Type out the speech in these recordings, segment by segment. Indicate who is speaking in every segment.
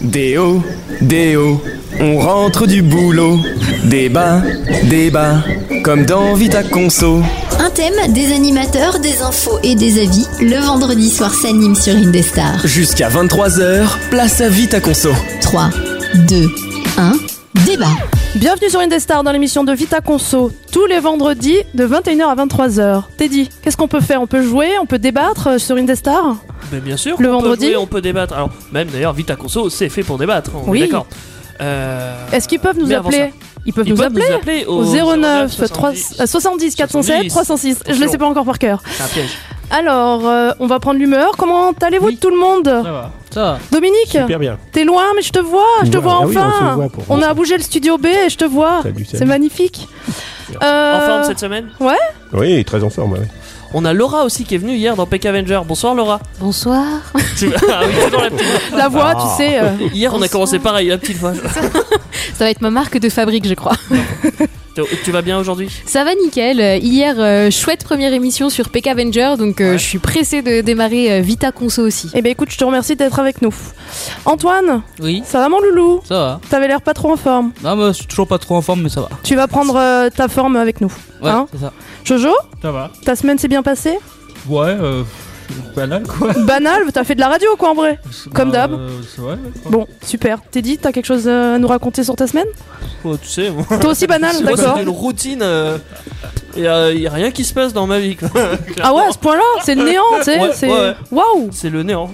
Speaker 1: Déo, déo, on rentre du boulot. Débat, débat, comme dans Vita Conso.
Speaker 2: Un thème, des animateurs, des infos et des avis. Le vendredi soir s'anime sur Indestar.
Speaker 1: Jusqu'à 23h, place à Vita Conso.
Speaker 2: 3, 2, 1, débat.
Speaker 3: Bienvenue sur Indestar dans l'émission de Vita Conso, tous les vendredis de 21h à 23h. Teddy, qu'est-ce qu'on peut faire On peut jouer, on peut débattre euh, sur Indestar
Speaker 4: Mais bien sûr,
Speaker 3: Le
Speaker 4: qu'on peut
Speaker 3: vendredi
Speaker 4: jouer, on peut débattre. Alors, même d'ailleurs, Vita Conso, c'est fait pour débattre. hein, On
Speaker 3: Oui.
Speaker 4: est D'accord. Euh,
Speaker 3: Est-ce qu'ils peuvent nous
Speaker 4: mais avant
Speaker 3: appeler Ils
Speaker 4: ça,
Speaker 3: peuvent
Speaker 4: ils
Speaker 3: nous
Speaker 4: peuvent
Speaker 3: appeler
Speaker 4: nous appeler
Speaker 3: au 09 70,
Speaker 4: 70.
Speaker 3: euh, 70 407 306. Je ne
Speaker 4: Attention.
Speaker 3: sais pas encore par cœur.
Speaker 4: C'est un piège.
Speaker 3: Alors, euh, on va prendre l'humeur. Comment allez-vous
Speaker 4: Oui.
Speaker 3: tout le monde
Speaker 4: Ça va. Ça
Speaker 3: Dominique,
Speaker 5: Super bien.
Speaker 3: t'es loin mais je te vois, je te
Speaker 5: Ouais,
Speaker 3: vois
Speaker 5: ah oui, on
Speaker 3: enfin.
Speaker 5: se voit pour-
Speaker 3: on a bougé le studio B et je te vois.
Speaker 5: Salut, salut.
Speaker 3: C'est magnifique. Euh,
Speaker 4: En forme cette semaine
Speaker 5: Oui, très en forme. ouais.
Speaker 4: On a Laura aussi qui est venue hier dans Peck Avenger. Bonsoir Laura.
Speaker 6: Bonsoir.
Speaker 4: Tu- ah oui, c'est dans la petite voix. Ah.
Speaker 3: la voix, tu sais. euh,
Speaker 4: Hier, on a
Speaker 6: Bonsoir.
Speaker 4: commencé pareil, la petite voix.
Speaker 6: Ça va être ma marque de fabrique, je crois.
Speaker 4: Tu, tu vas bien aujourd'hui
Speaker 6: Ça va nickel. Euh, Hier, euh, chouette première émission sur PK Avenger, donc euh,
Speaker 4: Ouais.
Speaker 6: je suis pressée de démarrer euh, Vita Conso aussi.
Speaker 3: Eh bien écoute, je te remercie d'être avec nous. Antoine,
Speaker 7: Oui,
Speaker 3: ça va mon loulou
Speaker 7: ça va.
Speaker 3: T'avais l'air pas trop en forme.
Speaker 7: Non, mais je suis toujours pas trop en forme, mais ça va.
Speaker 3: Tu vas prendre euh, ta forme avec nous.
Speaker 7: Ouais,
Speaker 3: Hein
Speaker 7: c'est ça.
Speaker 3: Jojo,
Speaker 8: Ça va
Speaker 3: ta semaine s'est bien passée
Speaker 8: Ouais, euh, banal quoi.
Speaker 3: Banal, t'as fait de la radio quoi en vrai Comme
Speaker 8: Bah,
Speaker 3: d'hab.
Speaker 8: euh, c'est vrai, ouais, quoi.
Speaker 3: Bon, super. Teddy, t'as quelque chose euh, à nous raconter sur ta semaine
Speaker 4: Oh, Tu sais, moi,
Speaker 3: Toi aussi banal,
Speaker 4: moi,
Speaker 3: d'accord
Speaker 4: c'est une routine. euh, y a, y a rien qui se passe dans ma vie. quoi.
Speaker 3: Ah ouais, à ce point-là, c'est le néant, tu sais.
Speaker 4: Ouais,
Speaker 3: c'est-
Speaker 4: ouais, ouais.
Speaker 3: Waouh
Speaker 4: C'est le néant.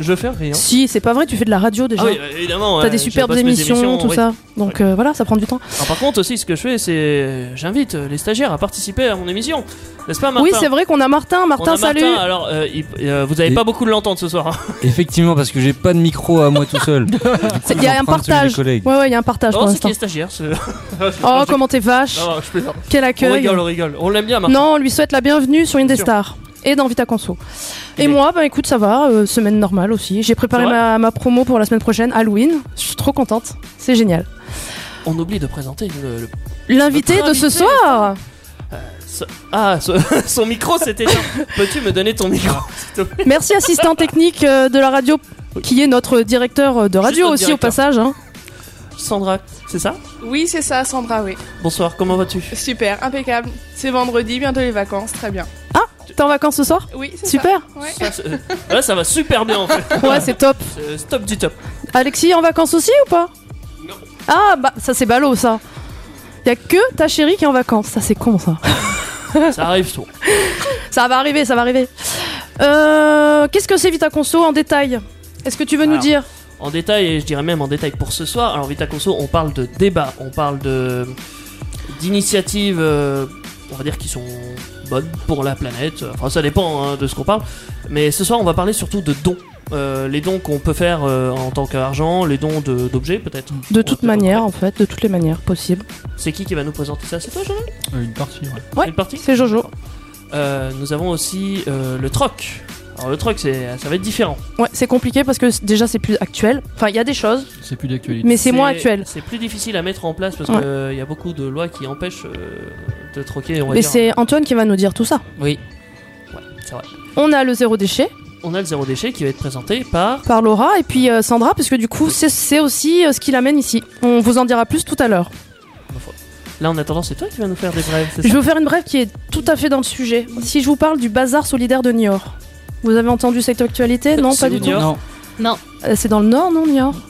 Speaker 4: Je fais rien.
Speaker 3: Si, c'est pas vrai, tu fais de la radio déjà.
Speaker 4: Ah oui, évidemment.
Speaker 3: T'as
Speaker 4: ouais,
Speaker 3: des
Speaker 4: je
Speaker 3: superbes
Speaker 4: passe mes
Speaker 3: émissions, tout
Speaker 4: oui.
Speaker 3: ça. Donc euh, voilà, ça prend du temps.
Speaker 4: Alors, par contre, aussi, ce que je fais, c'est. J'invite euh, les stagiaires à participer à mon émission. N'est-ce pas, Ah, Martin
Speaker 3: Oui, c'est vrai qu'on a Martin.
Speaker 4: On a
Speaker 3: Martin, salut.
Speaker 4: alors, euh, il- euh, vous avez
Speaker 7: Et-
Speaker 4: pas beaucoup de l'entendre ce soir. hein.
Speaker 7: Effectivement, parce que j'ai pas de micro à moi tout seul. Du coup,
Speaker 3: C'est- Il y a un
Speaker 7: j'emprunte celui des
Speaker 3: partage. Ouais,
Speaker 7: collègues.
Speaker 3: ouais, il y a un partage
Speaker 4: Non,
Speaker 3: pour
Speaker 4: c'est qui
Speaker 3: l'instant.
Speaker 4: est stagiaire. ce-
Speaker 3: hein. Oh,
Speaker 4: Non, je-
Speaker 3: comment t'es vache.
Speaker 4: Ah, Non, non, je plaisante.
Speaker 3: Quel
Speaker 4: On
Speaker 3: accueil.
Speaker 4: rigole, on rigole. On l'aime bien, Martin.
Speaker 3: Non, on lui souhaite la bienvenue sur
Speaker 4: Bien
Speaker 3: Indestar et dans Vita Conso. Et
Speaker 4: Et-
Speaker 3: moi, bah écoute, ça va, euh, semaine normale aussi. J'ai préparé
Speaker 4: C'est vrai
Speaker 3: ma, ma promo pour la semaine prochaine, Halloween. Je suis trop contente, c'est génial.
Speaker 4: On oublie de présenter le. le-
Speaker 3: L'invité
Speaker 4: Notre
Speaker 3: de ce
Speaker 4: invité.
Speaker 3: soir
Speaker 4: ce- Ah, ce- son micro, c'était. Peux-tu me donner ton micro
Speaker 3: Ah. Merci assistant technique euh, de la radio, qui est notre directeur euh, de radio
Speaker 4: notre
Speaker 3: aussi au
Speaker 4: directeur.
Speaker 3: passage. hein.
Speaker 4: Sandra, c'est ça
Speaker 9: Oui, c'est ça, Sandra, oui.
Speaker 4: Bonsoir, comment vas-tu
Speaker 9: Super, impeccable. C'est vendredi, bientôt les vacances, très bien.
Speaker 3: T'es en vacances ce soir
Speaker 9: Oui, c'est
Speaker 3: Super
Speaker 9: ça. Ouais.
Speaker 4: Ça, c'est- Là, ça va super bien en fait.
Speaker 3: Ouais, c'est top.
Speaker 4: C'est- c'est top du top.
Speaker 3: Alexis, en vacances aussi ou pas
Speaker 4: Non.
Speaker 3: Ah, bah ça c'est ballot ça. Y a que ta chérie qui est en vacances, ça c'est con ça.
Speaker 4: Ça arrive tout.
Speaker 3: Ça va arriver, ça va arriver. Euh, Qu'est-ce que c'est Vita Conso en détail Est-ce que tu veux nous
Speaker 4: Alors.
Speaker 3: dire
Speaker 4: En détail, et je dirais même en détail pour ce soir, alors Vita Conso, on parle de débat, on parle de d'initiatives, euh, on va dire, qui sont bonnes pour la planète. Enfin, ça dépend hein, de ce qu'on parle. Mais ce soir, on va parler surtout de dons. Euh, les dons qu'on peut faire euh, en tant qu'argent, les dons de- d'objets peut-être.
Speaker 8: Mm.
Speaker 3: De
Speaker 4: On
Speaker 3: toute
Speaker 4: va faire
Speaker 3: manière,
Speaker 4: un
Speaker 3: en fait, de toutes les manières possibles.
Speaker 4: truc. C'est qui qui va nous présenter ça C'est toi, Joël
Speaker 8: Euh, Une partie, ouais.
Speaker 3: Ouais,
Speaker 4: Une partie
Speaker 3: c'est Jojo.
Speaker 4: Euh, nous avons aussi euh, le troc. Alors le troc, c'est, ça va être différent.
Speaker 3: Ouais, c'est compliqué parce que c- déjà c'est plus actuel. Enfin, il y a des choses,
Speaker 8: C'est plus d'actualité.
Speaker 3: mais c'est moins actuel.
Speaker 4: C'est plus difficile à mettre en place parce
Speaker 3: Ouais.
Speaker 4: qu'il y a beaucoup de lois qui empêchent euh, de troquer. On va
Speaker 3: Mais
Speaker 4: dire.
Speaker 3: c'est Antoine qui va nous dire tout ça.
Speaker 4: Oui. Ouais, c'est vrai.
Speaker 3: On a le zéro déchet
Speaker 4: On a le zéro déchet qui va être présenté par.
Speaker 3: par Laura et puis euh, Sandra, parce que du coup, c'est- c'est aussi euh, ce qu'il amène ici. On vous en dira plus tout à l'heure.
Speaker 4: Là, en attendant, c'est toi qui vas nous faire des brèves.
Speaker 3: Je
Speaker 4: C'est
Speaker 3: vais
Speaker 4: ça
Speaker 3: vous faire une brève qui est tout à fait dans le sujet. Si je vous parle du bazar solidaire de Niort, vous avez entendu cette actualité Non, pas
Speaker 4: C'est
Speaker 3: du
Speaker 4: le
Speaker 3: tout.
Speaker 4: Niort.
Speaker 7: Non.
Speaker 3: Euh, C'est dans le Nord, non, Niort
Speaker 4: Ah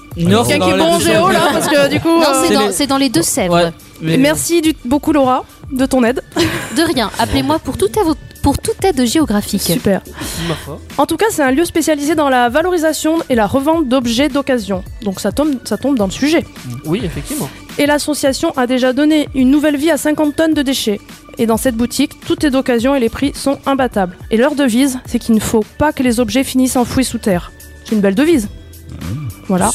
Speaker 3: Quelqu'un
Speaker 7: Non,
Speaker 3: qui est
Speaker 7: dans la
Speaker 3: bon en
Speaker 7: deuxième.
Speaker 3: géo là, parce que du coup.
Speaker 6: Non,
Speaker 3: euh,
Speaker 6: c'est
Speaker 7: c'est
Speaker 6: dans,
Speaker 7: les-
Speaker 6: c'est dans les deux sèvres.
Speaker 7: Ouais. Mais-
Speaker 3: Merci du- beaucoup Laura de ton aide.
Speaker 6: De rien. Appelez-moi pour toute, avo- pour toute aide géographique.
Speaker 3: Super.
Speaker 4: Ma foi.
Speaker 3: En tout cas, c'est un lieu spécialisé dans la valorisation et la revente d'objets d'occasion. Donc ça tombe, ça tombe dans le sujet.
Speaker 4: Oui, effectivement.
Speaker 3: Et l'association a déjà donné une nouvelle vie à 50 tonnes de déchets. Et dans cette boutique, tout est d'occasion et les prix sont imbattables. Et leur devise, c'est qu'il ne faut pas que les objets finissent enfouis sous terre. C'est une belle devise. Voilà.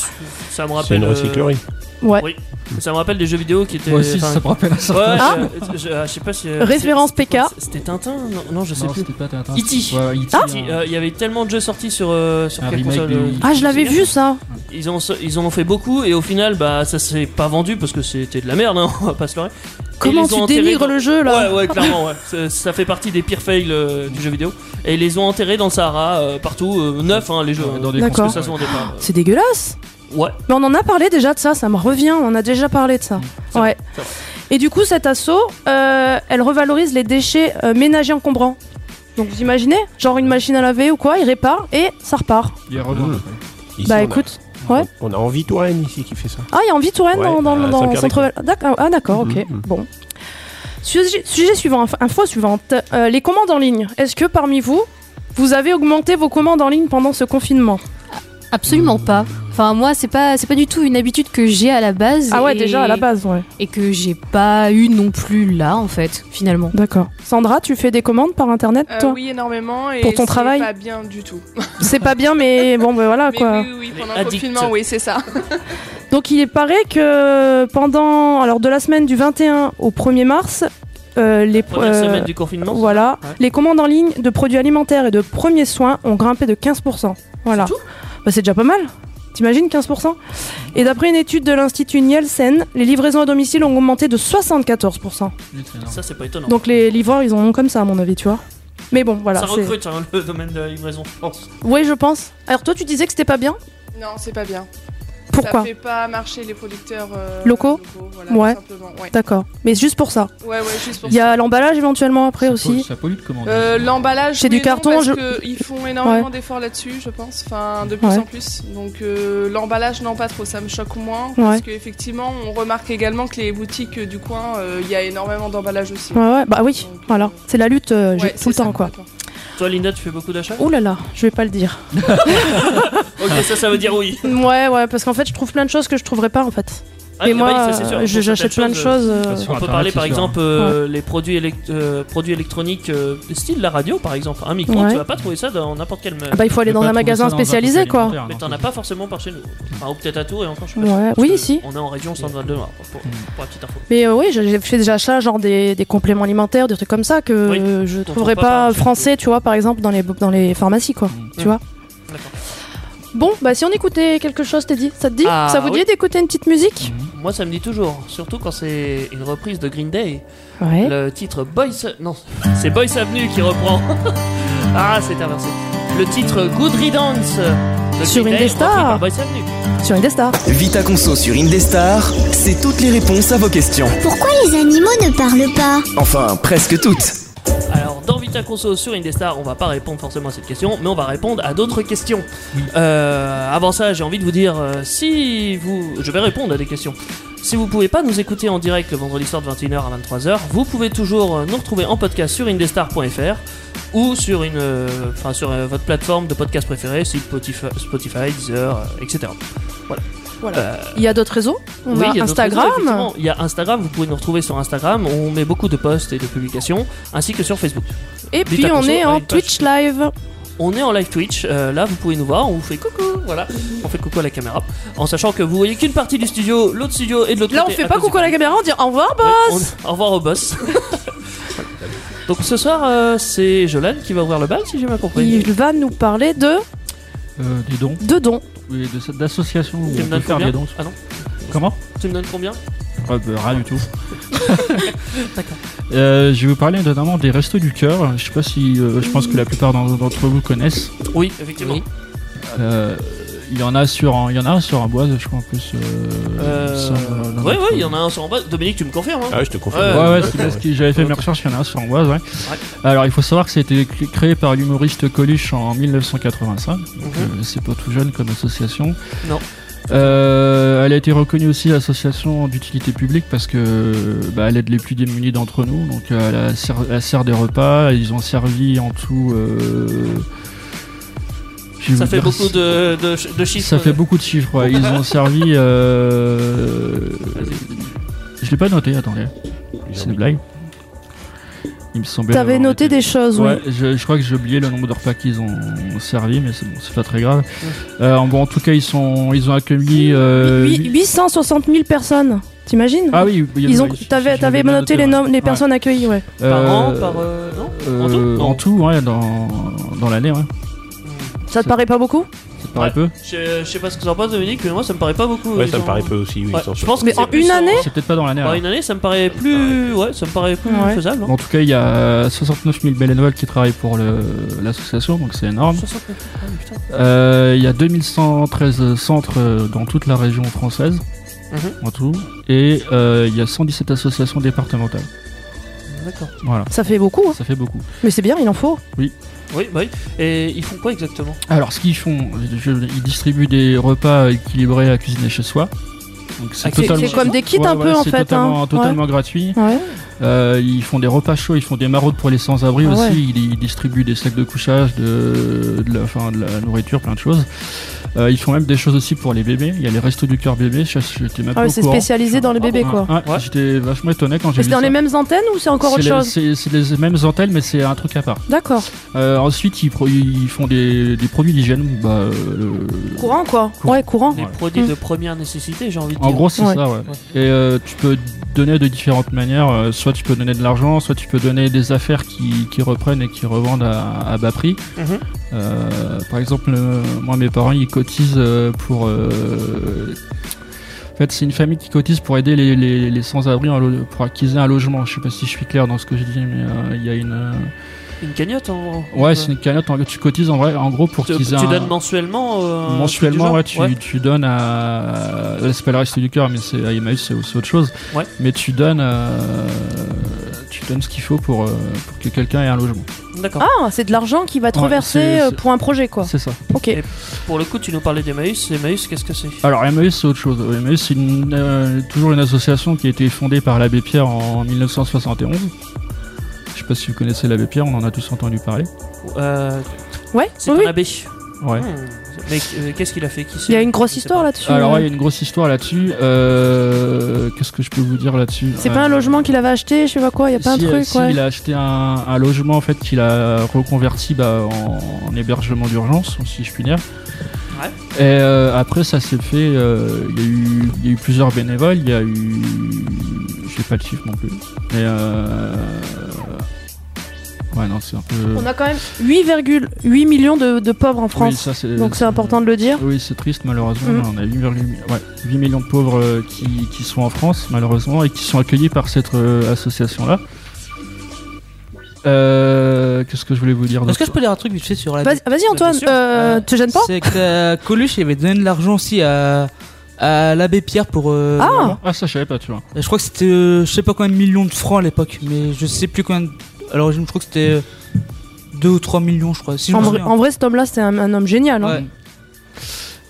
Speaker 4: Ça me
Speaker 5: C'est
Speaker 4: rappelle.
Speaker 5: une
Speaker 4: euh,
Speaker 5: recyclerie.
Speaker 3: Ouais.
Speaker 4: Mmh. Oui. Ça me rappelle des jeux vidéo qui étaient.
Speaker 7: Moi aussi,
Speaker 4: enfin,
Speaker 7: ça me rappelle un
Speaker 4: Ouais,
Speaker 7: certain-
Speaker 3: Ah.
Speaker 4: je, je- je sais pas si.
Speaker 3: Référence
Speaker 4: euh, c'est- c'est-
Speaker 3: PK.
Speaker 4: C'était Tintin Non, non, je sais
Speaker 8: Non,
Speaker 4: plus. E
Speaker 8: c'était pas Tintin.
Speaker 4: E.T.
Speaker 8: Ouais,
Speaker 7: E
Speaker 8: E.T.
Speaker 3: Ah.
Speaker 7: hein
Speaker 4: Si,
Speaker 8: un-
Speaker 4: euh, Il y avait tellement de jeux sortis sur, euh, sur
Speaker 8: Un
Speaker 4: quelle
Speaker 8: remake
Speaker 4: console
Speaker 8: de-
Speaker 7: E
Speaker 4: euh,
Speaker 3: Ah, je l'avais vu ça.
Speaker 4: Ils, ont, ils en ont fait beaucoup et au final, bah, ça s'est pas vendu parce que c'était de la merde, hein, on va pas se leurrer. Et ils
Speaker 3: Comment
Speaker 4: les ont
Speaker 3: tu
Speaker 4: enterrés
Speaker 3: dénigres
Speaker 4: dans-
Speaker 3: le jeu là
Speaker 4: Ouais, ouais, clairement, ouais. Ça, ça fait partie des pires fails euh, du jeu vidéo. Et ils les ont enterrés dans le Sahara, euh, partout, euh, neuf, hein, les jeux.
Speaker 8: dans
Speaker 4: hein.
Speaker 3: D'accord.
Speaker 8: des
Speaker 4: Parce que ça se vendait pas.
Speaker 3: C'est dégueulasse.
Speaker 4: Ouais.
Speaker 3: Mais on en a parlé déjà de ça, ça me revient, on en a déjà parlé de ça. ouais.
Speaker 4: c'est vrai.
Speaker 3: Et du coup, cette asso, euh, elle revalorise les déchets euh, ménagers encombrants. Donc vous imaginez, genre une machine à laver ou quoi, il répare et ça repart.
Speaker 8: Il est redondé.
Speaker 5: Mmh. Ici, on
Speaker 3: bah
Speaker 5: a-
Speaker 3: écoute, ouais.
Speaker 5: On a envie Touraine ici qui fait ça.
Speaker 3: Ah, il y a envie de Touraine
Speaker 5: Ouais, bah,
Speaker 3: dans, dans,
Speaker 5: à
Speaker 3: dans le
Speaker 5: Saint-Pierre-des-Corps.
Speaker 3: centre. D'accord, ah, d'accord, ok.
Speaker 5: Mhm.
Speaker 3: Bon. Sujet, sujet suivant, inf- info suivante. Euh, les commandes en ligne. Est-ce que parmi vous, vous avez augmenté vos commandes en ligne pendant ce confinement
Speaker 6: Absolument pas. Enfin, moi, c'est pas, c'est pas du tout une habitude que j'ai à la base.
Speaker 3: Ah ouais,
Speaker 6: et-
Speaker 3: déjà à la base, ouais.
Speaker 6: Et que j'ai pas eu non plus là, en fait, finalement.
Speaker 3: D'accord. Sandra, tu fais des commandes par internet,
Speaker 9: Euh,
Speaker 3: toi
Speaker 9: oui, énormément. Et
Speaker 3: Pour ton
Speaker 9: c'est
Speaker 3: travail
Speaker 9: Pas bien du tout.
Speaker 3: C'est pas bien, mais bon, ben voilà
Speaker 9: Mais
Speaker 3: quoi.
Speaker 9: oui, oui, oui, pendant le
Speaker 4: Addict.
Speaker 9: confinement, oui, c'est ça.
Speaker 3: Donc il paraît que pendant, alors de la semaine du 21 au 1er mars, euh, les
Speaker 4: Première
Speaker 3: euh,
Speaker 4: semaine du confinement.
Speaker 3: Voilà.
Speaker 4: Ouais.
Speaker 3: Les commandes en ligne de produits alimentaires et de premiers soins ont grimpé de 15%. Voilà.
Speaker 4: C'est
Speaker 3: Bah, c'est déjà pas mal. T'imagines 15% Et d'après une étude de l'Institut Nielsen, les livraisons à domicile ont augmenté de 74%.
Speaker 4: Ça, c'est pas étonnant.
Speaker 3: Donc les livreurs, ils en ont comme ça, à mon avis, tu vois. Mais bon, voilà.
Speaker 4: ça
Speaker 3: c'est-
Speaker 4: recrute hein, le domaine de la livraison, je pense.
Speaker 3: Oui, je pense. Alors toi, tu disais que c'était pas bien
Speaker 9: Non, c'est pas bien.
Speaker 3: Pourquoi
Speaker 9: Ça fait pas marcher les producteurs euh,
Speaker 3: Locaux
Speaker 9: voilà,
Speaker 3: Ouais.
Speaker 9: tout simplement, ouais.
Speaker 3: D'accord. Mais juste pour ça.
Speaker 9: Ouais, ouais, juste pour
Speaker 3: Il y a l'emballage éventuellement après aussi.
Speaker 8: Ça pollue de commander.
Speaker 9: Euh, L'emballage,
Speaker 3: C'est
Speaker 9: oui
Speaker 3: du
Speaker 9: et non,
Speaker 3: carton,
Speaker 9: parce
Speaker 3: je-
Speaker 9: que ils font énormément
Speaker 3: Ouais.
Speaker 9: d'efforts là-dessus, je pense. Enfin, de plus
Speaker 3: Ouais.
Speaker 9: en plus. Donc euh, l'emballage, non, pas trop. Ça me choque moins parce
Speaker 3: Ouais.
Speaker 9: qu'effectivement, on remarque également que les boutiques euh, du coin, euh, il y a énormément d'emballage aussi.
Speaker 3: Ouais, ouais, bah oui,
Speaker 9: Donc,
Speaker 3: voilà.
Speaker 9: euh,
Speaker 3: C'est la lutte euh,
Speaker 9: ouais,
Speaker 3: tout
Speaker 9: c'est
Speaker 3: le
Speaker 9: ça,
Speaker 3: temps, quoi.
Speaker 9: complètement.
Speaker 4: Toi, Linda, tu fais beaucoup d'achats
Speaker 3: Oh là là, je vais pas le dire.
Speaker 4: Ok, ça, ça veut dire oui.
Speaker 3: Ouais, ouais, parce qu'en fait, je trouve plein de choses que je trouverais pas, en fait.
Speaker 4: Ah,
Speaker 3: Mais
Speaker 4: bah
Speaker 3: moi,
Speaker 4: oui, ça, c'est sûr.
Speaker 3: euh,
Speaker 4: Pour
Speaker 3: je- j'achète plein
Speaker 4: certaines
Speaker 3: de choses. euh,
Speaker 8: Sur
Speaker 4: On peut
Speaker 8: Internet,
Speaker 4: parler
Speaker 8: c'est
Speaker 4: par
Speaker 8: sûr.
Speaker 4: exemple
Speaker 3: hein.
Speaker 4: euh, les produits, élect- euh, produits électroniques, euh, style la radio par exemple. Un micro,
Speaker 3: Ouais.
Speaker 4: tu vas pas trouver ça dans n'importe quel. euh,
Speaker 3: ah bah, il faut aller
Speaker 8: Tu peux
Speaker 3: dans
Speaker 8: pas
Speaker 3: un
Speaker 8: trouver
Speaker 3: magasin
Speaker 8: ça dans un
Speaker 3: spécialisé,
Speaker 8: truc
Speaker 3: quoi.
Speaker 8: alimentaire,
Speaker 4: Mais
Speaker 8: non,
Speaker 4: t'en as pas forcément par chez nous. Enfin, ou peut-être à Tours et encore, je sais pas.
Speaker 3: Ouais.
Speaker 4: Parce
Speaker 3: Oui,
Speaker 4: que
Speaker 3: si.
Speaker 4: On est en région 122 Nord, pour,
Speaker 8: Mm.
Speaker 4: pour la petite info.
Speaker 3: Mais euh, oui, j'ai j'ai fait des achats, genre des, des compléments alimentaires, des trucs comme ça, que
Speaker 4: Oui.
Speaker 3: euh, je
Speaker 4: trouve
Speaker 3: trouverais
Speaker 4: pas
Speaker 3: pas,
Speaker 4: par-
Speaker 3: français, tu vois, par exemple, dans les, dans les pharmacies, quoi. Tu vois
Speaker 4: Mm. D'accord.
Speaker 3: Bon, bah, si on écoutait quelque chose, t'es dit Ça te dit
Speaker 4: Ah,
Speaker 3: Ça vous
Speaker 4: oui.
Speaker 3: dit d'écouter une petite musique
Speaker 4: Moi, ça me dit toujours, surtout quand c'est une reprise de Green Day.
Speaker 3: Ouais.
Speaker 4: Le titre Boys. Non, c'est Boys Avenue qui reprend. ah, c'est inversé. Le titre Good Riddance de
Speaker 3: Sur
Speaker 4: Green Day,
Speaker 3: Indestar.
Speaker 4: repris par Boys Avenue.
Speaker 3: Sur Indestar.
Speaker 1: Vita Conso sur Indestar, c'est toutes les réponses à vos questions.
Speaker 10: Pourquoi les animaux ne parlent pas
Speaker 1: Enfin, presque toutes.
Speaker 4: Alors, dans Vita Conso sur Indestar, on va pas répondre forcément à cette question, mais on va répondre à d'autres questions. Euh, avant ça, j'ai envie de vous dire euh, si vous. Je vais répondre à des questions. Si vous pouvez pas nous écouter en direct le vendredi soir de 21h à 23h, vous pouvez toujours euh, nous retrouver en podcast sur indestar.fr ou sur une, euh, enfin sur euh, votre plateforme de podcast préférée, style Spotify, Spotify, Deezer, euh, etc.
Speaker 3: Il y a d'autres réseaux On
Speaker 4: Euh, Oui,
Speaker 3: a
Speaker 4: il y a d'autres
Speaker 3: Instagram.
Speaker 4: réseaux, effectivement. il y a Instagram, vous pouvez nous retrouver sur Instagram, on met beaucoup de posts et de publications, ainsi que sur Facebook.
Speaker 3: et puis,
Speaker 4: Vita
Speaker 3: on
Speaker 4: Conso,
Speaker 3: est
Speaker 4: on a
Speaker 3: en
Speaker 4: une page.
Speaker 3: Twitch Live.
Speaker 4: On est en live Twitch, euh, là vous pouvez nous voir, on vous fait coucou, voilà, on fait coucou à la caméra, en sachant que vous voyez qu'une partie du studio, l'autre studio et de l'autre
Speaker 3: Là, on
Speaker 4: côté
Speaker 3: fait pas
Speaker 4: cause du-
Speaker 3: coucou à la caméra, on dit au revoir, bah.
Speaker 4: Ouais, on- Au revoir au boss. Voilà. Donc ce soir, euh, c'est Jolan qui va ouvrir le bal, si j'ai bien compris.
Speaker 3: Il va nous parler de,
Speaker 8: Euh, des dons,
Speaker 3: de dons.
Speaker 8: oui, de- d'associations où
Speaker 4: Tu me
Speaker 8: on peut
Speaker 4: donnes
Speaker 8: faire
Speaker 4: combien
Speaker 8: des dons.
Speaker 4: Ah non,
Speaker 8: Comment
Speaker 4: tu me donnes combien
Speaker 8: Ah bah, Rien du tout.
Speaker 4: D'accord.
Speaker 8: Euh, je vais vous parler notamment des Restos du Cœur. Je sais pas si. euh, je pense que la plupart d'en- d'entre vous connaissent.
Speaker 4: Oui, effectivement.
Speaker 7: Oui.
Speaker 8: Euh, il y en a sur un, il y en a un sur un bois, je crois en plus. Euh,
Speaker 4: Euh, ouais, ouais, il y en a un sur en bas. Dominique, tu me confirmes hein
Speaker 5: Ah, je te confirme.
Speaker 4: Ouais,
Speaker 8: Ouais, ouais, c'est parce que j'avais fait mes recherches, il y en a un sur Amboise, ouais. Alors, il faut savoir que c'était cr- créé par l'humoriste Coluche en 1985. Donc, euh, c'est pas tout jeune comme association.
Speaker 4: Mhm. Non.
Speaker 8: Euh, elle a été reconnue aussi association d'utilité publique parce que bah, elle aide les plus démunis d'entre nous. Donc, euh, elle, a ser- elle sert des repas. Ils ont servi en tout. euh, je vais
Speaker 4: Ça
Speaker 8: vous
Speaker 4: fait
Speaker 8: dire
Speaker 4: beaucoup
Speaker 8: si-
Speaker 4: de, de, de chiffres.
Speaker 8: ça fait beaucoup de chiffres, ouais. Ils ont servi. euh, Je l'ai pas noté, attendez. C'est une blague. Il me semblait.
Speaker 3: T'avais
Speaker 8: l'avoir
Speaker 3: noté
Speaker 8: noté.
Speaker 3: des choses,
Speaker 8: Ouais,
Speaker 3: oui.
Speaker 8: je, je crois que j'ai oublié le nombre de repas qu'ils ont servi, mais c'est bon, c'est pas très grave. Euh, en- bon, en tout cas, ils sont, ils ont accueilli. euh,
Speaker 3: Huit-
Speaker 8: huit-
Speaker 3: 860 000 personnes, t'imagines
Speaker 8: Ah oui, il y en a-
Speaker 3: Ils ont,
Speaker 8: je-
Speaker 3: t'avais,
Speaker 8: je-
Speaker 3: t'avais
Speaker 8: j'avais bien
Speaker 3: noté les,
Speaker 8: ouais.
Speaker 3: noms, les
Speaker 8: Ouais.
Speaker 3: personnes accueillies, ouais.
Speaker 4: Par an,
Speaker 8: Euh,
Speaker 4: par. euh, non En
Speaker 8: euh,
Speaker 4: tout Non.
Speaker 8: en tout, ouais, dans, dans l'année, ouais.
Speaker 3: Ça te paraît pas beaucoup
Speaker 8: C'est paraît peu
Speaker 4: Je je sais pas ce que t'en penses, Dominique, mais moi ça me paraît pas beaucoup.
Speaker 5: Ouais,
Speaker 4: ils
Speaker 5: ça me
Speaker 4: ont-
Speaker 5: paraît peu aussi, oui,
Speaker 4: Ouais,
Speaker 5: ils ont-
Speaker 4: je pense
Speaker 8: Mais
Speaker 4: que
Speaker 8: en
Speaker 4: c'est plus
Speaker 8: une année C'est peut-être pas dans l'année,
Speaker 4: En
Speaker 8: alors.
Speaker 4: une année, ça me paraît plus. Ouais, ça me paraît plus
Speaker 8: Ouais.
Speaker 4: faisable.
Speaker 3: hein.
Speaker 4: hein.
Speaker 8: En tout cas, il y a 69 000 bénévoles qui travaillent pour le- l'association, donc c'est énorme.
Speaker 3: ah
Speaker 8: Euh, Il y a 2113 centres euh, dans toute la région française,
Speaker 4: Mhm.
Speaker 8: en tout, et euh, il y a 117 associations départementales.
Speaker 4: D'accord.
Speaker 8: Voilà.
Speaker 3: Ça fait beaucoup. hein.
Speaker 8: Ça fait beaucoup.
Speaker 3: Mais c'est bien, il en faut.
Speaker 8: Oui.
Speaker 4: Oui, bah oui. Et ils font quoi exactement
Speaker 8: Alors, ce qu'ils font, je- ils distribuent des repas équilibrés à cuisiner chez soi. Donc,
Speaker 3: Ah, c'est- c'est comme des kits un peu, en
Speaker 8: c'est
Speaker 3: fait, hein.
Speaker 8: Totalement,
Speaker 3: Ouais.
Speaker 8: totalement gratuit.
Speaker 3: Ah Ouais.
Speaker 8: Euh, ils font des repas chauds, ils font des maraudes pour les sans-abri
Speaker 3: Ah
Speaker 8: aussi.
Speaker 3: ouais.
Speaker 8: Ils, ils distribuent des sacs de couchage, de, de la, enfin, de la nourriture, plein de choses. Euh, ils font même des choses aussi pour les bébés. Il y a les restos du cœur bébé. Je- J'étais même
Speaker 3: Ah
Speaker 8: pas
Speaker 3: ouais,
Speaker 8: au
Speaker 3: c'est
Speaker 8: courant.
Speaker 3: spécialisé dans les bébés,
Speaker 8: Ouais,
Speaker 3: quoi.
Speaker 8: ouais, J'étais vachement étonné quand
Speaker 3: Et
Speaker 8: j'ai
Speaker 3: c'est
Speaker 8: vu
Speaker 3: dans
Speaker 8: ça.
Speaker 3: les mêmes antennes ou c'est encore autre
Speaker 8: C'est les-
Speaker 3: chose
Speaker 8: c'est- C'est les mêmes antennes, mais c'est un truc à part.
Speaker 3: D'accord.
Speaker 8: Euh, ensuite, ils, pro- ils font des, des produits d'hygiène. Bah, euh,
Speaker 3: Courant, quoi. Ouais, courant.
Speaker 4: Des produits de
Speaker 3: Mm.
Speaker 4: première nécessité, j'ai envie de dire.
Speaker 8: en gros, c'est ça, ouais. Et euh, tu peux donner de différentes manières. euh, soit tu peux donner de l'argent, soit tu peux donner des affaires qui, qui reprennent et qui revendent à, à bas prix.
Speaker 4: Mhm.
Speaker 8: Euh, par exemple, euh, moi, mes parents, ils cotisent euh, pour. euh, en fait, c'est une famille qui cotise pour aider les, les- les sans-abri en lo- pour acquiser un logement. Je sais pas si je suis clair dans ce que je dis, mais euh, il y a une. euh,
Speaker 4: Une cagnotte en gros.
Speaker 8: Ouais, c'est une cagnotte. en- Tu cotises en vrai, en gros, pour
Speaker 4: Tu,
Speaker 8: qu'ils aient.
Speaker 4: tu
Speaker 8: un-
Speaker 4: donnes mensuellement. euh, un truc du
Speaker 8: Mensuellement,
Speaker 4: genre
Speaker 8: ouais, tu, tu donnes à. là, C'est pas le reste du cœur, mais c'est à Emmaüs, c'est c'est autre chose.
Speaker 4: Ouais.
Speaker 8: Mais tu donnes, euh, tu donnes ce qu'il faut pour, euh, pour que quelqu'un ait un logement.
Speaker 4: D'accord.
Speaker 3: Ah, c'est de l'argent qui va être
Speaker 8: Ouais,
Speaker 3: reversé
Speaker 8: c'est-
Speaker 3: euh,
Speaker 8: c'est-
Speaker 3: pour un projet, quoi.
Speaker 8: C'est ça.
Speaker 3: Ok.
Speaker 4: Et pour le coup, tu nous parlais d'Emmaüs. Emmaüs, qu'est-ce que c'est
Speaker 8: Alors Emmaüs, c'est autre chose. Emmaüs, c'est une, euh, toujours une association qui a été fondée par l'abbé Pierre en 1971. Je sais pas si vous connaissez l'abbé Pierre, on en a tous entendu parler.
Speaker 4: Euh,
Speaker 3: Ouais,
Speaker 4: C'est
Speaker 3: oui,
Speaker 4: un abbé.
Speaker 8: Ouais.
Speaker 4: Hmm. Mais euh, qu'est-ce qu'il a fait Qui
Speaker 3: Il y a
Speaker 4: c'est
Speaker 3: une grosse
Speaker 4: Je sais
Speaker 3: histoire
Speaker 4: pas.
Speaker 3: là-dessus. euh,
Speaker 8: Alors ouais, il y a une grosse histoire là-dessus. Euh, Qu'est-ce que je peux vous dire là-dessus
Speaker 3: C'est pas un
Speaker 8: Euh,
Speaker 3: logement qu'il avait acheté, je sais pas quoi, il y a pas
Speaker 8: Si,
Speaker 3: un
Speaker 8: euh,
Speaker 3: truc,
Speaker 8: si,
Speaker 3: ouais.
Speaker 8: il a acheté un, un logement en fait qu'il a reconverti bah, en, en hébergement d'urgence, si je puis dire.
Speaker 4: Ouais.
Speaker 8: Et euh, après, ça s'est fait. euh, Il y, a eu- il y a eu plusieurs bénévoles. Il y a eu. J'ai pas le chiffre non plus. Mais. euh, Ouais, non, c'est un peu.
Speaker 3: On a quand même 8,8 millions de, de pauvres en France.
Speaker 8: Oui, ça, c'est-
Speaker 3: Donc c'est important de le dire.
Speaker 8: Oui, c'est triste, malheureusement.
Speaker 3: Mhm.
Speaker 8: On a 8, ouais, 8 millions de pauvres euh, qui, qui sont en France, malheureusement, et qui sont accueillis par cette euh, association-là. Euh, Qu'est-ce que je voulais vous dire
Speaker 7: Est-ce que je
Speaker 8: d'autre
Speaker 7: peux dire un truc vite fait sur la.
Speaker 3: Vas- Vas-y Antoine, euh, tu te gênes pas
Speaker 7: C'est que euh, Coluche il avait donné de l'argent aussi à, à l'abbé Pierre pour. euh,
Speaker 3: Ah
Speaker 8: Ah, ça, je savais pas, tu vois.
Speaker 7: Je crois que c'était, euh, je sais pas combien de millions de francs à l'époque, mais je sais plus combien. De... Alors je crois que c'était 2 ou 3 millions, je crois. Si je
Speaker 3: en,
Speaker 7: me
Speaker 3: vrai-
Speaker 7: souviens.
Speaker 3: en vrai, cet homme-là, c'est un, un homme génial. hein.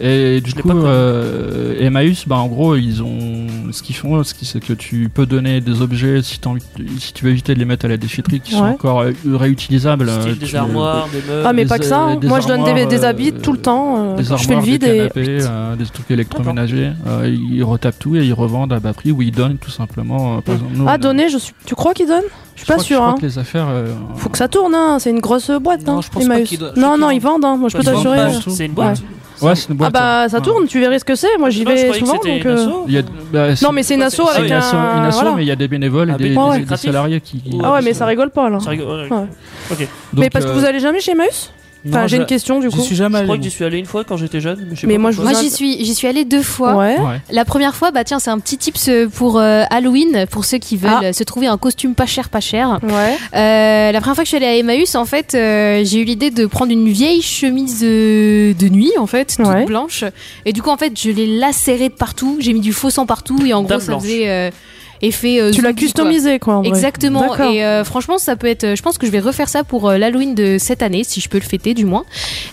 Speaker 8: Et du coup, euh, Emmaüs, bah, en gros, ils ont ce qu'ils font, ce qui- c'est que tu peux donner des objets si, t'as envie de- si tu veux éviter de les mettre à la déchetterie qui sont
Speaker 3: Ouais.
Speaker 8: encore euh, réutilisables. euh,
Speaker 4: Style
Speaker 8: tu-
Speaker 4: des armoires, des meubles.
Speaker 3: Ah mais
Speaker 8: des,
Speaker 3: pas que ça,
Speaker 8: euh,
Speaker 3: hein.
Speaker 8: des
Speaker 3: moi je donne des,
Speaker 8: armoires,
Speaker 3: des
Speaker 8: euh,
Speaker 3: habits tout le temps, euh,
Speaker 8: des
Speaker 3: quand je fais le
Speaker 8: armoires,
Speaker 3: vide
Speaker 8: des
Speaker 3: et...
Speaker 8: canapés, euh, des trucs électroménagers. euh, ils retapent tout et ils revendent à bas prix ou ils donnent tout simplement. euh, par exemple, nous, on a-
Speaker 3: Ah donner, je suis... tu crois qu'il donne Je suis pas
Speaker 8: crois que- je
Speaker 3: sûr.
Speaker 8: crois
Speaker 3: Hein.
Speaker 8: que les affaires. euh,
Speaker 3: Faut que ça tourne, hein. c'est une grosse boîte. hein,
Speaker 7: Non, je pense
Speaker 3: Emmaüs.
Speaker 7: pas qu'il doit- je
Speaker 3: Non,
Speaker 7: crois
Speaker 3: non,
Speaker 7: qu'il
Speaker 3: ils vendent, hein. moi je peux
Speaker 7: Ils vendent
Speaker 3: t'assurer.
Speaker 7: pas
Speaker 3: euh.
Speaker 7: du tout.
Speaker 4: C'est une boîte.
Speaker 8: Ouais, c'est
Speaker 3: Ah
Speaker 8: une boîte.
Speaker 3: bah ça
Speaker 8: ouais.
Speaker 3: tourne, tu verrais ce que c'est, moi j'y
Speaker 4: Non, je
Speaker 3: vais
Speaker 4: croyais que
Speaker 3: souvent. donc,
Speaker 4: c'était une
Speaker 3: euh,
Speaker 4: asso.
Speaker 8: Il y a- bah, c'est-
Speaker 3: Non mais c'est une asso
Speaker 4: Ah,
Speaker 8: c'est
Speaker 3: avec
Speaker 8: une asso, une
Speaker 3: un...
Speaker 8: asso,
Speaker 3: voilà.
Speaker 8: mais il y a des bénévoles
Speaker 4: Ah,
Speaker 8: et des,
Speaker 4: mais
Speaker 3: ouais.
Speaker 8: des- des
Speaker 4: Lucratif.
Speaker 8: salariés qui.
Speaker 3: Ah ouais mais ça rigole pas là.
Speaker 4: Ça rigole- ouais.
Speaker 3: Ouais.
Speaker 4: Ok.
Speaker 3: Mais parce que
Speaker 8: euh,
Speaker 3: vous allez jamais chez Emmaüs Enfin
Speaker 7: Non,
Speaker 3: j'ai
Speaker 7: je-
Speaker 3: une question du
Speaker 7: J'y
Speaker 3: coup.
Speaker 7: suis jamais
Speaker 4: Je
Speaker 7: allé.
Speaker 4: crois que j'y suis allé une fois quand j'étais jeune, mais je sais
Speaker 3: Mais
Speaker 4: pas
Speaker 3: moi, je
Speaker 4: pourquoi.
Speaker 3: vous Vous
Speaker 6: Moi j'y
Speaker 3: êtes-
Speaker 6: suis, j'y suis allée deux fois.
Speaker 3: Ouais.
Speaker 8: ouais.
Speaker 6: La première fois, bah tiens, c'est un petit tips euh, pour euh, Halloween, pour ceux qui veulent
Speaker 3: Ah.
Speaker 6: euh, se trouver un costume pas cher, pas cher.
Speaker 3: Ouais.
Speaker 6: Euh, la première fois que je suis allée à Emmaüs, en fait, euh, j'ai eu l'idée de prendre une vieille chemise euh, de nuit, en fait, toute
Speaker 3: Ouais.
Speaker 6: blanche. Et du coup, en fait, je l'ai lacérée de partout. J'ai mis du faux sang partout et en
Speaker 4: Dame
Speaker 6: gros, ça
Speaker 4: blanche.
Speaker 6: faisait euh, effet. euh,
Speaker 3: Tu l'as
Speaker 6: zombie, quoi.
Speaker 3: customisé quoi. en vrai.
Speaker 6: Exactement.
Speaker 3: D'accord.
Speaker 6: Et euh, franchement, ça peut être. Je pense que je vais refaire ça pour euh, l'Halloween de cette année, si je peux le fêter du moins.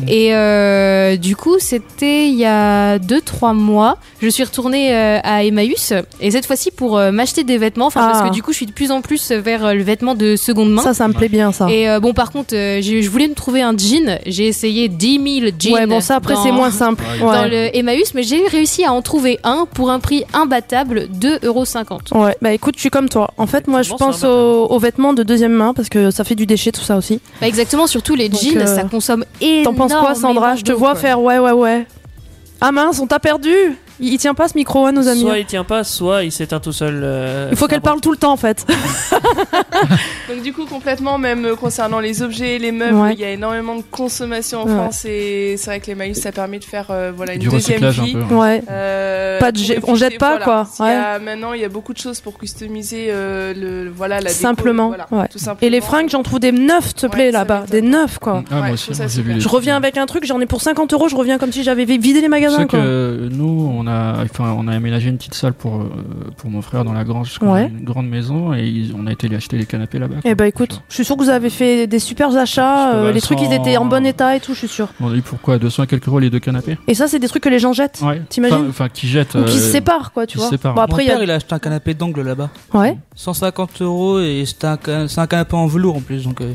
Speaker 6: Et euh, du coup, c'était il y a 2-3 mois. Je suis retournée euh, à Emmaüs et cette fois-ci pour euh, m'acheter des vêtements. Enfin,
Speaker 3: Ah.
Speaker 6: parce que du coup, je suis de plus en plus vers euh, le vêtement de seconde main.
Speaker 3: Ça ça me plaît bien ça.
Speaker 6: et euh, bon, par contre, euh, j'ai- je voulais me trouver un jean. J'ai essayé 10 000 jeans.
Speaker 3: Ouais bon ça après
Speaker 6: dans-
Speaker 3: c'est moins simple.
Speaker 6: Dans
Speaker 3: Ouais.
Speaker 6: le Emmaüs, mais j'ai réussi à en trouver un pour un prix imbattable, 2,50€.
Speaker 3: Ouais, bah écoute, je suis comme toi. En fait, moi, je
Speaker 4: Effectivement,
Speaker 3: pense
Speaker 4: c'est un
Speaker 3: aux, aux vêtements de deuxième main parce que ça fait du déchet, tout ça aussi.
Speaker 6: Bah exactement, surtout les
Speaker 3: Donc,
Speaker 6: jeans,
Speaker 3: euh,
Speaker 6: ça consomme énormément.
Speaker 3: T'en penses quoi, Sandra Je te
Speaker 6: d'eau,
Speaker 3: vois
Speaker 6: quoi.
Speaker 3: faire ouais, ouais, ouais. Ah mince, on t'a perdu Il, il tient pas ce micro, hein, nos amis.
Speaker 4: Soit il tient pas, soit il s'éteint tout seul. euh,
Speaker 3: Il faut qu'elle parle tout le temps, en fait.
Speaker 9: Donc du coup complètement même euh, concernant les objets, les meubles,
Speaker 3: Ouais.
Speaker 9: il y a énormément de consommation en
Speaker 3: Ouais.
Speaker 9: France et c'est vrai que les maïs ça permet de faire euh, voilà une
Speaker 8: Du
Speaker 9: deuxième
Speaker 8: recyclage un
Speaker 9: vie.
Speaker 8: peu, hein.
Speaker 3: ouais.
Speaker 9: Euh,
Speaker 3: Pas de
Speaker 9: pour
Speaker 3: jet- on jette pas,
Speaker 9: voilà.
Speaker 3: quoi.
Speaker 9: Il y a-
Speaker 3: Ouais.
Speaker 9: maintenant il y a beaucoup de choses pour customiser euh, le voilà la déco,
Speaker 3: Simplement,
Speaker 9: voilà,
Speaker 3: ouais.
Speaker 9: tout simplement.
Speaker 3: Et les fringues, j'en trouve des neufs, s'il te
Speaker 9: Ouais,
Speaker 3: plaît,
Speaker 9: ça
Speaker 3: là-bas. Des neufs, quoi.
Speaker 8: Ah,
Speaker 9: Ouais,
Speaker 8: moi
Speaker 9: je
Speaker 8: aussi,
Speaker 9: trouve ça
Speaker 8: moi, j'ai vu
Speaker 9: super.
Speaker 8: les. euh,
Speaker 3: Je reviens avec un truc, j'en ai pour 50 euros, je reviens comme si j'avais vidé les
Speaker 8: Tu sais
Speaker 3: magasins,
Speaker 8: que
Speaker 3: quoi.
Speaker 8: euh, nous, on a, enfin, on a aménagé une petite salle pour, euh, pour mon frère dans la grange, parce qu'on
Speaker 3: Ouais.
Speaker 8: a une grande maison, et ils- on a été les acheter les canapés là-bas. quoi.
Speaker 3: Eh ben écoute, je suis sûr que vous avez fait des super achats,
Speaker 8: Parce que
Speaker 3: euh, les
Speaker 8: elles
Speaker 3: trucs
Speaker 8: sont-
Speaker 3: ils étaient en bon état et tout, je suis sûr.
Speaker 8: On a eu pourquoi 200 et quelques euros les deux canapés
Speaker 3: Et ça, c'est des trucs que les gens jettent.
Speaker 8: Ouais.
Speaker 3: T'imagines
Speaker 8: Enfin, enfin, qui jettent.
Speaker 3: Ou qui
Speaker 8: euh,
Speaker 3: se séparent, quoi, tu
Speaker 8: qui se
Speaker 3: vois.
Speaker 8: séparent.
Speaker 3: Bon,
Speaker 7: Mon
Speaker 3: après, il y
Speaker 7: père,
Speaker 3: a.
Speaker 7: il a acheté un canapé d'angle là-bas.
Speaker 3: Ouais.
Speaker 7: 150 euros et c'est un, ca- c'est un canapé en velours en plus. Donc, euh,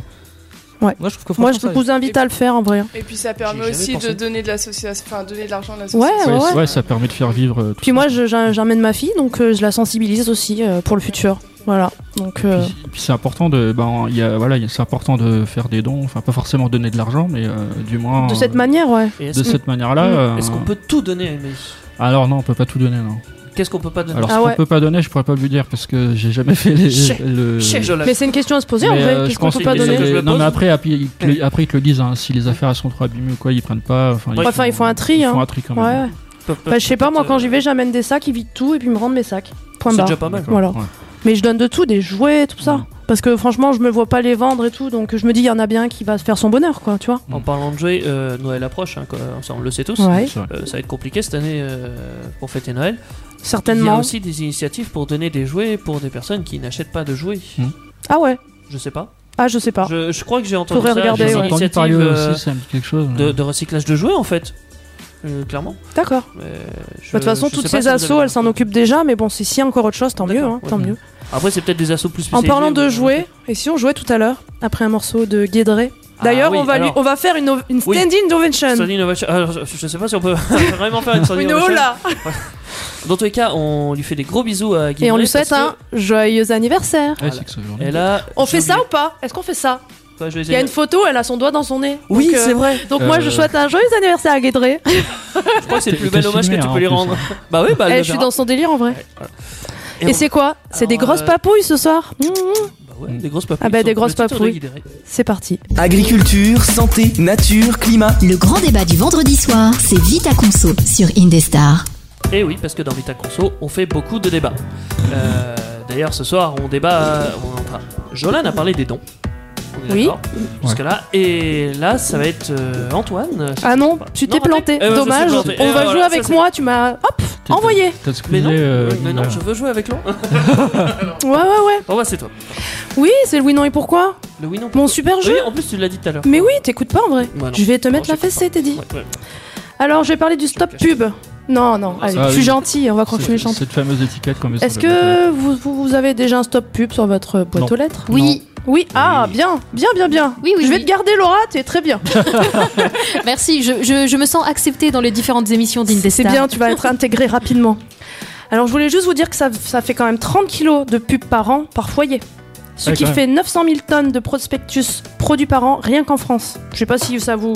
Speaker 3: Ouais.
Speaker 7: Moi, je trouve que
Speaker 3: Moi,
Speaker 7: franchement,
Speaker 3: je
Speaker 7: ça-
Speaker 3: vous invite à le faire en vrai. hein.
Speaker 9: Et puis ça permet
Speaker 4: J'y ai
Speaker 9: aussi
Speaker 4: jamais
Speaker 9: de
Speaker 4: pensé.
Speaker 9: donner de l'association, enfin donner de l'argent à
Speaker 3: Ouais,
Speaker 9: l'association.
Speaker 3: ouais,
Speaker 8: Ouais,
Speaker 3: ouais.
Speaker 8: ouais, ça permet de faire vivre euh, tout
Speaker 3: Puis moi, je- j'in- j'emmène ma fille, donc euh, je la sensibilise aussi euh, pour le futur. Voilà. Donc, euh,
Speaker 8: Puis, puis c'est important de, ben, il y a, voilà, il y a- c'est important de faire des dons. Enfin, pas forcément donner de l'argent, mais euh, du moins
Speaker 3: de cette
Speaker 8: euh,
Speaker 3: manière, ouais.
Speaker 4: Et
Speaker 8: de
Speaker 4: Est-ce
Speaker 8: cette manière-là.
Speaker 3: Mm.
Speaker 8: euh,
Speaker 4: est-ce qu'on peut tout donner à une maïs
Speaker 8: Alors non, on peut pas tout donner, non.
Speaker 4: Qu'est-ce qu'on peut pas donner
Speaker 8: Alors
Speaker 3: Ah
Speaker 8: ce
Speaker 3: ouais.
Speaker 8: qu'on peut pas donner, je pourrais pas vous dire parce que j'ai jamais fait les,
Speaker 4: Chais.
Speaker 8: le.
Speaker 4: Chez Jolaf.
Speaker 3: Mais c'est une question à se poser en
Speaker 8: Mais,
Speaker 3: vrai.
Speaker 8: euh,
Speaker 3: Qu'est-ce
Speaker 8: je
Speaker 3: qu'on
Speaker 8: pense
Speaker 3: peut
Speaker 4: que
Speaker 3: pas
Speaker 8: qu'ils-
Speaker 4: les-
Speaker 3: donner
Speaker 4: que je me
Speaker 8: non mais
Speaker 4: pose.
Speaker 8: après, euh, après, ils te le- après, ils te le disent hein, si les affaires elles sont trop abîmées ou quoi ils prennent pas enfin ils
Speaker 4: Ouais,
Speaker 8: font-
Speaker 3: enfin, ils font un tri,
Speaker 8: ils font
Speaker 3: hein.
Speaker 8: un tri quand
Speaker 3: Ouais.
Speaker 8: même
Speaker 3: ouais. Bah, je sais pas, moi quand j'y vais, j'amène des sacs, ils vident tout et puis ils me rendent mes sacs. Point
Speaker 4: euh, C'est
Speaker 3: barre.
Speaker 4: déjà pas mal.
Speaker 8: D'accord,
Speaker 3: Voilà.
Speaker 8: ouais.
Speaker 3: Mais je donne de tout, des jouets, tout ça.
Speaker 8: Mm.
Speaker 3: Parce que franchement, je me vois pas les vendre et tout, donc je me dis, il y en a bien un qui va se faire son bonheur, quoi, tu vois.
Speaker 4: En parlant de jouets, euh, Noël approche, hein, quoi, ça on le sait tous.
Speaker 3: Ouais,
Speaker 8: C'est vrai.
Speaker 4: Euh, ça va être compliqué cette année euh, pour fêter Noël. Il y a
Speaker 3: certainement.
Speaker 4: aussi des initiatives pour donner des jouets pour des personnes qui n'achètent pas de jouets.
Speaker 8: Hmm.
Speaker 3: Ah ouais
Speaker 4: Je sais pas.
Speaker 3: Ah, je sais pas.
Speaker 4: Je, je crois que j'ai entendu
Speaker 3: Faudrait
Speaker 4: ça,
Speaker 3: regarder,
Speaker 4: des
Speaker 8: j'ai
Speaker 3: ouais.
Speaker 8: entendu
Speaker 4: initiatives
Speaker 8: parler
Speaker 4: euh,
Speaker 8: aussi ça me dit quelque chose
Speaker 4: de, de recyclage de jouets en fait. Euh, clairement.
Speaker 3: D'accord. Bah,
Speaker 4: Mais je-
Speaker 3: De toute façon,
Speaker 4: je
Speaker 3: toutes ces
Speaker 4: sais pas si vous avez
Speaker 3: assos, elles s'en
Speaker 4: compris.
Speaker 3: occupent déjà, mais bon, si s'il y a encore autre chose, tant mieux,
Speaker 4: D'accord,
Speaker 3: hein,
Speaker 4: ouais.
Speaker 3: tant mieux.
Speaker 4: Après, c'est peut-être des assos plus
Speaker 3: En
Speaker 4: spécialisés
Speaker 3: parlant
Speaker 4: ou-
Speaker 3: de jouets, et si on jouait tout à l'heure, après un morceau de Guédré
Speaker 4: Ah
Speaker 3: D'ailleurs,
Speaker 4: oui,
Speaker 3: on, va lui-
Speaker 4: alors,
Speaker 3: on va faire une, ov- une
Speaker 4: Oui.
Speaker 3: standing ovation.
Speaker 4: euh, Sony Innovation- alors, je, je sais pas si on peut vraiment faire une Sony
Speaker 3: Une
Speaker 4: Innovation.
Speaker 3: hola
Speaker 4: Dans tous les cas, on lui fait des gros bisous à Guy.
Speaker 3: Et on lui
Speaker 4: Mollet parce
Speaker 3: souhaite un joyeux anniversaire.
Speaker 8: Ouais, c'est que ça,
Speaker 4: que-
Speaker 8: aujourd'hui.
Speaker 4: Et là,
Speaker 3: On
Speaker 4: j'ai
Speaker 3: fait ça
Speaker 4: oublié-
Speaker 3: ou pas Est-ce qu'on fait ça
Speaker 4: Quoi, je vais
Speaker 3: Il y a
Speaker 4: essayer-
Speaker 3: une photo, elle a son doigt dans son nez.
Speaker 4: Oui,
Speaker 3: Donc, euh,
Speaker 4: c'est vrai.
Speaker 3: Donc moi, je
Speaker 8: Euh,
Speaker 3: souhaite un joyeux anniversaire à Guédré.
Speaker 4: Je crois que c'est le
Speaker 8: T'es-
Speaker 4: plus bel
Speaker 8: t'es
Speaker 4: hommage que
Speaker 8: filmé,
Speaker 4: tu
Speaker 8: hein,
Speaker 4: peux lui
Speaker 8: en plus,
Speaker 4: rendre. Bah oui, bah elle
Speaker 3: Eh,
Speaker 4: le
Speaker 3: je suis
Speaker 4: verra.
Speaker 3: dans son délire en vrai.
Speaker 4: Et
Speaker 3: Et,
Speaker 4: on-
Speaker 3: c'est quoi C'est des
Speaker 4: Alors,
Speaker 3: grosses
Speaker 4: euh,
Speaker 3: papouilles ce soir Mmh, mmh.
Speaker 4: Bah ouais, des grosses papouilles.
Speaker 3: Ah bah,
Speaker 4: sur
Speaker 3: des
Speaker 4: le
Speaker 3: grosses
Speaker 4: titre de
Speaker 3: papouilles.
Speaker 4: Guideret.
Speaker 3: C'est parti.
Speaker 1: Agriculture, santé, nature, climat.
Speaker 10: Le grand débat du vendredi soir, c'est Vita Conso sur Indestar.
Speaker 4: Et oui, parce que dans Vita Conso, on fait beaucoup de débats. Euh, D'ailleurs, ce soir, on débat. euh, on- enfin, Jolan a parlé des dons. On est
Speaker 3: Oui.
Speaker 4: d'accord Jusque-là. Et là, ça va être euh, Antoine.
Speaker 3: Ah non, tu t'es
Speaker 4: Non,
Speaker 3: planté.
Speaker 4: Eh ouais, je
Speaker 3: Dommage.
Speaker 4: suis planté. Eh
Speaker 3: On va
Speaker 4: voilà,
Speaker 3: jouer
Speaker 4: ça,
Speaker 3: avec
Speaker 4: c'est-
Speaker 3: moi. Tu m'as. Hop
Speaker 8: T'as-
Speaker 3: Envoyé.
Speaker 8: t'as
Speaker 4: Mais
Speaker 8: excusé,
Speaker 4: non,
Speaker 8: euh,
Speaker 4: mais non,
Speaker 8: Linda.
Speaker 4: je veux jouer avec l'on.
Speaker 3: Ouais, ouais, ouais.
Speaker 4: Bon, bah, c'est toi.
Speaker 3: Oui, c'est le Winon et pourquoi
Speaker 4: Le oui, non.
Speaker 3: Mon super jeu
Speaker 4: Oui, en plus, tu l'as dit tout à l'heure.
Speaker 3: Mais oui, t'écoutes pas en vrai.
Speaker 4: Moi, non.
Speaker 3: Je vais te
Speaker 4: Non,
Speaker 3: mettre la
Speaker 4: j'écoute
Speaker 3: fessée,
Speaker 4: pas.
Speaker 3: t'es dit.
Speaker 4: Ouais, ouais.
Speaker 3: Alors, je vais parler du stop
Speaker 4: cache
Speaker 3: pub. Non, non, allez,
Speaker 8: Ah
Speaker 3: je suis
Speaker 8: oui.
Speaker 3: gentil, on va croire que je suis
Speaker 8: C'est-
Speaker 3: méchante.
Speaker 8: cette fameuse étiquette comme
Speaker 3: Est-ce que vous, vous- vous avez déjà un stop pub sur votre boîte
Speaker 8: Non.
Speaker 3: aux lettres
Speaker 6: Oui,
Speaker 3: Oui, ah, bien, bien, bien, bien.
Speaker 6: Oui, oui,
Speaker 3: Je vais
Speaker 6: oui.
Speaker 3: te garder, Laura, t'es très bien.
Speaker 6: merci. Je, je- je me sens acceptée dans les différentes émissions d'Indestar.
Speaker 3: C'est bien, tu vas être intégré rapidement. Alors, je voulais juste vous dire que ça, ça fait quand même 30 kilos de pub par an par foyer. Ce
Speaker 8: Ouais,
Speaker 3: qui
Speaker 8: quand même.
Speaker 3: fait 900 000 tonnes de prospectus produits par an, rien qu'en France. Je sais pas si ça vous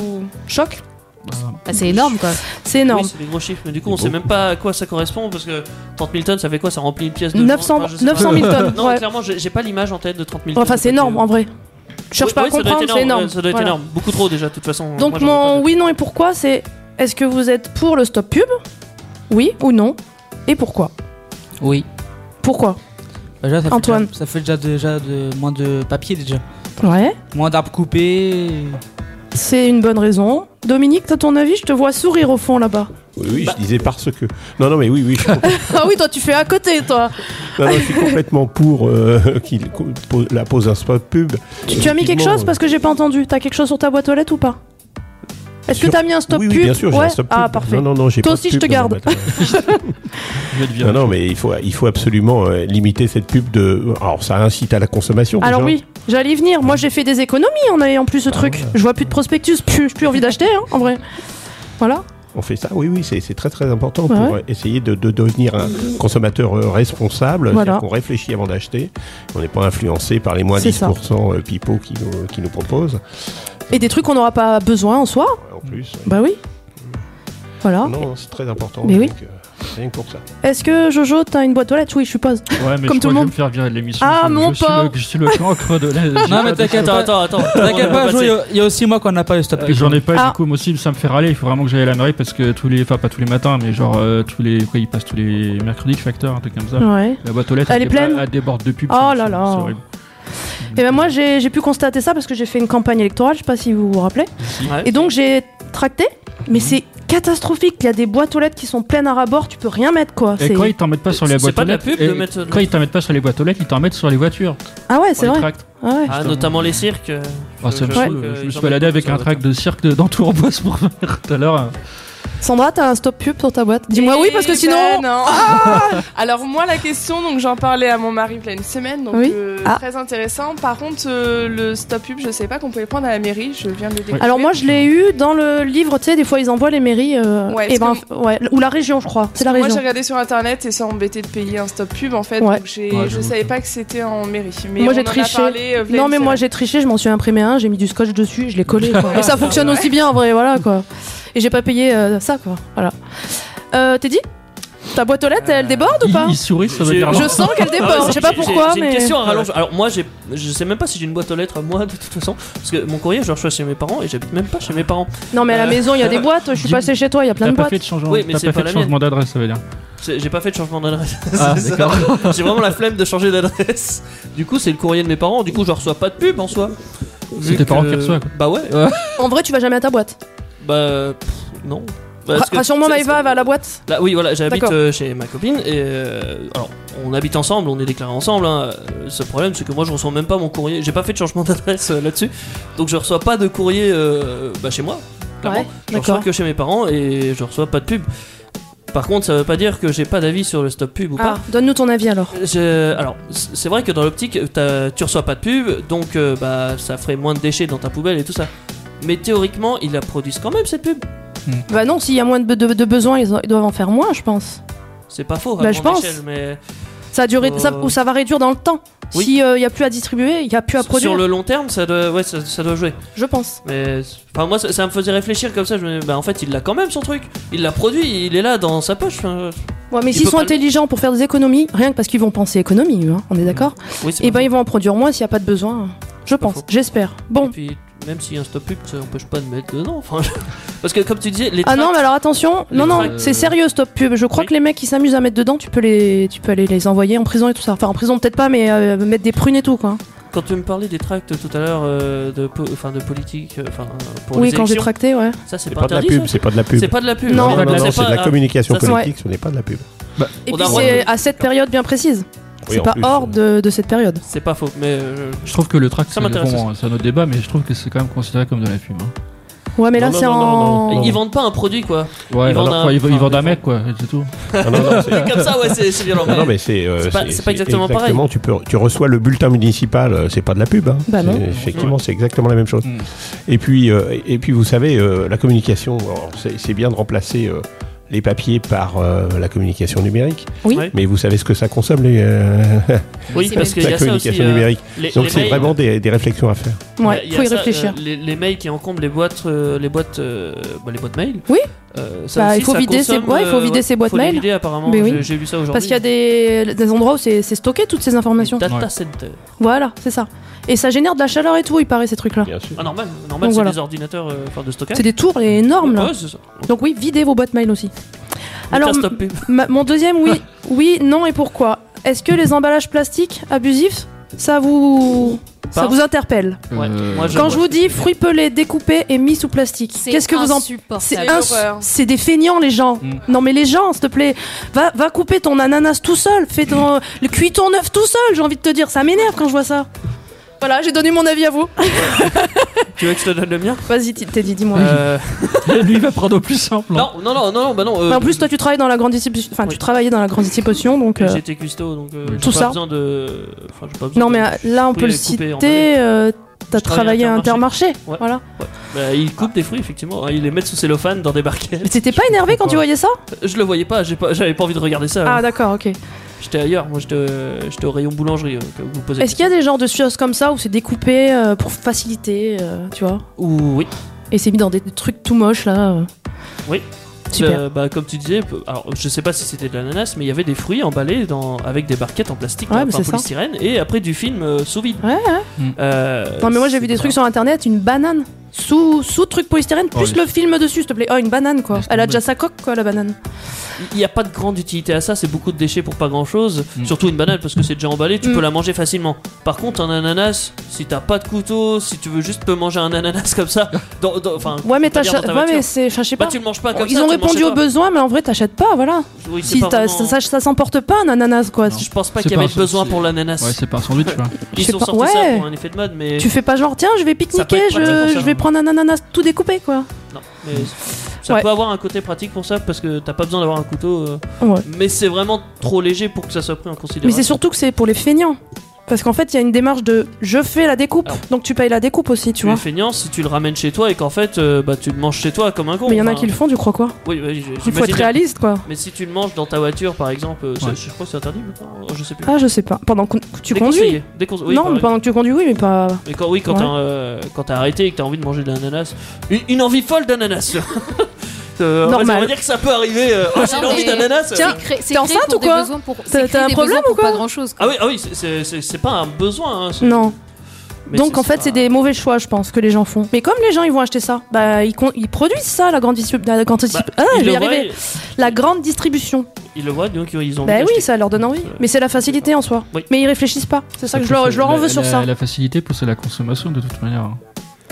Speaker 3: choque.
Speaker 6: Bah, c'est énorme, quoi.
Speaker 3: C'est énorme.
Speaker 4: Oui, c'est des gros chiffres, mais du coup, on sait même pas à quoi ça correspond parce que 30 000 tonnes, ça fait quoi Ça remplit une pièce de.
Speaker 3: 900,
Speaker 4: Enfin, je sais pas.
Speaker 3: 900 000 tonnes.
Speaker 4: Non,
Speaker 3: ouais.
Speaker 4: clairement, j'ai j'ai pas l'image en tête de 30 000 tonnes.
Speaker 3: Enfin, c'est énorme en vrai. Je cherche
Speaker 4: Oui,
Speaker 3: pas
Speaker 4: oui,
Speaker 3: à
Speaker 4: ça doit être
Speaker 3: comprendre, c'est énorme.
Speaker 4: euh, Ça doit être
Speaker 3: Voilà.
Speaker 4: énorme. Beaucoup trop déjà, de toute façon.
Speaker 3: Donc
Speaker 4: Moi, j'en ai
Speaker 3: mon
Speaker 4: pas de-
Speaker 3: oui, non et pourquoi, c'est est-ce que vous êtes pour le stop pub Oui ou non Et pourquoi
Speaker 7: Oui.
Speaker 3: Pourquoi
Speaker 7: Bah, déjà, ça fait
Speaker 3: Antoine.
Speaker 7: déjà- ça fait déjà, déjà de, moins de papier, déjà.
Speaker 3: Ouais.
Speaker 7: Moins d'arbres coupés.
Speaker 3: C'est une bonne raison. Dominique, t'as ton avis Je te vois sourire au fond là-bas.
Speaker 5: Oui, oui,
Speaker 3: Bah.
Speaker 5: je disais parce que. Non, non, mais oui, oui, je suis, complè-
Speaker 3: ah oui, toi tu fais à côté, toi.
Speaker 5: non, non, je suis complètement pour euh, qu'il qu'on pose- la pose un spot pub.
Speaker 3: Tu, tu as mis quelque chose parce que j'ai pas entendu. T'as quelque chose sur ta boîte aux lettres ou pas Est-ce que
Speaker 5: Sur-
Speaker 3: t'as mis un stop
Speaker 5: oui, oui,
Speaker 3: pub
Speaker 5: bien sûr, j'ai
Speaker 3: Ouais.
Speaker 5: un stop pub.
Speaker 3: Ah parfait.
Speaker 5: Non, non, non, j'ai
Speaker 3: Toi
Speaker 5: pas de
Speaker 3: aussi, je
Speaker 5: pub
Speaker 3: te
Speaker 5: dans mon
Speaker 3: garde.
Speaker 5: matin. non, non, mais il faut, il faut absolument euh, limiter cette pub de. Alors, ça incite à la consommation. déjà.
Speaker 3: Alors
Speaker 5: Ah
Speaker 3: oui, j'allais y venir. Moi, j'ai fait des économies en ayant plus ce truc. Je vois plus de prospectus, plus, plus envie d'acheter, hein, en vrai. Voilà.
Speaker 5: On fait ça, oui, oui, c'est c'est très très important
Speaker 3: Ouais,
Speaker 5: pour essayer de, de devenir un consommateur euh, responsable.
Speaker 3: Voilà.
Speaker 5: C'est-à-dire qu'on réfléchit avant d'acheter. On n'est pas influencé par les moins
Speaker 3: C'est ça.
Speaker 5: 10% euh, pipeaux qui nous, qui nous proposent.
Speaker 3: Et des trucs qu'on n'aura pas besoin en soi.
Speaker 5: En plus,
Speaker 3: Bah oui. Voilà.
Speaker 5: non, c'est très important.
Speaker 3: Mais oui.
Speaker 5: Donc, euh, rien que pour ça.
Speaker 3: Est-ce que Jojo, t'as une boîte aux lettres Oui, je suppose.
Speaker 8: Ouais, mais
Speaker 3: Comme
Speaker 8: je
Speaker 3: tout le
Speaker 8: crois que je vais
Speaker 3: monde.
Speaker 8: me faire virer de l'émission.
Speaker 3: Ah,
Speaker 8: Je-
Speaker 3: mon
Speaker 8: je suis
Speaker 3: pauvre.
Speaker 8: le- Je suis le cancre de la.
Speaker 7: Non, mais t'inquiète pas.
Speaker 4: Attends, attends, attends.
Speaker 7: T'inquiète
Speaker 4: On va
Speaker 7: pas, Jo,
Speaker 4: passer.
Speaker 7: il y a- il y a aussi moi qu'on n'a pas le stop.
Speaker 8: Euh, J'en ai pas,
Speaker 3: Ah.
Speaker 8: du coup, moi aussi, ça me fait râler. Il faut vraiment que j'aille à la mairie parce que tous les. Enfin, pas tous les matins, mais genre, euh, tous les. Quoi, ils passent tous les mercredis, le facteur, un truc comme ça.
Speaker 3: Ouais.
Speaker 8: La boîte aux lettres,
Speaker 3: Elle est
Speaker 8: déba-
Speaker 3: pleine
Speaker 8: elle déborde de pubs.
Speaker 3: Oh
Speaker 8: c'est-
Speaker 3: là
Speaker 8: c'est-
Speaker 3: là.
Speaker 8: C'est horrible.
Speaker 3: Et ben moi, j'ai j'ai pu constater ça parce que j'ai fait une campagne électorale, je sais pas si vous vous rappelez.
Speaker 4: Ouais.
Speaker 3: Et donc, j'ai tracté, mais
Speaker 8: Mhm.
Speaker 3: c'est catastrophique. Il y a des boîtes aux lettres qui sont pleines à ras-bord, tu peux rien mettre quoi.
Speaker 8: Et
Speaker 3: Ah, C'est-
Speaker 8: quand ils t'en mettent pas sur les
Speaker 4: C'est
Speaker 8: boîtes
Speaker 4: pas
Speaker 8: aux
Speaker 4: de la
Speaker 8: lettres.
Speaker 4: pub de
Speaker 8: et-
Speaker 4: mettre-
Speaker 8: Quand ils t'en mettent pas sur les boîtes aux lettres, ils t'en mettent sur les voitures.
Speaker 3: Ah ouais,
Speaker 8: On
Speaker 3: c'est
Speaker 8: les
Speaker 3: vrai.
Speaker 8: tracte.
Speaker 3: Ah ouais.
Speaker 4: Ah,
Speaker 8: Putain.
Speaker 4: notamment les cirques. euh,
Speaker 8: Ah, ça me
Speaker 4: je- je-
Speaker 8: saoule.
Speaker 4: euh,
Speaker 8: Je
Speaker 4: ils
Speaker 8: me
Speaker 4: en
Speaker 8: suis baladé
Speaker 4: mettent
Speaker 8: avec
Speaker 4: sur
Speaker 8: un
Speaker 4: la
Speaker 8: track de cirque de- dans Tour en Bois pour faire tout à l'heure.
Speaker 3: Sandra, t'as un stop pub sur ta boîte Dis-moi Ah oui parce que
Speaker 9: Eh
Speaker 3: sinon.
Speaker 9: ben non. Ah Alors moi la question, donc j'en parlais à mon mari il y a une semaine, donc
Speaker 3: Oui.
Speaker 9: euh,
Speaker 3: Ah.
Speaker 9: très intéressant. Par contre euh, le stop pub, je sais pas qu'on pouvait prendre à la mairie, je viens de le découvrir.
Speaker 3: Alors moi je l'ai eu dans le livre, tu sais, des fois ils envoient les mairies, euh,
Speaker 9: Ouais,
Speaker 3: et ben,
Speaker 9: parce
Speaker 3: ouais, ou la région je crois, c'est la
Speaker 9: Moi j'ai
Speaker 3: région.
Speaker 9: regardé sur internet et ça embêtait de payer un stop pub en fait,
Speaker 3: Ouais.
Speaker 9: donc j'ai-
Speaker 8: Ouais,
Speaker 9: je
Speaker 8: j'avoue
Speaker 9: savais
Speaker 8: que-
Speaker 9: pas que c'était en mairie. Mais
Speaker 3: Moi,
Speaker 9: on en
Speaker 3: j'ai
Speaker 9: a
Speaker 3: triché.
Speaker 9: parlé, euh, v'là
Speaker 3: Non
Speaker 9: une
Speaker 3: mais moi
Speaker 9: semaine.
Speaker 3: j'ai triché, je m'en suis imprimé un, j'ai mis du scotch dessus, je l'ai collé. quoi. Et ça fonctionne aussi bien en vrai, voilà quoi. Et j'ai pas payé euh, ça quoi, voilà. Euh, T'es dit Ta boîte aux lettres, elle déborde ou
Speaker 8: Il,
Speaker 3: pas
Speaker 8: il sourit, ça veut
Speaker 4: J'ai-
Speaker 8: dire.
Speaker 4: je
Speaker 8: non.
Speaker 3: Je sens qu'elle
Speaker 4: Ah ouais,
Speaker 3: déborde, je sais pas
Speaker 4: j'ai- j'ai-
Speaker 3: pourquoi
Speaker 4: J'ai une
Speaker 3: mais. euh.
Speaker 4: question à rallonge. Alors moi, j'ai, je sais même pas si j'ai une boîte aux lettres moi de toute façon, parce que mon courrier je le reçois chez mes parents et j'habite même pas chez mes parents.
Speaker 3: Non mais à la
Speaker 4: Euh,
Speaker 3: maison il y a des boîtes, je suis
Speaker 8: dis-
Speaker 3: passé chez toi, il y a plein
Speaker 8: T'as
Speaker 3: de
Speaker 8: pas
Speaker 3: boîtes.
Speaker 8: fait de changement,
Speaker 4: Oui, mais
Speaker 8: t'as
Speaker 4: c'est
Speaker 8: pas
Speaker 4: pas
Speaker 8: fait de
Speaker 4: la
Speaker 8: changement d'adresse, ça veut dire.
Speaker 4: C'est- J'ai pas fait de changement d'adresse.
Speaker 8: Ah,
Speaker 4: C'est ça. J'ai vraiment la flemme de changer d'adresse. Du coup, c'est le courrier de mes parents. Du coup, je reçois pas de pub en soi.
Speaker 8: C'est
Speaker 4: Vu
Speaker 8: tes
Speaker 4: que-
Speaker 8: parents qui reçoivent, quoi.
Speaker 4: Bah ouais.
Speaker 3: En vrai tu vas jamais à ta boîte.
Speaker 4: Bah pff, non. Bah, parce que-
Speaker 3: Rassure-moi
Speaker 4: c'est-
Speaker 3: Maïva, elle va à la boîte.
Speaker 4: Là, Bah oui, voilà, j'habite
Speaker 3: D'accord.
Speaker 4: euh, chez ma copine et euh, alors on habite ensemble, on est déclarés ensemble. hein. Euh, Ce problème, c'est que moi, je reçois même pas mon courrier. J'ai pas fait de changement d'adresse euh, là-dessus, donc je reçois pas de courrier euh, bah, chez moi. Clairement,
Speaker 3: Ouais,
Speaker 4: je reçois
Speaker 3: d'accord.
Speaker 4: que chez mes parents et je reçois pas de pub. Par contre, ça veut pas dire que j'ai pas d'avis sur le stop pub ou
Speaker 3: Ah,
Speaker 4: pas.
Speaker 3: donne-nous ton avis alors.
Speaker 4: Je- alors, c- c'est vrai que dans l'optique, t'as- tu reçois pas de pub, donc euh, bah ça ferait moins de déchets dans ta poubelle et tout ça. Mais théoriquement, ils la produisent quand même cette pub. Mm.
Speaker 3: Bah non, s'il y a moins de, de- de besoins, ils, ils doivent en faire moins, je pense.
Speaker 4: C'est pas faux à
Speaker 3: Bah, je
Speaker 4: grande
Speaker 3: pense.
Speaker 4: échelle, mais
Speaker 3: Ça a duré,
Speaker 4: Euh.
Speaker 3: ça- ou ça va réduire dans le temps.
Speaker 4: Oui.
Speaker 3: S'il n'y a plus à distribuer, il n'y a plus à
Speaker 4: Sur-
Speaker 3: produire,
Speaker 4: Sur le long terme, ça doit, ouais, ça, ça doit jouer.
Speaker 3: je pense.
Speaker 4: Mais enfin, moi, ça, ça me faisait réfléchir comme ça. Je me dis, bah, en fait, il l'a quand même son truc. Il l'a produit, il est là dans sa poche. Enfin,
Speaker 3: Ouais, mais
Speaker 4: Il
Speaker 3: s'ils
Speaker 4: peut
Speaker 3: sont
Speaker 4: pas-
Speaker 3: intelligents pour faire des économies, rien que parce qu'ils vont penser économie, hein, on est d'accord
Speaker 4: Mmh. oui, c'est
Speaker 3: Et
Speaker 4: pas
Speaker 3: ben ils vont en produire moins s'il n'y a pas de besoin. Je
Speaker 4: pas
Speaker 3: pense,
Speaker 4: faux.
Speaker 3: j'espère.
Speaker 4: faux.
Speaker 3: Bon.
Speaker 4: Et puis, même s'il y a un stop pub, ça n'empêche pas de mettre dedans. Enfin, parce que, comme tu disais, les
Speaker 3: Ah non,
Speaker 4: tracts-
Speaker 3: mais alors attention, non,
Speaker 4: Les
Speaker 3: non,
Speaker 4: tracts- euh,
Speaker 3: c'est sérieux stop pub. Je crois
Speaker 4: Oui.
Speaker 3: que les mecs qui s'amusent à mettre dedans, tu peux, les, tu peux aller les envoyer en prison et tout ça. Enfin, en prison peut-être pas, mais euh, mettre des prunes et tout, quoi.
Speaker 4: euh, quand tu me parlais des tracts tout à l'heure euh, de, po- enfin, de politique, euh, enfin, euh, pour
Speaker 3: oui,
Speaker 4: les
Speaker 3: quand j'ai
Speaker 4: élections,
Speaker 3: tracté, ouais.
Speaker 4: ça c'est
Speaker 5: C'est
Speaker 4: pas,
Speaker 5: pas de la
Speaker 4: interdit.
Speaker 5: pub,
Speaker 4: ça
Speaker 5: c'est pas de la pub.
Speaker 4: c'est pas de la pub.
Speaker 3: Non,
Speaker 5: Non, non,
Speaker 4: Voilà,
Speaker 5: non, c'est de la communication
Speaker 4: ça, c'est- Bah,
Speaker 5: politique, ce n'est pas de la pub.
Speaker 3: Et
Speaker 4: On
Speaker 3: puis
Speaker 4: a droit
Speaker 3: c'est
Speaker 4: de-
Speaker 3: à cette période bien précise.
Speaker 5: Oui,
Speaker 3: c'est
Speaker 5: en
Speaker 3: pas
Speaker 5: plus,
Speaker 3: hors
Speaker 5: euh,
Speaker 3: de, de cette période.
Speaker 4: C'est pas faux, mais euh,
Speaker 8: Je trouve que le track,
Speaker 4: Ça
Speaker 8: c'est
Speaker 4: m'intéresse
Speaker 8: bon, c'est un autre débat, mais je trouve que c'est quand même considéré comme de la pub. hein.
Speaker 3: Ouais, mais
Speaker 4: Non,
Speaker 3: là
Speaker 4: non,
Speaker 3: c'est
Speaker 4: non, non,
Speaker 3: en.
Speaker 4: ils vendent pas un produit quoi.
Speaker 8: Ouais,
Speaker 4: Ils vendent un-
Speaker 8: alors, quoi, ils, vendent- ils
Speaker 4: enfin,
Speaker 8: vendent un
Speaker 4: ils
Speaker 8: mec, quoi, et c'est tout.
Speaker 5: Ah non, non, c'est-
Speaker 4: Comme ça, ouais, c'est c'est violent.
Speaker 5: non, non, mais c'est. euh,
Speaker 4: C'est pas- c'est pas exactement pareil.
Speaker 5: exactement, Tu, peux, tu reçois le bulletin municipal, euh, c'est pas de la pub. hein.
Speaker 3: Bah
Speaker 5: C'est-
Speaker 3: non.
Speaker 5: Effectivement, c'est exactement la même chose.
Speaker 8: Mm.
Speaker 5: Et, puis, euh, et puis, vous savez, euh, la communication, alors, c'est c'est bien de remplacer euh, les papiers par euh, la communication numérique.
Speaker 3: Oui.
Speaker 4: Ouais.
Speaker 5: Mais vous savez ce que ça consomme, les, euh,
Speaker 4: Oui, parce qu'il y
Speaker 5: la
Speaker 4: a ça aussi.
Speaker 5: communication
Speaker 4: euh,
Speaker 5: numérique.
Speaker 4: les-
Speaker 5: Donc,
Speaker 4: les
Speaker 5: c'est
Speaker 4: mails.
Speaker 5: vraiment des, des réflexions à faire.
Speaker 3: Ouais,
Speaker 4: Il y a
Speaker 3: faut y
Speaker 4: ça,
Speaker 3: réfléchir.
Speaker 4: euh, les, les mails qui encombrent les boîtes, euh, les boîtes, euh, bah, les boîtes mail.
Speaker 3: Oui.
Speaker 4: Euh, ça
Speaker 3: Bah,
Speaker 4: aussi,
Speaker 3: il faut
Speaker 4: ça
Speaker 3: vider
Speaker 4: consomme,
Speaker 3: ses- ouais, il faut
Speaker 4: euh,
Speaker 3: vider ses boîtes
Speaker 4: faut les
Speaker 3: mail.
Speaker 4: vider, apparemment.
Speaker 3: Mais oui.
Speaker 4: J'ai- J'ai lu ça aujourd'hui.
Speaker 3: Parce qu'il y a des, des endroits où c'est c'est stocké toutes ces informations.
Speaker 4: Data
Speaker 8: Ouais.
Speaker 4: center.
Speaker 3: Voilà, c'est ça. Et ça génère de la chaleur et tout, il paraît, ces trucs-là.
Speaker 5: Bien sûr.
Speaker 4: Ah normal, normal, c'est
Speaker 3: voilà.
Speaker 4: des ordinateurs, euh, enfin de stockage.
Speaker 3: C'est des tours les énormes, là.
Speaker 4: Ouais, c'est ça.
Speaker 3: Donc oui, videz vos boîtes mail aussi. Alors,
Speaker 4: Putain, stop pub.
Speaker 3: ma- mon deuxième, oui, oui, non et pourquoi Est-ce que les emballages plastiques abusifs, ça vous... Ça
Speaker 4: Pardon
Speaker 3: vous interpelle
Speaker 4: Ouais,
Speaker 8: Euh,
Speaker 4: moi, je-
Speaker 3: Quand je vous dis fruits pelés découpés et mis sous plastique, qu'est-ce que vous en C'est
Speaker 9: une
Speaker 3: un-
Speaker 9: horreur.
Speaker 3: c'est des feignants les gens.
Speaker 4: Hmm.
Speaker 8: Mm.
Speaker 3: Non mais les gens, s'il te plaît, va, va couper ton ananas tout seul, fais ton le cuis ton œuf tout seul. J'ai envie de te dire, ça m'énerve quand je vois ça. Voilà, j'ai donné mon avis à vous.
Speaker 4: Tu veux que je te donne le mien
Speaker 3: Vas-y, Ti- Teddy, dis-moi.
Speaker 4: Euh,
Speaker 8: Lui, il va prendre au plus simple. hein.
Speaker 4: Non, non, non, non, bah non. euh,
Speaker 3: Mais en plus, toi, tu travailles dans la grande distribution. Enfin,
Speaker 4: Oui.
Speaker 3: tu travaillais dans la grande distribution, donc. euh,
Speaker 4: J'étais custo, donc euh, j'ai
Speaker 3: Tout
Speaker 4: pas
Speaker 3: ça.
Speaker 4: besoin de. Enfin, j'ai pas besoin
Speaker 3: Non, mais
Speaker 4: de-
Speaker 3: euh, là, on
Speaker 4: fruits
Speaker 3: peut le
Speaker 4: coupés, emballés.
Speaker 3: citer. euh, T'as
Speaker 4: Je travaille
Speaker 3: travaillé
Speaker 4: à
Speaker 3: à Intermarché,
Speaker 4: Ouais.
Speaker 3: voilà.
Speaker 4: Bah, ils coupent des fruits, effectivement. hein, Ils les mettent sous cellophane dans des barquettes.
Speaker 3: Mais t'étais pas énervé quand tu voyais ça
Speaker 4: Je le voyais pas, j'ai pas- j'avais pas envie de regarder ça. hein.
Speaker 3: Ah d'accord, ok.
Speaker 4: J'étais ailleurs, moi j'étais euh, j'étais au rayon boulangerie. euh, que vous posez
Speaker 3: Est-ce qu'il y a des genres de choses comme ça où c'est découpé euh, pour faciliter, euh, tu vois
Speaker 4: Ou oui.
Speaker 3: Et c'est mis dans des trucs tout moches là. euh.
Speaker 4: Oui.
Speaker 3: Super.
Speaker 4: euh, bah, comme tu disais, peu- alors je sais pas si c'était de l'ananas, mais il y avait des fruits emballés dans, avec des barquettes en plastique,
Speaker 3: Ouais,
Speaker 4: en
Speaker 3: mais c'est ça.
Speaker 4: polystyrène, et après du film euh, sous vide.
Speaker 3: Ouais, ouais.
Speaker 4: Euh,
Speaker 3: Non mais moi j'ai vu des trucs sur internet, une banane sous sous truc polystyrène
Speaker 4: Oh,
Speaker 3: plus
Speaker 4: mais-
Speaker 3: le film dessus s'il te plaît. Oh une banane quoi. Elle a déjà sa coque quoi la banane.
Speaker 4: Il n'y a pas de grande utilité à ça, c'est beaucoup de déchets pour pas grand chose.
Speaker 8: Mm.
Speaker 4: Surtout une banane parce que c'est déjà emballé,
Speaker 3: Mm.
Speaker 4: tu peux la manger facilement. Par contre, un ananas, si t'as pas de couteau, si tu veux juste peux manger un ananas comme ça, dans, dans- enfin,
Speaker 3: Ouais mais
Speaker 4: je peux pas dire
Speaker 3: t'achètes.
Speaker 4: dans ta
Speaker 3: Ouais mais
Speaker 4: voiture.
Speaker 3: c'est. enfin, je sais
Speaker 4: Bah,
Speaker 3: pas.
Speaker 4: tu le manges pas comme
Speaker 3: Ils
Speaker 4: ça,
Speaker 3: ont
Speaker 4: tu le
Speaker 3: répondu
Speaker 4: manges
Speaker 3: aux
Speaker 4: pas.
Speaker 3: besoins mais en vrai t'achètes pas voilà.
Speaker 4: Oui, c'est
Speaker 3: si
Speaker 4: pas
Speaker 3: t'as-
Speaker 4: vraiment-
Speaker 3: ça, ça- ça s'emporte pas un ananas quoi.
Speaker 4: Je pense pas
Speaker 8: C'est
Speaker 4: qu'il y avait
Speaker 8: pas un-
Speaker 4: besoin
Speaker 8: c'est-
Speaker 4: pour l'ananas.
Speaker 8: Ouais, c'est pas un sandwich, quoi.
Speaker 3: Je
Speaker 4: Ils
Speaker 3: sais
Speaker 4: sont
Speaker 3: pas,
Speaker 4: sortis ça
Speaker 3: ouais.
Speaker 4: pour un effet de mode, mais.
Speaker 3: Tu fais pas genre tiens je vais
Speaker 4: Ça peut
Speaker 3: pique-niquer,
Speaker 4: être pratique pour
Speaker 3: je,
Speaker 4: ça,
Speaker 3: je vais
Speaker 4: hein.
Speaker 3: prendre un ananas tout découpé quoi.
Speaker 4: Non, mais ça
Speaker 3: Ouais.
Speaker 4: peut avoir un côté pratique pour ça parce que t'as pas besoin d'avoir un couteau. euh,
Speaker 3: Ouais.
Speaker 4: Mais c'est vraiment trop léger pour que ça soit pris en considération.
Speaker 3: Mais c'est surtout que c'est pour les feignants. Parce qu'en fait, il y a une démarche de je fais la découpe, donc tu payes la découpe aussi, tu
Speaker 4: Ah. Tu es
Speaker 3: vois.
Speaker 4: feignant si tu le ramènes chez toi et qu'en fait euh, bah, tu le manges chez toi comme un con.
Speaker 3: Mais il y en a
Speaker 4: enfin.
Speaker 3: qui le font, tu crois quoi
Speaker 4: Oui, oui, j-
Speaker 3: Il faut
Speaker 4: j'imagine.
Speaker 3: être réaliste, quoi.
Speaker 4: Mais si tu le manges dans ta voiture par exemple, euh, ça- je crois que c'est interdit maintenant, oh, je sais plus.
Speaker 3: Ah, je sais pas. Pendant que tu
Speaker 4: Déconseillé.
Speaker 3: conduis
Speaker 4: Déconse- oui,
Speaker 3: Non,
Speaker 4: pareil.
Speaker 3: mais pendant que tu conduis, oui, mais pas.
Speaker 4: Mais quand, oui, quand
Speaker 3: Ouais.
Speaker 4: t'as euh, quand t'as arrêté et que t'as envie de manger de l'ananas, une, une envie folle d'ananas. Euh, on va-
Speaker 3: Normal.
Speaker 4: On va dire que ça peut arriver. euh, oh, j'ai
Speaker 6: Non,
Speaker 4: envie
Speaker 6: mais
Speaker 4: d'ananas.
Speaker 6: c'est cré- c'est créé pour des besoins pour- c'est créé des besoins pour pas grand-chose, quoi.
Speaker 4: Ah oui, ah oui, c'est- c'est- c'est c'est pas un besoin. hein, c'est-
Speaker 3: Non.
Speaker 4: Mais
Speaker 3: Donc
Speaker 4: c'est-
Speaker 3: en fait, c'est des mauvais choix, je pense, que les gens font. Mais comme les gens, ils vont acheter ça, bah ils, con- ils produisent ça, la grande, distribu- la grande distribu- Ah,
Speaker 4: Bah, ils
Speaker 3: je vais y
Speaker 4: le voient,
Speaker 3: arriver. La grande distribution.
Speaker 4: Ils le voient, donc ils ont.
Speaker 3: Bah
Speaker 4: envie
Speaker 3: oui, ça leur donne envie. Mais c'est la facilité en soi. Mais ils réfléchissent pas. C'est ça que je leur, je leur en
Speaker 8: La-
Speaker 3: veux sur
Speaker 8: la-
Speaker 3: ça.
Speaker 8: La facilité pousse à la consommation, de toute manière. hein.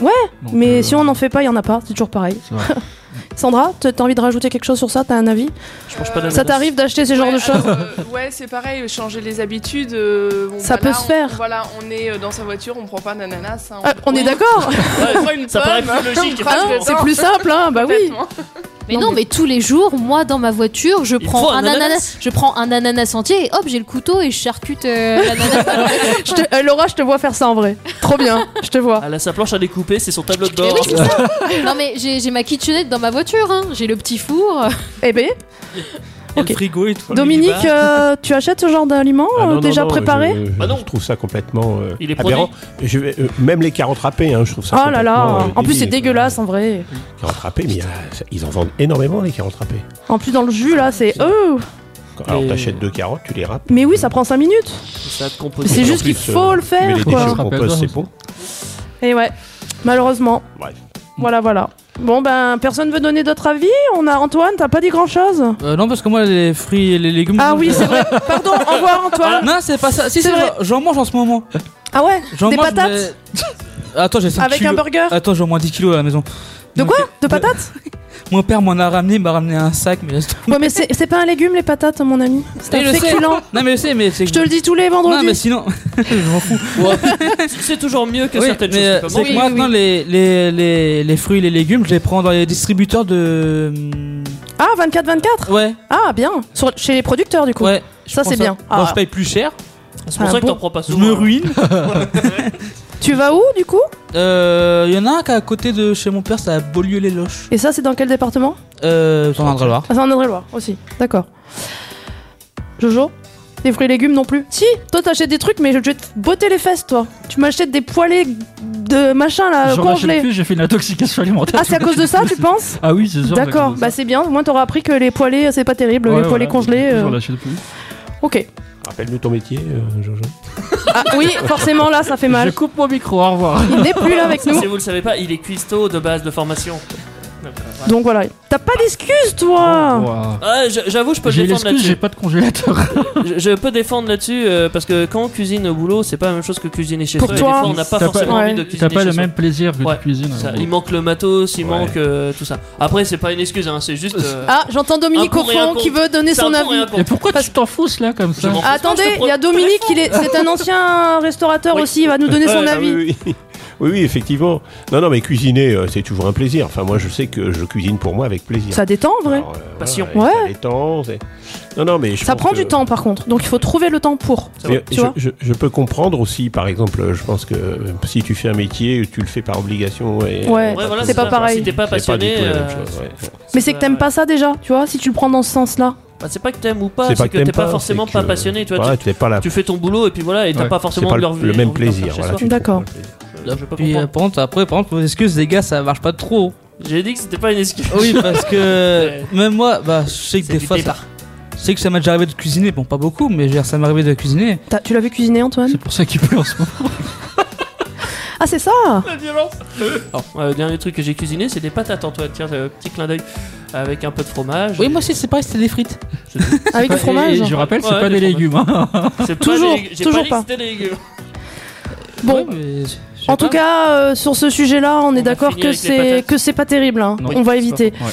Speaker 3: Ouais,
Speaker 8: Donc,
Speaker 5: euh,
Speaker 3: mais si on n'en fait pas, il y en a pas, c'est toujours pareil.
Speaker 8: C'est vrai.
Speaker 3: Sandra, t- t'as envie de rajouter quelque chose sur ça T'as un avis
Speaker 4: Je mange pas d'ananas.
Speaker 3: Ça t'arrive d'acheter ce genre de choses
Speaker 9: ouais, c'est pareil, changer les habitudes. euh, bon,
Speaker 3: Ça
Speaker 9: bah, là,
Speaker 3: peut se
Speaker 9: on-
Speaker 3: faire.
Speaker 9: Voilà, on est euh, dans sa voiture, on prend pas d'ananas. hein,
Speaker 3: Ah, On est d'accord
Speaker 9: on prend une
Speaker 4: ça
Speaker 9: pomme,
Speaker 4: paraît plus
Speaker 9: hein,
Speaker 4: logique,
Speaker 9: on crache
Speaker 4: effectivement.
Speaker 9: dedans.
Speaker 3: C'est plus simple, hein Bah oui
Speaker 6: Ah, Mais non, mais tous les jours, moi dans ma voiture, je
Speaker 4: faut
Speaker 6: prends
Speaker 4: un
Speaker 6: un
Speaker 4: ananas.
Speaker 6: ananas, je prends un ananas entier et hop, j'ai le couteau et je charcute euh, l'ananas.
Speaker 3: Je te- euh, Laura, je te vois faire ça en vrai. Trop bien, je te vois.
Speaker 4: Elle a Ah, sa planche à découper, c'est son tableau de
Speaker 6: Mais
Speaker 4: bord.
Speaker 6: oui, c'est ça. Non mais j'ai j'ai ma kitchenette dans ma voiture, hein. j'ai le petit four.
Speaker 3: Eh ben,
Speaker 7: Et le frigo et tout.
Speaker 3: Dominique, euh, tu achètes ce genre d'aliments
Speaker 5: Ah, non,
Speaker 3: euh,
Speaker 5: non,
Speaker 3: déjà
Speaker 5: non,
Speaker 3: préparés
Speaker 5: je, je- je trouve ça complètement euh,
Speaker 4: Ah, Il est
Speaker 5: aberrant. Je vais, euh, même les carottes râpées, hein, je trouve ça.
Speaker 3: Oh là là
Speaker 5: complètement, euh,
Speaker 3: En plus, c'est
Speaker 5: débile.
Speaker 3: dégueulasse en vrai.
Speaker 5: Carottes râpées, mais il y a- ça- ils en vendent énormément les carottes râpées.
Speaker 3: En plus, dans le jus là, c'est. Oh
Speaker 5: Quand- Alors
Speaker 4: Et-
Speaker 5: t'achètes deux carottes, tu les râpes.
Speaker 3: Mais oui, ça prend 5 minutes
Speaker 4: Ça te
Speaker 3: Mais
Speaker 4: compose.
Speaker 3: C'est
Speaker 5: En
Speaker 3: juste
Speaker 5: plus,
Speaker 3: qu'il faut
Speaker 5: euh,
Speaker 3: le
Speaker 5: tu mets
Speaker 3: faire
Speaker 5: des
Speaker 3: quoi
Speaker 5: déchets au compost, c'est bon.
Speaker 3: Et ouais, malheureusement.
Speaker 5: Bref.
Speaker 3: Voilà, voilà. Bon ben, personne veut donner d'autres avis On a Antoine, t'as pas dit grand chose
Speaker 7: Euh, non, parce que moi, les fruits et les légumes.
Speaker 3: Ah oui, c'est vrai. Pardon, au revoir Antoine.
Speaker 7: Non, c'est pas ça. Si,
Speaker 3: C'est
Speaker 7: c'est
Speaker 3: vrai.
Speaker 7: j'en- j'en mange en ce moment.
Speaker 3: Ah ouais
Speaker 7: J'en
Speaker 3: Des
Speaker 7: mange,
Speaker 3: patates
Speaker 7: mais- Attends, j'ai 5
Speaker 3: Avec un burger
Speaker 7: Attends, j'ai au moins 10 kilos à la maison.
Speaker 3: De quoi De patates
Speaker 7: Mon père m'en a ramené, il m'a ramené un sac, mais laisse tomber.
Speaker 3: Ouais, mais c'est c'est pas un légume les patates, mon ami. C'est
Speaker 7: Oui,
Speaker 3: un
Speaker 7: je sais.
Speaker 3: féculent.
Speaker 7: Non, mais je sais, mais c'est.
Speaker 3: Je te le dis tous les vendredis.
Speaker 7: Non, mais sinon. je m'en fous.
Speaker 4: C'est toujours mieux que
Speaker 7: Oui,
Speaker 4: certaines
Speaker 7: mais euh,
Speaker 4: choses.
Speaker 7: c'est
Speaker 4: comme
Speaker 7: que
Speaker 4: moi.
Speaker 7: moi, maintenant, les, les, les, les fruits et les légumes, je les prends dans les distributeurs de.
Speaker 3: Ah, 24-24
Speaker 7: Ouais,
Speaker 3: Ah, bien. Sur- chez les producteurs, du coup.
Speaker 7: ouais. je
Speaker 3: Ça,
Speaker 7: prends
Speaker 3: c'est bien.
Speaker 7: Bon,
Speaker 3: Ah.
Speaker 7: je paye plus cher,
Speaker 4: C'est pour
Speaker 3: Ah,
Speaker 4: ça que
Speaker 3: bon.
Speaker 4: t'en prends pas
Speaker 7: je
Speaker 4: souvent. hein.
Speaker 7: me ruine.
Speaker 3: Tu vas où, du coup
Speaker 7: Euh, Il y en a un qui est à côté de chez mon père, c'est à Beaulieu-les-Loches.
Speaker 3: Et ça, c'est dans quel département
Speaker 7: Euh, dans l'Indre-et-Loire.
Speaker 3: Ah, c'est en André-Loire aussi. D'accord. Jojo Des fruits et légumes non plus Si, toi, t'achètes des trucs, mais je je vais te botter les fesses, toi. Tu m'achètes des poêlés de machin, là,
Speaker 8: J'en achète
Speaker 3: congelés.
Speaker 8: plus, j'ai fait une intoxication alimentaire.
Speaker 3: Ah, c'est à cause de ça, tu penses
Speaker 8: Ah oui, c'est sûr.
Speaker 3: D'accord, bah c'est bien, au moins t'auras appris que les poêlés c'est pas terrible, les poêlés congelés. euh,
Speaker 8: J'en achète plus.
Speaker 3: Ok.
Speaker 5: Rappelle-nous ton métier, euh, Jojo.
Speaker 3: Ah oui, forcément là ça fait
Speaker 8: Je
Speaker 3: mal.
Speaker 8: coupe mon micro, au revoir.
Speaker 3: Il n'est plus là avec nous.
Speaker 4: Si vous le savez pas, il est cuistot de base de formation.
Speaker 3: Donc voilà, t'as pas d'excuses toi
Speaker 8: Ouah.
Speaker 4: Ah, j- J'avoue, je peux le
Speaker 8: J'ai
Speaker 4: défendre
Speaker 8: l'excuse,
Speaker 4: là-dessus.
Speaker 8: j'ai pas de congélateur.
Speaker 4: Je, je peux défendre là-dessus euh, parce que quand on cuisine au boulot, c'est pas la même chose que cuisiner chez
Speaker 3: Pour
Speaker 4: soi.
Speaker 3: toi,
Speaker 4: et des fois, on n'a pas
Speaker 8: t'as pas-
Speaker 4: forcément
Speaker 3: ouais.
Speaker 4: envie de
Speaker 8: T'as
Speaker 4: cuisiner
Speaker 8: pas
Speaker 4: chez
Speaker 8: le
Speaker 4: soi.
Speaker 8: même plaisir que hein.
Speaker 4: Ouais,
Speaker 8: tu cuisines.
Speaker 4: Ça,
Speaker 8: alors.
Speaker 4: il manque le matos, il manque euh, tout ça. Après, c'est pas une excuse, hein, c'est juste. euh,
Speaker 3: Ah, j'entends Dominique
Speaker 4: Un
Speaker 3: au
Speaker 4: pour et un
Speaker 3: fond qui
Speaker 4: contre.
Speaker 3: veut donner
Speaker 4: c'est un
Speaker 3: son
Speaker 4: pour et
Speaker 3: avis.
Speaker 4: un
Speaker 8: Et
Speaker 4: contre.
Speaker 8: pourquoi tu t'enfonces là comme ça
Speaker 4: Je m'en fous.
Speaker 3: Ah, attendez,
Speaker 4: Franchement, je
Speaker 3: il y a Dominique, il est, c'est un ancien restaurateur
Speaker 4: Oui.
Speaker 3: aussi, il va nous donner son
Speaker 5: Ouais, ah
Speaker 3: avis.
Speaker 5: oui, oui. Oui, oui, effectivement. Non, non, mais cuisiner, euh, c'est toujours un plaisir. Enfin, moi, je sais que je cuisine pour moi avec plaisir.
Speaker 3: Ça détend en vrai.
Speaker 4: Ah
Speaker 5: Alors, euh,
Speaker 4: Passion.
Speaker 5: voilà, et
Speaker 3: Ouais.
Speaker 5: Ça détend, c'est- Non, non, mais je
Speaker 3: ça
Speaker 5: pense
Speaker 3: prend
Speaker 5: que-
Speaker 3: du temps par contre, donc il faut trouver le temps pour.
Speaker 5: Mais
Speaker 3: tu
Speaker 5: je,
Speaker 3: vois
Speaker 5: je- je peux comprendre aussi, par exemple, je pense que euh, si tu fais un métier, tu le fais par obligation. Et,
Speaker 3: Ouais,
Speaker 4: Ouais, voilà,
Speaker 3: c'est pas
Speaker 4: ça.
Speaker 3: pareil.
Speaker 4: Si t'es pas
Speaker 5: C'est pas du
Speaker 4: passionné,
Speaker 5: tout la même
Speaker 4: euh,
Speaker 5: chose, ouais.
Speaker 3: Mais c'est que t'aimes pas ça déjà, tu vois, si tu le prends dans ce sens-là.
Speaker 4: bah, c'est pas que t'aimes ou pas, c'est que t'es pas, forcément pas passionné. Tu, vois,
Speaker 5: Ouais,
Speaker 4: tu,
Speaker 5: t'es pas là.
Speaker 4: tu fais ton boulot et puis voilà, et t'as
Speaker 8: Ouais.
Speaker 4: pas
Speaker 5: C'est
Speaker 4: forcément
Speaker 5: pas le,
Speaker 4: leur-
Speaker 5: le même
Speaker 4: envie de leur faire
Speaker 5: plaisir.
Speaker 4: chez
Speaker 5: voilà,
Speaker 4: soi.
Speaker 5: tu te
Speaker 3: D'accord.
Speaker 5: fais pas le plaisir.
Speaker 4: Je peux
Speaker 7: Puis, euh,
Speaker 4: comprendre.
Speaker 7: par contre, après, par contre, vos excuses, les gars, ça marche pas trop.
Speaker 4: J'ai dit que c'était pas une excuse.
Speaker 7: Oui, parce que
Speaker 4: Ouais.
Speaker 7: même moi, bah, je sais que
Speaker 4: C'est
Speaker 7: des
Speaker 4: du
Speaker 7: fois, ça,
Speaker 4: départ.
Speaker 7: je sais que ça m'est déjà arrivé de cuisiner. Bon, pas beaucoup, mais je veux dire, ça m'est arrivé de cuisiner.
Speaker 3: T'as- Tu l'as vu cuisiner, Antoine
Speaker 8: C'est pour ça qu'il pleut en ce moment.
Speaker 3: Ah, c'est ça
Speaker 4: La violence Alors, euh, le dernier truc que j'ai cuisiné, c'est des patates, Antoine. Tiens, euh, petit clin d'œil. Avec un peu de fromage.
Speaker 7: Oui, moi aussi, c'est pareil, c'était des frites.
Speaker 3: Avec
Speaker 8: Et-
Speaker 3: du
Speaker 8: et
Speaker 3: fromage
Speaker 8: Je rappelle, c'est
Speaker 4: Ouais,
Speaker 8: pas
Speaker 4: des
Speaker 8: des
Speaker 4: fromages.
Speaker 8: légumes. hein.
Speaker 4: C'est pas
Speaker 3: Toujours,
Speaker 4: des légumes. J'ai
Speaker 3: toujours
Speaker 4: pas. dit que
Speaker 3: pas.
Speaker 4: c'était des légumes.
Speaker 3: Bon,
Speaker 7: Ouais, mais je- je sais
Speaker 3: en tout
Speaker 7: pas.
Speaker 3: cas, euh, sur ce sujet-là, on,
Speaker 4: On
Speaker 3: est
Speaker 4: va
Speaker 3: d'accord
Speaker 4: finir
Speaker 3: que
Speaker 4: avec les
Speaker 3: c'est
Speaker 4: patates.
Speaker 3: que c'est pas terrible. hein.
Speaker 8: Non.
Speaker 3: on va éviter.
Speaker 8: Ouais.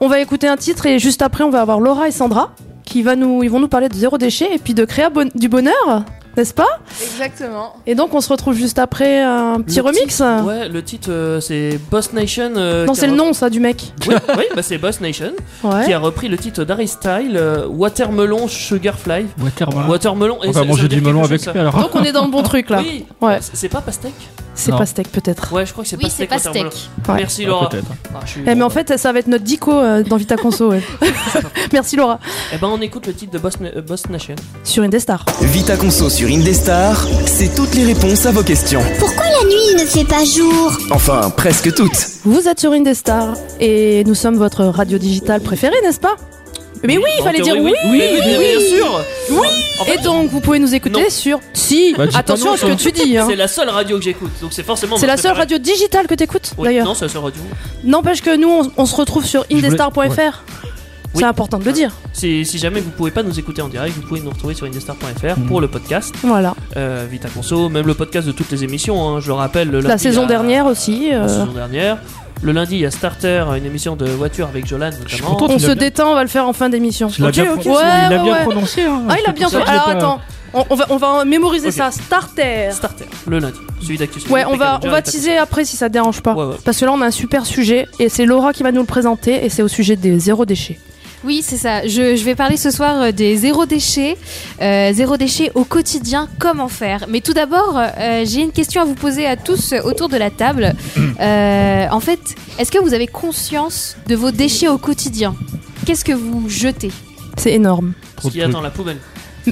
Speaker 3: On va écouter un titre et juste après, on va avoir Laura et Sandra qui va nous, ils vont nous parler de zéro déchet et puis de créer bon- du bonheur, n'est-ce pas
Speaker 9: Exactement.
Speaker 3: Et donc, on se retrouve juste après euh, un petit
Speaker 4: Le
Speaker 3: remix.
Speaker 4: titre, ouais, le titre euh, c'est Boss Nation. euh,
Speaker 3: non,
Speaker 4: qui
Speaker 3: c'est
Speaker 4: a
Speaker 3: le
Speaker 4: re-
Speaker 3: nom ça du mec.
Speaker 4: Oui, oui, bah, c'est Boss Nation qui
Speaker 3: Ouais.
Speaker 4: a repris le titre d'Harry Style, euh, Watermelon Sugarfly.
Speaker 8: Watermelon.
Speaker 4: Watermelon. et
Speaker 8: On
Speaker 4: ça-
Speaker 8: va
Speaker 4: ça
Speaker 8: manger
Speaker 4: veut dire
Speaker 8: du melon
Speaker 4: quelque
Speaker 8: avec
Speaker 4: chose,
Speaker 8: lui alors.
Speaker 3: Donc, on est dans le bon truc
Speaker 4: ça.
Speaker 3: là.
Speaker 4: Ah. Oui.
Speaker 3: Ouais.
Speaker 4: C'est c'est pas pastèque.
Speaker 3: C'est
Speaker 8: Non.
Speaker 3: pastèque peut-être.
Speaker 4: Ouais, je crois que c'est
Speaker 6: Oui, c'est
Speaker 4: pastèque.
Speaker 6: pas
Speaker 4: Watermelon.
Speaker 6: steak.
Speaker 3: Ouais.
Speaker 4: Merci
Speaker 8: Ah,
Speaker 4: Laura.
Speaker 8: Peut-être.
Speaker 4: Ah, je suis
Speaker 3: Eh, mais
Speaker 4: bon.
Speaker 3: en fait, ça va être notre dico euh, dans Vita Conso. ouais. Merci Laura.
Speaker 4: Eh ben, on écoute le titre de Boss, euh, Boss Nation.
Speaker 3: Sur Indestar.
Speaker 1: Vita Conso sur Indestar, c'est toutes les réponses à vos questions.
Speaker 10: Pourquoi la nuit ne fait pas jour
Speaker 1: Enfin, presque toutes.
Speaker 3: Vous êtes sur Indestar et nous sommes votre radio digitale préférée, n'est-ce pas Mais oui, il
Speaker 4: En
Speaker 3: fallait dire
Speaker 4: théorie,
Speaker 3: oui.
Speaker 4: Oui, oui, bien sûr. Oui.
Speaker 3: Et donc, vous pouvez nous écouter
Speaker 4: non.
Speaker 3: sur. Si,
Speaker 8: Bah, dis pas
Speaker 3: attention
Speaker 8: non,
Speaker 3: à ce que tu
Speaker 8: toi.
Speaker 3: dis. hein.
Speaker 4: C'est la seule radio que j'écoute, donc c'est forcément.
Speaker 3: C'est
Speaker 4: ma
Speaker 3: la seule
Speaker 4: préférée.
Speaker 3: radio digitale que t'écoutes,
Speaker 4: Oui,
Speaker 3: d'ailleurs.
Speaker 4: Non, c'est la seule radio.
Speaker 3: N'empêche que nous, on, on se retrouve sur
Speaker 8: voulais-
Speaker 3: indestar.fr.
Speaker 4: Oui.
Speaker 3: C'est important de le dire.
Speaker 4: Si, si jamais vous pouvez pas nous écouter en direct, vous pouvez nous retrouver sur indestar.fr pour
Speaker 8: Mm.
Speaker 4: le podcast
Speaker 3: Voilà.
Speaker 4: euh, Vita Conso, même le podcast de toutes les émissions. hein. Je le rappelle, le
Speaker 3: La
Speaker 4: lundi, il
Speaker 3: saison
Speaker 4: y a-
Speaker 3: dernière aussi.
Speaker 4: la
Speaker 3: euh,
Speaker 4: saison dernière. Le lundi, il y a Starter, une émission de voiture avec Jolan notamment.
Speaker 8: suis content.
Speaker 3: on
Speaker 8: Tu l'as
Speaker 3: se
Speaker 8: bien-
Speaker 3: détend, on va le faire en fin d'émission.
Speaker 8: Tu l'as
Speaker 3: Ok,
Speaker 8: bien
Speaker 3: ok.
Speaker 8: prononcé.
Speaker 3: Ouais,
Speaker 8: Il l'a
Speaker 3: ouais,
Speaker 8: bien
Speaker 3: ouais.
Speaker 8: prononcé. hein.
Speaker 3: Ah, il a
Speaker 8: C'est
Speaker 3: bien
Speaker 8: pour ça
Speaker 3: fait.
Speaker 8: que je l'ai
Speaker 3: Alors
Speaker 8: pas-
Speaker 3: attends, on, on va, on va mémoriser
Speaker 4: Ok.
Speaker 3: ça. Starter.
Speaker 4: Starter, le lundi. Celui d'actu.
Speaker 3: Ouais, on va, on va teaser après si ça te dérange pas.
Speaker 4: Ouais, ouais.
Speaker 3: Parce que là, on a un super sujet et c'est Laura qui va nous le présenter et c'est au sujet des zéro déchets.
Speaker 6: Oui, c'est ça. Je, je vais parler ce soir euh, des zéro déchets, euh, zéro déchet au quotidien, comment faire. Mais tout d'abord, euh, j'ai une question à vous poser à tous euh, autour de la table. Euh, en fait, est-ce que vous avez conscience de vos déchets au quotidien Qu'est-ce que vous jetez
Speaker 3: C'est énorme.
Speaker 4: Ce qui attend la poubelle.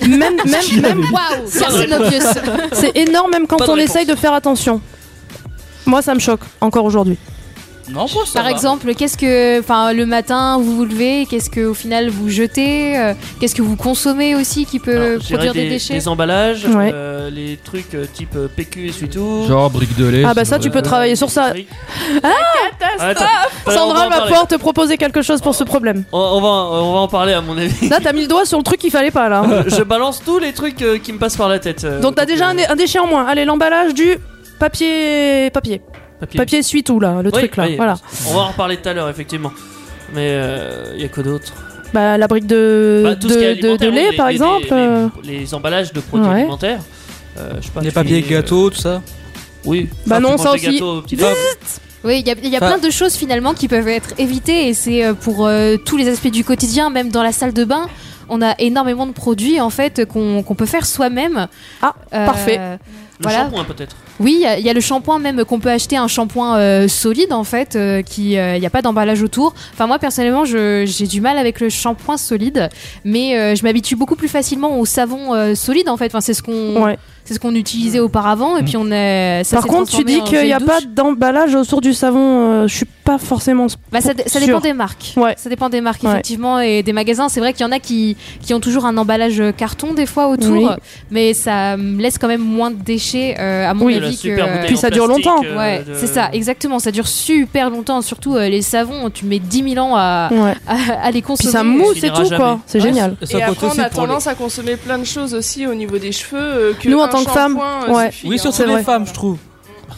Speaker 3: Même, même, même
Speaker 6: Waouh,
Speaker 4: Personne
Speaker 6: obvious.
Speaker 3: c'est énorme même quand
Speaker 4: Pas de
Speaker 3: on
Speaker 4: réponse.
Speaker 3: essaye de faire attention. Moi, ça me choque encore aujourd'hui.
Speaker 7: Non, moi, ça
Speaker 6: Par
Speaker 7: va.
Speaker 6: exemple, qu'est-ce que, enfin, le matin vous vous levez, qu'est-ce que au final vous jetez, euh, qu'est-ce que vous consommez aussi qui peut
Speaker 4: Alors, je dirais
Speaker 6: produire des, déchets
Speaker 4: Les emballages,
Speaker 3: Ouais.
Speaker 4: euh, les trucs euh, type euh, PQ et tout.
Speaker 8: Genre brique de lait.
Speaker 3: Ah bah
Speaker 8: c'est
Speaker 3: ça, tu
Speaker 8: vrai.
Speaker 3: peux travailler sur ça. Ah
Speaker 4: Ah, Bah,
Speaker 3: Sandra va pouvoir te proposer quelque chose pour ce problème.
Speaker 4: On, on va, on va en parler à mon avis.
Speaker 3: Là, t'as mis le doigt sur le truc qu'il fallait pas là. hein.
Speaker 4: je balance tous les trucs euh, qui me passent par la tête. euh,
Speaker 3: Donc t'as déjà un,
Speaker 4: euh,
Speaker 3: dé- un déchet en moins. Allez, l'emballage du papier, papier, papier essuie tout là, le
Speaker 4: Oui,
Speaker 3: truc là.
Speaker 4: oui,
Speaker 3: Voilà.
Speaker 4: On va en reparler tout à l'heure, effectivement. Mais euh, il y a que d'autres.
Speaker 3: Bah la brique de
Speaker 4: Bah, tout ce qui est
Speaker 3: de, de- de
Speaker 4: alimentaire,
Speaker 3: lait
Speaker 4: oui,
Speaker 3: par
Speaker 4: les- les-
Speaker 3: exemple.
Speaker 4: les-
Speaker 3: euh,
Speaker 4: Les, emballages de produits
Speaker 3: Ouais.
Speaker 4: alimentaires. Euh, je sais pas,
Speaker 7: Les
Speaker 4: tu
Speaker 7: papiers
Speaker 4: fais, euh,
Speaker 7: gâteaux, tout ça.
Speaker 4: Oui.
Speaker 3: Bah
Speaker 4: Enfin,
Speaker 3: non,
Speaker 4: tu
Speaker 3: ça
Speaker 4: manges des
Speaker 3: aussi.
Speaker 4: gâteaux aux petites femmes.
Speaker 6: Oui, il y a, il y a
Speaker 7: Enfin-
Speaker 6: plein de choses finalement qui peuvent être évitées et c'est euh, pour euh, tous les aspects du quotidien, même dans la salle de bain. On a énormément de produits en fait qu'on qu'on peut faire soi-même.
Speaker 3: Ah,
Speaker 6: Euh,
Speaker 3: parfait.
Speaker 4: Le
Speaker 6: Voilà.
Speaker 4: shampoing peut-être.
Speaker 6: Oui, il y a- il y, a le shampoing même qu'on peut acheter un shampoing euh, solide en fait, euh, qui euh, il n'y a pas d'emballage autour. Enfin moi personnellement, je- j'ai du mal avec le shampoing solide, mais euh, je m'habitue beaucoup plus facilement au savon euh, solide en fait. Enfin c'est ce qu'on
Speaker 3: Ouais.
Speaker 6: c'est ce qu'on utilisait auparavant et puis on est. ça
Speaker 3: Par
Speaker 6: s'est
Speaker 3: contre, tu
Speaker 6: transformé
Speaker 3: dis
Speaker 6: en
Speaker 3: qu'il
Speaker 6: gel
Speaker 3: n'y a
Speaker 6: douche.
Speaker 3: pas d'emballage autour du savon. euh, je suis pas forcément.
Speaker 6: Bah, ça, dé- ça
Speaker 3: Sûr.
Speaker 6: dépend des marques.
Speaker 3: Ouais.
Speaker 6: Ça dépend des marques,
Speaker 3: Ouais.
Speaker 6: effectivement, et des magasins. C'est vrai qu'il y en a qui, qui ont toujours un emballage euh, carton, des fois, autour.
Speaker 3: Oui.
Speaker 6: Mais ça hum, laisse quand même moins de déchets, euh, à mon
Speaker 3: Oui.
Speaker 4: La
Speaker 6: avis.
Speaker 4: super
Speaker 6: que...
Speaker 4: bouteille
Speaker 3: Puis
Speaker 4: en
Speaker 3: ça dure
Speaker 4: plastique,
Speaker 3: longtemps.
Speaker 4: euh,
Speaker 6: Ouais,
Speaker 4: de-
Speaker 6: c'est ça, exactement. Ça dure super longtemps. Surtout euh, les savons, tu mets 10 000 ans à,
Speaker 3: Ouais.
Speaker 6: à, à les
Speaker 3: Puis
Speaker 6: consommer. euh,
Speaker 3: ça mousse et
Speaker 4: finira
Speaker 3: tout
Speaker 4: jamais.
Speaker 3: quoi. C'est
Speaker 7: Ouais,
Speaker 3: génial.
Speaker 7: ça
Speaker 9: Et
Speaker 7: compte
Speaker 9: après, on
Speaker 7: aussi
Speaker 9: a
Speaker 7: pour les-
Speaker 9: tendance à consommer plein de choses aussi au niveau des cheveux. euh, que
Speaker 3: Nous, en
Speaker 9: un
Speaker 3: tant que femmes,
Speaker 9: shampoing, euh,
Speaker 3: ouais.
Speaker 9: suffit,
Speaker 7: Oui,
Speaker 9: hein.
Speaker 7: surtout les femmes, je trouve.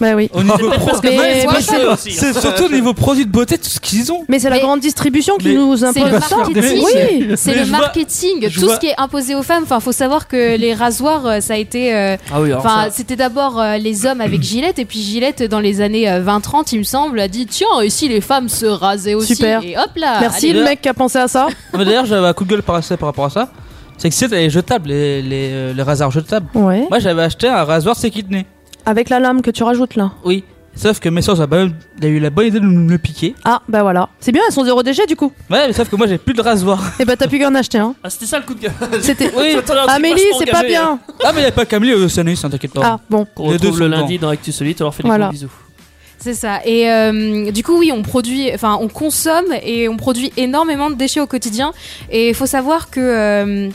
Speaker 3: Bah oui.
Speaker 7: Au niveau pro-
Speaker 3: Mais, mais
Speaker 9: moi, je
Speaker 3: c'est-
Speaker 4: aussi.
Speaker 7: C'est surtout au niveau produits de beauté, tout ce qu'ils ont.
Speaker 3: mais c'est la
Speaker 6: Mais-
Speaker 3: grande distribution qui
Speaker 7: mais
Speaker 3: nous
Speaker 6: C'est le
Speaker 3: impose ça.
Speaker 6: marketing.
Speaker 3: Oui.
Speaker 6: C'est
Speaker 7: Mais
Speaker 6: le
Speaker 7: je vois-
Speaker 6: marketing,
Speaker 7: je
Speaker 6: tout
Speaker 7: vois-
Speaker 6: ce qui est imposé aux femmes. Enfin, faut savoir que les rasoirs, euh, ça a été euh,
Speaker 4: Ah oui, alors
Speaker 6: Enfin,
Speaker 4: ça-
Speaker 6: c'était d'abord euh, les hommes avec Gillette, et puis Gillette, dans les années euh, 20-30, il me semble, a dit Tiens, et si les femmes se rasaient aussi
Speaker 3: Super.
Speaker 6: Et hop là
Speaker 3: Merci
Speaker 6: allez.
Speaker 3: le mec qui a pensé à ça.
Speaker 7: Ah, mais D'ailleurs, j'avais un coup de gueule par, par rapport à ça. C'est que si t'as les jetables, les, euh, les, les rasoirs jetables.
Speaker 3: Ouais.
Speaker 7: Moi, j'avais acheté un rasoir séquidné.
Speaker 3: Avec la lame que tu rajoutes là.
Speaker 7: Oui. Sauf que mes soeurs, ça a pas- il a eu la bonne idée de me le piquer.
Speaker 3: Ah bah voilà. C'est bien, elles sont zéro déchet du coup.
Speaker 7: Ouais, mais sauf que moi, j'ai plus de rasoir.
Speaker 3: Et bah t'as plus qu'à en acheter un.
Speaker 4: Ah, c'était ça le coup de gueule.
Speaker 3: C'était.
Speaker 7: Oui.
Speaker 4: Attendez, un truc
Speaker 3: Amélie,
Speaker 4: vachement
Speaker 3: c'est pas
Speaker 4: engagé, hein.
Speaker 3: bien.
Speaker 7: ah, mais il n'y a pas Camille au Oceanus, hein, t'inquiète pas.
Speaker 3: Ah bon.
Speaker 4: Qu'on
Speaker 7: Les deux
Speaker 4: retrouve le
Speaker 7: sont
Speaker 4: lundi dans Actu Solide, on leur fait des
Speaker 3: Voilà.
Speaker 4: gros bisous.
Speaker 6: C'est ça. Et euh, du coup, oui, on produit, enfin, on consomme et on produit énormément de déchets au quotidien. Et il faut savoir que. euh,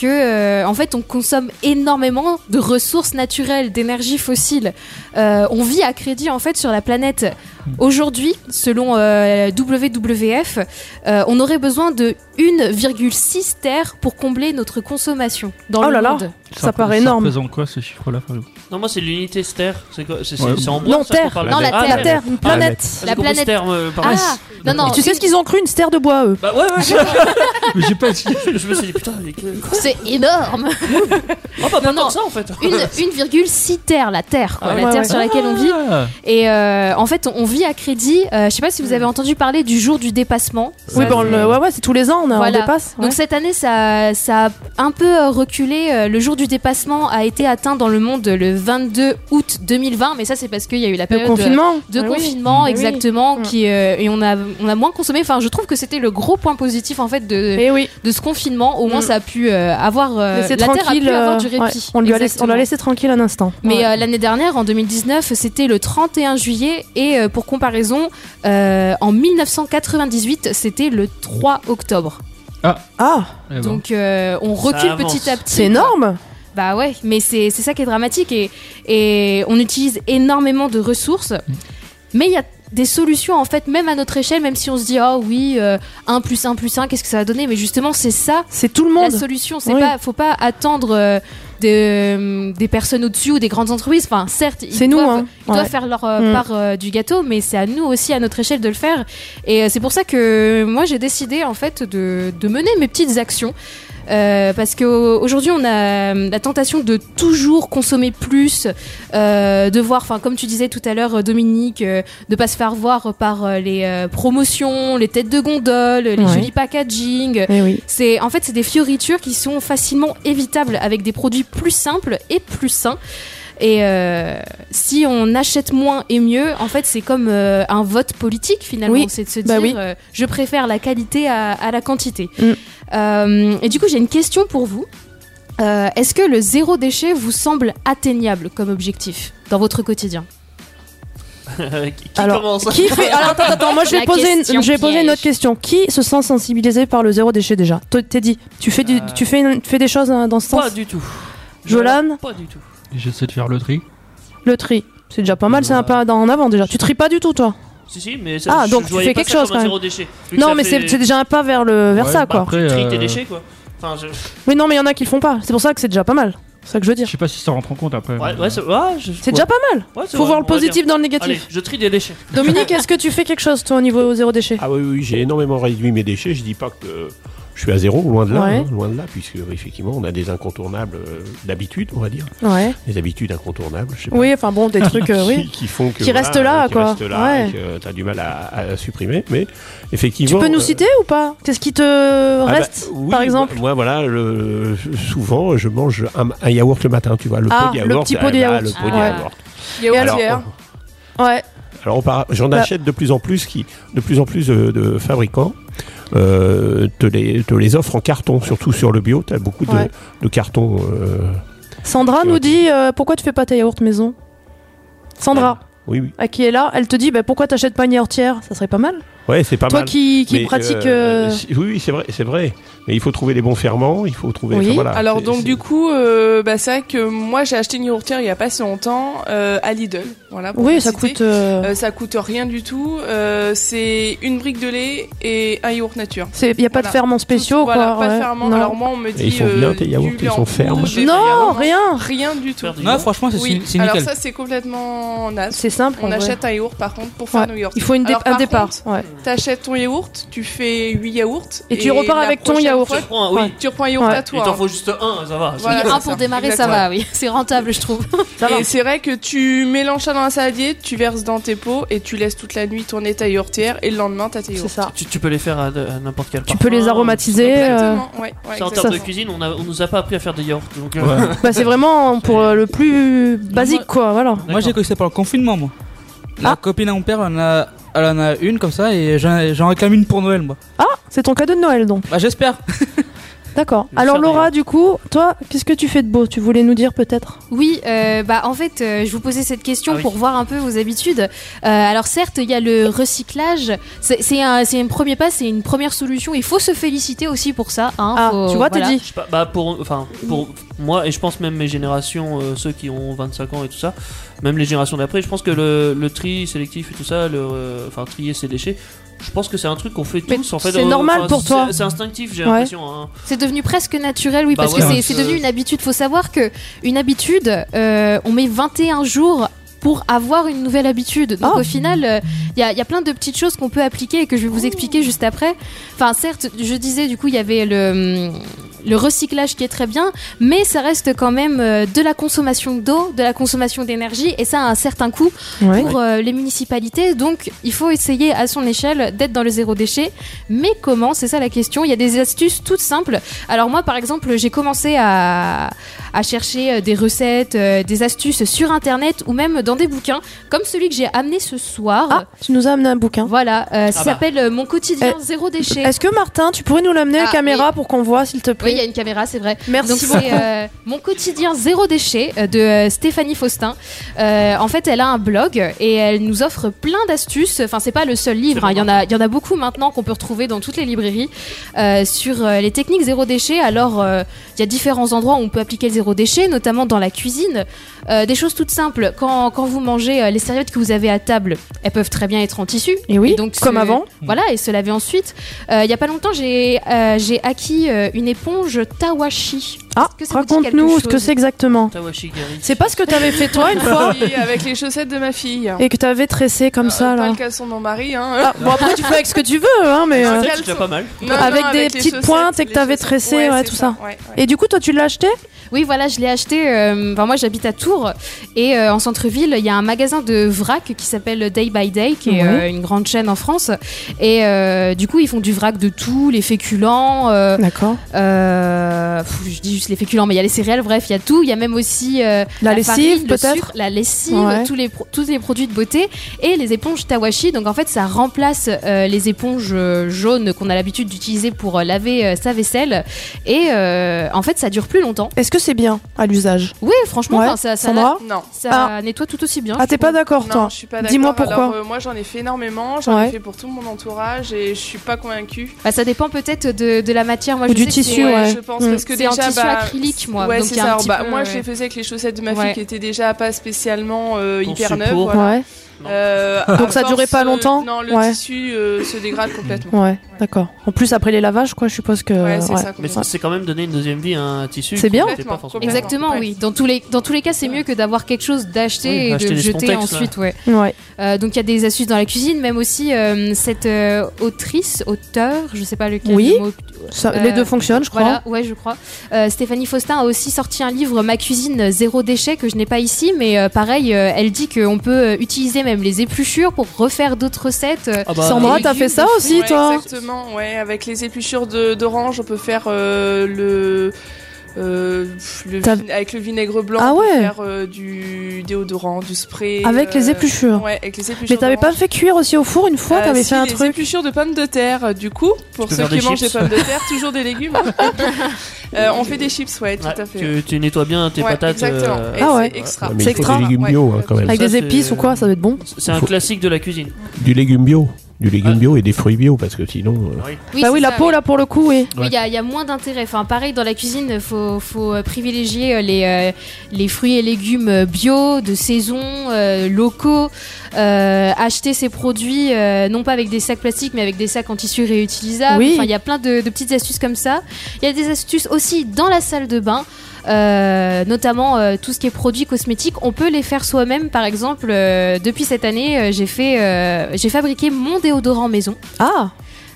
Speaker 6: que euh, en fait on consomme énormément de ressources naturelles, d'énergie fossile. Euh, on vit à crédit en fait sur la planète. Aujourd'hui, selon euh, WWF, euh, on aurait besoin de 1,6 terre pour combler notre consommation dans
Speaker 3: Oh
Speaker 6: le
Speaker 3: là là.
Speaker 6: monde.
Speaker 3: Ça paraît énorme.
Speaker 8: Ça représente quoi ce chiffre-là Fabio
Speaker 4: Non, moi c'est l'unité stère. C'est quoi C'est c'est-
Speaker 8: Ouais.
Speaker 4: c'est en bois
Speaker 3: Non,
Speaker 4: ça qu'on
Speaker 3: Terre.
Speaker 4: parle
Speaker 6: Non,
Speaker 4: de-
Speaker 6: la
Speaker 4: Ah,
Speaker 6: Terre.
Speaker 3: Terre, une planète.
Speaker 4: J'ai
Speaker 6: La
Speaker 4: compris ce
Speaker 6: planète.
Speaker 4: terme, euh, pardon.
Speaker 6: Ah, non, non,
Speaker 3: Et tu sais ce qu'ils ont cru Une stère de bois, eux.
Speaker 4: Bah ouais, ouais, je-
Speaker 8: Mais j'ai pas dit.
Speaker 4: je me suis dit putain, mais que-
Speaker 6: c'est énorme.
Speaker 4: Oh, bah, pas
Speaker 6: Non, non.
Speaker 4: tant que ça en fait.
Speaker 6: Une- 1,6 terre, la terre, quoi,
Speaker 4: Ah
Speaker 6: la
Speaker 3: ouais,
Speaker 6: terre
Speaker 3: ouais.
Speaker 6: sur laquelle on vit.
Speaker 8: Ah,
Speaker 6: Et euh, en fait, on vit à crédit. Euh, je sais pas si vous avez entendu parler du jour du dépassement.
Speaker 3: Oui,
Speaker 6: Ça,
Speaker 3: bon, le- ouais, ouais, c'est tous les ans, on, a- on
Speaker 6: Voilà.
Speaker 3: dépasse. ouais.
Speaker 6: Donc cette année, ça, ça a un peu euh, reculé. Euh, Le jour du dépassement a été atteint dans le monde le 22 août 2020, mais ça c'est parce qu'il y a eu la
Speaker 3: le
Speaker 6: période euh,
Speaker 3: confinement.
Speaker 6: de
Speaker 3: Ah oui.
Speaker 6: confinement,
Speaker 3: Ah oui.
Speaker 6: exactement,
Speaker 3: Mm.
Speaker 6: qui euh, et on a on a moins consommé. Enfin, je trouve que c'était le gros point positif en fait de,
Speaker 3: Eh oui,
Speaker 6: de ce confinement. Au moins,
Speaker 3: Mm.
Speaker 6: ça a pu euh, avoir euh,
Speaker 3: laissez
Speaker 6: la terre a
Speaker 3: tranquille.
Speaker 6: pu avoir du
Speaker 3: euh, ouais.
Speaker 6: répit.
Speaker 3: On lui a laissé- on l'a
Speaker 6: Exactement.
Speaker 3: laissé tranquille un instant.
Speaker 6: Mais
Speaker 3: Ouais.
Speaker 6: euh, l'année dernière, en 2019, c'était le 31 juillet et euh, pour comparaison, euh, en 1998, c'était le 3 octobre.
Speaker 3: Ah,
Speaker 8: eh ben.
Speaker 6: Donc euh, on recule
Speaker 4: avance.
Speaker 6: petit à petit.
Speaker 3: c'est énorme.
Speaker 6: Bah ouais, mais c'est c'est ça qui est dramatique et, et on utilise énormément de ressources, mais il y a des solutions en fait, même à notre échelle, même si on se dit ah oui, euh, 1 plus 1 plus 1, qu'est-ce que ça va donner Mais justement, c'est ça
Speaker 3: C'est tout le
Speaker 6: la
Speaker 3: monde.
Speaker 6: solution. C'est
Speaker 3: Oui.
Speaker 6: pas, faut pas attendre euh, de- des personnes au-dessus ou des grandes entreprises. Enfin, certes, ils
Speaker 3: C'est nous,
Speaker 6: doivent,
Speaker 3: hein.
Speaker 6: ils doivent
Speaker 3: Ouais.
Speaker 6: faire leur euh,
Speaker 3: Mm.
Speaker 6: part euh, du gâteau, mais c'est à nous aussi, à notre échelle, de le faire. Et euh, c'est pour ça que moi, j'ai décidé en fait de, de mener mes petites actions. Euh, parce qu'aujourd'hui, on a euh, la tentation de toujours consommer plus, euh, de voir, enfin, comme tu disais tout à l'heure, Dominique, euh, de pas se faire voir par euh, les euh, promotions, les têtes de gondole, les
Speaker 3: Ouais.
Speaker 6: jolis packaging,
Speaker 3: Eh oui.
Speaker 6: c'est en fait c'est des fioritures qui sont facilement évitables avec des produits plus simples et plus sains. Et euh, si on achète moins et mieux, en fait c'est comme euh, un vote politique finalement,
Speaker 3: Oui,
Speaker 6: c'est de se
Speaker 3: bah
Speaker 6: dire
Speaker 3: oui.
Speaker 6: euh, je préfère la qualité à, à la quantité.
Speaker 3: Mm.
Speaker 6: Euh, et du coup j'ai une question pour vous. Euh, Est-ce que le zéro déchet vous semble atteignable comme objectif dans votre quotidien
Speaker 4: Euh, qui qui
Speaker 3: Alors,
Speaker 4: commence
Speaker 3: Qui fait... Alors attends, attends, moi je vais,
Speaker 6: La
Speaker 3: poser
Speaker 6: question
Speaker 3: une... je vais poser une
Speaker 6: piège.
Speaker 3: autre question. Qui se sent sensibilisé par le zéro déchet déjà Toi, Teddy, tu fais, du...
Speaker 4: Euh.
Speaker 3: tu, fais une- tu fais des choses hein, dans ce
Speaker 4: Pas
Speaker 3: sens
Speaker 4: du tout.
Speaker 3: Jolan
Speaker 4: Pas du tout.
Speaker 8: J'essaie de faire le tri.
Speaker 3: Le tri, c'est déjà pas mal, c'est un
Speaker 4: Ouais.
Speaker 3: pas en avant déjà. Tu tries pas du tout toi
Speaker 4: Si, si, mais ça,
Speaker 3: Ah,
Speaker 4: je-
Speaker 3: donc
Speaker 4: je
Speaker 3: tu
Speaker 4: voyais
Speaker 3: fais
Speaker 4: pas
Speaker 3: quelque
Speaker 4: ça
Speaker 3: chose,
Speaker 4: comme un
Speaker 3: quand même.
Speaker 4: zéro déchet. Vu que
Speaker 3: Non
Speaker 4: ça
Speaker 3: mais c'est
Speaker 4: fait-
Speaker 3: c'est déjà un pas vers, le... vers
Speaker 8: Ouais,
Speaker 3: ça
Speaker 8: bah,
Speaker 3: quoi.
Speaker 8: après,
Speaker 4: Tu tries tes
Speaker 8: euh,
Speaker 4: déchets quoi. Enfin, je...
Speaker 3: Oui non mais il y en a qui le font pas, c'est pour ça que c'est déjà pas mal. C'est ça que je veux
Speaker 8: Je
Speaker 3: dire.
Speaker 8: sais pas si ça rentre en compte après.
Speaker 4: Ouais,
Speaker 8: mais-
Speaker 4: ouais, c'est ouais, je-
Speaker 3: C'est déjà pas mal.
Speaker 4: ouais, c'est
Speaker 3: Faut
Speaker 4: vrai,
Speaker 3: voir le
Speaker 4: on va dire.
Speaker 3: positif dans le
Speaker 4: Allez,
Speaker 3: négatif.
Speaker 4: je trie des déchets.
Speaker 3: Dominique, est-ce que tu fais quelque chose toi au niveau zéro déchet
Speaker 5: Ah oui, oui, j'ai énormément réduit mes déchets. Je dis pas que euh, je suis à zéro, loin de là,
Speaker 3: Ouais.
Speaker 5: hein, loin de là, puisque effectivement, on a des incontournables euh, d'habitude, on va dire,
Speaker 3: Ouais.
Speaker 5: des habitudes incontournables. Je sais pas.
Speaker 3: Oui, enfin bon, des trucs, euh,
Speaker 5: Qui,
Speaker 3: oui.
Speaker 5: qui font que
Speaker 3: Qui
Speaker 5: voilà, euh,
Speaker 3: restent là,
Speaker 5: qui
Speaker 3: quoi.
Speaker 5: restent là
Speaker 3: Ouais.
Speaker 5: et que t'as du mal à, à supprimer mais
Speaker 3: Tu
Speaker 5: effectivement
Speaker 3: peux nous
Speaker 5: euh,
Speaker 3: citer ou pas Qu'est-ce qui te
Speaker 5: ah bah,
Speaker 3: reste,
Speaker 5: oui,
Speaker 3: par
Speaker 5: moi-
Speaker 3: exemple
Speaker 5: moi, voilà le- souvent je mange un, un yaourt le matin tu vois le
Speaker 3: Ah,
Speaker 5: pot de
Speaker 3: le
Speaker 5: yaourt
Speaker 3: petit
Speaker 5: ah,
Speaker 3: pot de
Speaker 5: bah,
Speaker 3: yaourt.
Speaker 5: le pot de
Speaker 6: Ah.
Speaker 5: yaourt.
Speaker 9: Yaourt
Speaker 5: Alors, euh,
Speaker 9: hier.
Speaker 3: Ouais.
Speaker 5: Alors on par- j'en
Speaker 3: Bah.
Speaker 5: achète de plus en plus qui, de plus en plus de, de fabricants euh, te, les, te les offrent en carton, surtout sur le bio. T'as beaucoup de,
Speaker 3: Ouais.
Speaker 5: de cartons. euh,
Speaker 3: Sandra
Speaker 5: Tu
Speaker 3: nous
Speaker 5: vois, tu-
Speaker 3: dit euh, pourquoi tu fais pas ta yaourt maison Sandra,
Speaker 5: oui, oui.
Speaker 3: à qui est là, elle te dit bah, pourquoi t'achètes pas une yaourtière Ça serait pas mal.
Speaker 5: Ouais, c'est pas
Speaker 3: Toi
Speaker 5: mal.
Speaker 3: qui, qui
Speaker 5: Mais,
Speaker 3: pratique.
Speaker 5: euh,
Speaker 3: euh,
Speaker 5: si- Oui, oui, c'est vrai, c'est vrai. Mais il faut trouver les bons ferments. Il faut trouver.
Speaker 3: Oui.
Speaker 5: enfin, voilà,
Speaker 9: Alors
Speaker 5: c'est-
Speaker 9: donc
Speaker 5: c'est-
Speaker 9: du coup, euh, bah, c'est vrai que moi j'ai acheté une yaourtière il y a pas si longtemps euh, à Lidl. Voilà. pour
Speaker 3: Oui,
Speaker 9: la
Speaker 3: ça
Speaker 9: citer.
Speaker 3: coûte. euh,
Speaker 9: Euh, ça coûte rien du tout. Euh, c'est une brique de lait et un yaourt nature.
Speaker 3: Il n'y a pas de
Speaker 9: voilà.
Speaker 3: ferments spéciaux,
Speaker 9: Voilà,
Speaker 3: quoi.
Speaker 9: pas
Speaker 3: ouais.
Speaker 9: de ferment.
Speaker 3: Non,
Speaker 9: Alors moi on me dit.
Speaker 5: ils sont bien,
Speaker 9: euh,
Speaker 5: tes yaourts,
Speaker 9: du
Speaker 5: ils
Speaker 9: lait
Speaker 5: sont
Speaker 9: en
Speaker 5: fermes.
Speaker 9: poudre, des
Speaker 3: Non,
Speaker 9: yaourts,
Speaker 3: rien
Speaker 9: Rien du tout.
Speaker 4: Faire du
Speaker 7: Non, franchement, c'est
Speaker 9: Oui.
Speaker 7: c'est
Speaker 9: Alors
Speaker 7: nickel.
Speaker 9: ça c'est complètement naze.
Speaker 3: C'est simple. en
Speaker 9: On
Speaker 3: vrai.
Speaker 9: achète un yaourt par contre pour faire
Speaker 3: Ouais.
Speaker 9: nos yaourts.
Speaker 3: Il faut une dé-
Speaker 9: Alors,
Speaker 3: un
Speaker 9: par
Speaker 3: départ.
Speaker 9: contre,
Speaker 3: ouais.
Speaker 9: T'achètes ton yaourt, tu fais 8 yaourts.
Speaker 3: Et tu repars
Speaker 9: la
Speaker 3: avec ton
Speaker 9: prochaine
Speaker 3: yaourt.
Speaker 9: fois,
Speaker 4: Je prends un, oui.
Speaker 3: Ouais.
Speaker 9: tu reprends un yaourt
Speaker 3: Ouais.
Speaker 9: à
Speaker 6: hein.
Speaker 4: Il t'en
Speaker 9: toi. hein.
Speaker 4: faut juste un, ça va.
Speaker 9: Voilà,
Speaker 6: Un
Speaker 9: c'est
Speaker 6: pour
Speaker 9: ça.
Speaker 6: démarrer, ça va, oui. C'est rentable, je trouve.
Speaker 3: Ça va.
Speaker 9: Et c'est vrai que tu mélanges ça dans un saladier, tu verses dans tes pots et tu laisses toute la nuit tourner ta yaourtière et le lendemain t'as tes
Speaker 3: C'est
Speaker 9: yaourts.
Speaker 3: ça.
Speaker 4: Tu, tu peux les faire à, à n'importe quel
Speaker 3: Tu peux les aromatiser. euh,
Speaker 9: Exactement, ouais, ouais,
Speaker 4: Ça, en
Speaker 9: exactement.
Speaker 4: termes de cuisine, on, a, on nous a pas appris à faire des yaourts. Donc, euh,
Speaker 8: Ouais.
Speaker 3: Bah, c'est vraiment pour euh, le plus basique, quoi. Voilà.
Speaker 7: Moi j'ai connu ça par le confinement moi. La
Speaker 3: Ah.
Speaker 7: copine à mon père, elle en a, elle en a une comme ça et j'en j'en réclame une pour Noël moi.
Speaker 3: Ah, c'est ton cadeau de Noël, donc.
Speaker 7: Bah j'espère.
Speaker 3: D'accord.
Speaker 4: Le
Speaker 3: Alors
Speaker 4: faire
Speaker 3: Laura, du coup, toi, qu'est-ce que tu fais de beau Tu voulais nous dire peut-être
Speaker 6: Oui, euh, bah en fait, euh, je vous posais cette question
Speaker 4: Ah oui.
Speaker 6: pour voir un peu vos habitudes. Euh, alors certes, il y a le recyclage, c'est c'est un, c'est un premier pas, c'est une première solution. Il faut se féliciter aussi pour ça. hein,
Speaker 3: Ah,
Speaker 6: faut-
Speaker 9: Oh,
Speaker 3: tu vois,
Speaker 6: voilà.
Speaker 3: t'es
Speaker 4: Je
Speaker 3: dit.
Speaker 4: sais pas, bah pour, enfin,
Speaker 9: Mm.
Speaker 4: pour moi, et je pense même mes générations, euh, ceux qui ont 25 ans et tout ça, même les générations d'après, je pense que le, le tri sélectif et tout ça, le, euh, enfin, trier ses déchets, je pense que c'est un truc qu'on fait
Speaker 3: Mais
Speaker 4: tous. En fait,
Speaker 3: c'est
Speaker 4: euh,
Speaker 3: normal
Speaker 4: enfin,
Speaker 3: pour
Speaker 4: c'est-
Speaker 3: toi.
Speaker 4: C'est instinctif, j'ai
Speaker 3: Ouais.
Speaker 4: l'impression. hein.
Speaker 6: C'est devenu presque naturel, oui,
Speaker 4: Bah
Speaker 6: parce
Speaker 4: ouais,
Speaker 6: que c'est-
Speaker 4: donc,
Speaker 6: c'est
Speaker 4: euh,
Speaker 6: devenu une habitude. Faut savoir que une habitude, euh, on met 21 jours pour avoir une nouvelle habitude. Donc
Speaker 3: Ah.
Speaker 6: au final, il y, a plein de petites choses qu'on peut appliquer et que je vais vous
Speaker 3: Oh.
Speaker 6: expliquer juste après. Enfin, certes, je disais du coup, il y avait le hum, le recyclage qui est très bien, mais ça reste quand même euh, de la consommation d'eau, de la consommation d'énergie, et ça a un certain coût
Speaker 3: Ouais.
Speaker 6: pour euh, les municipalités. Donc, il faut essayer à son échelle d'être dans le zéro déchet. Mais comment C'est ça la question. Il y a des astuces toutes simples. Alors moi, par exemple, j'ai commencé à, à chercher euh, des recettes, euh, des astuces sur Internet ou même dans des bouquins, comme celui que j'ai amené ce soir.
Speaker 3: Ah, tu nous as amené un bouquin.
Speaker 6: Voilà, euh, ça
Speaker 4: bah.
Speaker 6: s'appelle euh, Mon quotidien
Speaker 3: Eh,
Speaker 6: zéro déchet.
Speaker 3: Est-ce que Martin, tu pourrais nous l'amener à la
Speaker 6: Ah,
Speaker 3: caméra pour qu'on voit, s'il te
Speaker 6: Oui, il y a
Speaker 3: plaît
Speaker 6: une caméra, c'est vrai.
Speaker 3: Merci
Speaker 6: Donc
Speaker 3: beaucoup.
Speaker 6: c'est euh, mon quotidien zéro déchet euh, de euh, Stéphanie Faustin. Euh, en fait, elle a un blog et elle nous offre plein d'astuces. Enfin, c'est pas le seul livre. hein. Il y en a, il y en a beaucoup maintenant qu'on peut retrouver dans toutes les librairies euh, sur euh, les techniques zéro déchet. Alors, euh, il y a différents endroits où on peut appliquer le zéro déchet, notamment dans la cuisine. Euh, des choses toutes simples. Quand, quand vous mangez euh, les serviettes que vous avez à table, elles peuvent très bien être en tissu.
Speaker 3: Et oui,
Speaker 6: donc,
Speaker 3: comme
Speaker 6: ce-
Speaker 3: avant.
Speaker 6: Mmh. Voilà, et se laver ensuite. Euh, Il y a pas longtemps, j'ai euh, j'ai acquis euh, une éponge Tawashi.
Speaker 3: Ah,
Speaker 6: que ça vous dit
Speaker 3: raconte-nous
Speaker 6: quelque
Speaker 3: ce que
Speaker 6: chose
Speaker 3: c'est exactement.
Speaker 4: Tawashi Gari.
Speaker 3: C'est pas ce que t'avais fait toi une fois
Speaker 9: Oui, avec les chaussettes de ma fille.
Speaker 3: et que t'avais tressé comme
Speaker 9: Euh,
Speaker 3: ça
Speaker 9: Pas
Speaker 3: là.
Speaker 9: le caleçon de mon mari, hein.
Speaker 3: Ah, bon après tu fais avec ce que tu veux hein mais.
Speaker 9: Ouais.
Speaker 3: euh,
Speaker 4: Ah, C'est déjà pas mal.
Speaker 9: Non,
Speaker 3: avec
Speaker 9: non,
Speaker 3: des
Speaker 9: les
Speaker 3: petites pointes et que
Speaker 9: chaussettes,
Speaker 3: t'avais
Speaker 9: les chaussettes.
Speaker 3: tressé, ouais,
Speaker 9: c'est
Speaker 3: tout ça.
Speaker 9: ouais, ouais.
Speaker 3: Et du coup toi tu l'as acheté
Speaker 6: Oui, voilà, je l'ai acheté. euh, Enfin, moi, j'habite à Tours et euh, en centre-ville, il y a un magasin de vrac qui s'appelle Day by Day, qui est
Speaker 3: Ouais.
Speaker 6: euh, une grande chaîne en France. Et euh, du coup, ils font du vrac de tout, les féculents. euh,
Speaker 3: D'accord.
Speaker 6: euh, pff, je dis juste les féculents, mais il y a les céréales. Bref, il y a tout. Il y a même aussi euh,
Speaker 3: La lessive,
Speaker 6: farine, le
Speaker 3: peut-être
Speaker 6: sucre, La lessive,
Speaker 3: Ouais.
Speaker 6: tous, les pro- tous les produits de beauté et les éponges Tawashi. Donc en fait, ça remplace euh, les éponges euh, jaunes qu'on a l'habitude d'utiliser pour euh, laver euh, sa vaisselle. Et euh, en fait, ça dure plus longtemps.
Speaker 3: Est-ce que c'est bien à l'usage
Speaker 6: Oui, franchement,
Speaker 3: Ouais,
Speaker 6: enfin, ça, ça,
Speaker 3: Sandra
Speaker 9: Bah, Non.
Speaker 6: ça nettoie tout aussi bien.
Speaker 3: Ah t'es pas d'accord
Speaker 9: Non,
Speaker 3: toi
Speaker 9: je suis pas
Speaker 3: Dis-moi
Speaker 9: d'accord.
Speaker 3: pourquoi.
Speaker 9: Alors, euh, moi, j'en ai fait énormément. J'en
Speaker 3: Ouais.
Speaker 9: ai fait pour tout mon entourage et je suis pas convaincue.
Speaker 6: Bah, ça dépend peut-être de, de la matière. Moi,
Speaker 3: Ou
Speaker 6: je
Speaker 3: du
Speaker 6: sais que
Speaker 3: tissu,
Speaker 6: c'est-
Speaker 3: ouais.
Speaker 9: Je pense
Speaker 3: Mm.
Speaker 9: parce que
Speaker 6: C'est en
Speaker 9: déjà,
Speaker 6: tissu
Speaker 9: bah,
Speaker 6: acrylique, moi.
Speaker 9: ouais,
Speaker 6: donc
Speaker 9: c'est
Speaker 6: il y a
Speaker 9: ça.
Speaker 6: un petit
Speaker 9: Bah,
Speaker 6: peu,
Speaker 9: moi,
Speaker 6: ouais.
Speaker 9: je les faisais avec les chaussettes de ma
Speaker 6: Ouais.
Speaker 9: fille qui étaient déjà pas spécialement euh,
Speaker 4: Ton
Speaker 9: hyper neuves.
Speaker 4: suppôt.
Speaker 9: voilà.
Speaker 3: Ouais
Speaker 9: Euh,
Speaker 3: Donc
Speaker 9: à
Speaker 3: ça durait
Speaker 9: force,
Speaker 3: pas
Speaker 9: euh,
Speaker 3: longtemps
Speaker 9: Non, le
Speaker 3: Ouais. Mmh.
Speaker 9: tissu euh, se dégrade complètement.
Speaker 3: ouais d'accord. En plus après les lavages quoi je suppose que.
Speaker 9: Ouais, c'est ça.
Speaker 4: Mais
Speaker 9: complètement.
Speaker 4: c'est- c'est quand même donner une deuxième vie à un tissu.
Speaker 3: C'est
Speaker 4: qui
Speaker 3: bien.
Speaker 4: n'était pas forcément-
Speaker 9: Complètement,
Speaker 6: Exactement,
Speaker 9: ouais.
Speaker 6: oui. Dans tous les, dans tous les cas, c'est mieux que d'avoir quelque chose d'acheté
Speaker 4: Oui,
Speaker 6: et
Speaker 4: acheter
Speaker 6: de le
Speaker 4: des
Speaker 6: jeter
Speaker 4: Spontex, là.
Speaker 6: ensuite, ouais.
Speaker 3: Ouais.
Speaker 6: Euh, donc il y a des astuces dans la cuisine, même aussi euh, cette euh, autrice, auteur, je sais pas lequel.
Speaker 3: Oui.
Speaker 6: le mot-
Speaker 3: Ça-
Speaker 6: Euh,
Speaker 3: les deux fonctionnent je crois.
Speaker 6: Voilà, ouais, je crois. Euh, Stéphanie Faustin a aussi sorti un livre, Ma cuisine zéro déchet, que je n'ai pas ici, mais euh, pareil, euh, elle dit qu'on peut euh, utiliser même les épluchures pour refaire d'autres recettes. euh,
Speaker 4: Ah bah,
Speaker 3: Sandra
Speaker 6: les
Speaker 3: t'as fait
Speaker 6: légumes,
Speaker 3: ça
Speaker 6: les
Speaker 3: aussi
Speaker 9: Ouais,
Speaker 3: toi
Speaker 9: Exactement, ouais. Avec les épluchures de- d'orange, on peut faire euh, le. euh, le
Speaker 3: T'as-
Speaker 9: vin- avec le vinaigre blanc,
Speaker 3: Ah
Speaker 9: on peut
Speaker 3: ouais.
Speaker 9: faire euh, du déodorant, du spray.
Speaker 3: Avec les
Speaker 9: euh,
Speaker 3: épluchures.
Speaker 9: Ouais, avec les épluchures.
Speaker 3: Mais t'avais pas
Speaker 9: d'orange.
Speaker 3: fait cuire aussi au four une fois
Speaker 9: Euh,
Speaker 3: t'avais
Speaker 9: si,
Speaker 3: fait un
Speaker 9: les
Speaker 3: truc.
Speaker 9: épluchures de pommes de terre, euh, du coup, pour
Speaker 4: peux
Speaker 9: ceux
Speaker 4: faire
Speaker 9: qui
Speaker 4: des
Speaker 9: mangent des
Speaker 4: chips.
Speaker 9: pommes de terre, toujours des légumes. Euh, on fait des chips, ouais, tout
Speaker 4: Ouais,
Speaker 9: à fait.
Speaker 4: tu, tu nettoies bien tes
Speaker 9: Ouais,
Speaker 4: patates.
Speaker 9: Exactement.
Speaker 4: euh,
Speaker 9: Et
Speaker 3: Ah ouais.
Speaker 9: C'est extra.
Speaker 5: Ouais, mais
Speaker 3: C'est
Speaker 5: il faut
Speaker 3: extra.
Speaker 5: des légumes bio hein, quand même.
Speaker 3: Avec
Speaker 4: Ça,
Speaker 3: des
Speaker 4: c'est-
Speaker 3: épices ou quoi ça doit être bon.
Speaker 4: C'est un
Speaker 5: Faut-
Speaker 4: classique de la cuisine.
Speaker 5: Du légume bio, du légume
Speaker 4: Ah.
Speaker 5: bio et des fruits bio parce que sinon. euh,
Speaker 6: Oui,
Speaker 3: Bah oui
Speaker 6: c'est
Speaker 3: la
Speaker 6: ça,
Speaker 3: peau là pour le coup oui.
Speaker 6: Oui, il y a- il y, a moins d'intérêt. Enfin, pareil, dans la cuisine, faut, faut euh, privilégier euh, les, euh, les fruits et légumes euh, bio, de saison, euh, locaux. Euh, acheter ces produits, euh, non pas avec des sacs plastiques, mais avec des sacs en tissu réutilisable.
Speaker 3: Oui.
Speaker 6: Enfin, il y a plein de, de petites astuces comme ça. Il y a des astuces aussi dans la salle de bain. euh, notamment euh, tout ce qui est produits cosmétiques, on peut les faire soi-même. Par exemple, euh, depuis cette année, euh, j'ai fait, euh, j'ai fabriqué mon déodorant maison.
Speaker 3: Ah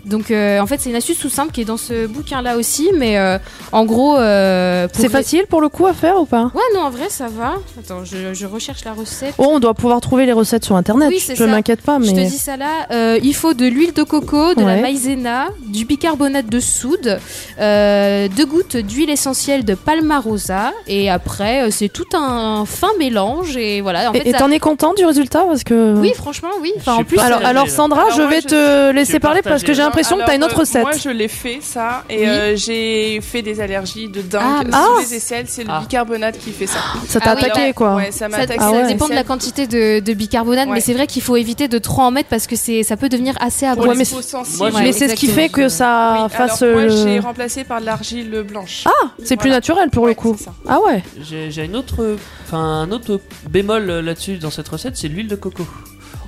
Speaker 6: Donc euh, en fait c'est une astuce tout simple qui est dans ce bouquin là aussi, mais euh, en gros euh, pour
Speaker 3: c'est
Speaker 6: ré-
Speaker 3: facile pour le coup à faire ou pas
Speaker 6: Ouais non en vrai ça va. Attends je, je recherche la recette.
Speaker 3: Oh on doit pouvoir trouver les recettes sur internet.
Speaker 6: Oui, c'est
Speaker 3: je
Speaker 6: ça.
Speaker 3: m'inquiète pas
Speaker 6: Je te
Speaker 3: mais.
Speaker 6: dis ça là. Euh, il faut de l'huile de coco, de
Speaker 3: Ouais.
Speaker 6: la maïzena, du bicarbonate de soude, euh, deux gouttes d'huile essentielle de palmarosa et après euh, c'est tout un fin mélange et voilà. En
Speaker 3: Et-
Speaker 6: fait,
Speaker 3: Et
Speaker 6: ça-
Speaker 3: t'en es content du résultat parce que.
Speaker 6: Oui franchement oui. Enfin,
Speaker 4: Je
Speaker 6: en
Speaker 4: sais
Speaker 6: plus
Speaker 4: pas.
Speaker 3: Alors,
Speaker 4: Partagez,
Speaker 3: alors
Speaker 4: là.
Speaker 3: Sandra,
Speaker 9: euh, Alors,
Speaker 3: je
Speaker 9: moi,
Speaker 3: vais hein.
Speaker 9: je-
Speaker 3: te laisser
Speaker 4: vais
Speaker 3: parler parce
Speaker 4: partager,
Speaker 3: que j'ai
Speaker 4: là.
Speaker 3: l'impression que t'as une
Speaker 9: alors,
Speaker 3: autre
Speaker 9: euh,
Speaker 3: recette.
Speaker 9: Moi, je l'ai fait ça et
Speaker 3: Oui.
Speaker 9: euh, j'ai fait des allergies de dingue
Speaker 6: Ah,
Speaker 9: sous
Speaker 6: mince.
Speaker 9: les aisselles. C'est le
Speaker 4: Ah.
Speaker 9: bicarbonate qui fait ça.
Speaker 3: Ça t'a
Speaker 6: Ah oui,
Speaker 3: attaqué
Speaker 9: bah,
Speaker 3: quoi. ah
Speaker 9: ouais, ça m'a
Speaker 6: Ça,
Speaker 9: attaqué
Speaker 6: ça
Speaker 9: les
Speaker 6: dépend de la
Speaker 9: aisselles.
Speaker 6: quantité de, de bicarbonate,
Speaker 9: Ouais.
Speaker 6: mais c'est vrai qu'il faut éviter de trop en mettre parce que c'est, ça peut devenir assez
Speaker 9: Pour
Speaker 6: abondant.
Speaker 3: Ouais,
Speaker 9: les
Speaker 3: mais
Speaker 9: peaux sensibles.
Speaker 4: Moi,
Speaker 3: mais
Speaker 6: ouais,
Speaker 3: c'est ce qui fait
Speaker 6: exactement.
Speaker 3: que
Speaker 9: Oui,
Speaker 3: ça
Speaker 9: alors,
Speaker 3: fasse.
Speaker 9: moi,
Speaker 3: euh,
Speaker 9: j'ai remplacé par de l'argile blanche.
Speaker 3: Ah, c'est plus
Speaker 9: Voilà.
Speaker 3: naturel pour le
Speaker 9: Ouais,
Speaker 3: coup.
Speaker 9: c'est ça.
Speaker 3: Ah ouais.
Speaker 4: J'ai j'ai une autre, euh, enfin un autre bémol euh, là-dessus dans cette recette, c'est l'huile de coco.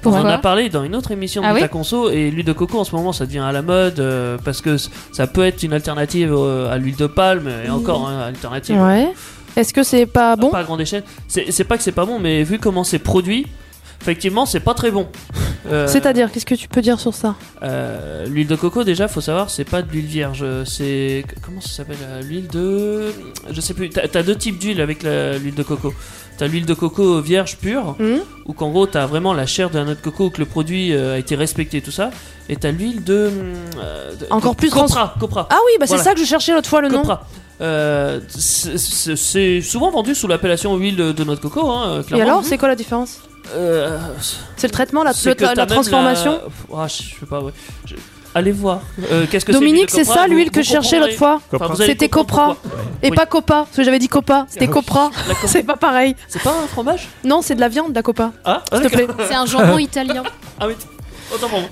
Speaker 6: Pourquoi
Speaker 4: On en a parlé dans une autre émission
Speaker 6: Ah
Speaker 4: de
Speaker 6: oui
Speaker 4: ta conso et l'huile de coco en ce moment ça devient à la mode euh, parce que c- ça peut être une alternative euh, à l'huile de palme et encore une alternative
Speaker 3: Ouais. Est-ce que c'est pas bon
Speaker 4: pas à grande échelle. C'est c'est pas que c'est pas bon, mais vu comment c'est produit, effectivement c'est pas très bon. Euh,
Speaker 3: C'est-à-dire, qu'est-ce que tu peux dire sur ça
Speaker 4: euh, L'huile de coco déjà, faut savoir, c'est pas de l'huile vierge, c'est comment ça s'appelle euh, L'huile de, je sais plus. T'as t'as deux types d'huile avec la- l'huile de coco. T'as l'huile de coco vierge pure,
Speaker 3: Mhm.
Speaker 4: ou qu'en gros t'as vraiment la chair de la noix de coco, que le produit euh, a été respecté, tout ça. Et t'as l'huile de, hum, euh, de-
Speaker 3: Encore
Speaker 4: co-
Speaker 3: plus trans-
Speaker 4: copra, copra.
Speaker 3: Ah oui, bah
Speaker 4: Voilà.
Speaker 3: c'est ça que je cherchais l'autre fois le nom.
Speaker 4: Copra. Euh, c'est- c'est c'est souvent vendu sous l'appellation huile de, de noix de coco, hein, euh,
Speaker 3: Et
Speaker 4: clairement.
Speaker 3: alors, c'est quoi la différence
Speaker 4: Euh,
Speaker 3: C'est le traitement, la,
Speaker 4: c'est
Speaker 3: le-
Speaker 4: que
Speaker 3: la- la
Speaker 4: t'as même
Speaker 3: transformation
Speaker 4: Ah, je sais pas, ouais. Je- Allez voir. Euh, Qu'est-ce que
Speaker 3: Dominique, c'est ça l'huile que je
Speaker 4: je
Speaker 3: cherchais l'autre fois. C'était Copra. Et
Speaker 4: Oui. Ah
Speaker 3: pas Copa, parce que j'avais dit Copa, c'était Copra. C'est pas pareil.
Speaker 4: C'est pas un fromage
Speaker 3: Non, c'est de la viande, la Copa.
Speaker 4: Ah,
Speaker 3: S'il te
Speaker 4: d'accord.
Speaker 3: plaît.
Speaker 6: C'est un jambon italien.
Speaker 4: Ah oui. Autant pour moi.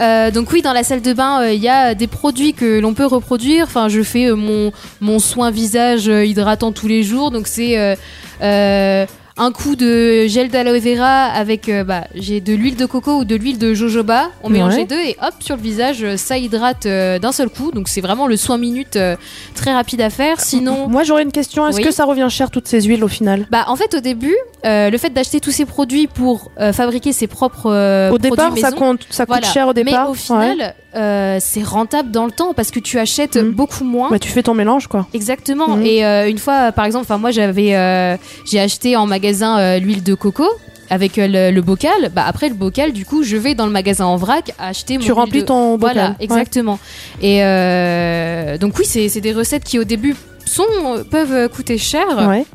Speaker 6: Euh, donc oui, dans la salle de bain, euh, il y a des produits que l'on peut reproduire. Enfin, je fais euh, mon, mon soin visage euh, hydratant tous les jours. Donc c'est euh, euh, un coup de gel d'aloe vera avec euh, bah, j'ai de l'huile de coco ou de l'huile de jojoba. On mélange
Speaker 3: Ouais.
Speaker 6: les deux et hop sur le visage, euh, ça hydrate euh, d'un seul coup. Donc c'est vraiment le soin minute euh, très rapide à faire. Sinon
Speaker 3: Moi, j'aurais une question. Est-ce
Speaker 6: Oui.
Speaker 3: que ça revient cher toutes ces huiles au final
Speaker 6: bah, en fait, au début, euh, le fait d'acheter tous ces produits pour euh, fabriquer ses propres euh,
Speaker 3: Au
Speaker 6: produits
Speaker 3: départ, ça
Speaker 6: maison,
Speaker 3: compte, ça coûte
Speaker 6: voilà.
Speaker 3: cher au départ.
Speaker 6: Mais au
Speaker 3: ouais.
Speaker 6: final, euh, c'est rentable dans le temps parce que tu achètes
Speaker 3: Mhm.
Speaker 6: beaucoup moins.
Speaker 3: Bah, tu fais ton mélange quoi.
Speaker 6: Exactement.
Speaker 3: Mhm.
Speaker 6: Et euh, une fois, par exemple, enfin moi j'avais, euh, j'ai acheté en magasin euh, l'huile de coco avec euh, le, le bocal. Bah après le bocal, du coup, je vais dans le magasin en vrac acheter. mon
Speaker 3: Tu
Speaker 6: huile
Speaker 3: remplis
Speaker 6: de-
Speaker 3: ton bocal.
Speaker 6: Voilà,
Speaker 3: Ouais.
Speaker 6: exactement. Et euh, donc oui, c'est c'est des recettes qui au début sont peuvent coûter cher.
Speaker 3: Ouais.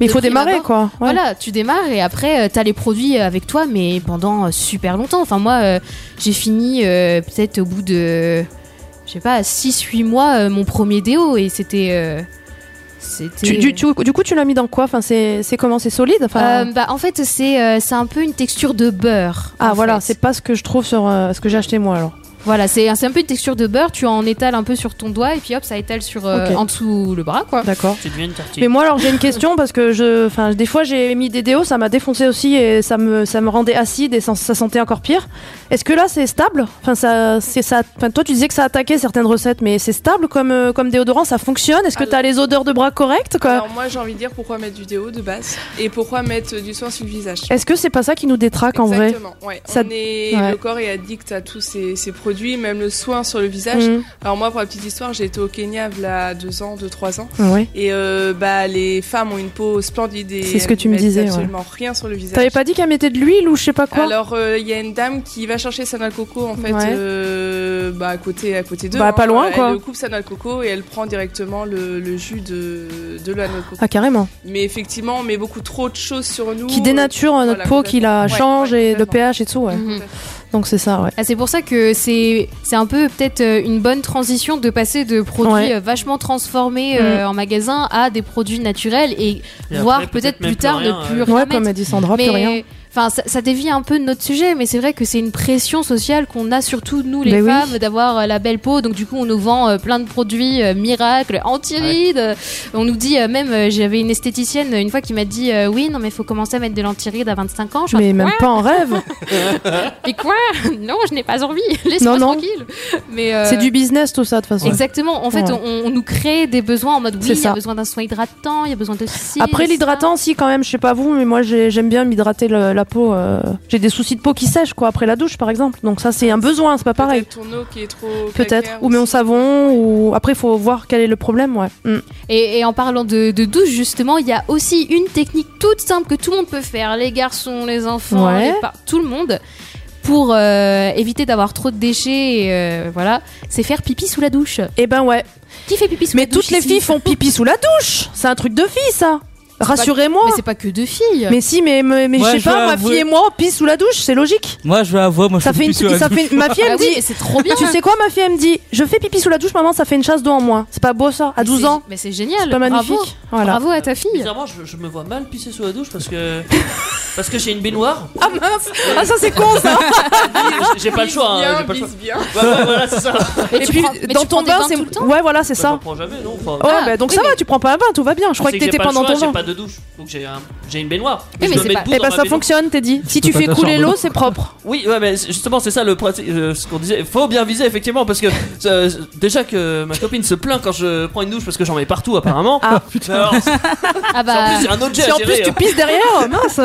Speaker 3: Mais il
Speaker 6: De
Speaker 3: faut
Speaker 6: prime
Speaker 3: démarrer
Speaker 6: abord.
Speaker 3: quoi. Ouais.
Speaker 6: Voilà, tu démarres et après, tu as les produits avec toi, mais pendant euh, super longtemps. Enfin, moi, euh, j'ai fini euh, peut-être au bout de, je sais pas, 6-8 mois, euh, mon premier déo et c'était. euh, c'était-
Speaker 3: Tu- du, tu- du coup, tu l'as mis dans quoi Enfin, c'est c'est comment C'est solide
Speaker 6: Euh,
Speaker 3: enfin,
Speaker 6: bah, en fait, c'est euh, c'est un peu une texture de beurre.
Speaker 3: Ah
Speaker 6: en
Speaker 3: voilà,
Speaker 6: fait.
Speaker 3: c'est pas ce que je trouve sur euh, ce que j'ai acheté moi alors.
Speaker 6: Voilà, c'est c'est un peu une texture de beurre. Tu en étales un peu sur ton doigt et puis hop, ça étale sur euh,
Speaker 3: Ok.
Speaker 6: en dessous le bras, quoi.
Speaker 3: D'accord.
Speaker 4: Tu deviens une tartine.
Speaker 3: Mais moi alors j'ai une question parce que je, enfin des fois j'ai mis des déos, ça m'a défoncé aussi et ça me, ça me rendait acide et ça, ça sentait encore pire. Est-ce que là c'est stable Enfin ça, c'est ça. Enfin toi tu disais que ça attaquait certaines recettes, mais c'est stable comme, euh, comme déodorant, ça fonctionne Est-ce que t'as les odeurs de bras correctes quoi
Speaker 9: Alors moi j'ai envie de dire pourquoi mettre du déo de base et pourquoi mettre du soin sur le visage.
Speaker 3: Est-ce que c'est pas ça qui nous détraque en vrai
Speaker 9: Exactement, ouais.
Speaker 3: Ça-
Speaker 9: On est-
Speaker 3: ouais.
Speaker 9: Le corps est addict à tous ces, ces produits, même le soin sur le visage.
Speaker 3: Mm.
Speaker 9: Alors moi pour la petite histoire j'ai été au Kenya là deux ans, deux trois ans
Speaker 3: Mmh. Ouais.
Speaker 9: et euh, bah les femmes ont une peau splendide et
Speaker 3: C'est ce
Speaker 9: elles
Speaker 3: que tu me
Speaker 9: mettent
Speaker 3: disais, ouais.
Speaker 9: Absolument rien sur le visage.
Speaker 3: T'avais pas dit qu'elle mettait de l'huile ou je sais pas quoi
Speaker 9: Alors euh, il y a une dame qui va chercher sa noix de coco en fait
Speaker 3: Ouais.
Speaker 9: euh, bah, à côté à côté d'eux. hein.
Speaker 3: Bah, pas loin,
Speaker 9: elle
Speaker 3: quoi.
Speaker 9: Elle coupe sa noix de coco et elle prend directement le, le jus de de la noix de coco.
Speaker 3: Ah carrément.
Speaker 9: Mais effectivement on met beaucoup trop de choses sur nous.
Speaker 3: Qui dénature euh, notre
Speaker 9: voilà,
Speaker 3: peau, qui la
Speaker 9: complètement.
Speaker 3: change
Speaker 9: Ouais,
Speaker 3: et le
Speaker 9: complètement.
Speaker 3: pH et tout. Ouais.
Speaker 6: Mhm.
Speaker 3: Donc c'est ça ouais.
Speaker 6: Ah, c'est pour ça que c'est c'est un peu peut-être euh, une bonne transition de passer de produits
Speaker 3: Ouais. Mm.
Speaker 6: euh, vachement transformés euh, en magasin à des produits naturels et,
Speaker 4: Et après,
Speaker 6: voir peut-être plus
Speaker 4: même
Speaker 6: tard
Speaker 4: rien,
Speaker 6: ne
Speaker 4: euh,
Speaker 6: plus rien
Speaker 3: Ouais
Speaker 6: mettre.
Speaker 3: comme a dit Sandra, plus rien.
Speaker 6: mais enfin ça, ça dévie un peu de notre sujet mais c'est vrai que c'est une pression sociale qu'on a surtout nous les
Speaker 3: Ben oui.
Speaker 6: femmes d'avoir euh, la belle peau donc du coup on nous vend euh, plein de produits euh, miracles anti-rides euh, on nous dit euh, même euh, j'avais une esthéticienne euh, une fois qui m'a dit euh, oui non mais faut commencer à mettre de l'anti-rides à 25 ans Je suis en
Speaker 3: Mais même pas en rêve.
Speaker 6: Euh, mais quoi Non, je n'ai pas envie.
Speaker 3: Non,
Speaker 6: Laisse-moi
Speaker 3: non.
Speaker 6: tranquille. Mais euh,
Speaker 3: C'est du business tout ça de toute façon.
Speaker 6: Exactement. En fait,
Speaker 3: Ouais.
Speaker 6: on, on nous crée des besoins en mode oui,
Speaker 3: C'est
Speaker 6: il y
Speaker 3: ça.
Speaker 6: a besoin d'un soin hydratant, il y a besoin de ci.
Speaker 3: Après
Speaker 6: de ça.
Speaker 3: l'hydratant, si quand même, je sais pas vous, mais moi j'ai- j'aime bien m'hydrater le- la peau. euh, J'ai des soucis de peau qui sèchent quoi après la douche par exemple. Donc ça c'est un besoin, c'est pas pareil.
Speaker 9: Peut-être ton eau qui est trop.
Speaker 3: Peut-être.
Speaker 9: calcaire
Speaker 3: Ou mais on
Speaker 9: aussi.
Speaker 3: savon. Ou après faut voir quel est le problème. Ouais. Mm.
Speaker 6: Et, et en parlant de, de douche, justement, il y a aussi une technique toute simple que tout le monde peut faire les garçons, les enfants,
Speaker 3: Ouais.
Speaker 6: les par- tout le monde. Pour euh, éviter d'avoir trop de déchets, et, euh, voilà, c'est faire pipi sous la douche.
Speaker 3: Et ben ouais.
Speaker 6: Qui fait pipi sous
Speaker 3: Mais
Speaker 6: la douche
Speaker 3: toutes les
Speaker 6: ici
Speaker 3: filles font pipi sous la douche. C'est un truc de fille ça. Rassurez-moi.
Speaker 6: Mais c'est pas que deux filles.
Speaker 3: Mais si, mais, mais, mais
Speaker 7: Ouais,
Speaker 3: je sais
Speaker 7: je vais
Speaker 3: pas, ma
Speaker 7: avouer.
Speaker 3: fille et moi, on pisse sous la douche, c'est logique.
Speaker 7: Moi, je vais avouer, moi, je
Speaker 3: Ça
Speaker 7: suis
Speaker 3: fait une,
Speaker 7: plus sur
Speaker 3: ça
Speaker 7: la
Speaker 3: fait une- ma fille, elle
Speaker 6: Ah
Speaker 3: me
Speaker 6: oui,
Speaker 3: dit,
Speaker 6: et c'est trop bien.
Speaker 3: tu sais quoi, ma fille, elle me dit, je fais pipi sous la douche, maman, ça fait une chasse d'eau en moins. C'est pas beau ça, à 12
Speaker 6: C'est-
Speaker 3: ans.
Speaker 6: Mais c'est
Speaker 3: C'est
Speaker 6: génial.
Speaker 3: pas magnifique.
Speaker 6: Bravo.
Speaker 3: Voilà.
Speaker 6: Bravo à ta fille.
Speaker 4: Bizarrement, je, je me vois mal pisser sous la douche parce que parce que j'ai une baignoire.
Speaker 3: Ah mince Ah ça c'est con ça
Speaker 4: J'ai- J'ai pas le choix. hein, j'ai
Speaker 9: Bien,
Speaker 4: pas le choix.
Speaker 9: bise bien.
Speaker 4: Ouais, ouais, voilà, c'est ça.
Speaker 6: Mais
Speaker 3: Et
Speaker 6: tu
Speaker 3: puis
Speaker 6: prends- mais
Speaker 3: dans
Speaker 6: tu prends
Speaker 3: ton
Speaker 6: des
Speaker 3: bain,
Speaker 6: bains
Speaker 3: c'est.
Speaker 6: tout le temps
Speaker 3: Ouais, voilà, c'est
Speaker 4: Je
Speaker 3: ça.
Speaker 4: m'en prends jamais, non. Enfin,
Speaker 3: Ouais,
Speaker 6: Ah,
Speaker 3: bah donc
Speaker 6: oui,
Speaker 3: ça va,
Speaker 6: mais-
Speaker 3: tu prends pas un bain, tout va bien. Je crois que
Speaker 4: c'est j'ai
Speaker 3: t'étais
Speaker 4: pas
Speaker 3: pas
Speaker 4: le
Speaker 3: dans
Speaker 4: choix,
Speaker 3: ton bain.
Speaker 4: J'ai pas de douche, donc j'ai un- j'ai une baignoire.
Speaker 6: Oui,
Speaker 4: Je
Speaker 6: mais
Speaker 4: me
Speaker 6: c'est
Speaker 4: mets
Speaker 6: pas-
Speaker 4: debout
Speaker 3: Eh
Speaker 4: dans
Speaker 3: bah
Speaker 4: ma
Speaker 3: ça
Speaker 4: baignoire.
Speaker 3: fonctionne, Teddy. Si
Speaker 8: peux
Speaker 3: tu
Speaker 8: pas
Speaker 3: fais couler
Speaker 8: t'asseoir
Speaker 3: l'eau,
Speaker 8: dedans.
Speaker 3: c'est propre.
Speaker 4: Oui, ouais, mais c- justement, c'est ça le prati- euh, ce qu'on disait. Faut bien viser, effectivement, parce que euh, déjà que ma copine se plaint quand je prends une douche parce que j'en mets partout, apparemment.
Speaker 3: Ah.
Speaker 4: Mais alors, c'est-
Speaker 6: Ah
Speaker 4: en
Speaker 6: bah.
Speaker 4: plus, j'ai un objet
Speaker 3: Si
Speaker 4: à
Speaker 3: en plus
Speaker 4: gérer. hein.
Speaker 3: tu pisses derrière, mince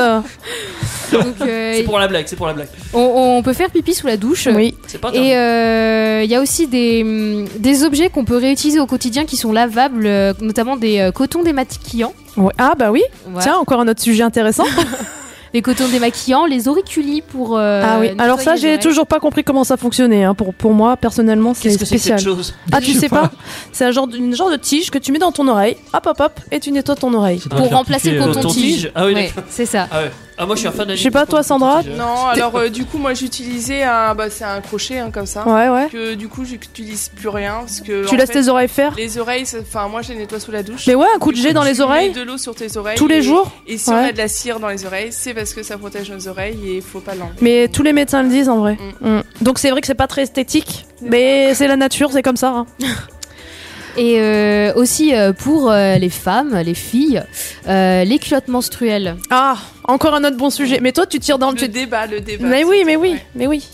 Speaker 6: donc, euh,
Speaker 4: C'est pour la blague, c'est pour la blague.
Speaker 6: on, on peut faire pipi sous la douche.
Speaker 3: Oui.
Speaker 4: C'est pas grave.
Speaker 6: Et euh, il y a aussi des, hum, des objets qu'on peut réutiliser au quotidien qui sont lavables, euh, notamment des euh, cotons démaquillants.
Speaker 3: Ouais. Ah bah oui,
Speaker 6: Voilà.
Speaker 3: tiens, encore un autre sujet intéressant.
Speaker 6: Les cotons démaquillants, les auriculis pour. euh,
Speaker 3: ah oui, alors ça,
Speaker 6: nettoyer
Speaker 3: j'ai
Speaker 6: les
Speaker 3: toujours pas compris comment ça fonctionnait. hein. Pour, pour moi, personnellement, c'est
Speaker 4: Qu'est-ce que c'est que
Speaker 3: spécial.
Speaker 4: cette chose
Speaker 3: Ah, tu sais pas C'est un genre, d- une genre de tige que tu mets dans ton oreille, hop hop hop, et tu nettoies ton oreille.
Speaker 6: règles. Pour remplacer le
Speaker 8: Coton
Speaker 6: coton-tige.
Speaker 4: Ah oui,
Speaker 6: Ouais,
Speaker 4: d'accord.
Speaker 6: c'est ça.
Speaker 4: Ah ouais. Ah, moi, je suis un fan de
Speaker 3: Je sais pas, toi, Sandra
Speaker 9: Non, alors euh, du coup, moi j'utilisais un, bah, c'est un crochet hein, comme ça.
Speaker 3: Ouais, ouais.
Speaker 9: Que du coup, j'utilise plus rien parce que
Speaker 3: Tu
Speaker 9: en
Speaker 3: laisses
Speaker 9: fait,
Speaker 3: tes oreilles faire
Speaker 9: les oreilles. c'est- Enfin, moi, je les nettoie sous la douche.
Speaker 3: Mais ouais, un coup de jet dans les
Speaker 9: Tu mets
Speaker 3: oreilles,
Speaker 9: De l'eau sur tes oreilles.
Speaker 3: tous les
Speaker 9: et-
Speaker 3: jours.
Speaker 9: Et si on
Speaker 3: Ouais.
Speaker 9: a de la cire dans les oreilles, c'est parce que ça protège nos oreilles et il faut pas l'enlever.
Speaker 3: Mais tous les médecins le disent en vrai. Mm. Donc c'est vrai que c'est pas très esthétique, mais c'est la nature, c'est comme ça. hein.
Speaker 6: Et euh, aussi euh, pour euh, les femmes, les filles, euh, les culottes menstruelles.
Speaker 3: Ah, encore un autre bon sujet. Mais toi, tu tires dans le.
Speaker 9: Le débat, le débat.
Speaker 3: Mais oui,
Speaker 9: c'est-
Speaker 3: mais oui,
Speaker 9: ouais.
Speaker 3: mais oui.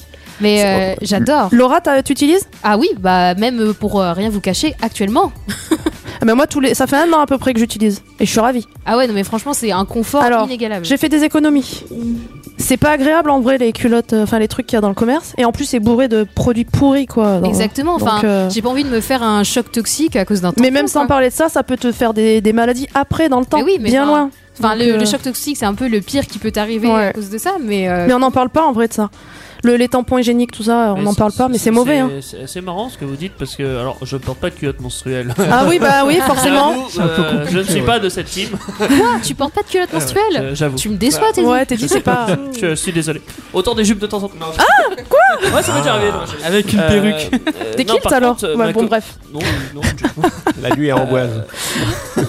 Speaker 6: Mais
Speaker 3: C'est
Speaker 6: euh, j'adore.
Speaker 3: Laura, t'as- tu utilises
Speaker 6: Ah oui, bah même pour euh, rien vous cacher, actuellement.
Speaker 3: ah, ben moi, tous les... ça fait un an à peu près que j'utilise. Et je suis ravie.
Speaker 6: Ah ouais, non mais franchement, c'est un confort
Speaker 3: Alors,
Speaker 6: inégalable. Mm.
Speaker 3: J'ai fait des économies. C'est pas agréable en vrai les culottes, euh, enfin les trucs qu'il y a dans le commerce. Et en plus, c'est bourré de produits pourris quoi. dans-
Speaker 6: Exactement.
Speaker 3: hein. Donc,
Speaker 6: Enfin,
Speaker 3: euh,
Speaker 6: j'ai pas envie de me faire un choc toxique à cause d'un.
Speaker 3: Mais
Speaker 6: tampon,
Speaker 3: même sans
Speaker 6: quoi.
Speaker 3: parler de ça, ça peut te faire des, des maladies après dans le temps,
Speaker 6: Mais oui, mais
Speaker 3: bien
Speaker 6: enfin,
Speaker 3: loin.
Speaker 6: Enfin,
Speaker 3: Donc,
Speaker 6: le,
Speaker 3: euh,
Speaker 6: le choc toxique, c'est un peu le pire qui peut t'arriver
Speaker 3: Ouais.
Speaker 6: à cause de ça, mais. euh,
Speaker 3: Mais on n'en parle pas en vrai de ça. Le, les tampons hygiéniques, tout ça, on
Speaker 4: Mais
Speaker 3: n'en
Speaker 4: c'est-
Speaker 3: parle pas, mais c'est mauvais. hein.
Speaker 4: C'est assez marrant ce que vous dites parce que, alors, je porte pas de culotte menstruelle.
Speaker 3: Ah oui, bah oui, forcément.
Speaker 4: J'avoue, euh, je ne suis pas de cette team.
Speaker 6: Quoi Tu portes pas de culotte menstruelle
Speaker 4: Euh, J'avoue.
Speaker 6: Tu me déçois, t'es
Speaker 3: Ouais, t'es dit, c'est pas.
Speaker 4: Je suis désolé. Autant des jupes de temps en temps. Ah Quoi Ouais, ça m'est déjà arrivé. non, j'ai-
Speaker 7: Avec une
Speaker 4: Euh,
Speaker 7: perruque.
Speaker 4: euh,
Speaker 3: Des
Speaker 4: non,
Speaker 3: kilts
Speaker 4: par
Speaker 3: alors
Speaker 4: contre, euh,
Speaker 3: Ouais,
Speaker 4: ma
Speaker 3: Bon,
Speaker 4: co-
Speaker 3: bref.
Speaker 4: Non, non, je-
Speaker 5: La nuit à Amboise.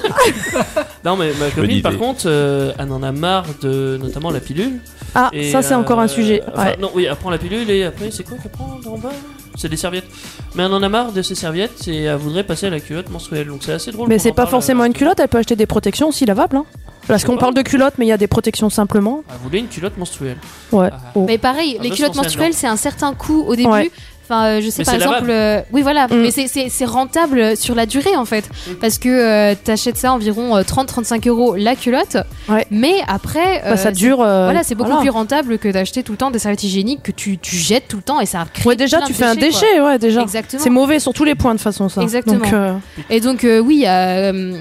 Speaker 4: non, mais ma
Speaker 5: Bonne
Speaker 4: copine,
Speaker 5: idée.
Speaker 4: par contre, euh, elle en a marre de notamment la pilule.
Speaker 3: Ah,
Speaker 4: Et,
Speaker 3: ça, c'est
Speaker 4: euh,
Speaker 3: encore un sujet.
Speaker 4: enfin,
Speaker 3: Ouais.
Speaker 4: Non, oui, elle prend la pilule et après, c'est quoi qu'elle prend en bas C'est des serviettes. Mais elle en a marre de ces serviettes et elle voudrait passer à la culotte menstruelle. Donc c'est assez drôle.
Speaker 3: Mais
Speaker 4: qu'on
Speaker 3: c'est
Speaker 4: en
Speaker 3: pas
Speaker 4: parle,
Speaker 3: forcément
Speaker 4: euh,
Speaker 3: une culotte, elle peut acheter des protections aussi lavables. hein. Parce
Speaker 4: sais
Speaker 3: qu'on
Speaker 4: pas.
Speaker 3: parle de culotte, mais il y a des protections simplement.
Speaker 4: Elle voulait une culotte menstruelle.
Speaker 3: Ouais.
Speaker 4: Ah.
Speaker 3: Oh.
Speaker 6: Mais pareil,
Speaker 4: Ah,
Speaker 6: les
Speaker 4: ça,
Speaker 6: culottes
Speaker 4: c'est
Speaker 6: menstruelles, c'est un certain coût au début.
Speaker 3: Ouais.
Speaker 6: Enfin, euh, je sais
Speaker 4: Mais
Speaker 6: par
Speaker 4: c'est
Speaker 6: exemple,
Speaker 4: lavable.
Speaker 6: euh, oui voilà,
Speaker 3: Mm.
Speaker 6: mais c'est- c'est c'est rentable sur la durée en fait,
Speaker 4: Mm.
Speaker 6: parce que euh, t'achètes ça environ euh, 30-35 euros la culotte,
Speaker 3: Ouais.
Speaker 6: mais après,
Speaker 3: Bah,
Speaker 6: euh,
Speaker 3: ça
Speaker 6: c'est-
Speaker 3: dure. euh,
Speaker 6: Voilà, c'est beaucoup
Speaker 3: voilà.
Speaker 6: plus rentable que d'acheter tout le temps des serviettes hygiéniques que tu, tu jettes tout le temps et ça crée.
Speaker 3: Ouais, déjà,
Speaker 6: plein
Speaker 3: tu
Speaker 6: de
Speaker 3: fais un
Speaker 6: déchets, quoi.
Speaker 3: déchet, ouais, déjà.
Speaker 6: Exactement.
Speaker 3: C'est mauvais sur tous les points de façon, ça.
Speaker 6: Exactement.
Speaker 3: Donc, euh,
Speaker 6: Et donc, euh, oui, euh,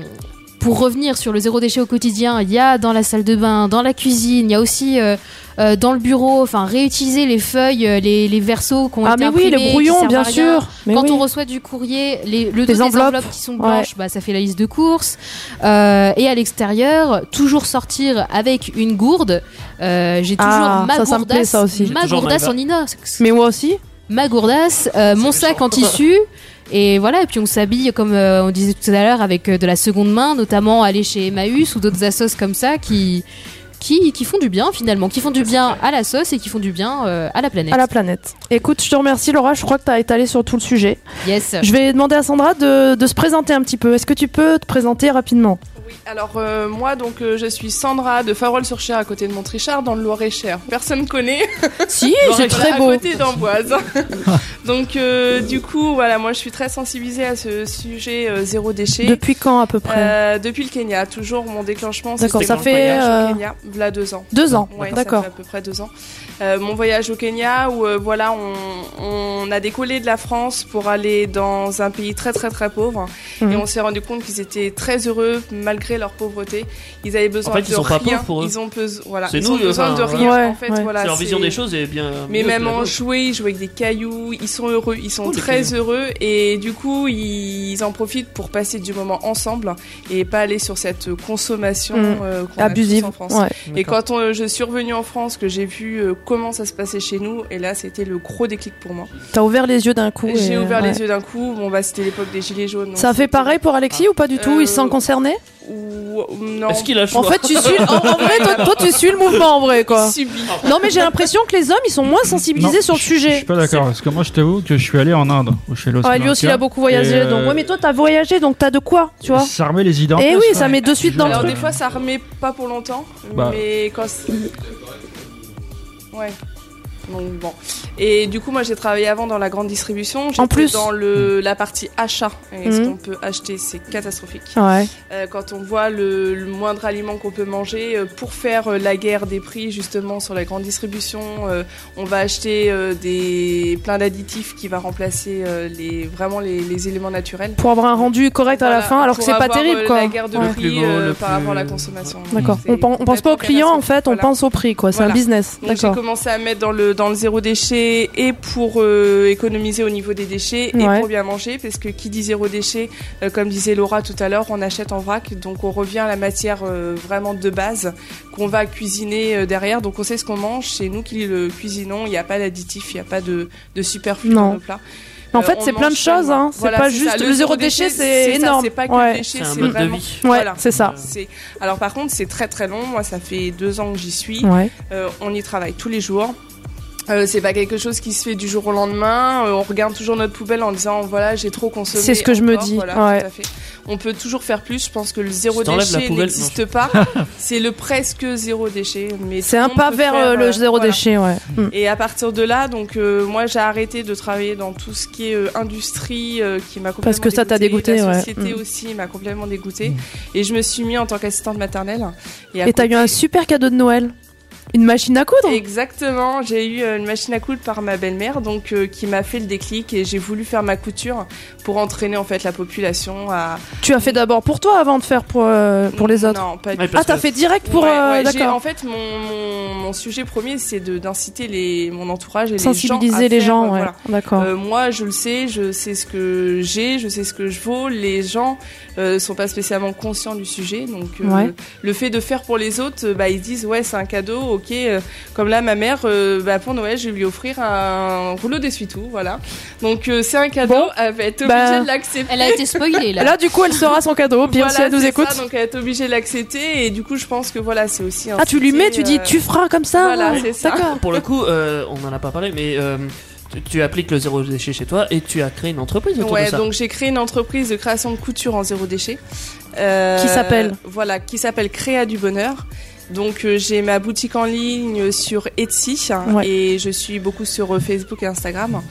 Speaker 6: pour revenir sur le zéro déchet au quotidien, il y a dans la salle de bain, dans la cuisine, il y a aussi euh, euh, dans le bureau, enfin, réutiliser les feuilles, euh, les, les versos qu'on
Speaker 3: Ah, mais oui, les brouillons, bien sûr. Mais
Speaker 6: Quand
Speaker 3: oui.
Speaker 6: on reçoit du courrier, les, le
Speaker 3: Des
Speaker 6: dos des
Speaker 3: enveloppes.
Speaker 6: enveloppes. qui sont blanches, bah, ça fait la liste de courses. Euh, et à l'extérieur, toujours sortir avec une gourde. Euh, J'ai toujours
Speaker 3: Ah,
Speaker 6: ma
Speaker 3: ça, ça me
Speaker 6: gourdasse-
Speaker 3: plaît, ça aussi.
Speaker 6: Ma
Speaker 4: J'ai toujours ma
Speaker 6: gourdasse
Speaker 4: va-
Speaker 6: en inox
Speaker 3: Mais moi aussi.
Speaker 6: ma gourdasse, euh, mon sac en tissu. Et voilà, et puis on s'habille, comme euh, on disait tout à l'heure, avec euh, de la seconde main, notamment aller chez Emmaüs ou d'autres assos comme ça qui, qui, qui font du bien finalement, qui font du bien à la sauce et qui font du bien euh, à la planète.
Speaker 3: À la planète. Écoute, je te remercie, Laura. Je crois que t'as étalé sur tout le sujet.
Speaker 6: Yes.
Speaker 3: Je vais demander à Sandra de, de se présenter un petit peu. Est-ce que tu peux te présenter rapidement
Speaker 9: Oui, alors euh, moi, donc euh, je suis Sandra de Farol-sur-Cher, à côté de Montrichard, dans le Loir-et-Cher. Personne connaît.
Speaker 3: Si,
Speaker 9: Voilà,
Speaker 3: c'est très beau.
Speaker 9: À côté d'Amboise. donc euh, du coup, voilà, moi je suis très sensibilisée à ce sujet euh, zéro déchet.
Speaker 3: Depuis quand à peu près
Speaker 9: Euh, depuis le Kenya, toujours mon déclenchement.
Speaker 3: D'accord,
Speaker 9: c'était
Speaker 3: ça
Speaker 9: mon
Speaker 3: fait,
Speaker 9: voyage
Speaker 3: euh,
Speaker 9: au Kenya, voilà deux ans.
Speaker 3: Deux ans.
Speaker 9: Ouais, ça
Speaker 3: D'accord.
Speaker 9: fait à peu près deux ans. Euh, mon voyage au Kenya où euh, voilà on, on a décollé de la France pour aller dans un pays très très très pauvre
Speaker 3: Mhm.
Speaker 9: et on s'est rendu compte qu'ils étaient très heureux malgré leur pauvreté, ils avaient besoin
Speaker 4: En fait,
Speaker 9: de
Speaker 4: ils sont pas
Speaker 9: rien.
Speaker 4: pauvres pour eux.
Speaker 9: Ils ont besoin, voilà,
Speaker 4: C'est
Speaker 9: Bah, ils
Speaker 4: nous,
Speaker 9: ont besoin
Speaker 4: enfin,
Speaker 9: de
Speaker 4: ouais.
Speaker 9: rien.
Speaker 4: Ouais,
Speaker 9: en fait,
Speaker 4: ouais.
Speaker 9: voilà.
Speaker 4: C'est leur vision
Speaker 9: c'est-
Speaker 4: des choses est bien
Speaker 9: Mais
Speaker 4: mieux que
Speaker 9: même
Speaker 4: la
Speaker 9: en
Speaker 4: nôtre.
Speaker 9: jouer, ils jouent avec des cailloux, ils sont heureux, ils sont
Speaker 4: Oh, les
Speaker 9: très
Speaker 4: cailloux.
Speaker 9: heureux et du coup ils en profitent pour passer du moment ensemble et pas aller sur cette consommation
Speaker 3: Mm.
Speaker 9: euh, qu'on a tous
Speaker 3: Abusive,
Speaker 9: en France.
Speaker 3: ouais.
Speaker 9: Et
Speaker 4: D'accord.
Speaker 9: quand on- je suis revenue en France, que j'ai vu euh, comment ça se passait chez nous, et là c'était le gros déclic pour moi.
Speaker 3: T'as ouvert les yeux d'un coup.
Speaker 9: J'ai
Speaker 3: et-
Speaker 9: ouvert
Speaker 3: ouais.
Speaker 9: les yeux d'un coup. Bon bah c'était l'époque des gilets jaunes. donc
Speaker 3: Ça a fait
Speaker 9: c'était-
Speaker 3: pareil pour Alexis ou pas du tout Il se
Speaker 9: Euh,
Speaker 3: sent concerné
Speaker 9: Ou euh, non.
Speaker 4: Est-ce qu'il a le choix
Speaker 3: En fait, tu suis. En, en vrai, toi, toi, tu suis le mouvement en vrai, quoi.
Speaker 9: Subi.
Speaker 3: Non, mais j'ai l'impression que les hommes, ils sont moins sensibilisés
Speaker 8: Non,
Speaker 3: sur le
Speaker 8: je- Je
Speaker 3: sujet.
Speaker 8: suis pas d'accord, parce que moi je t'avoue que je suis allé en Inde, où je suis allé au
Speaker 3: Ouais, lui aussi, il a beaucoup voyagé.
Speaker 8: Et, euh,
Speaker 3: Donc, ouais, mais toi, t'as voyagé, donc t'as de quoi, tu vois
Speaker 8: Ça remet les idées en
Speaker 3: Eh
Speaker 8: place,
Speaker 3: oui,
Speaker 8: quoi.
Speaker 3: ça met de suite dans le
Speaker 9: Alors
Speaker 3: truc.
Speaker 9: des fois ça remet pas pour longtemps,
Speaker 8: Bah.
Speaker 9: mais quand. c'est- Ouais. Donc bon. Et du coup moi j'ai travaillé avant dans la grande distribution. J'étais
Speaker 3: plus.
Speaker 9: dans le la partie achat. Et ce
Speaker 3: Mhm.
Speaker 9: qu'on peut acheter c'est catastrophique.
Speaker 3: Ouais.
Speaker 9: Euh, quand on voit le, le moindre aliment qu'on peut manger, euh, pour faire euh, la guerre des prix justement sur la grande distribution, euh, on va acheter euh, des plein d'additifs qui va remplacer euh, les vraiment les, les éléments naturels.
Speaker 3: Pour avoir un rendu correct à la
Speaker 9: Voilà,
Speaker 3: fin, alors que
Speaker 9: pour
Speaker 3: c'est pas
Speaker 9: avoir,
Speaker 3: terrible,
Speaker 9: euh,
Speaker 3: quoi.
Speaker 9: La guerre de
Speaker 3: Ouais.
Speaker 4: Le
Speaker 9: prix
Speaker 4: plus beau,
Speaker 9: euh,
Speaker 4: le
Speaker 9: par
Speaker 4: plus-
Speaker 9: rapport à la consommation.
Speaker 3: D'accord.
Speaker 9: C'est
Speaker 3: On, pen- on pense pas au
Speaker 9: complètement
Speaker 3: client, en fait,
Speaker 9: catastrophique,
Speaker 3: on
Speaker 9: voilà.
Speaker 3: pense au prix, quoi. C'est
Speaker 9: Voilà.
Speaker 3: un business.
Speaker 9: Donc j'ai
Speaker 3: D'accord.
Speaker 9: commencé à mettre dans le dans le zéro déchet et pour euh, économiser au niveau des déchets et
Speaker 3: Ouais.
Speaker 9: pour bien manger parce que qui dit zéro déchet euh, comme disait Laura tout à l'heure on achète en vrac donc on revient à la matière euh, vraiment de base qu'on va cuisiner euh, derrière donc on sait ce qu'on mange c'est nous qui le cuisinons il n'y a pas d'additif il n'y a pas de de superflu
Speaker 3: Non.
Speaker 9: dans nos plats
Speaker 3: Mais en
Speaker 9: Euh,
Speaker 3: fait,
Speaker 9: on
Speaker 3: c'est plein de
Speaker 9: mange chez
Speaker 3: choses,
Speaker 9: nous.
Speaker 3: hein. C'est
Speaker 9: Voilà,
Speaker 3: pas
Speaker 9: ça.
Speaker 3: juste le zéro déchet, c'est
Speaker 9: ça,
Speaker 3: énorme.
Speaker 9: c'est pas que
Speaker 3: Ouais.
Speaker 9: le déchet
Speaker 4: C'est un
Speaker 9: c'est
Speaker 4: mode de
Speaker 9: vraiment
Speaker 4: vie. Euh,
Speaker 3: Ouais,
Speaker 9: voilà.
Speaker 3: c'est ça.
Speaker 9: c'est alors par contre c'est très très long moi ça fait deux ans que j'y suis
Speaker 3: Ouais.
Speaker 9: euh, on y travaille tous les jours. Euh, c'est pas quelque chose qui se fait du jour au lendemain. Euh, on regarde toujours notre poubelle en disant voilà j'ai trop consommé.
Speaker 3: C'est ce que je me
Speaker 9: encore.
Speaker 3: dis,
Speaker 9: Voilà,
Speaker 3: ouais.
Speaker 9: tout à fait. On peut toujours faire plus. Je pense que le zéro
Speaker 4: Tu t'enlèves la
Speaker 9: déchet
Speaker 4: poubelle,
Speaker 9: n'existe pas. c'est le presque zéro déchet. Mais
Speaker 3: C'est
Speaker 9: tout
Speaker 3: un
Speaker 9: le
Speaker 3: pas
Speaker 9: monde peut
Speaker 3: vers
Speaker 9: faire,
Speaker 3: euh, le
Speaker 9: euh,
Speaker 3: zéro
Speaker 9: voilà.
Speaker 3: déchet, ouais. Mm.
Speaker 9: Et à partir de là, donc euh, moi j'ai arrêté de travailler dans tout ce qui est euh, industrie euh, qui m'a complètement
Speaker 3: Parce que ça t'a dégoûté,
Speaker 9: La
Speaker 3: ouais.
Speaker 9: société
Speaker 3: Mm.
Speaker 9: aussi m'a complètement dégoûté. Et je me suis mis en tant qu'assistante maternelle. à
Speaker 3: Et t'as eu un super cadeau de Noël. Une machine à coudre
Speaker 9: Exactement, j'ai eu euh, une machine à coudre par ma belle-mère, donc euh, qui m'a fait le déclic et j'ai voulu faire ma couture pour entraîner en fait la population à.
Speaker 3: Tu as fait d'abord pour toi avant de faire pour, euh, pour les autres
Speaker 9: Non, pas du
Speaker 4: Ouais,
Speaker 3: Ah,
Speaker 4: parce
Speaker 3: t'as
Speaker 4: que-
Speaker 3: fait direct pour.
Speaker 9: Ouais,
Speaker 3: euh,
Speaker 9: ouais, j'ai-
Speaker 3: D'accord.
Speaker 9: En fait, mon, mon, mon sujet premier, c'est de d'inciter les mon entourage et les
Speaker 3: Sensibiliser les
Speaker 9: gens. à faire,
Speaker 3: gens, ouais.
Speaker 9: euh, voilà.
Speaker 3: D'accord.
Speaker 9: Euh, moi, je le sais, je sais ce que j'ai, je sais ce que je vaux. Les gens euh, sont pas spécialement conscients du sujet, donc euh,
Speaker 3: Ouais.
Speaker 9: le fait de faire pour les autres, euh, bah ils se disent ouais c'est un cadeau, ok. euh, comme là, ma mère, euh, bah, pour Noël, je vais lui offrir un rouleau d'essuie-tout, voilà. Donc euh, c'est un cadeau,
Speaker 3: Bon.
Speaker 9: elle va être obligée
Speaker 3: Bah.
Speaker 9: de l'accepter.
Speaker 6: Elle a été spoilée là.
Speaker 3: Là, du coup, elle saura son cadeau, puis
Speaker 9: Voilà,
Speaker 3: si elle nous
Speaker 9: c'est
Speaker 3: écoute.
Speaker 9: ça, donc elle est obligée de l'accepter et du coup je pense que voilà c'est aussi un euh,
Speaker 3: Ah, tu lui mets, tu dis, tu feras comme ça.
Speaker 9: voilà,
Speaker 3: hein.
Speaker 9: c'est ça.
Speaker 3: D'accord.
Speaker 4: Pour le coup, euh, on en a pas parlé, mais euh, tu, tu appliques le zéro déchet chez toi et tu as créé une entreprise autour de
Speaker 9: Ouais,
Speaker 4: ça.
Speaker 9: donc j'ai créé une entreprise de création de couture en zéro déchet. Euh,
Speaker 3: Qui s'appelle
Speaker 9: Voilà, qui s'appelle Créa du Bonheur. Donc euh, j'ai ma boutique en ligne sur Etsy hein,
Speaker 3: Ouais.
Speaker 9: et je suis beaucoup sur euh, Facebook et Instagram.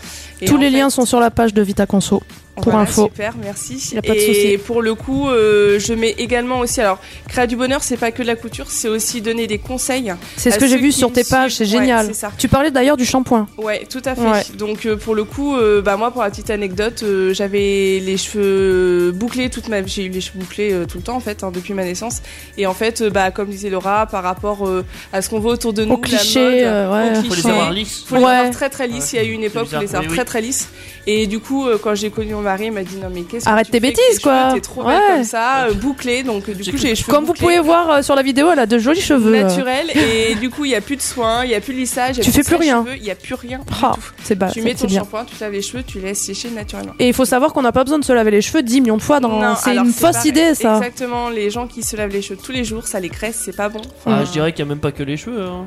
Speaker 9: Et
Speaker 3: Tous
Speaker 9: en
Speaker 3: les
Speaker 9: fait,
Speaker 3: liens sont sur la page de Vita Conso. pour
Speaker 9: voilà,
Speaker 3: info.
Speaker 9: Super, merci.
Speaker 3: Y a pas de souci.
Speaker 9: et pour le coup, euh, je mets également aussi. Alors, créa du bonheur, c'est pas que de la couture, c'est aussi donner des conseils.
Speaker 3: C'est ce
Speaker 9: À
Speaker 3: que j'ai
Speaker 9: ceux
Speaker 3: vu
Speaker 9: qui
Speaker 3: sur
Speaker 9: me
Speaker 3: tes pages, c'est
Speaker 9: suivent, ouais,
Speaker 3: génial.
Speaker 9: c'est ça.
Speaker 3: Tu parlais d'ailleurs du shampoing.
Speaker 9: Ouais, tout à fait.
Speaker 3: Ouais.
Speaker 9: Donc euh, pour le coup, euh, bah moi pour la petite anecdote, euh, j'avais les cheveux bouclés toute ma j'ai eu les cheveux bouclés euh, tout le temps en fait hein, depuis ma naissance. Et en fait, euh, bah comme disait Laura, par rapport euh, à ce qu'on voit autour de nous,
Speaker 3: Au cliché,
Speaker 9: la mode,
Speaker 3: euh, ouais.
Speaker 9: au
Speaker 4: Faut les
Speaker 9: cliché.
Speaker 4: avoir lisses.
Speaker 9: faut les avoir
Speaker 3: Ouais.
Speaker 9: très très lisses. Il y a eu une époque où
Speaker 4: bizarre,
Speaker 9: les avoir
Speaker 4: oui, oui.
Speaker 9: très très lisses. Et du coup, euh, quand j'ai connu mon mari, il m'a dit non mais qu'est-ce que
Speaker 3: Arrête
Speaker 9: tu
Speaker 3: tes
Speaker 9: fais avec
Speaker 3: bêtises,
Speaker 9: tes cheveux
Speaker 3: quoi.
Speaker 9: T'es trop belle
Speaker 3: Ouais.
Speaker 9: comme ça, euh, bouclée. Donc euh,
Speaker 4: J'ai
Speaker 9: du coup,
Speaker 4: cru-
Speaker 9: j'ai les cheveux
Speaker 3: Comme vous
Speaker 9: bouclés,
Speaker 3: pouvez voir euh, sur la vidéo, elle a de jolis cheveux. euh.
Speaker 9: naturels. et du coup, il y a plus de soins, il y a plus de lissage, il y a
Speaker 3: Tu
Speaker 9: de
Speaker 3: fais plus rien.
Speaker 9: sèche-cheveux, Il y a plus rien. du
Speaker 3: Ah,
Speaker 9: tout.
Speaker 3: c'est bas,
Speaker 9: Tu mets
Speaker 3: c'est c'est
Speaker 9: ton
Speaker 3: bien.
Speaker 9: shampoing, tu laves les cheveux, tu laisses sécher naturellement.
Speaker 3: Et il faut savoir qu'on n'a pas besoin de se laver les cheveux 10 millions de fois. Dans...
Speaker 9: Non,
Speaker 3: c'est
Speaker 9: alors,
Speaker 3: une fausse
Speaker 9: pareil.
Speaker 3: idée, ça.
Speaker 9: Exactement, les gens qui se lavent les cheveux tous les jours, ça les graisse, c'est pas bon.
Speaker 4: Ah,
Speaker 3: Hmm.
Speaker 4: je dirais qu'il n'y a même pas que les cheveux. Hein.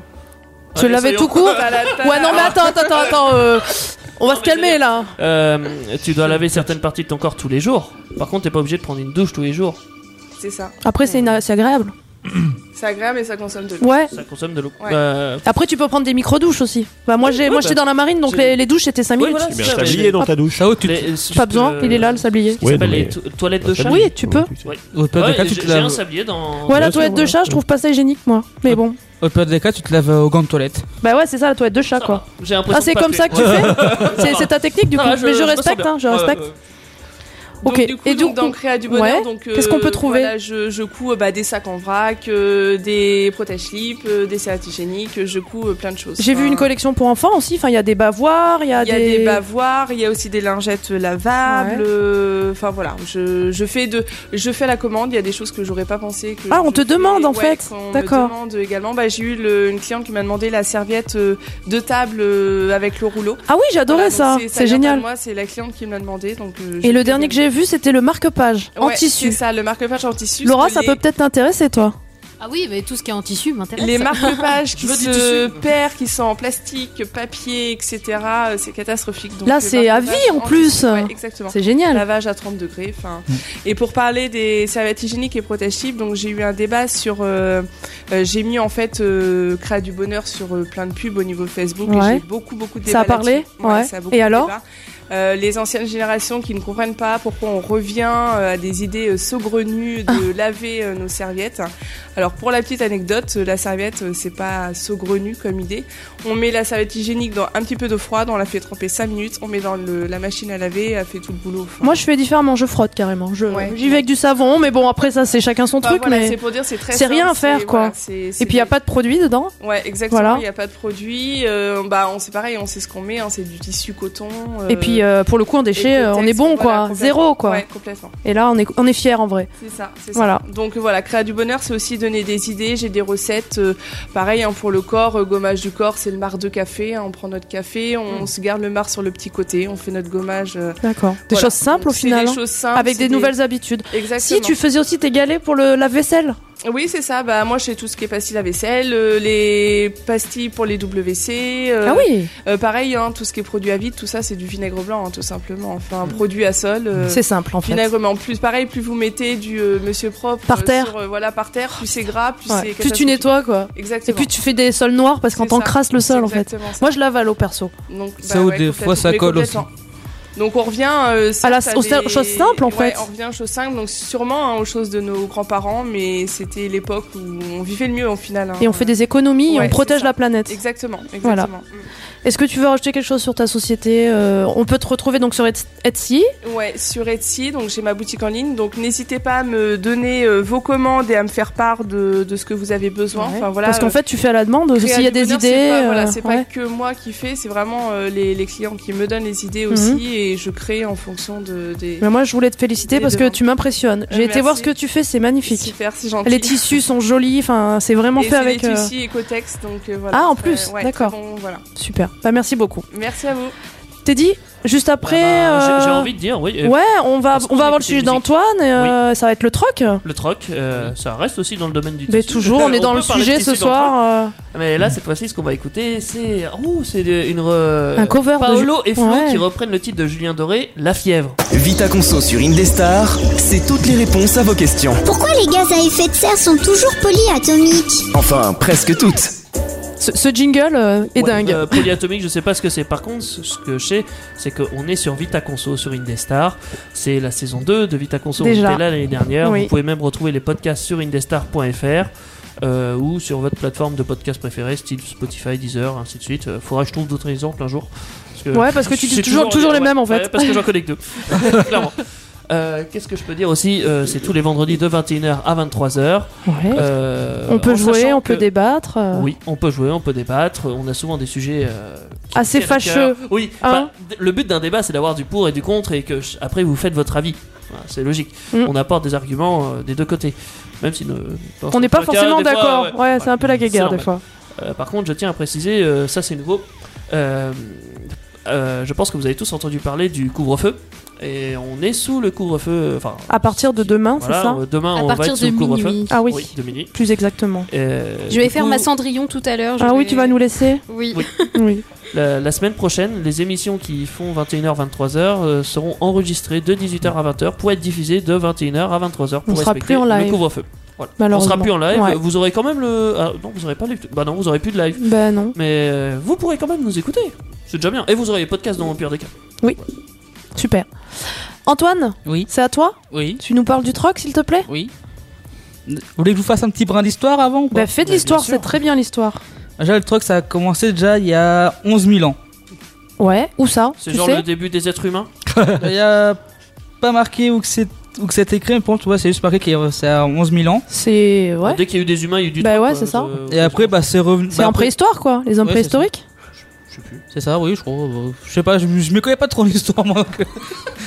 Speaker 3: Se
Speaker 4: Allez,
Speaker 3: laver
Speaker 4: soyons-
Speaker 3: tout court. Ouais, non, mais attends, attends, attends, attends, euh, on va
Speaker 4: Non,
Speaker 3: se
Speaker 4: mais
Speaker 3: calmer là.
Speaker 4: Euh, tu dois laver certaines parties de ton corps tous les jours. Par contre, t'es pas obligé de prendre une douche tous les jours.
Speaker 9: C'est ça.
Speaker 3: Après, c'est ina- c'est agréable.
Speaker 9: C'est agréable et ça consomme de l'eau.
Speaker 3: Ouais.
Speaker 4: Ça consomme de l'eau.
Speaker 9: Ouais.
Speaker 4: Bah,
Speaker 3: Après, tu peux prendre des micro-douches aussi. Bah, moi, j'ai,
Speaker 4: Ouais,
Speaker 3: moi,
Speaker 4: bah,
Speaker 3: j'étais dans la marine, donc
Speaker 4: c'est-
Speaker 3: les, les douches étaient 5
Speaker 4: Oui,
Speaker 3: minutes.
Speaker 4: voilà,
Speaker 5: Mais
Speaker 4: ça,
Speaker 5: un
Speaker 4: mais-
Speaker 5: tablier dans ta douche.
Speaker 7: Ça, oh, tu,
Speaker 4: les-
Speaker 3: Pas besoin,
Speaker 9: euh,
Speaker 3: il est là, le sablier.
Speaker 4: Qui
Speaker 5: Ouais,
Speaker 4: s'appelle
Speaker 5: non,
Speaker 4: les
Speaker 5: mais-
Speaker 4: to- toilettes de chat.
Speaker 3: Oui, tu peux.
Speaker 7: au période
Speaker 4: Ouais,
Speaker 7: des cas, tu
Speaker 4: j'ai
Speaker 7: te
Speaker 4: j'ai un
Speaker 7: laves.
Speaker 4: sablier dans.
Speaker 3: Ouais,
Speaker 5: sûr,
Speaker 3: la
Speaker 5: Ah.
Speaker 3: toilette de
Speaker 5: voilà.
Speaker 3: chat, je trouve pas ça hygiénique, moi. Mais bon.
Speaker 7: Au période des cas, tu te laves euh, aux gants de toilette.
Speaker 3: Bah, ouais, c'est ça, la toilette de chat,
Speaker 4: Ça
Speaker 3: quoi.
Speaker 4: va. J'ai l'impression
Speaker 3: Ah, c'est
Speaker 4: de Ah,
Speaker 3: comme
Speaker 4: pas
Speaker 3: ça que tu fais C'est- C'est ta technique, du
Speaker 4: Non,
Speaker 3: coup.
Speaker 4: là,
Speaker 3: Mais je
Speaker 4: me sens
Speaker 3: respecte,
Speaker 4: bien.
Speaker 3: hein, je
Speaker 4: Ouais,
Speaker 3: respecte.
Speaker 4: ouais.
Speaker 9: Donc,
Speaker 3: Ok.
Speaker 9: du coup,
Speaker 3: Et du
Speaker 9: donc, dans
Speaker 3: coup-
Speaker 9: Créa du bonheur,
Speaker 3: ouais.
Speaker 9: donc, euh,
Speaker 3: Qu'est-ce qu'on peut trouver
Speaker 9: voilà, je, je couds euh, bah, des sacs en vrac, euh, des protège-slips, euh, des serres hygiéniques, je couds euh, plein de choses.
Speaker 3: J'ai vu
Speaker 9: Enfin,
Speaker 3: une collection pour enfants aussi. Enfin, il y a des bavoirs, il y a
Speaker 9: il y a des bavoirs, il y a aussi des lingettes lavables.
Speaker 3: Ouais.
Speaker 9: euh, Enfin voilà, je, je fais de, je fais la commande. Il y a des choses que j'aurais pas pensé. Que
Speaker 3: Ah, on
Speaker 9: je
Speaker 3: te
Speaker 9: fais,
Speaker 3: demande, en
Speaker 9: ouais,
Speaker 3: fait.
Speaker 9: qu'on me
Speaker 3: D'accord.
Speaker 9: demande également. Bah, j'ai eu le- une cliente qui m'a demandé la serviette euh, de table euh, avec le rouleau.
Speaker 3: Ah oui, j'adorais
Speaker 9: Voilà, donc
Speaker 3: ça.
Speaker 9: vient
Speaker 3: C'est
Speaker 9: pas de
Speaker 3: génial.
Speaker 9: Moi, c'est la cliente qui me l'a demandé. Donc. euh, je
Speaker 3: Et le
Speaker 9: fais
Speaker 3: dernier que j'ai vu, c'était le marque-page en
Speaker 9: Ouais,
Speaker 3: tissu.
Speaker 9: C'est ça, le marque-page en tissu.
Speaker 3: Laura,
Speaker 9: parce que
Speaker 3: ça peut peut-être t'intéresser, toi.
Speaker 6: Ah oui, mais tout ce qui est en tissu m'intéresse.
Speaker 9: Les marque-pages qui
Speaker 4: veux du
Speaker 9: se
Speaker 4: tissu.
Speaker 9: perdent, qui sont en plastique, papier, etc. euh, C'est catastrophique. Donc,
Speaker 3: Là,
Speaker 9: le
Speaker 3: c'est à
Speaker 9: marque-page
Speaker 3: vie, en plus.
Speaker 9: tissu, ouais, exactement.
Speaker 3: C'est génial.
Speaker 9: Lavage à 30 degrés. Enfin. Et pour parler des serviettes hygiéniques et protège-types, donc j'ai eu un débat sur. euh, euh, j'ai mis en fait euh, Créa du bonheur sur euh, plein de pubs au niveau Facebook.
Speaker 3: Ouais.
Speaker 9: Et j'ai eu beaucoup beaucoup de débats.
Speaker 3: Ça a parlé
Speaker 9: là-dessus.
Speaker 3: Ouais.
Speaker 9: ça a
Speaker 3: Et
Speaker 9: beaucoup de
Speaker 3: alors
Speaker 9: débats. Euh, les anciennes générations qui ne comprennent pas pourquoi on revient euh, à des idées euh, saugrenues
Speaker 3: Ah.
Speaker 9: de laver euh, nos serviettes. Alors pour la petite anecdote, euh, la serviette euh, c'est pas saugrenu comme idée. On met la serviette hygiénique dans un petit peu d'eau froide, on la fait tremper 5 minutes, on met dans le- la machine à laver, elle fait tout le boulot. Enfin,
Speaker 3: Moi, je fais différemment. Je frotte carrément. Je- J'y
Speaker 9: Ouais.
Speaker 3: vais avec du savon, mais bon, après ça, c'est chacun son
Speaker 9: Enfin,
Speaker 3: truc.
Speaker 9: voilà,
Speaker 3: mais...
Speaker 9: c'est pour dire c'est très
Speaker 3: c'est rien
Speaker 9: simple,
Speaker 3: à faire,
Speaker 9: c'est-
Speaker 3: quoi.
Speaker 9: voilà, c'est- c'est-
Speaker 3: Et puis, il n'y a pas de produit dedans.
Speaker 9: Ouais, exactement. Il
Speaker 3: Voilà.
Speaker 9: n'y a pas de produit. euh, bah, on c'est pareil, on sait ce qu'on met. hein, c'est du tissu coton. euh,
Speaker 3: Et puis, euh, pour le coup, en
Speaker 9: et
Speaker 3: déchets, euh, on
Speaker 9: contexte,
Speaker 3: est bon,
Speaker 9: voilà,
Speaker 3: quoi.
Speaker 9: complètement.
Speaker 3: Zéro, quoi.
Speaker 9: Ouais, complètement.
Speaker 3: Et là, on est, on est fiers, en vrai.
Speaker 9: C'est ça, c'est
Speaker 3: Voilà.
Speaker 9: ça. Donc voilà, créer du bonheur, c'est aussi donner des idées. J'ai des recettes, euh, pareil hein, pour le corps, euh, gommage du corps, c'est le marc de café. hein, on prend notre café, on se garde le marc sur le petit côté, on fait notre gommage. euh,
Speaker 3: D'accord. Mm. Des
Speaker 9: voilà.
Speaker 3: choses simples, au
Speaker 9: Donc, c'est
Speaker 3: final.
Speaker 9: Des
Speaker 3: hein,
Speaker 9: choses simples.
Speaker 3: Avec
Speaker 9: c'est
Speaker 3: des nouvelles habitudes.
Speaker 9: Exactement.
Speaker 3: Si tu faisais aussi tes galets pour le lave-vaisselle,
Speaker 9: Oui, c'est ça. Bah moi, je fais tout ce qui est pastilles à vaisselle, euh, les pastilles pour les WC. euh,
Speaker 3: ah oui,
Speaker 9: Euh, pareil, hein, tout ce qui est produit à vide, tout ça, c'est du vinaigre blanc, hein, tout simplement. Enfin, produit à sol. euh,
Speaker 3: c'est simple en fait.
Speaker 9: Vinaigre blanc. Plus pareil, plus vous mettez du euh, Monsieur propre
Speaker 3: Par
Speaker 9: euh,
Speaker 3: terre.
Speaker 9: sur, euh, voilà, par terre, plus c'est gras, plus
Speaker 3: Ouais.
Speaker 9: c'est.
Speaker 3: Plus tu
Speaker 9: catastrophique.
Speaker 3: nettoies quoi. Et
Speaker 9: Exactement.
Speaker 3: puis tu fais des sols noirs parce qu'on
Speaker 9: C'est ça.
Speaker 3: t'encrasse le sol en fait.
Speaker 9: Exactement ça.
Speaker 3: Moi je lave à l'eau perso.
Speaker 9: Donc, bah
Speaker 7: Ça, ou des
Speaker 9: complètement.
Speaker 7: fois, ça
Speaker 9: Mais
Speaker 7: colle aussi.
Speaker 9: complètement. Donc on revient euh, certes,
Speaker 3: la- aux sa- choses simples, en
Speaker 9: Ouais,
Speaker 3: fait.
Speaker 9: On revient aux choses simples, donc sûrement hein, aux choses de nos grands-parents, mais c'était l'époque où on vivait le mieux en final. hein.
Speaker 3: Et on fait des économies et
Speaker 9: Ouais,
Speaker 3: on protège
Speaker 9: c'est ça.
Speaker 3: la planète.
Speaker 9: Exactement, exactement. Mm.
Speaker 3: Voilà. Est-ce que tu veux rajouter quelque chose sur ta société Euh, On peut te retrouver donc sur Ets- Etsy.
Speaker 9: Ouais, sur Etsy, donc j'ai ma boutique en ligne, donc n'hésitez pas à me donner euh, vos commandes et à me faire part de, de ce que vous avez besoin. Enfin voilà.
Speaker 3: parce qu'en
Speaker 9: euh,
Speaker 3: fait tu fais à la demande.
Speaker 9: Créa
Speaker 3: S'il y a
Speaker 9: du
Speaker 3: des
Speaker 9: bonheur,
Speaker 3: idées,
Speaker 9: c'est pas, voilà,
Speaker 3: euh,
Speaker 9: c'est
Speaker 3: ouais.
Speaker 9: pas que moi qui fais, c'est vraiment euh, les, les clients qui me donnent les idées aussi et je crée en fonction de des.
Speaker 3: Mhm. Mais moi je voulais te féliciter
Speaker 9: Des
Speaker 3: parce que
Speaker 9: demandes.
Speaker 3: tu m'impressionnes. J'ai
Speaker 9: Euh,
Speaker 3: été voir ce
Speaker 9: merci.
Speaker 3: que tu fais, c'est magnifique.
Speaker 9: Super, c'est gentil.
Speaker 3: Les tissus sont jolis, enfin c'est vraiment
Speaker 9: Et
Speaker 3: fait
Speaker 9: c'est
Speaker 3: avec.
Speaker 9: des
Speaker 3: euh,
Speaker 9: tissus éco-texte, donc euh, voilà.
Speaker 3: Ah, en
Speaker 9: très-
Speaker 3: plus,
Speaker 9: ouais, très
Speaker 3: d'accord.
Speaker 9: bon, voilà.
Speaker 3: Super. Bah merci beaucoup.
Speaker 9: Merci à vous.
Speaker 3: Teddy, juste après.
Speaker 4: Ah bah, j'ai- J'ai
Speaker 3: euh,
Speaker 4: envie de dire, oui. euh,
Speaker 3: Ouais, on va,
Speaker 4: parce
Speaker 3: on
Speaker 4: qu'on
Speaker 3: va avoir
Speaker 4: écoute
Speaker 3: le sujet
Speaker 4: des musiques.
Speaker 3: d'Antoine, et, euh, ça va être le troc.
Speaker 4: Le troc, euh, ça reste aussi dans le domaine du
Speaker 3: Mais
Speaker 4: tissu.
Speaker 3: toujours, on est dans
Speaker 4: peut
Speaker 3: le
Speaker 4: parler de
Speaker 3: sujet
Speaker 4: tissu
Speaker 3: ce
Speaker 4: dans le troc.
Speaker 3: soir. euh,
Speaker 4: Mais là, cette fois-ci, ce qu'on va écouter, c'est oh, c'est de- une re-
Speaker 3: Un cover de
Speaker 4: Paolo et Flo
Speaker 3: Ouais.
Speaker 4: qui reprennent le titre de Julien Doré, La fièvre.
Speaker 1: Vita Conso sur Indestar, c'est toutes les réponses à vos questions.
Speaker 10: Pourquoi les gaz à effet de serre sont toujours polyatomiques
Speaker 1: Enfin, presque toutes.
Speaker 3: ce, ce jingle euh, est
Speaker 4: Ouais,
Speaker 3: dingue.
Speaker 4: euh, polyatomique, je sais pas ce que c'est. Par contre, ce ce que je sais, c'est qu'on est sur Vita Conso, sur Indestar. C'est la saison 2 de Vita Conso.
Speaker 3: Déjà.
Speaker 4: On était là l'année dernière.
Speaker 3: Oui.
Speaker 4: Vous pouvez même retrouver les podcasts sur indestar.fr. euh, ou sur votre plateforme de podcast préférée, style Spotify, Deezer, ainsi de suite. Euh, faudra que je trouve d'autres exemples un jour. Parce que
Speaker 3: Ouais, parce que tu dis
Speaker 4: c'est
Speaker 3: toujours- toujours les
Speaker 4: ouais,
Speaker 3: mêmes, en fait.
Speaker 4: ouais, parce que j'en connais que deux. Clairement. Euh, Qu'est-ce que je peux dire aussi Euh, C'est tous les vendredis de 21h à Euh, 23h.
Speaker 3: Ouais. on peut jouer, on peut débattre. euh,
Speaker 4: Oui, on peut jouer, on peut débattre. On a souvent des sujets euh, qui
Speaker 3: Assez
Speaker 4: nous tiennent à
Speaker 3: fâcheux,
Speaker 4: cœur. Oui.
Speaker 3: hein.
Speaker 4: bah, d- le but d'un débat, c'est d'avoir du pour et du contre et que ch- après vous faites votre avis. Voilà, c'est logique.
Speaker 3: Mm.
Speaker 4: On apporte des arguments euh, des deux côtés, même si ne- dans
Speaker 3: On n'est pas
Speaker 4: certains cas,
Speaker 3: forcément
Speaker 4: des fois,
Speaker 3: d'accord.
Speaker 4: ouais.
Speaker 3: Ouais, c'est un peu la guéguerre
Speaker 4: C'est
Speaker 3: des fois.
Speaker 4: Euh, par contre, je tiens à préciser, euh, ça c'est nouveau. Euh, euh, je pense que vous avez tous entendu parler du couvre-feu et on est sous le couvre-feu. Enfin,
Speaker 3: À partir de demain,
Speaker 4: voilà,
Speaker 3: Ah c'est ça
Speaker 4: euh, demain
Speaker 6: À
Speaker 4: on va
Speaker 6: partir
Speaker 4: être sous
Speaker 6: de
Speaker 4: le couvre-feu.
Speaker 6: minuit.
Speaker 3: Ah oui.
Speaker 4: de minuit.
Speaker 3: Plus exactement.
Speaker 4: Euh,
Speaker 6: Je vais
Speaker 4: du
Speaker 6: faire
Speaker 4: coup,
Speaker 6: ma Cendrillon tout à l'heure. je
Speaker 3: Ah oui,
Speaker 6: vais-
Speaker 3: tu vas nous laisser
Speaker 6: Oui.
Speaker 4: Oui.
Speaker 3: Oui.
Speaker 4: La, la semaine prochaine, les émissions qui font 21h, 23h euh, seront enregistrées de 18h à 20h pour être diffusées de 21h à 23h pour
Speaker 3: On sera
Speaker 4: respecter
Speaker 3: plus en live.
Speaker 4: le couvre-feu. Voilà. On
Speaker 3: Malheureusement.
Speaker 4: sera plus en live.
Speaker 3: Ouais.
Speaker 4: Vous aurez quand même le. ah, non, vous aurez pas les- Bah non, vous aurez plus de live.
Speaker 3: Bah non.
Speaker 4: Mais euh, vous pourrez quand même nous écouter. C'est déjà bien. Et vous aurez les podcasts dans le pire des cas.
Speaker 3: Super. Antoine,
Speaker 7: Oui.
Speaker 3: c'est à toi
Speaker 7: Oui.
Speaker 3: Tu nous parles du troc, s'il te plaît
Speaker 7: Oui. Vous voulez que je vous fasse un petit brin d'histoire avant ou pas
Speaker 3: Bah fais de
Speaker 7: Bah, bien
Speaker 3: l'histoire,
Speaker 7: sûr.
Speaker 3: c'est très bien l'histoire.
Speaker 7: Déjà, le troc, ça a commencé déjà il y a 11 000 ans.
Speaker 3: Ouais, où ça
Speaker 4: C'est
Speaker 3: Tu
Speaker 4: genre
Speaker 3: sais
Speaker 4: le début des êtres humains.
Speaker 7: il y a pas marqué où que c'est où que c'est écrit, mais pour tu vois, c'est juste marqué qu'il y a c'est à 11 000 ans.
Speaker 3: C'est ouais.
Speaker 4: Dès qu'il y a eu des humains, il y a eu du
Speaker 3: Bah
Speaker 4: temps,
Speaker 3: ouais,
Speaker 4: quoi,
Speaker 3: c'est ça.
Speaker 4: de-
Speaker 7: Et après, bah, c'est revenu.
Speaker 3: C'est
Speaker 7: bah,
Speaker 3: en
Speaker 7: après-
Speaker 3: préhistoire quoi, les hommes
Speaker 7: Ouais, c'est ça.
Speaker 3: préhistoriques.
Speaker 4: Je sais plus.
Speaker 7: C'est ça, oui, je crois. euh, je sais pas, je, je me connais pas trop en histoire, moi. donc, euh,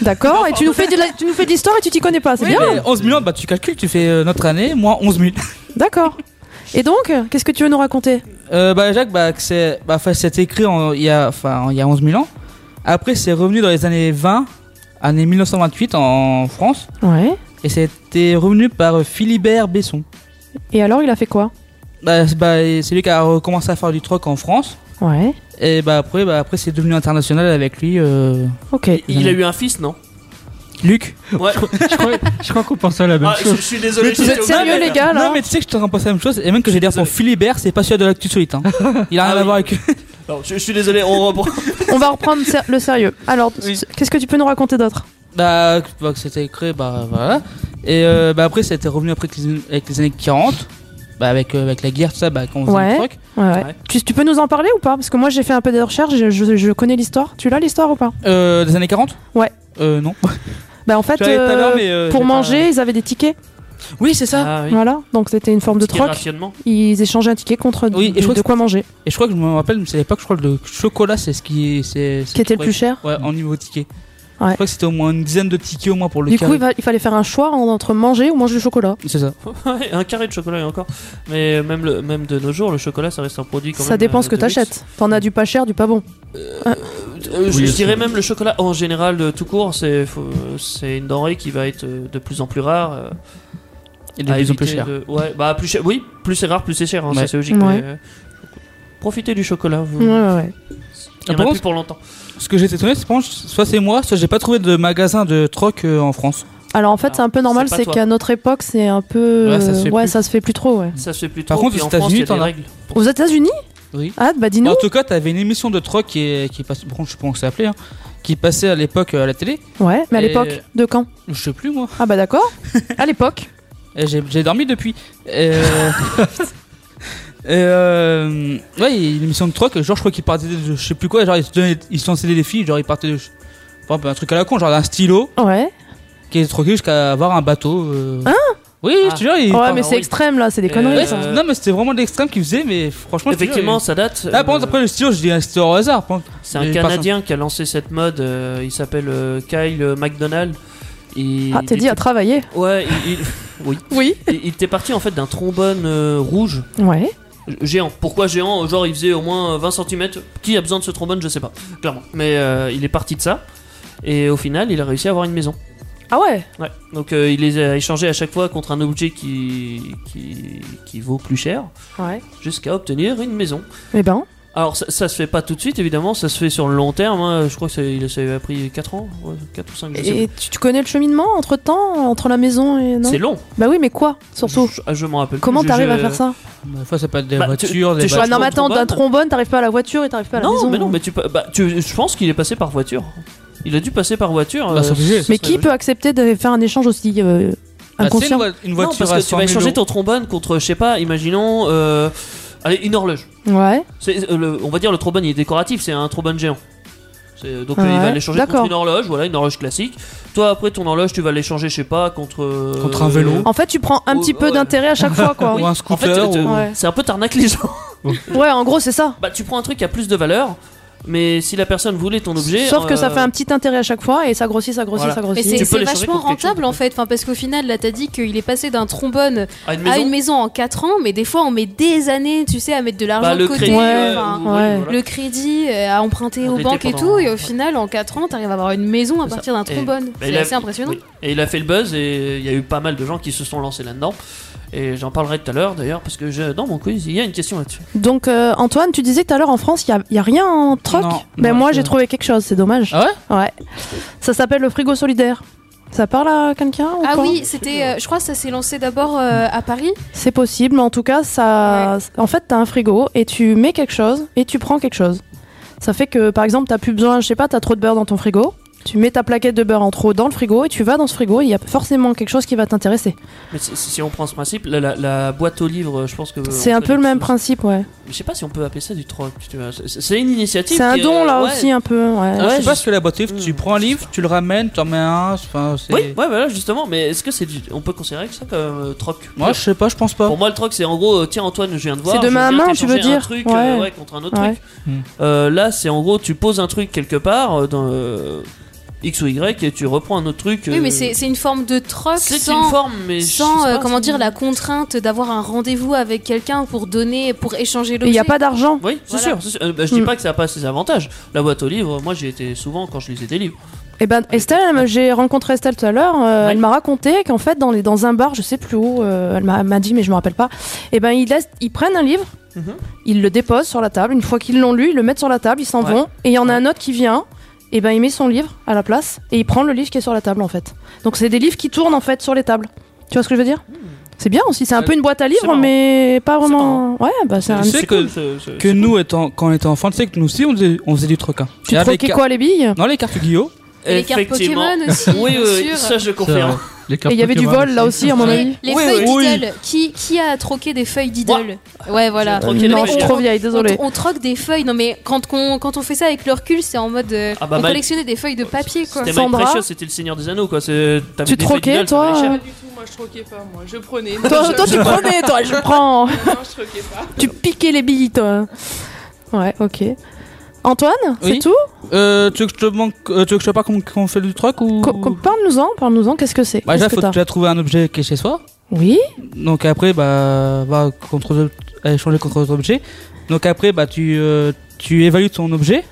Speaker 3: D'accord. Et tu nous fais de la- tu nous fais de l'histoire et tu t'y connais pas, c'est bien.
Speaker 7: mais 11 000 ans, bah, tu calcules, tu fais euh, notre année, moins 11 000.
Speaker 3: D'accord. Et donc, qu'est-ce que tu veux nous raconter
Speaker 7: Euh, bah, Jacques, bah, que c'est bah, enfin, c'est écrit en- il y, a, enfin, il y a 11 000 ans. Après, c'est revenu dans les années 20, année 1928 en France.
Speaker 3: Ouais.
Speaker 7: Et c'était revenu par euh, Philibert Besson.
Speaker 3: Et alors, il a fait quoi
Speaker 7: Bah, c'est- bah, c'est lui qui a recommencé à faire du troc en France.
Speaker 3: Ouais.
Speaker 7: Et bah après, bah, après c'est devenu international avec lui. euh,
Speaker 3: Ok.
Speaker 4: Il a eu un fils, non
Speaker 7: Luc.
Speaker 4: Ouais.
Speaker 8: Je crois, je crois qu'on pensait à la même
Speaker 4: Ah, je,
Speaker 8: chose.
Speaker 4: je suis désolé.
Speaker 7: Mais
Speaker 4: je
Speaker 7: vous
Speaker 4: suis
Speaker 7: êtes
Speaker 4: au-
Speaker 3: sérieux, les gars, là
Speaker 7: non, mais tu sais que je te remplace la même chose. Et même que j'ai dire pour Philibert, c'est pas celui de l'actu solide. hein. Il a rien
Speaker 4: Ah
Speaker 7: à
Speaker 4: oui.
Speaker 7: voir avec.
Speaker 4: Non, je, je suis désolé, on reprend.
Speaker 3: On va reprendre ser- le sérieux. Alors,
Speaker 7: Oui.
Speaker 3: c- qu'est-ce que tu peux nous raconter d'autre
Speaker 7: Bah, que- bah, que c'était créé, bah voilà. Et euh, bah après, c'était revenu après avec les, avec les années 40. Bah, avec, euh, avec la guerre, tout ça, bah, quand on faisait
Speaker 3: Ouais.
Speaker 7: le troc.
Speaker 3: Ouais, ouais.
Speaker 4: Ouais.
Speaker 3: Tu, tu peux nous en parler ou pas Parce que moi, j'ai fait un peu de recherche. Je, je- je connais l'histoire. Tu l'as l'histoire ou pas
Speaker 7: Euh, des années 40
Speaker 3: Ouais.
Speaker 7: Euh, non.
Speaker 3: Bah, en fait,
Speaker 7: Je l'avais tout à l'heure,
Speaker 3: euh,
Speaker 7: mais, euh,
Speaker 3: pour
Speaker 7: j'ai pas-
Speaker 3: manger, ils avaient des tickets.
Speaker 7: Oui, c'est ça.
Speaker 4: Ah oui.
Speaker 3: Voilà. Donc, c'était une forme de
Speaker 4: Petit
Speaker 3: troc.
Speaker 4: rationnement.
Speaker 3: Ils échangeaient un ticket contre
Speaker 7: Oui, et
Speaker 3: du-
Speaker 7: je crois
Speaker 3: de
Speaker 7: que-
Speaker 3: quoi manger,
Speaker 7: Et je crois que je me rappelle, mais c'est à l'époque, je crois que le chocolat, c'est ce qui. c'est
Speaker 3: qui était le plus cher.
Speaker 7: Ouais, en niveau ticket.
Speaker 3: Ouais.
Speaker 7: Je crois que c'était au moins une dizaine de tickets au moins pour le
Speaker 3: Du
Speaker 7: carré.
Speaker 3: coup, il, va- il fallait faire un choix en- entre manger ou manger du chocolat.
Speaker 7: C'est ça.
Speaker 4: Ouais, un carré de chocolat et encore. Mais même, le, même de nos jours, le chocolat, ça reste un produit quand
Speaker 3: Ça
Speaker 4: même,
Speaker 3: dépend
Speaker 4: euh,
Speaker 3: ce que
Speaker 4: de luxe.
Speaker 3: t'achètes. T'en as du pas cher, du pas bon. Hein
Speaker 4: Euh, je,
Speaker 8: Oui,
Speaker 4: je dirais
Speaker 8: aussi.
Speaker 4: même le chocolat en général, euh, tout court, c'est faut- c'est une denrée qui va être euh, de plus en plus rare. euh,
Speaker 7: Et de
Speaker 4: à
Speaker 7: plus en plus
Speaker 4: éviter
Speaker 7: cher.
Speaker 4: de- Ouais, bah plus cher. Oui, plus c'est rare, plus c'est cher. hein, ça,
Speaker 7: Ouais.
Speaker 4: c'est logique.
Speaker 3: Ouais.
Speaker 4: mais, euh, profitez du chocolat. Vous...
Speaker 3: Ouais, ouais, ouais.
Speaker 4: Il y en
Speaker 7: Ah, Par
Speaker 4: a
Speaker 7: contre-
Speaker 4: plus pour longtemps.
Speaker 7: Ce que j'étais étonné, c'est que soit c'est moi, soit j'ai pas trouvé de magasin de troc euh, en France.
Speaker 3: Alors en fait, c'est un
Speaker 7: Ah,
Speaker 3: peu normal,
Speaker 4: c'est pas
Speaker 3: c'est
Speaker 4: toi.
Speaker 3: qu'à notre époque, c'est un peu.
Speaker 7: Ouais, ça se fait
Speaker 3: ouais,
Speaker 7: plus.
Speaker 3: ça se fait plus trop, ouais.
Speaker 4: Ça se fait plus
Speaker 7: Par
Speaker 4: trop,
Speaker 7: contre,
Speaker 4: puis
Speaker 7: aux
Speaker 4: en France,
Speaker 7: États-Unis,
Speaker 4: il y a des
Speaker 7: t'en as.
Speaker 4: règles.
Speaker 3: Aux États-Unis
Speaker 7: Oui.
Speaker 3: Ah, bah
Speaker 7: En
Speaker 3: dis-nous
Speaker 7: tout cas, t'avais une émission de troc qui, est- qui passe, bon, je sais pas comment ça s'appelait, hein, qui passait à l'époque euh, à la télé.
Speaker 3: Ouais, mais à
Speaker 7: Et-
Speaker 3: l'époque, de quand
Speaker 7: Je sais plus moi.
Speaker 3: Ah, bah d'accord, à l'époque.
Speaker 7: Et Eh, J'ai j'ai dormi depuis. Euh... Et euh... Ouais, il y a une émission de troc, genre je crois qu'ils partaient de je sais plus quoi, genre ils se, donnaient- ils se lançaient des défis, genre ils partaient de. Enfin, un truc à la con, genre un stylo
Speaker 3: Ouais.
Speaker 7: qui est troqué jusqu'à avoir un bateau. euh.
Speaker 3: Hein
Speaker 7: Oui, je
Speaker 4: Ah.
Speaker 7: te jure, ils-
Speaker 3: Ouais,
Speaker 4: parle
Speaker 3: mais
Speaker 4: en
Speaker 3: c'est
Speaker 4: oui.
Speaker 3: extrême là, c'est des
Speaker 4: Euh,
Speaker 3: conneries.
Speaker 7: Ouais,
Speaker 4: ça.
Speaker 7: c'est- Non, mais c'était vraiment de l'extrême qu'ils faisaient, mais franchement. je te jure,
Speaker 4: Effectivement,
Speaker 7: ils-
Speaker 4: ça date.
Speaker 7: Ah, par
Speaker 4: euh,
Speaker 7: contre, après, le stylo, je dis un stylo au hasard. par contre.
Speaker 4: C'est un
Speaker 7: Mais par
Speaker 4: Canadien qui a lancé cette mode. euh, il s'appelle euh, Kyle euh, McDonald. Et
Speaker 3: Ah, t'es
Speaker 4: il
Speaker 3: dit à
Speaker 4: était-
Speaker 3: travailler
Speaker 4: Ouais, il, il- oui.
Speaker 3: Oui.
Speaker 4: Il, il était parti en fait d'un trombone euh, rouge
Speaker 3: Ouais.
Speaker 4: géant. Pourquoi géant Genre il faisait au moins 20 cm. Qui a besoin de ce trombone Je sais pas, clairement. Mais euh, il est parti de ça. Et au final, il a réussi à avoir une maison.
Speaker 3: Ah ouais
Speaker 4: Ouais. Donc euh, il les a échangés à chaque fois contre un objet qui, qui, qui vaut plus cher,
Speaker 3: Ouais.
Speaker 4: jusqu'à obtenir une maison.
Speaker 3: Eh ben,
Speaker 4: Alors ça, ça se fait pas tout de suite évidemment, ça se fait sur le long terme. hein. Je crois que ça, il- ça lui a pris 4 ans, 4 ou 5 je sais
Speaker 3: et tu, tu connais le cheminement entre temps, entre la maison et.
Speaker 4: plus.
Speaker 3: Non
Speaker 4: C'est long,
Speaker 3: Bah oui, mais quoi, surtout
Speaker 4: Je, ah, je m'en rappelle. plus.
Speaker 3: Comment
Speaker 4: Je-
Speaker 3: t'arrives à
Speaker 4: je-
Speaker 3: faire ça
Speaker 7: Des fois, ça peut être des
Speaker 4: Bah, tu-
Speaker 7: voitures, des
Speaker 4: tu
Speaker 7: bateaux.
Speaker 4: choisis-
Speaker 3: Ouais, non, mais attends, d'un
Speaker 4: trombone.
Speaker 3: trombone, t'arrives pas à la voiture et t'arrives pas à la
Speaker 4: non,
Speaker 3: maison.
Speaker 4: mais non, mais tu peux. Bah, tu, je pense qu'il est passé par voiture. Il a dû passer par voiture. euh,
Speaker 7: Bah, c'est obligé.
Speaker 4: ce
Speaker 3: Mais
Speaker 4: serait
Speaker 3: qui
Speaker 4: logique.
Speaker 3: peut accepter de faire un échange aussi euh,
Speaker 7: Bah, tu sais,
Speaker 3: inconscient
Speaker 7: une, vo- une
Speaker 4: Non,
Speaker 7: voiture
Speaker 4: parce
Speaker 7: à
Speaker 4: que tu vas
Speaker 7: 100 000
Speaker 4: échanger
Speaker 7: euros.
Speaker 4: ton trombone contre, je sais pas, imaginons. euh, allez, une horloge.
Speaker 3: Ouais.
Speaker 4: C'est, euh, le- on va dire le trombone il est décoratif, c'est un trombone géant. C'est- donc euh, il
Speaker 3: Ouais,
Speaker 4: va l'échanger contre
Speaker 3: d'accord.
Speaker 4: une horloge, voilà, une horloge classique. Toi après ton horloge, tu vas l'échanger, je sais pas, contre euh,
Speaker 7: Contre un vélo.
Speaker 3: En fait, tu prends un
Speaker 4: Oh,
Speaker 3: petit peu
Speaker 4: ouais.
Speaker 3: d'intérêt à chaque fois, quoi.
Speaker 7: Ou un
Speaker 4: En fait,
Speaker 7: scooter.
Speaker 4: euh,
Speaker 7: ou-
Speaker 3: Ouais.
Speaker 4: c'est un peu t'arnaques les gens.
Speaker 3: Ouais, en gros, c'est ça.
Speaker 4: Bah tu prends un truc qui a plus de valeur, mais si la personne voulait ton objet,
Speaker 3: Sauf que ça
Speaker 4: euh,
Speaker 3: fait un petit intérêt à chaque fois et ça grossit, ça grossit,
Speaker 4: Voilà.
Speaker 3: ça
Speaker 6: Mais
Speaker 3: grossit.
Speaker 6: c'est
Speaker 4: Tu
Speaker 6: c'est
Speaker 4: peux les changer
Speaker 6: vachement
Speaker 4: contre quelque chose,
Speaker 6: rentable
Speaker 4: quoi.
Speaker 6: en fait, enfin, parce qu'au final, là, t'as dit qu'il est passé d'un trombone
Speaker 4: à une
Speaker 6: à
Speaker 4: maison,
Speaker 6: une maison en 4 ans, mais des fois, on met des années, tu sais, à mettre de l'argent
Speaker 4: bah,
Speaker 6: de
Speaker 4: le
Speaker 6: côté.
Speaker 4: crédit,
Speaker 3: Ouais,
Speaker 6: enfin,
Speaker 4: ou-
Speaker 3: ouais.
Speaker 4: voilà.
Speaker 6: Le crédit euh, à emprunter
Speaker 4: On
Speaker 6: aux
Speaker 4: était
Speaker 6: banques et
Speaker 4: pendant-
Speaker 6: tout, et au
Speaker 4: ouais.
Speaker 6: final, en 4 ans, t'arrives à avoir une maison à
Speaker 4: C'est ça.
Speaker 6: partir d'un
Speaker 4: Et-
Speaker 6: trombone.
Speaker 4: Bah, il
Speaker 6: C'est
Speaker 4: a-
Speaker 6: assez impressionnant.
Speaker 4: oui. Et il a fait le buzz et il y a eu pas mal de gens qui se sont lancés là-dedans. Et j'en parlerai tout à l'heure d'ailleurs parce que j'ai- dans mon quiz il y a une question là-dessus.
Speaker 3: Donc, euh, Antoine, tu disais tout à l'heure en France, il n'y a, rien en troc.
Speaker 7: Non,
Speaker 3: ben,
Speaker 7: non,
Speaker 3: moi,
Speaker 7: je-
Speaker 3: j'ai trouvé quelque chose, c'est dommage.
Speaker 7: Ah ouais
Speaker 3: Ouais. Ça s'appelle le frigo solidaire. Ça parle à quelqu'un ou
Speaker 6: Ah
Speaker 3: pas
Speaker 6: oui, c'était, euh, je crois que ça s'est lancé d'abord
Speaker 4: Hmm.
Speaker 6: euh, à Paris.
Speaker 3: C'est possible, mais en tout cas, ça. En fait, t'as un frigo et tu mets quelque chose et tu prends quelque chose. Ça fait que, par exemple, t'as plus besoin, je sais pas, t'as trop de beurre dans ton frigo. Tu mets ta plaquette de beurre en trop dans le frigo et tu vas dans ce frigo, il y a forcément quelque chose qui va t'intéresser.
Speaker 4: Mais si, si- si on prend ce principe, la, la- la boîte aux livres, je pense que.
Speaker 3: C'est
Speaker 4: on
Speaker 3: un
Speaker 4: fait
Speaker 3: peu le
Speaker 4: des-
Speaker 3: même principe, ouais.
Speaker 4: Je sais pas si on peut appeler ça du troc. tu vois. C'est- C'est une initiative.
Speaker 3: C'est un
Speaker 4: qui est-
Speaker 3: don là
Speaker 4: ouais.
Speaker 3: aussi un peu. Ouais.
Speaker 4: Ah
Speaker 7: je sais
Speaker 4: ouais,
Speaker 7: pas
Speaker 4: je-
Speaker 7: ce que la boîte livre, tu prends un livre, tu le ramènes, tu en mets un. Enfin, c'est-
Speaker 4: Oui, ouais, voilà, justement. Mais est-ce que c'est du- on peut considérer que ça comme euh, troc
Speaker 7: Moi, je sais pas, je pense pas.
Speaker 4: Pour moi, le troc, c'est en gros, euh, tiens Antoine, je viens de voir.
Speaker 3: C'est de
Speaker 4: je
Speaker 3: main à
Speaker 4: viens
Speaker 3: main,
Speaker 4: t'échanger
Speaker 3: tu veux
Speaker 4: un
Speaker 3: dire.
Speaker 4: truc, euh,
Speaker 3: Ouais.
Speaker 4: ouais, contre un autre
Speaker 3: Ouais.
Speaker 4: truc.
Speaker 7: Hmm.
Speaker 4: Euh, là, c'est en gros, tu poses un truc quelque part euh, dans euh, X ou Y et tu reprends un autre truc.
Speaker 6: Oui,
Speaker 4: euh,
Speaker 6: mais c'est c'est une forme de troc
Speaker 4: c'est
Speaker 6: sans,
Speaker 4: une forme, mais je
Speaker 6: sans
Speaker 4: sais
Speaker 6: euh,
Speaker 4: pas
Speaker 6: comment
Speaker 4: si-
Speaker 6: dire la contrainte d'avoir un rendez-vous avec quelqu'un pour donner, pour échanger
Speaker 3: Et Il
Speaker 6: l'objet.
Speaker 3: n'y a pas d'argent.
Speaker 4: Oui, c'est
Speaker 6: Voilà.
Speaker 4: sûr. c'est sûr. Euh, bah, je dis
Speaker 3: Hmm.
Speaker 4: pas que ça n'a pas ses avantages. La boîte aux livres, moi, j'y étais souvent quand je lisais des livres.
Speaker 3: Et ben Estelle, elle m'a- j'ai rencontré Estelle tout à l'heure. euh,
Speaker 4: Ouais.
Speaker 3: Elle m'a raconté qu'en fait dans les dans un bar, je sais plus où, euh, elle m'a elle m'a dit mais je me rappelle pas. Et ben ils laissent, ils prennent un livre,
Speaker 4: Mhm.
Speaker 3: ils le déposent sur la table. Une fois qu'ils l'ont lu, ils le mettent sur la table, ils s'en
Speaker 4: Ouais.
Speaker 3: vont. Et il y en a un autre qui vient. Et ben il met son livre à la place et il prend le livre qui est sur la table en fait. Donc c'est des livres qui tournent en fait sur les tables. Tu vois ce que je veux dire C'est bien aussi. C'est un
Speaker 7: Euh,
Speaker 3: peu une boîte à livres,
Speaker 4: Hmm. marrant.
Speaker 3: mais pas vraiment. Ouais, bah c'est un.
Speaker 7: Tu sais
Speaker 4: C'est
Speaker 7: que-
Speaker 4: cool, ce- ce-
Speaker 7: Que nous, étant, quand on était enfant, tu sais que nous aussi, on faisait, on faisait du troc. hein.
Speaker 3: Tu
Speaker 7: Regarde les
Speaker 3: troquais
Speaker 7: car-
Speaker 3: quoi les billes
Speaker 7: Non, les cartes Yu-Gi-Oh!
Speaker 6: Et les cartes
Speaker 4: Effectivement.
Speaker 6: Pokémon aussi,
Speaker 4: Oui,
Speaker 6: bien
Speaker 4: oui, oui,
Speaker 6: sûr.
Speaker 4: ça je
Speaker 8: C'est vrai.
Speaker 4: confirme.
Speaker 8: Les
Speaker 3: Et
Speaker 8: cartes
Speaker 3: il y avait du
Speaker 8: Pokémon
Speaker 3: vol là aussi à mon
Speaker 6: Les-
Speaker 3: avis.
Speaker 6: Les
Speaker 7: Oui,
Speaker 6: feuilles
Speaker 7: oui.
Speaker 6: Diddle. Qui, qui a troqué des feuilles Diddle Ouais, voilà.
Speaker 4: J'ai troqué les
Speaker 3: Non,
Speaker 4: feuilles.
Speaker 3: je suis trop vieille, désolée.
Speaker 6: On, on troque des feuilles. Non, mais quand, on, quand on fait ça avec le recul, c'est en mode. euh,
Speaker 4: Ah bah,
Speaker 6: on
Speaker 4: bah,
Speaker 6: collectionnait des feuilles de papier, quoi.
Speaker 4: C'était Mike
Speaker 3: Sandra
Speaker 4: Precious, c'était le Seigneur des Anneaux, quoi. c'est- t'avais
Speaker 3: Tu
Speaker 4: des
Speaker 3: troquais,
Speaker 4: feuilles de
Speaker 3: toi, euh,
Speaker 4: gueule, t'avais
Speaker 9: Pas
Speaker 4: les
Speaker 9: du tout, moi je troquais pas, moi je prenais.
Speaker 3: Toi, toi, tu prenais, toi, Oh, je prends.
Speaker 9: Non, non, je troquais pas.
Speaker 3: Tu piquais les billes, toi. Ouais, ok. Antoine,
Speaker 7: Oui.
Speaker 3: c'est tout
Speaker 7: Euh, tu veux que je te manque, euh, tu veux que je te parle comment on fait du troc ou.
Speaker 3: Co- co- Parle-nous-en, parle-nous-en, qu'est-ce que c'est
Speaker 7: Bah, déjà,
Speaker 3: Qu'est-ce que
Speaker 7: faut
Speaker 3: t'as
Speaker 7: que tu as trouvé un objet qui est chez soi.
Speaker 3: Oui,
Speaker 7: Donc après, bah, bah contre euh, échanger contre d'autres objets. Donc après, bah tu, euh, tu évalues ton objet.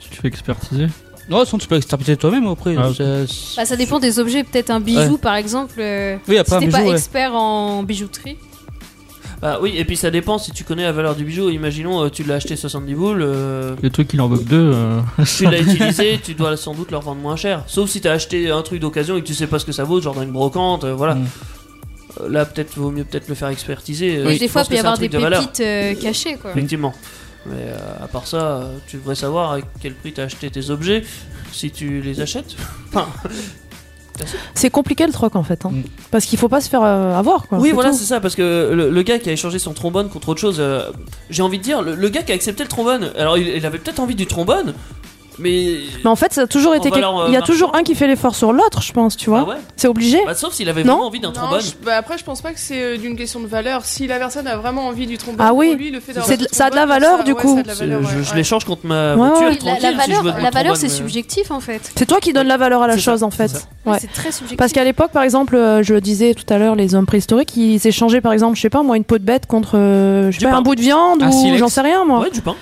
Speaker 8: Tu fais expertiser.
Speaker 7: Non, sinon tu peux extirper toi-même après.
Speaker 8: Ah, ok.
Speaker 7: C'est- c'est-
Speaker 6: Bah, ça dépend des objets. Peut-être un bijou, par exemple. euh,
Speaker 7: Oui, après
Speaker 6: si
Speaker 7: un
Speaker 6: t'es
Speaker 7: bijou.
Speaker 6: pas
Speaker 7: ouais.
Speaker 6: expert en bijouterie.
Speaker 4: Bah oui, et puis ça dépend si tu connais la valeur du bijou. Imaginons, euh, tu l'as acheté 70 boules, euh,
Speaker 8: Le truc, il en veut que deux. euh,
Speaker 4: tu l'as utilisé, tu dois sans doute le revendre moins cher. Sauf si t'as acheté un truc d'occasion et que tu sais pas ce que ça vaut, genre dans une brocante, euh, voilà.
Speaker 7: Mm.
Speaker 4: Euh, Là, peut-être vaut mieux peut-être le faire expertiser. euh,
Speaker 6: Mais
Speaker 4: je
Speaker 6: des fois,
Speaker 4: pense
Speaker 6: il peut
Speaker 4: que
Speaker 6: y
Speaker 4: c'est un
Speaker 6: avoir des
Speaker 4: truc de valeur.
Speaker 6: pépites euh, cachées, quoi.
Speaker 4: Effectivement. Mais euh, à part ça, euh, tu devrais savoir à quel prix t'as acheté tes objets si tu les achètes.
Speaker 3: c'est compliqué le troc en fait. hein.
Speaker 7: Mm.
Speaker 3: Parce qu'il faut pas se faire euh, avoir, quoi.
Speaker 4: oui,
Speaker 3: c'est
Speaker 4: voilà,
Speaker 3: tout.
Speaker 4: c'est ça, parce que le, le gars qui a échangé son trombone contre autre chose, euh, j'ai envie de dire, le, le gars qui a accepté le trombone, alors il, il avait peut-être envie du trombone, mais.
Speaker 3: Mais en fait, ça a toujours été.
Speaker 4: En
Speaker 3: quelque-
Speaker 4: valeur, euh,
Speaker 3: Il y a
Speaker 4: marchande.
Speaker 3: toujours un qui fait l'effort sur l'autre, je pense, tu vois.
Speaker 4: Ah ouais
Speaker 3: C'est obligé.
Speaker 4: Bah, sauf s'il avait
Speaker 3: Non.
Speaker 4: vraiment envie d'un
Speaker 9: Non,
Speaker 4: trombone.
Speaker 9: je- bah après, je pense pas que c'est euh, d'une question de valeur. Si la personne a vraiment envie du trombone,
Speaker 3: Ah oui.
Speaker 9: pour lui, le fait d'avoir
Speaker 3: C'est
Speaker 9: du
Speaker 3: de- ça a de la
Speaker 9: trombone,
Speaker 3: valeur, du
Speaker 9: ouais,
Speaker 3: coup.
Speaker 9: ça a de la
Speaker 4: C'est-
Speaker 9: valeur,
Speaker 4: je
Speaker 9: ouais,
Speaker 4: je
Speaker 9: ouais.
Speaker 4: l'échange contre ma
Speaker 3: Ouais, ouais.
Speaker 4: voiture.
Speaker 6: La- La,
Speaker 4: tranquille, si je
Speaker 6: valeur,
Speaker 4: veux mon
Speaker 6: la valeur, c'est
Speaker 4: trombone, mais-
Speaker 6: subjectif, en fait.
Speaker 3: C'est toi qui donne la valeur à la
Speaker 4: C'est
Speaker 3: chose
Speaker 4: ça,
Speaker 3: en fait.
Speaker 4: c'est ça.
Speaker 3: Ouais.
Speaker 6: C'est très subjectif.
Speaker 3: Parce qu'à l'époque, par exemple, euh, je le disais tout à l'heure, les hommes préhistoriques, ils échangeaient par exemple, je sais pas moi, une peau de bête contre euh, je sais
Speaker 4: Du
Speaker 3: pas,
Speaker 4: pain. Ah,
Speaker 3: un bout de viande
Speaker 7: Un
Speaker 3: ou
Speaker 7: silex.
Speaker 3: j'en sais rien moi.
Speaker 4: Ouais, du pain.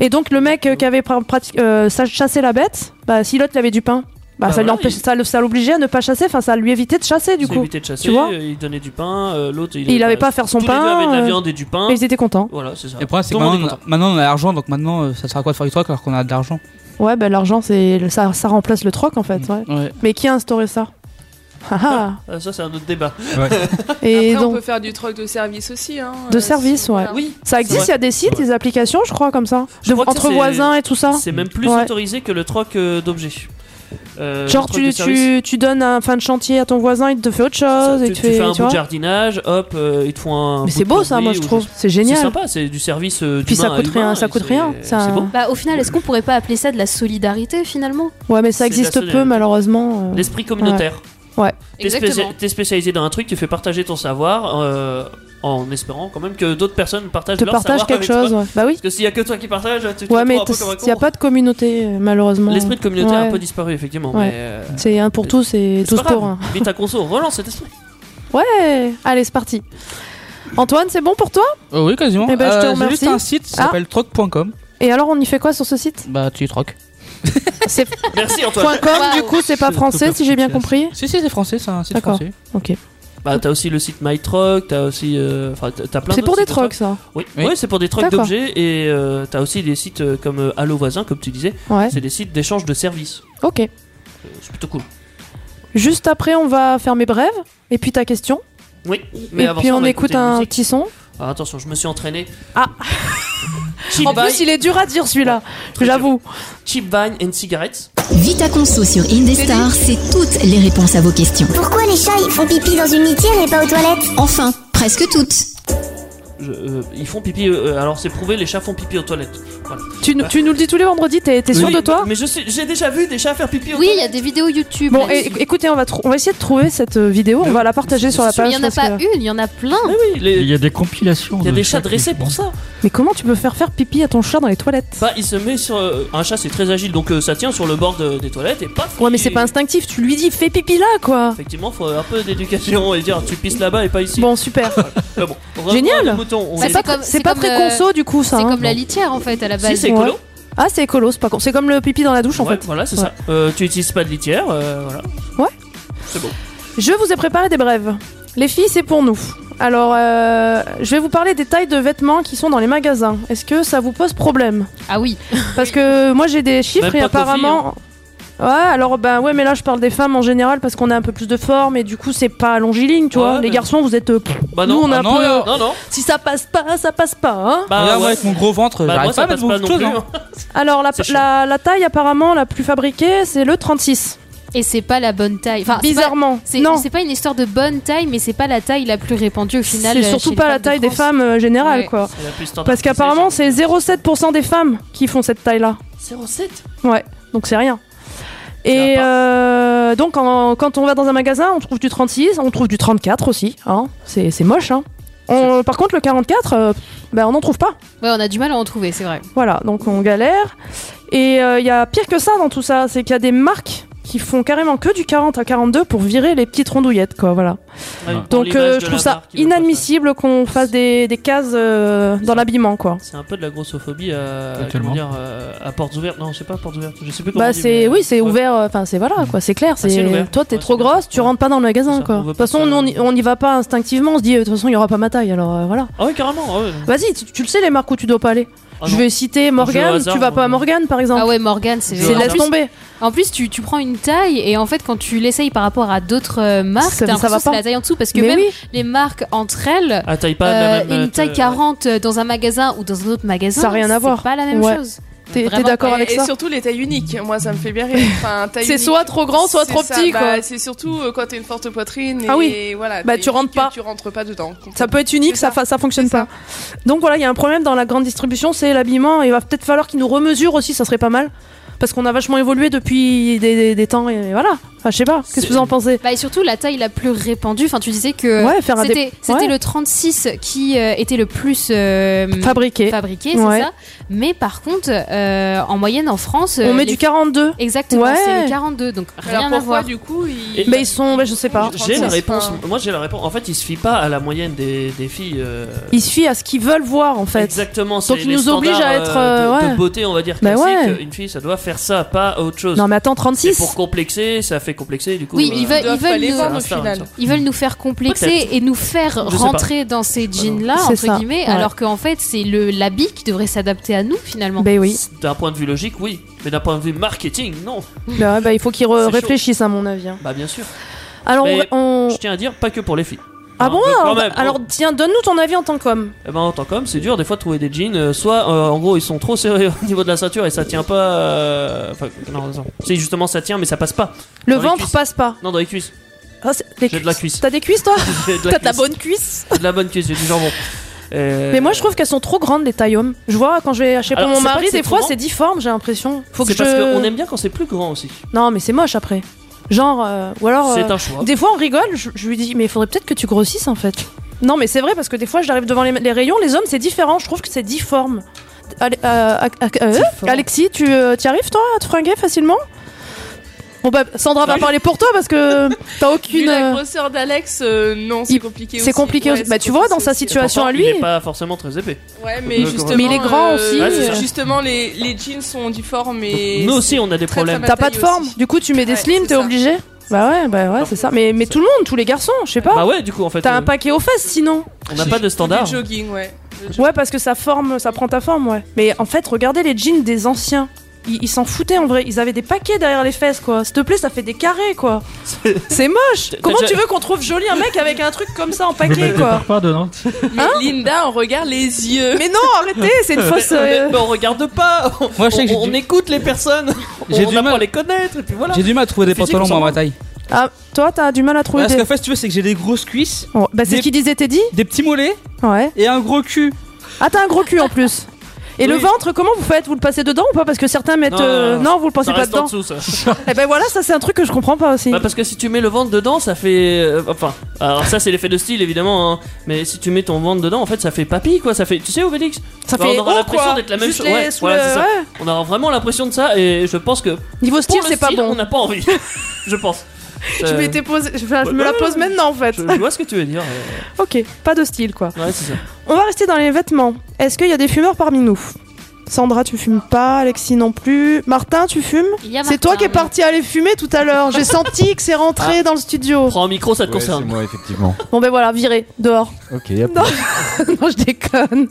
Speaker 3: Et donc le mec euh, qui avait pra- prati- euh, sa- chassé la bête, bah, si l'autre il avait du pain, bah,
Speaker 4: Bah
Speaker 3: ça
Speaker 4: voilà,
Speaker 3: l'empêche-
Speaker 4: il-
Speaker 3: ça le- ça l'obligeait à ne pas chasser, enfin ça lui évitait de chasser du
Speaker 4: Il
Speaker 3: coup.
Speaker 4: évitait de chasser,
Speaker 3: Tu vois
Speaker 4: euh, il donnait du pain, euh, l'autre
Speaker 3: Et il avait pas à faire son
Speaker 4: Tous Les deux
Speaker 3: pain,
Speaker 4: avaient de la
Speaker 3: euh,
Speaker 4: viande et du pain.
Speaker 3: Et ils étaient contents.
Speaker 4: Hein Voilà, c'est ça.
Speaker 7: Et le problème, c'est
Speaker 4: Tout
Speaker 7: que
Speaker 4: le monde est
Speaker 7: maintenant, maintenant, on a l'argent, donc maintenant euh, ça sert à quoi de faire du troc alors qu'on a de l'argent
Speaker 3: Ouais, bah, l'argent c'est ça, ça remplace le troc en
Speaker 4: Mm.
Speaker 3: fait. Ouais.
Speaker 7: Ouais.
Speaker 3: Mais qui a instauré ça Ah,
Speaker 4: content. Ah, ça, c'est un autre débat.
Speaker 3: ah. Et
Speaker 9: Après, on
Speaker 3: donc
Speaker 9: peut faire du troc de service aussi. Hein,
Speaker 3: De
Speaker 9: euh,
Speaker 3: service,
Speaker 9: si-
Speaker 3: ouais.
Speaker 9: voilà.
Speaker 4: Oui,
Speaker 3: ça existe, il y a des sites, des applications, je crois, comme ça,
Speaker 4: Je
Speaker 3: De-
Speaker 4: crois que ça,
Speaker 3: entre
Speaker 4: c'est-
Speaker 3: voisins et tout ça.
Speaker 4: c'est même plus
Speaker 3: Ouais.
Speaker 4: autorisé que le troc euh, d'objets. Euh,
Speaker 3: Genre
Speaker 4: le troc de
Speaker 3: tu,
Speaker 4: service.
Speaker 3: tu, tu donnes un fin de chantier à ton voisin, il te fait autre chose,
Speaker 4: Ça,
Speaker 3: et
Speaker 4: tu,
Speaker 3: tu,
Speaker 4: tu fais un
Speaker 3: tu
Speaker 4: bout de
Speaker 3: vois.
Speaker 4: jardinage, hop, euh, ils te font un.
Speaker 3: Mais
Speaker 4: bout
Speaker 3: c'est
Speaker 4: de
Speaker 3: beau ça,
Speaker 4: plomberie
Speaker 3: moi je
Speaker 4: ou
Speaker 3: trouve, c'est
Speaker 4: C'est
Speaker 3: génial.
Speaker 4: sympa, c'est du service. euh,
Speaker 3: Puis ça
Speaker 4: d'humain à
Speaker 3: coûte rien,
Speaker 4: humain,
Speaker 3: ça
Speaker 4: et
Speaker 3: coûte
Speaker 4: c'est-
Speaker 3: rien.
Speaker 4: Euh, C'est
Speaker 3: ça-
Speaker 4: beau.
Speaker 6: Bah, au final, est-ce qu'on pourrait pas appeler ça de la solidarité, finalement
Speaker 3: Ouais, mais ça
Speaker 4: C'est de la
Speaker 3: existe peu
Speaker 4: solidarité.
Speaker 3: malheureusement. euh.
Speaker 4: L'esprit communautaire.
Speaker 3: Ouais.
Speaker 4: T'es spécia- t'es spécialisé dans un truc, tu fais partager ton savoir euh, en espérant quand même que d'autres personnes partagent
Speaker 3: te
Speaker 4: leur
Speaker 3: partage
Speaker 4: savoir
Speaker 3: quelque
Speaker 4: avec toi.
Speaker 3: chose, ouais. bah oui.
Speaker 4: Parce que s'il y a que toi qui partage, tu te
Speaker 3: Ouais,
Speaker 4: retrouves
Speaker 3: mais
Speaker 4: un peu comme un
Speaker 3: il n'y a
Speaker 4: con.
Speaker 3: pas de communauté, euh, malheureusement.
Speaker 4: L'esprit de communauté a
Speaker 3: Ouais.
Speaker 4: un peu disparu, effectivement.
Speaker 3: Ouais.
Speaker 4: Mais, euh,
Speaker 3: C'est un pour tous et
Speaker 4: c'est
Speaker 3: tous
Speaker 4: pas grave.
Speaker 3: pour un.
Speaker 4: Vite à conso, relance cet esprit.
Speaker 3: Ouais, allez, c'est parti. Antoine, c'est bon pour toi
Speaker 7: Euh, oui, quasiment.
Speaker 3: Eh ben, je te
Speaker 7: Euh, j'ai
Speaker 3: remercie.
Speaker 7: juste un site, ça
Speaker 3: Ah.
Speaker 7: s'appelle troc.com.
Speaker 3: Et alors, on y fait quoi sur ce site
Speaker 7: Bah, tu troques.
Speaker 3: C'est
Speaker 4: Merci Antoine.
Speaker 3: point .com,
Speaker 6: Wow.
Speaker 3: du coup, c'est pas
Speaker 7: C'est
Speaker 3: français, si j'ai bien compris.
Speaker 7: Si, si, c'est français, c'est un site
Speaker 3: D'accord.
Speaker 7: français.
Speaker 3: Ok.
Speaker 4: Bah, t'as aussi le site MyTroc, t'as aussi. euh, Enfin, t'as- t'as plein
Speaker 3: C'est pour des
Speaker 4: d'autres sites de
Speaker 3: trocs, ça.
Speaker 4: Oui,
Speaker 7: Oui.
Speaker 4: Ouais, c'est pour des trocs
Speaker 3: D'accord.
Speaker 4: d'objets et euh, t'as aussi des sites euh, comme euh, Allo Voisin, comme tu disais.
Speaker 3: Ouais,
Speaker 4: C'est des sites d'échange de services.
Speaker 3: ok.
Speaker 4: Euh, C'est plutôt cool.
Speaker 3: Juste après, on va faire mes brèves, et puis ta question.
Speaker 4: Oui, mais
Speaker 3: et
Speaker 4: avant
Speaker 3: puis,
Speaker 4: ça,
Speaker 3: on,
Speaker 4: va
Speaker 3: écoute
Speaker 4: écouter une
Speaker 3: un
Speaker 4: musique.
Speaker 3: petit son.
Speaker 4: Ah, attention, je me suis entraîné.
Speaker 3: Ah.
Speaker 4: Cheap,
Speaker 3: En
Speaker 4: vine,
Speaker 3: plus, il est dur à dire celui-là,
Speaker 4: Bah,
Speaker 3: j'avoue.
Speaker 4: cheap vine and cigarettes.
Speaker 10: Vita Conso sur Indestar, c'est toutes les réponses à vos questions.
Speaker 11: Pourquoi les chats ils font pipi dans une litière et pas aux toilettes
Speaker 10: Enfin, presque toutes.
Speaker 4: Je- euh, ils font pipi. euh, alors c'est prouvé, les chats font pipi aux toilettes. Voilà. Bah,
Speaker 3: Tu, nous- tu nous le dis tous les vendredis, t'es t'es sûr
Speaker 4: Oui,
Speaker 3: de toi
Speaker 4: Mais je sais- j'ai déjà vu des chats faire pipi aux
Speaker 6: Oui, il y
Speaker 4: toilettes.
Speaker 6: a des vidéos YouTube.
Speaker 3: Bon,
Speaker 6: là-dessus.
Speaker 3: é- écoutez, on va, trou- on va essayer de trouver cette euh, vidéo, on va la partager sur la
Speaker 6: il
Speaker 3: page.
Speaker 6: y en a
Speaker 3: parce
Speaker 6: pas
Speaker 3: que-
Speaker 6: une, il y en a plein.
Speaker 4: Mais oui, les-
Speaker 8: Il y a des compilations.
Speaker 4: il y a
Speaker 8: de
Speaker 4: des chats
Speaker 8: chaque-
Speaker 4: dressés pour ça.
Speaker 3: Mais comment tu peux faire faire pipi à ton chat dans les toilettes
Speaker 4: Bah, il se met sur. euh, un chat, c'est très agile, donc euh, ça tient sur le bord de- des toilettes et paf.
Speaker 3: Ouais, mais
Speaker 4: il-
Speaker 3: c'est pas instinctif, tu lui dis fais pipi là quoi
Speaker 4: Effectivement, faut un peu d'éducation et dire tu pisses là-bas et pas ici.
Speaker 3: Bon, super.
Speaker 4: Mais bon, revenons
Speaker 3: Génial.
Speaker 4: à nos moutons, on
Speaker 6: Bah, C'est
Speaker 4: est-
Speaker 3: C'est pas,
Speaker 6: comme-
Speaker 3: tr-
Speaker 6: c'est
Speaker 3: c'est pas
Speaker 6: comme,
Speaker 3: très
Speaker 6: euh,
Speaker 3: conso du coup ça.
Speaker 6: C'est
Speaker 3: hein.
Speaker 6: comme la litière en fait à la
Speaker 4: Si
Speaker 6: base.
Speaker 4: c'est écolo,
Speaker 3: Ouais. Ah, c'est écolo, c'est pas con. C'est comme le pipi dans la douche en
Speaker 4: Ouais,
Speaker 3: fait.
Speaker 4: voilà, c'est
Speaker 3: Ouais.
Speaker 4: ça. Euh, tu utilises pas de litière, euh, voilà.
Speaker 3: Je vous ai préparé des brèves. Les filles, c'est pour nous. Alors, euh, je vais vous parler des tailles de vêtements qui sont dans les magasins. Est-ce que ça vous pose problème
Speaker 6: Ah oui.
Speaker 3: Parce que moi, j'ai des chiffres
Speaker 4: Même
Speaker 3: et
Speaker 4: pas hein. qu'aux
Speaker 3: apparemment. Ouais, alors ben ouais, mais là je parle des femmes en général parce qu'on a un peu plus de forme et du coup c'est pas longiligne, tu
Speaker 4: Ouais,
Speaker 3: vois. Les
Speaker 4: mais-
Speaker 3: garçons, vous êtes. euh, pff,
Speaker 4: Bah
Speaker 3: nous, on a
Speaker 7: ah
Speaker 3: un
Speaker 7: non,
Speaker 3: peu. euh,
Speaker 7: là.
Speaker 4: Non, non.
Speaker 3: Si ça passe pas, ça passe pas, hein.
Speaker 4: Bah,
Speaker 7: Regarde,
Speaker 4: ouais.
Speaker 7: moi, avec mon gros ventre,
Speaker 4: Bah, moi,
Speaker 7: j'arrive pas
Speaker 4: ça
Speaker 7: à mettre
Speaker 4: passe pas
Speaker 7: beaucoup de
Speaker 4: non
Speaker 7: choses.
Speaker 4: plus.
Speaker 7: hein.
Speaker 3: Alors la,
Speaker 4: C'est
Speaker 3: la, la taille apparemment la plus fabriquée, c'est le 36.
Speaker 6: Et c'est pas la bonne taille. Enfin, c'est pas-
Speaker 3: Bizarrement.
Speaker 6: C'est
Speaker 3: non.
Speaker 6: c'est pas une histoire de bonne taille, mais c'est pas la taille la plus répandue au final.
Speaker 3: C'est
Speaker 6: euh, chez
Speaker 3: surtout
Speaker 6: les
Speaker 3: pas la
Speaker 6: femmes
Speaker 3: taille des
Speaker 6: France.
Speaker 3: femmes euh, générales,
Speaker 6: Ouais.
Speaker 3: quoi.
Speaker 4: C'est la plus
Speaker 3: Parce
Speaker 4: standardisée,
Speaker 3: qu'apparemment,
Speaker 4: j'ai
Speaker 3: c'est 0,7% des femmes qui font cette taille-là.
Speaker 4: 0,7
Speaker 3: Ouais, donc c'est rien. Et
Speaker 4: va pas.
Speaker 3: euh, donc, en- quand on va dans un magasin, on trouve du 36, on trouve du 34 aussi. Hein. C'est c'est moche, hein. On- par contre, le 44, euh, ben, on n'en trouve pas.
Speaker 6: Ouais, on a du mal à en trouver, c'est vrai.
Speaker 3: Voilà, donc on galère. Et euh, il y a pire que ça dans tout ça, c'est qu'il y a des marques qui font carrément que du 40 à 42 pour virer les petites rondouillettes, quoi, voilà.
Speaker 4: Ouais, pour
Speaker 3: Donc
Speaker 4: l'image
Speaker 3: euh,
Speaker 4: de
Speaker 3: je
Speaker 4: la
Speaker 3: trouve ça
Speaker 4: marque, ils veulent pas
Speaker 3: inadmissible qu'on fasse des, des cases euh, dans l'habillement, quoi.
Speaker 4: ça. C'est un peu de la grossophobie à,
Speaker 8: Totalement.
Speaker 4: comment dire, euh, à portes ouvertes. Non, c'est pas à portes ouvertes. Je sais plus comment on
Speaker 3: Bah
Speaker 4: dit,
Speaker 3: c'est
Speaker 4: mais-
Speaker 3: oui c'est
Speaker 4: Ouais.
Speaker 3: ouvert euh, enfin c'est voilà quoi c'est clair
Speaker 4: ciel
Speaker 3: c'est
Speaker 4: ouvert.
Speaker 3: toi t'es
Speaker 4: Ouais,
Speaker 3: trop
Speaker 4: c'est bien.
Speaker 3: grosse tu rentres pas dans le
Speaker 4: C'est
Speaker 3: magasin
Speaker 4: ça,
Speaker 3: quoi
Speaker 4: on
Speaker 3: de
Speaker 4: veut
Speaker 3: toute
Speaker 4: pas
Speaker 3: façon
Speaker 4: que ça-
Speaker 3: nous on y- on n'y va pas instinctivement on se dit euh, de toute façon il y aura pas ma taille alors euh, voilà
Speaker 4: Ah ouais, carrément. ah ouais.
Speaker 3: vas-y tu, tu le sais les marques où tu dois pas aller
Speaker 4: Ah
Speaker 3: je
Speaker 4: non.
Speaker 3: vais citer
Speaker 4: au
Speaker 3: Morgane
Speaker 4: hasard,
Speaker 3: tu vas
Speaker 4: moi,
Speaker 3: pas à
Speaker 4: non.
Speaker 3: Morgane par exemple
Speaker 6: Ah ouais, Morgane, c'est
Speaker 4: Je
Speaker 3: c'est
Speaker 4: vais
Speaker 6: en
Speaker 3: laisse
Speaker 4: hasard.
Speaker 6: plus,
Speaker 3: tomber
Speaker 6: en plus, tu, tu prends une taille et en fait, quand tu l'essayes par rapport à d'autres euh, marques,
Speaker 3: Ça-
Speaker 6: t'as
Speaker 3: ça va
Speaker 6: l'impression que c'est
Speaker 3: pas.
Speaker 6: la taille en dessous parce que
Speaker 3: mais
Speaker 6: même
Speaker 3: oui
Speaker 6: les marques entre elles,
Speaker 4: Ah, taille pas de la
Speaker 6: euh,
Speaker 4: même, euh,
Speaker 6: une taille 40 dans un magasin ou dans un autre magasin,
Speaker 3: Ça a rien à
Speaker 6: c'est
Speaker 3: voir.
Speaker 6: pas la même
Speaker 3: Ouais.
Speaker 6: chose.
Speaker 3: t'es t'es
Speaker 6: Vraiment,
Speaker 3: d'accord
Speaker 9: Et-
Speaker 3: avec
Speaker 9: et,
Speaker 3: ça
Speaker 9: surtout les tailles uniques. Moi, ça me fait bien rire. Enfin, taille
Speaker 3: c'est
Speaker 9: unique,
Speaker 3: soit trop grand soit
Speaker 9: c'est
Speaker 3: trop
Speaker 9: ça,
Speaker 3: petit
Speaker 9: bah,
Speaker 3: quoi
Speaker 9: C'est surtout euh, quand t'as une forte poitrine. Et
Speaker 3: Ah
Speaker 9: Voilà,
Speaker 3: Bah,
Speaker 9: taille
Speaker 3: tu rentres
Speaker 9: unique,
Speaker 3: pas.
Speaker 9: Tu rentres pas dedans.
Speaker 3: ça peut être unique
Speaker 9: C'est
Speaker 3: ça
Speaker 9: ça.
Speaker 3: fa- ça fonctionne
Speaker 9: C'est ça.
Speaker 3: pas donc voilà il y a un problème dans la grande distribution c'est l'habillement il va peut-être falloir qu'ils nous remesurent aussi ça serait pas mal parce qu'on a vachement évolué depuis des, des- des temps et voilà Enfin, je sais pas qu'est-ce que vous en pensez
Speaker 6: Bah, et surtout, la taille la plus répandue, enfin, tu disais que
Speaker 3: ouais faire un dé-
Speaker 6: c'était c'était
Speaker 3: ouais.
Speaker 6: le 36 qui euh, était le plus euh,
Speaker 3: fabriqué
Speaker 6: fabriqué, c'est
Speaker 3: Ouais.
Speaker 6: ça. Mais par contre, euh, en moyenne, en France,
Speaker 3: On
Speaker 6: euh,
Speaker 3: met
Speaker 6: les
Speaker 3: du 42.
Speaker 6: Exactement,
Speaker 3: Ouais.
Speaker 6: c'est le 42, donc rien
Speaker 9: Alors
Speaker 6: à
Speaker 9: pourquoi
Speaker 6: voir.
Speaker 9: du coup il...
Speaker 4: Et-
Speaker 3: Mais ils sont, bah, je sais pas.
Speaker 4: J'ai la
Speaker 9: Enfin,
Speaker 4: réponse.
Speaker 9: enfin-
Speaker 4: Moi, j'ai la réponse. En fait, il se fie pas à la moyenne des, des filles. euh,
Speaker 3: Ils se fient à ce qu'ils veulent voir en fait.
Speaker 4: Exactement. c'est
Speaker 3: ils
Speaker 4: les
Speaker 3: nous obligent
Speaker 4: standards,
Speaker 3: à être,
Speaker 4: euh, de,
Speaker 3: euh,
Speaker 4: de
Speaker 3: ouais.
Speaker 4: beauté, on va dire
Speaker 3: Bah
Speaker 4: classique.
Speaker 3: ouais.
Speaker 4: Une fille, ça doit faire ça, pas autre chose.
Speaker 3: Non mais attends,
Speaker 4: Et
Speaker 3: 36.
Speaker 4: pour complexer, ça fait complexer du coup.
Speaker 6: Oui,
Speaker 4: euh,
Speaker 6: ils veulent-
Speaker 9: doivent pas
Speaker 6: veulent
Speaker 9: les
Speaker 6: nous-
Speaker 9: vendre au
Speaker 4: ça, ça,
Speaker 9: final.
Speaker 4: ça.
Speaker 6: Ils veulent nous faire complexer
Speaker 4: Peut-être.
Speaker 6: et nous faire
Speaker 4: Je sais pas.
Speaker 6: rentrer dans ces jeans-là,
Speaker 3: C'est
Speaker 6: entre
Speaker 3: ça,
Speaker 6: guillemets,
Speaker 3: ouais.
Speaker 6: alors qu'en fait, c'est le l'habit qui devrait s'adapter à nous, finalement.
Speaker 3: Ben oui.
Speaker 4: D'un point de vue logique, oui. Mais d'un point de vue marketing, non.
Speaker 3: Bah, ouais, bah, il faut qu'ils
Speaker 4: C'est
Speaker 3: re-
Speaker 4: chaud.
Speaker 3: réfléchissent à mon avis. hein.
Speaker 4: Bah, bien sûr.
Speaker 3: Alors on-
Speaker 4: Mais-
Speaker 3: on.
Speaker 4: Je tiens à dire, pas que pour les filles.
Speaker 3: Ah
Speaker 4: Hein,
Speaker 3: bon
Speaker 4: mais quand
Speaker 3: alors,
Speaker 4: même, pour-
Speaker 3: alors tiens, donne-nous ton avis en tant qu'homme.
Speaker 4: Eh ben, en tant qu'homme, c'est dur des fois de trouver des jeans. euh, soit euh, en gros, ils sont trop serrés au niveau de la ceinture et ça tient pas. euh, Enfin, non, non. Si justement ça tient, mais ça passe pas.
Speaker 3: Le
Speaker 4: Dans les
Speaker 3: ventre
Speaker 4: cuisses.
Speaker 3: passe pas.
Speaker 4: Non, dans les cuisses.
Speaker 3: Ah, c'est- les
Speaker 4: J'ai de la
Speaker 3: cuisses.
Speaker 4: cuisse.
Speaker 3: T'as des cuisses toi
Speaker 4: J'ai de la
Speaker 3: T'as de la
Speaker 4: cuisse.
Speaker 3: bonne cuisse.
Speaker 4: J'ai de la bonne cuisse, j'ai du jambon. Euh,
Speaker 3: Mais moi je trouve qu'elles sont trop grandes les tailles hommes. Je vois quand je vais chez
Speaker 4: Alors,
Speaker 3: mon
Speaker 4: c'est pas
Speaker 3: mari,
Speaker 4: que c'est
Speaker 3: des fois
Speaker 4: trop
Speaker 3: c'est difforme, j'ai l'impression. Faut que
Speaker 4: Euh, c'est
Speaker 3: je.
Speaker 4: parce qu'on aime bien quand c'est plus grand aussi.
Speaker 3: Non mais c'est moche après. Genre euh, ou alors. euh,
Speaker 4: C'est un choix.
Speaker 3: Des fois, on rigole, je, je lui dis, mais il faudrait peut-être que tu grossisses en fait. Non, mais c'est vrai, parce que des fois, j'arrive devant les, les rayons, les hommes, c'est différent, je trouve que c'est difforme. Allez, euh, ac- ac- euh,
Speaker 4: Difforme.
Speaker 3: Alexis, tu euh, t'y arrives toi à te fringuer facilement Bon, bah, Sandra va parler pour toi parce que t'as
Speaker 9: Vu
Speaker 3: aucune.
Speaker 9: la
Speaker 3: euh,
Speaker 9: grosseur d'Alex, euh, non, c'est
Speaker 3: Il-
Speaker 9: compliqué aussi.
Speaker 3: C'est compliqué.
Speaker 9: Ouais,
Speaker 3: aussi.
Speaker 9: c'est
Speaker 3: bah, tu vois, dans
Speaker 9: compliqué
Speaker 3: sa
Speaker 9: aussi.
Speaker 3: situation
Speaker 4: Pourtant,
Speaker 3: à lui.
Speaker 4: Il est pas forcément très épais.
Speaker 9: Ouais,
Speaker 4: Mais
Speaker 9: mais justement. euh,
Speaker 3: il est grand aussi.
Speaker 4: Ouais, c'est ça.
Speaker 9: justement, les, les jeans sont difformes et.
Speaker 4: Nous aussi, on a des
Speaker 9: très,
Speaker 4: problèmes.
Speaker 9: très
Speaker 3: T'as pas de
Speaker 9: taille
Speaker 3: forme,
Speaker 9: aussi.
Speaker 3: du coup, tu mets des
Speaker 9: Ouais,
Speaker 3: slims,
Speaker 9: c'est
Speaker 3: t'es
Speaker 9: ça.
Speaker 3: obligé Bah ouais, bah ouais, c'est ça. Mais, mais tout le monde, tous les garçons, je sais pas.
Speaker 4: Bah ouais, du coup, en fait,
Speaker 3: T'as
Speaker 4: euh,
Speaker 3: un paquet aux fesses sinon.
Speaker 4: on n'a pas de standard.
Speaker 9: Le jogging, ouais. Le jogging.
Speaker 3: Ouais, parce que ça forme, ça prend ta forme, ouais. Mais en fait, regardez les jeans des anciens. ils ils s'en foutaient en vrai. Ils avaient des paquets derrière les fesses, quoi. S'il te plaît, ça fait des carrés, quoi. C'est moche. Comment
Speaker 8: déjà-
Speaker 3: tu veux qu'on trouve joli un mec avec un truc comme ça en
Speaker 8: Vous
Speaker 3: paquet,
Speaker 8: mettez
Speaker 3: quoi Hein
Speaker 8: par part dedans.
Speaker 9: Linda, on regarde les yeux.
Speaker 3: Mais non, arrêtez, c'est une fausse. euh,
Speaker 4: on regarde pas. On,
Speaker 7: Moi, je sais que j'ai
Speaker 4: on- on
Speaker 7: du-
Speaker 4: écoute les personnes.
Speaker 7: J'ai
Speaker 4: on
Speaker 7: du
Speaker 4: apprend
Speaker 7: mal.
Speaker 4: à les connaître et puis voilà.
Speaker 7: J'ai du mal à trouver des
Speaker 4: Le physique,
Speaker 7: pantalons
Speaker 4: on s'en
Speaker 7: moi, à ma taille.
Speaker 3: Ah, toi, t'as du mal à trouver
Speaker 7: Parce
Speaker 3: des.
Speaker 7: qu'en fait, si tu veux, c'est que j'ai des grosses cuisses,
Speaker 3: Oh, bah, c'est
Speaker 7: des-
Speaker 3: ce qu'ils disaient, Teddy
Speaker 7: des petits mollets
Speaker 3: Ouais.
Speaker 7: et un gros cul.
Speaker 3: Ah, t'as un gros cul en plus. Et le
Speaker 7: Oui.
Speaker 3: ventre, comment vous faites Vous le passez dedans ou pas Parce que certains mettent.
Speaker 4: Non,
Speaker 3: euh,
Speaker 4: non,
Speaker 3: Non, vous le passez
Speaker 4: Ça
Speaker 3: pas
Speaker 4: reste en
Speaker 3: dedans.
Speaker 4: dessous ça.
Speaker 3: Et ben voilà, ça c'est un truc que je comprends pas aussi.
Speaker 4: Bah parce que si tu mets le ventre dedans, ça fait. euh, enfin, alors ça c'est l'effet de style évidemment, hein, mais si tu mets ton ventre dedans, en fait ça fait papy quoi, ça fait. Tu sais, Obélix
Speaker 3: ça
Speaker 4: bah,
Speaker 3: fait.
Speaker 4: On aura
Speaker 3: haut,
Speaker 4: l'impression
Speaker 3: quoi.
Speaker 4: d'être la même
Speaker 3: Juste
Speaker 4: chose.
Speaker 3: les-
Speaker 4: Ouais,
Speaker 3: sous
Speaker 4: voilà,
Speaker 3: le-
Speaker 4: c'est ça.
Speaker 3: ouais.
Speaker 4: On aura vraiment l'impression de ça et je pense que. Pour
Speaker 3: Niveau style,
Speaker 4: le
Speaker 3: c'est pas
Speaker 4: style, On
Speaker 3: bon.
Speaker 4: n'a pas envie. je pense.
Speaker 3: Je
Speaker 4: Euh,
Speaker 3: m'étais posé- je- enfin, je
Speaker 4: ouais,
Speaker 3: me la
Speaker 4: ouais,
Speaker 3: pose
Speaker 4: ouais.
Speaker 3: maintenant en fait.
Speaker 4: je, je vois ce que tu veux dire. euh,
Speaker 3: Ok, pas de style quoi.
Speaker 4: Ouais, c'est ça.
Speaker 3: On va rester dans les vêtements. Est-ce qu'il y a des fumeurs parmi nous Sandra, tu fumes pas, Alexis non plus. Martin, tu fumes
Speaker 6: Il y a
Speaker 3: C'est toi qui
Speaker 6: Martin,
Speaker 3: es parti aller fumer tout à l'heure. J'ai senti que c'est rentré dans le studio.
Speaker 4: Ah. Prends un micro, ça te
Speaker 12: Ouais, c'est
Speaker 4: concerne.
Speaker 12: moi, effectivement.
Speaker 3: Bon ben voilà, viré, dehors.
Speaker 12: Ok, y a
Speaker 3: Non.
Speaker 12: pas-
Speaker 3: non, je déconne.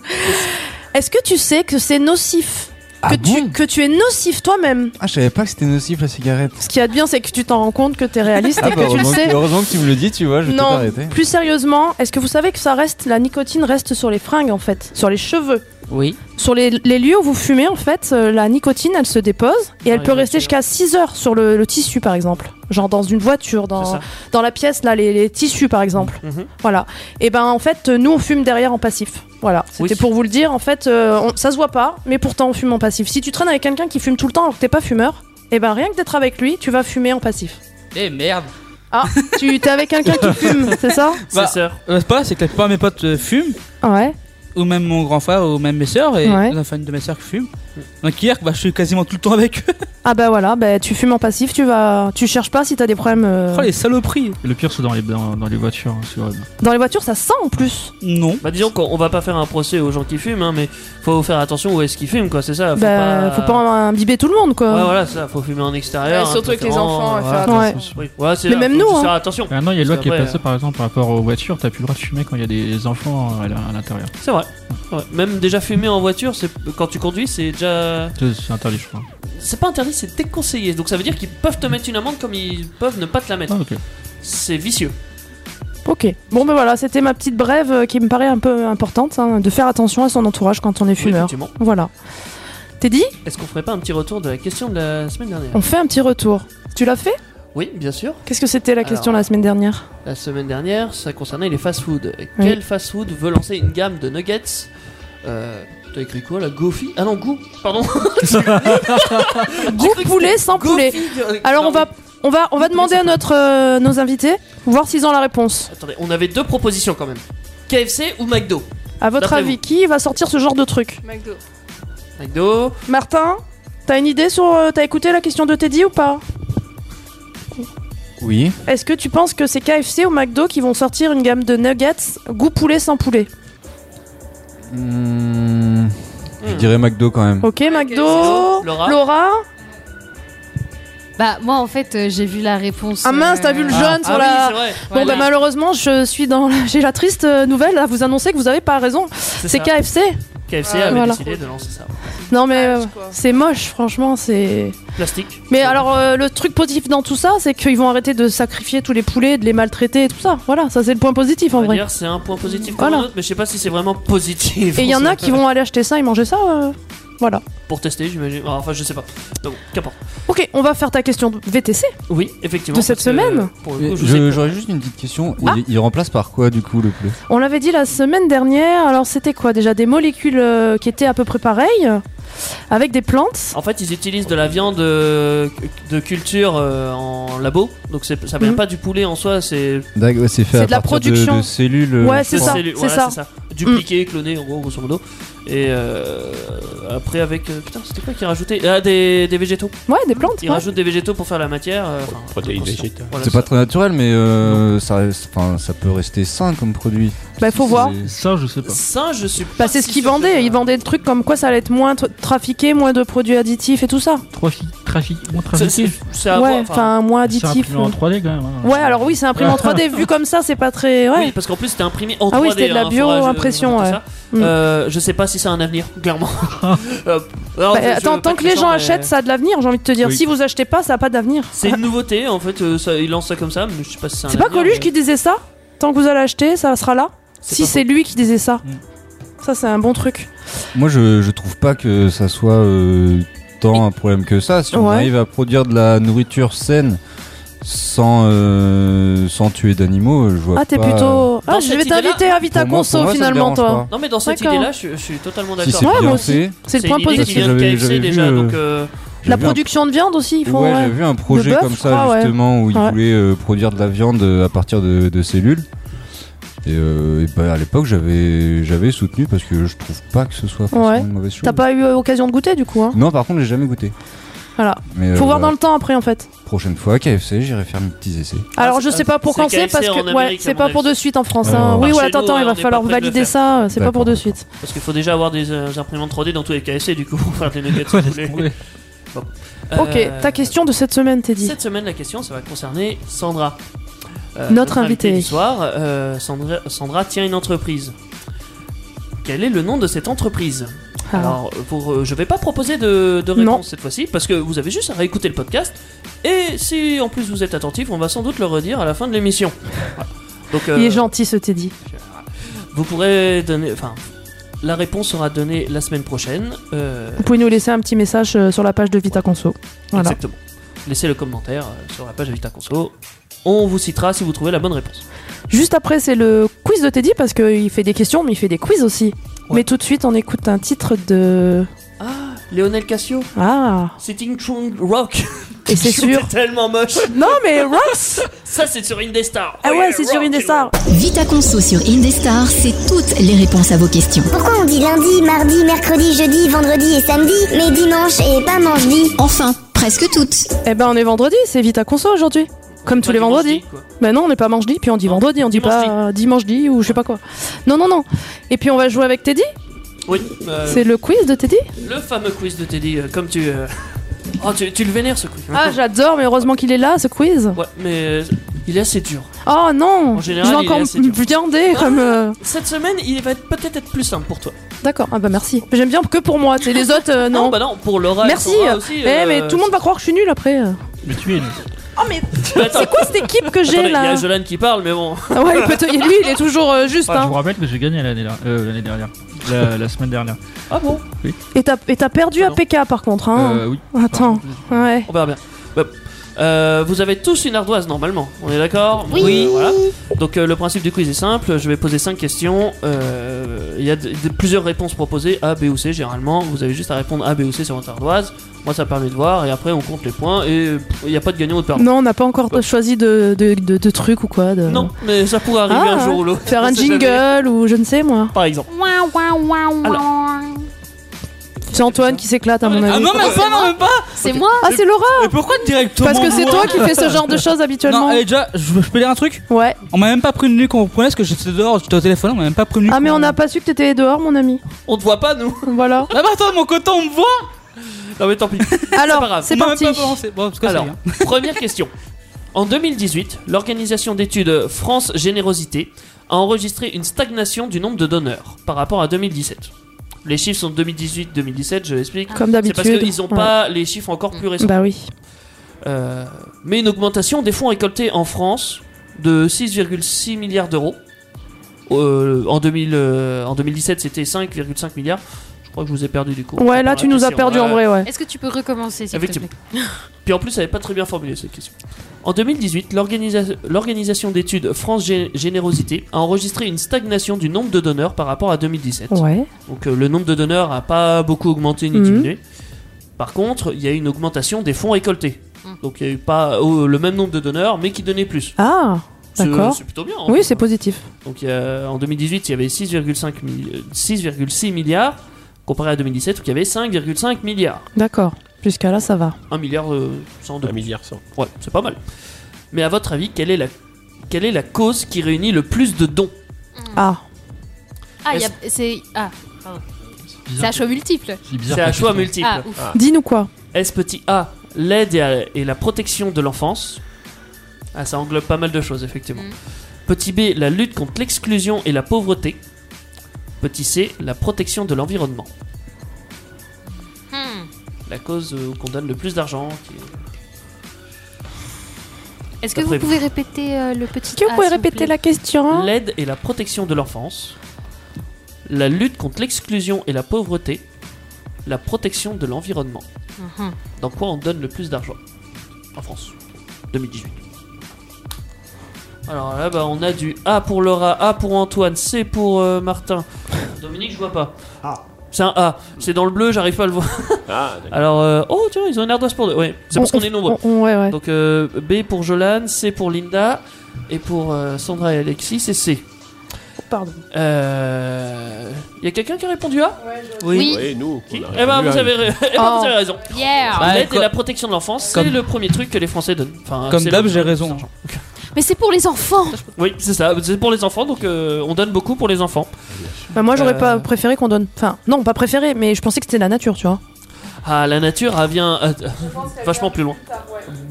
Speaker 3: Est-ce que tu sais que c'est nocif que,
Speaker 12: Ah
Speaker 3: tu,
Speaker 12: bon
Speaker 3: que tu es nocif toi-même
Speaker 12: Ah, je savais pas que c'était nocif la cigarette.
Speaker 3: Ce qu'il y a de bien, c'est que tu t'en rends compte, que t'es réaliste
Speaker 12: Ah,
Speaker 3: et
Speaker 12: bah,
Speaker 3: que tu le
Speaker 12: heureusement,
Speaker 3: sais.
Speaker 12: que, heureusement que tu me le dis, tu vois, je vais
Speaker 3: Non,
Speaker 12: t'arrêter.
Speaker 3: plus sérieusement, est-ce que vous savez que ça reste, la nicotine reste sur les fringues en fait, sur les cheveux
Speaker 7: Oui.
Speaker 3: Sur les, les lieux où vous fumez, en fait, euh, la nicotine, elle se dépose et elle
Speaker 4: les
Speaker 3: peut rester
Speaker 4: voitures.
Speaker 3: jusqu'à 6 heures sur le, le tissu, par exemple. Genre dans une voiture,
Speaker 4: C'est
Speaker 3: dans,
Speaker 4: ça.
Speaker 3: dans la pièce, là, les, les tissus, par exemple.
Speaker 4: Mhm.
Speaker 3: Voilà. Et ben, en fait, euh, nous, on fume derrière en passif. Voilà. C'était
Speaker 4: Oui.
Speaker 3: pour vous le dire, en fait, euh, on- ça se voit pas, mais pourtant, on fume en passif. Si tu traînes avec quelqu'un qui fume tout le temps alors que t'es pas fumeur, et ben, rien que d'être avec lui, tu vas fumer en passif.
Speaker 7: Eh merde.
Speaker 3: Ah, tu t'es avec quelqu'un qui fume, c'est ça
Speaker 7: Bah,
Speaker 4: C'est ça.
Speaker 7: Euh, c'est pas, c'est que la plupart de mes potes euh, fument,
Speaker 3: Ouais.
Speaker 7: ou même mon grand frère, ou même mes soeurs, et
Speaker 3: Ouais.
Speaker 7: les enfants de mes soeurs qui fument.
Speaker 4: Mm.
Speaker 7: Donc hier, bah, je suis quasiment tout le temps avec eux.
Speaker 3: Ah bah voilà, bah, tu fumes en passif, tu vas, tu cherches pas si t'as des problèmes. euh,
Speaker 7: Oh, les saloperies.
Speaker 8: Le pire, c'est dans les, dans, dans les voitures. hein, c'est horrible.
Speaker 3: Dans les voitures, ça sent en plus.
Speaker 7: Non.
Speaker 4: Bah disons qu'on on va pas faire un procès aux gens qui fument, hein, mais faut faire attention où est-ce qu'ils fument quoi, c'est ça. Faut
Speaker 3: bah, faut pas imbiber tout le monde quoi.
Speaker 4: Ouais, voilà, ça, faut fumer en extérieur.
Speaker 9: Ouais, surtout
Speaker 4: hein,
Speaker 9: avec les
Speaker 4: préférant,
Speaker 9: enfants,
Speaker 4: euh,
Speaker 9: faut
Speaker 4: voilà.
Speaker 9: faire
Speaker 3: Ouais.
Speaker 4: Oui, voilà, c'est
Speaker 3: Mais
Speaker 4: là,
Speaker 3: même
Speaker 4: faut
Speaker 3: nous,
Speaker 4: juste
Speaker 3: hein.
Speaker 4: faire attention.
Speaker 8: Maintenant, Ah il y a une loi
Speaker 4: Parce
Speaker 8: qui est
Speaker 4: qu'après,
Speaker 8: passée, par exemple, par rapport aux voitures. T'as plus le droit de fumer quand il y a des enfants à l'in- à l'intérieur.
Speaker 4: C'est vrai. Ouais. Même déjà fumer en voiture, c'est quand tu conduis, c'est déjà.
Speaker 8: C'est c'est interdit, je crois.
Speaker 4: C'est pas interdit, c'est déconseillé. Donc ça veut dire qu'ils peuvent te mettre une amende comme ils peuvent ne pas te la mettre.
Speaker 8: Ah, ok.
Speaker 4: C'est vicieux.
Speaker 3: Ok. Bon ben voilà, c'était ma petite brève euh, qui me paraît un peu importante, hein, de faire attention à son entourage quand on est
Speaker 4: Oui,
Speaker 3: fumeur.
Speaker 4: effectivement.
Speaker 3: voilà. T'es dit
Speaker 4: Est-ce qu'on ferait pas un petit retour de la question de la semaine dernière
Speaker 3: On fait un petit retour. Tu l'as fait
Speaker 4: Oui, bien sûr.
Speaker 3: Qu'est-ce que c'était la
Speaker 4: Alors.
Speaker 3: question la semaine dernière
Speaker 4: La semaine dernière, ça concernait les fast-food. Quel fast-food veut lancer une gamme de nuggets euh, T'as écrit quoi là Gofi Ah non, Gou Pardon
Speaker 3: Goût poulet sans poulet.
Speaker 4: euh,
Speaker 3: Alors on va, on va, on va demander à notre, euh, nos invités, voir s'ils ont la réponse.
Speaker 4: Attendez, on avait deux propositions quand même KFC ou McDo
Speaker 3: À votre
Speaker 4: D'après
Speaker 3: avis, qui va sortir ce genre de truc
Speaker 9: McDo.
Speaker 4: McDo,
Speaker 3: Martin, t'as une idée sur, euh, t'as écouté la question de Teddy ou pas
Speaker 12: Oui.
Speaker 3: Est-ce que tu penses que c'est KFC ou McDo qui vont sortir une gamme de nuggets goût poulet sans poulet Ah
Speaker 12: Hmm, Je
Speaker 4: Hmm.
Speaker 12: dirais McDo quand même.
Speaker 3: Ok, McDo,
Speaker 4: KFC. Laura
Speaker 6: Bah, moi, en fait, euh, j'ai vu la réponse. euh,
Speaker 3: Ah mince, t'as vu le jaune sur
Speaker 4: Ah oui,
Speaker 3: la.
Speaker 4: c'est vrai.
Speaker 3: bon, bah malheureusement, je suis dans. la- J'ai la triste euh, nouvelle à vous annoncer que vous avez pas raison. C'est
Speaker 4: ça.
Speaker 3: KFC
Speaker 4: KFC
Speaker 9: Ah,
Speaker 4: avait
Speaker 3: voilà.
Speaker 4: décidé de lancer ça.
Speaker 3: Non, mais. euh,
Speaker 9: Dommage, quoi.
Speaker 3: C'est moche, franchement, c'est.
Speaker 4: Plastique.
Speaker 3: Mais
Speaker 4: Ouais.
Speaker 3: alors, euh, le truc positif dans tout ça, c'est qu'ils vont arrêter de sacrifier tous les poulets, de les maltraiter et tout ça. Voilà, ça c'est le point positif
Speaker 4: On
Speaker 3: en
Speaker 4: va
Speaker 3: vrai.
Speaker 4: dire c'est un point positif comme
Speaker 3: Voilà.
Speaker 4: un autre, mais je sais pas si c'est vraiment positif.
Speaker 3: Et il y en a qui vont aller acheter ça et manger ça. euh, Voilà.
Speaker 4: Pour tester, j'imagine. Ah, Enfin, je sais pas. Donc, qu'importe.
Speaker 3: Ok, on va faire ta question de VTC.
Speaker 4: Oui, effectivement.
Speaker 3: De cette
Speaker 4: parce que, euh,
Speaker 3: semaine
Speaker 4: Pour le
Speaker 12: Et
Speaker 4: coup, je, sais
Speaker 12: je- J'aurais juste une petite question.
Speaker 3: Ah.
Speaker 12: Il, il remplace par quoi du coup le poulet
Speaker 3: On l'avait dit la semaine dernière, alors c'était quoi déjà Des molécules euh, qui étaient à peu près pareilles, euh, avec des plantes.
Speaker 4: En fait, ils utilisent de la viande euh, de culture euh, en labo, donc c'est- ça vient
Speaker 3: Mhm.
Speaker 4: pas du poulet en soi, c'est
Speaker 12: D'accord, ouais, c'est fait
Speaker 3: C'est
Speaker 12: à
Speaker 3: de la
Speaker 12: partir
Speaker 3: production.
Speaker 12: de, cellules. euh,
Speaker 3: Ouais,
Speaker 12: je
Speaker 3: c'est
Speaker 12: crois.
Speaker 3: ça,
Speaker 4: cellu-
Speaker 3: c'est
Speaker 4: voilà,
Speaker 3: ça. Mm.
Speaker 4: dupliqué, cloné, en gros, grosso modo. Et euh, après avec euh, putain, c'était quoi qu'ils rajoutaient Ah, des, des végétaux.
Speaker 3: Ouais, des plantes.
Speaker 4: Ils
Speaker 3: ouais.
Speaker 4: rajoutent des végétaux pour faire la matière. euh, enfin,
Speaker 5: Protéines
Speaker 4: de consistance.
Speaker 5: végétales.
Speaker 4: Voilà,
Speaker 12: C'est
Speaker 4: ça.
Speaker 12: pas très naturel, mais euh, ça, reste- enfin, ça peut rester sain comme produit.
Speaker 3: Bah, faut voir.
Speaker 12: C'est-
Speaker 8: Ça, je sais pas.
Speaker 4: Ça, je suis.
Speaker 3: Bah,
Speaker 4: pas
Speaker 3: c'est
Speaker 4: si
Speaker 3: ce qu'ils
Speaker 4: sûr que ça-
Speaker 3: vendaient, ils vendaient le truc comme quoi ça allait être moins tra- trafiqué, moins de produits additifs et tout ça.
Speaker 8: Trafic, trafic, moins
Speaker 4: C'est-
Speaker 8: trafic.
Speaker 4: c'est- c'est à voir,
Speaker 3: ouais,
Speaker 4: enfin,
Speaker 3: enfin, moins
Speaker 8: C'est
Speaker 3: additif.
Speaker 8: imprimé en 3D quand même. hein.
Speaker 3: Ouais, alors oui, c'est imprimé en 3D, vu comme ça, c'est pas très. Ouais.
Speaker 4: Oui, parce qu'en plus c'était imprimé en 3D.
Speaker 3: Ah oui, c'était de la
Speaker 4: hein, forage, euh,
Speaker 3: bio-impression,
Speaker 4: tout
Speaker 3: ouais. Mm.
Speaker 4: ça. Euh, je sais pas si ça a un avenir, clairement. Euh, alors,
Speaker 3: Bah,
Speaker 4: je- je
Speaker 3: attends,
Speaker 4: veux pas
Speaker 3: tant
Speaker 4: être
Speaker 3: que les
Speaker 4: méchant,
Speaker 3: gens
Speaker 4: mais
Speaker 3: achètent, ça a de l'avenir, j'ai envie de te dire.
Speaker 4: Oui.
Speaker 3: Si vous achetez pas, ça a pas d'avenir.
Speaker 4: C'est une nouveauté en fait, euh, ça, ils lancent ça comme ça, mais je sais pas si c'est un
Speaker 3: C'est pas
Speaker 4: avenir,
Speaker 3: Coluche
Speaker 4: mais-
Speaker 3: qui disait ça Tant que vous allez acheter, ça sera là Si c'est lui qui disait ça.
Speaker 12: Mm.
Speaker 3: Ça, c'est un bon truc.
Speaker 12: Moi, je, je trouve pas que ça soit euh, tant un problème que ça. Si on
Speaker 3: Ouais.
Speaker 12: arrive à produire de la nourriture saine sans, euh, sans tuer d'animaux, je vois
Speaker 3: Ah, t'es
Speaker 12: pas-
Speaker 3: plutôt. Ah,
Speaker 4: Dans
Speaker 3: je
Speaker 4: cette
Speaker 3: vais t'inviter
Speaker 4: idée-là-
Speaker 3: à Vita
Speaker 12: Pour moi-
Speaker 3: Conso
Speaker 12: pour moi, ça me
Speaker 3: finalement,
Speaker 12: dérange
Speaker 3: toi.
Speaker 12: pas.
Speaker 4: Non mais dans cette
Speaker 3: D'accord.
Speaker 4: idée là, je, je suis totalement
Speaker 12: Si
Speaker 4: d'accord.
Speaker 12: c'est bien fait.
Speaker 3: C'est le
Speaker 4: une
Speaker 3: point
Speaker 4: idée qui
Speaker 3: positif.
Speaker 4: vient de
Speaker 12: J'avais-
Speaker 4: KFC
Speaker 12: j'avais
Speaker 4: déjà,
Speaker 12: vu,
Speaker 4: donc,
Speaker 12: euh,
Speaker 4: euh,
Speaker 3: La
Speaker 12: J'avais un-
Speaker 3: production de viande aussi, ils
Speaker 12: Ouais,
Speaker 3: font.
Speaker 12: j'ai vu un
Speaker 3: De
Speaker 12: projet
Speaker 3: bœuf,
Speaker 12: comme
Speaker 3: je
Speaker 12: ça
Speaker 3: crois, ouais.
Speaker 12: justement où ils
Speaker 3: Ouais.
Speaker 12: voulaient euh, produire de la viande euh, à partir de, de cellules. Et, euh, et ben, à l'époque, j'avais j'avais soutenu parce que je trouve pas que ce soit forcément
Speaker 3: Ouais.
Speaker 12: une mauvaise chose.
Speaker 3: T'as pas eu euh, occasion de goûter du coup, hein
Speaker 12: Non, par contre, j'ai jamais goûté.
Speaker 3: Voilà.
Speaker 12: Mais,
Speaker 3: Faut
Speaker 12: euh,
Speaker 3: voir dans le temps après en fait.
Speaker 12: Prochaine fois, KFC, j'irai faire mes petits essais.
Speaker 3: Alors je sais pas pour
Speaker 4: Ah, c'est
Speaker 3: quand c'est
Speaker 4: KFC
Speaker 3: parce
Speaker 4: en
Speaker 3: que ouais,
Speaker 4: Amérique, à
Speaker 3: c'est
Speaker 4: mon
Speaker 3: pas
Speaker 4: avis.
Speaker 3: pour de suite en France. hein.
Speaker 12: Euh,
Speaker 3: Oui,
Speaker 4: Par
Speaker 3: ouais,
Speaker 4: chez
Speaker 3: attends,
Speaker 4: nous,
Speaker 3: attends, il
Speaker 4: on
Speaker 3: va
Speaker 4: n'est
Speaker 3: falloir
Speaker 4: pas prêt de le
Speaker 3: valider
Speaker 4: faire.
Speaker 3: ça. C'est pas pour de suite.
Speaker 4: Parce qu'il faut déjà avoir des euh, imprimantes 3D dans tous les KFC du coup pour faire des nuggets si vous voulez. Bon. Euh,
Speaker 3: Ok, ta question de cette semaine, Teddy.
Speaker 4: Cette semaine, la question, ça va concerner Sandra. Euh,
Speaker 3: Notre invitée.
Speaker 4: du soir, euh, Sandra, Sandra tient une entreprise. Quel est le nom de cette entreprise
Speaker 3: Ah.
Speaker 4: Alors, pour, euh, je vais pas proposer de, de réponse
Speaker 3: Non.
Speaker 4: cette fois-ci, parce que vous avez juste à réécouter le podcast. Et si en plus vous êtes attentif, on va sans doute le redire à la fin de l'émission. Voilà. Donc, euh,
Speaker 3: Il est gentil ce Teddy.
Speaker 4: vous pourrez donner. Enfin, la réponse sera donnée la semaine prochaine. euh,
Speaker 3: Vous pouvez nous laisser un petit message euh, sur la page de Vita Conso. Voilà.
Speaker 4: Exactement. Laissez le commentaire euh, sur la page Vita Conso. On vous citera si vous trouvez la bonne réponse.
Speaker 3: Juste après, c'est le quiz de Teddy parce qu'il fait des questions, mais il fait des quiz aussi. Mais tout de suite, on écoute un titre de.
Speaker 4: Lionel Cassio,
Speaker 3: Ah
Speaker 4: Sitting Chung Rock.
Speaker 3: Et c'est sûr.
Speaker 4: C'est tellement moche.
Speaker 3: Non, mais Ross
Speaker 4: Ça, c'est sur Indestar.
Speaker 10: Ah ouais, c'est
Speaker 4: sur
Speaker 3: Indestar.
Speaker 10: Vita Conso sur Indestar, c'est toutes les réponses à vos questions.
Speaker 11: Pourquoi on dit lundi, mardi, mercredi, jeudi, vendredi et samedi, mais dimanche et pas mangedi
Speaker 10: Enfin, presque toutes.
Speaker 3: Eh ben, on est vendredi, c'est Vita Conso aujourd'hui. Comme tous les vendredis. Mais non, on n'est pas mangedi, puis on dit vendredi, on dit pas euh, dimanche-di ou je sais pas quoi. Non, non, non. Et puis on va jouer avec Teddy
Speaker 4: Oui. euh,
Speaker 3: C'est le quiz de Teddy
Speaker 4: le fameux quiz de Teddy, euh, comme tu. euh, Oh, tu, tu le vénères ce quiz.
Speaker 3: Ah, j'adore, mais heureusement qu'il est là, ce quiz.
Speaker 4: Ouais, mais euh, il est assez dur.
Speaker 3: Oh non
Speaker 4: En général,
Speaker 3: Je
Speaker 4: il
Speaker 3: vais
Speaker 4: est
Speaker 3: encore
Speaker 4: assez
Speaker 3: me
Speaker 4: dur. Ah.
Speaker 3: viander comme. euh,
Speaker 4: Cette semaine, il va être- peut-être être plus simple pour toi.
Speaker 3: D'accord, ah bah merci. J'aime bien que pour moi, tu sais, les autres, euh, non.
Speaker 4: bah non, pour Laura. et
Speaker 3: Merci
Speaker 4: Sandra aussi,
Speaker 3: Eh,
Speaker 4: euh,
Speaker 3: mais tout le monde va croire que je suis nulle après.
Speaker 5: Mais tu es
Speaker 3: C'est quoi cette équipe que j'ai
Speaker 4: Bah, Attendez, Il y a
Speaker 3: là
Speaker 4: Jolan qui parle, mais bon.
Speaker 3: Ah Ouais, il peut te- lui, il est toujours euh, juste.
Speaker 8: Ah, je
Speaker 3: hein.
Speaker 8: vous rappelle que j'ai gagné l'année la- euh, l'année dernière. La, la semaine dernière.
Speaker 4: Ah bon
Speaker 8: Oui.
Speaker 3: Et t'as et t'as perdu à PK par contre, hein
Speaker 8: Euh, oui.
Speaker 3: Attends, ouais.
Speaker 4: On verra bien. Bah, euh, vous avez tous une ardoise normalement, on est d'accord
Speaker 3: Oui.
Speaker 4: Euh, voilà. Donc euh, le principe du quiz est simple, je vais poser 5 questions. euh, Il y a de- de- plusieurs réponses proposées, A, B ou C généralement. Vous avez juste à répondre A, B ou C sur votre ardoise. Moi ça permet de voir et après on compte les points et euh, il n'y a pas de gagnant ou de perdant.
Speaker 3: Non, on n'a pas encore choisi de, de, de, de truc ou quoi. De...
Speaker 4: Non, mais ça pourrait arriver
Speaker 3: Ah,
Speaker 4: un jour ou l'autre.
Speaker 3: Faire
Speaker 4: On
Speaker 3: un
Speaker 4: sait jamais.
Speaker 3: jingle ou je ne sais moi.
Speaker 4: Par exemple.
Speaker 3: C'est Antoine qui s'éclate à mon avis.
Speaker 7: Ah non, même pas, non, même pas
Speaker 6: C'est moi
Speaker 3: Ah, c'est Laura
Speaker 7: Mais pourquoi directement
Speaker 3: Parce que c'est
Speaker 7: moi
Speaker 3: toi qui fais ce genre de choses habituellement.
Speaker 7: Non, eh, déjà, je, je peux dire un truc
Speaker 3: Ouais.
Speaker 7: On m'a même pas prévenu qu'on reprenait parce que j'étais dehors, j'étais au téléphone, on m'a même pas prévenu.
Speaker 3: Ah, mais
Speaker 7: qu'on-
Speaker 3: on n'a pas su que t'étais dehors, mon ami.
Speaker 4: On te voit pas nous
Speaker 3: Voilà.
Speaker 7: Ah bah attends, mon coton, on me voit
Speaker 4: Non mais tant pis. pas
Speaker 3: Alors,
Speaker 4: grave.
Speaker 3: c'est
Speaker 7: On m'a même
Speaker 3: parti.
Speaker 7: pas avancé. Bon, en tout cas, c'est
Speaker 4: Alors,
Speaker 7: bien.
Speaker 4: première question. En 2018, l'organisation d'études France Générosité a enregistré une stagnation du nombre de donneurs par rapport à 2017. Les chiffres sont 2018-2017, je l'explique.
Speaker 3: Ah. Comme
Speaker 4: C'est
Speaker 3: d'habitude.
Speaker 4: parce qu'ils n'ont pas les chiffres encore plus récents.
Speaker 3: Bah oui.
Speaker 4: Euh, mais une augmentation des fonds récoltés en France de 6,6 milliards d'euros. Euh, en, 2000, euh, en 2017, c'était 5,5 milliards. Je crois que je vous ai perdu du coup.
Speaker 3: Ouais, là, tu nous as
Speaker 4: Ouais.
Speaker 3: perdu en Ah, vrai, ouais.
Speaker 6: Est-ce que tu peux recommencer s'il te plaît
Speaker 4: Effectivement. Puis en plus, elle n'avait pas très bien formulé cette question. En 2018, l'organisa- l'organisation d'études France Gé- Générosité a enregistré une stagnation du nombre de donneurs par rapport à 2017.
Speaker 3: Ouais.
Speaker 4: Donc euh, le nombre de donneurs n'a pas beaucoup augmenté ni
Speaker 3: Mhm.
Speaker 4: diminué. Par contre, il y a eu une augmentation des fonds récoltés.
Speaker 3: Mhm.
Speaker 4: Donc il n'y a eu pas euh, le même nombre de donneurs, mais qui donnaient plus.
Speaker 3: Ah,
Speaker 4: C'est- euh,
Speaker 3: d'accord.
Speaker 4: C'est plutôt bien. hein. en
Speaker 3: Oui,
Speaker 4: fait.
Speaker 3: c'est positif.
Speaker 4: Donc il y a- en 2018, il y avait 6,5 mi- euh, 6,6 milliards, comparé à 2017 où il y avait 5,5 milliards.
Speaker 3: D'accord. Jusqu'à là, ça va.
Speaker 4: 1 milliard euh, 100 de
Speaker 5: Un milliard cent.
Speaker 4: Ouais, c'est pas mal. Mais à votre avis, quelle est la, quelle est la cause qui réunit le plus de dons
Speaker 3: Ah.
Speaker 6: Ah, il y a- c'est. Ah, pardon. C'est à choix multiple.
Speaker 8: bizarre.
Speaker 4: C'est un
Speaker 8: ta
Speaker 4: choix
Speaker 8: question.
Speaker 4: multiple.
Speaker 6: Ah, ouf.
Speaker 3: Dis-nous quoi
Speaker 4: Est-ce petit A, l'aide et, à- et la protection de l'enfance Ah, ça englobe pas mal de choses, effectivement.
Speaker 6: Mm.
Speaker 4: Petit B, la lutte contre l'exclusion et la pauvreté. Petit c, la protection de l'environnement.
Speaker 6: Hmm.
Speaker 4: La cause euh, qu'on donne le plus d'argent. qui est-
Speaker 6: Est-ce que
Speaker 4: Après,
Speaker 6: vous
Speaker 4: vous-
Speaker 6: pouvez répéter euh, le petit
Speaker 3: que vous
Speaker 6: A,
Speaker 3: pouvez
Speaker 6: s'il
Speaker 3: répéter
Speaker 6: plaît
Speaker 3: la question hein.
Speaker 4: L'aide et la protection de l'enfance. La lutte contre l'exclusion et la pauvreté. La protection de l'environnement.
Speaker 6: Mhm.
Speaker 4: Dans quoi on donne le plus d'argent En France. 2018. Alors là, bah, on a du A pour Laura, A pour Antoine, C pour euh, Martin. Dominique, je vois pas. C'est un A. C'est dans le bleu, j'arrive pas à le voir.
Speaker 5: Ah,
Speaker 4: Alors, euh, oh tiens, ils ont une ardoise pour deux. Ouais, c'est parce
Speaker 3: On-
Speaker 4: qu'on est nombreux.
Speaker 3: on- on- ouais, ouais.
Speaker 4: Donc euh, B pour Jolan, C pour Linda, et pour euh, Sandra et Alexis, c'est C.
Speaker 3: Oh, Pardon.
Speaker 4: Il y a quelqu'un qui a répondu A
Speaker 7: Oui.
Speaker 5: Oui, nous.
Speaker 4: Qui
Speaker 5: on a
Speaker 4: eh ben,
Speaker 5: répondu
Speaker 4: vous
Speaker 5: A.
Speaker 4: avez, ra- eh ben,
Speaker 6: Oh.
Speaker 4: vous avez raison.
Speaker 6: Yeah.
Speaker 7: Bah,
Speaker 4: L'aide et
Speaker 7: comme-
Speaker 4: la protection de l'enfance, c'est
Speaker 7: comme-
Speaker 4: le premier truc que les Français donnent. Enfin,
Speaker 7: Comme
Speaker 4: c'est
Speaker 7: d'hab,
Speaker 4: le-
Speaker 7: j'ai raison.
Speaker 6: Mais c'est pour les enfants
Speaker 4: Oui, c'est ça. C'est pour les enfants, donc euh, on donne beaucoup pour les enfants.
Speaker 3: Bah, moi, j'aurais
Speaker 4: Euh,
Speaker 3: pas préféré qu'on donne. Enfin, non, pas préféré, mais je pensais que c'était la nature, tu vois.
Speaker 4: Ah, la nature elle vient euh, vachement plus loin.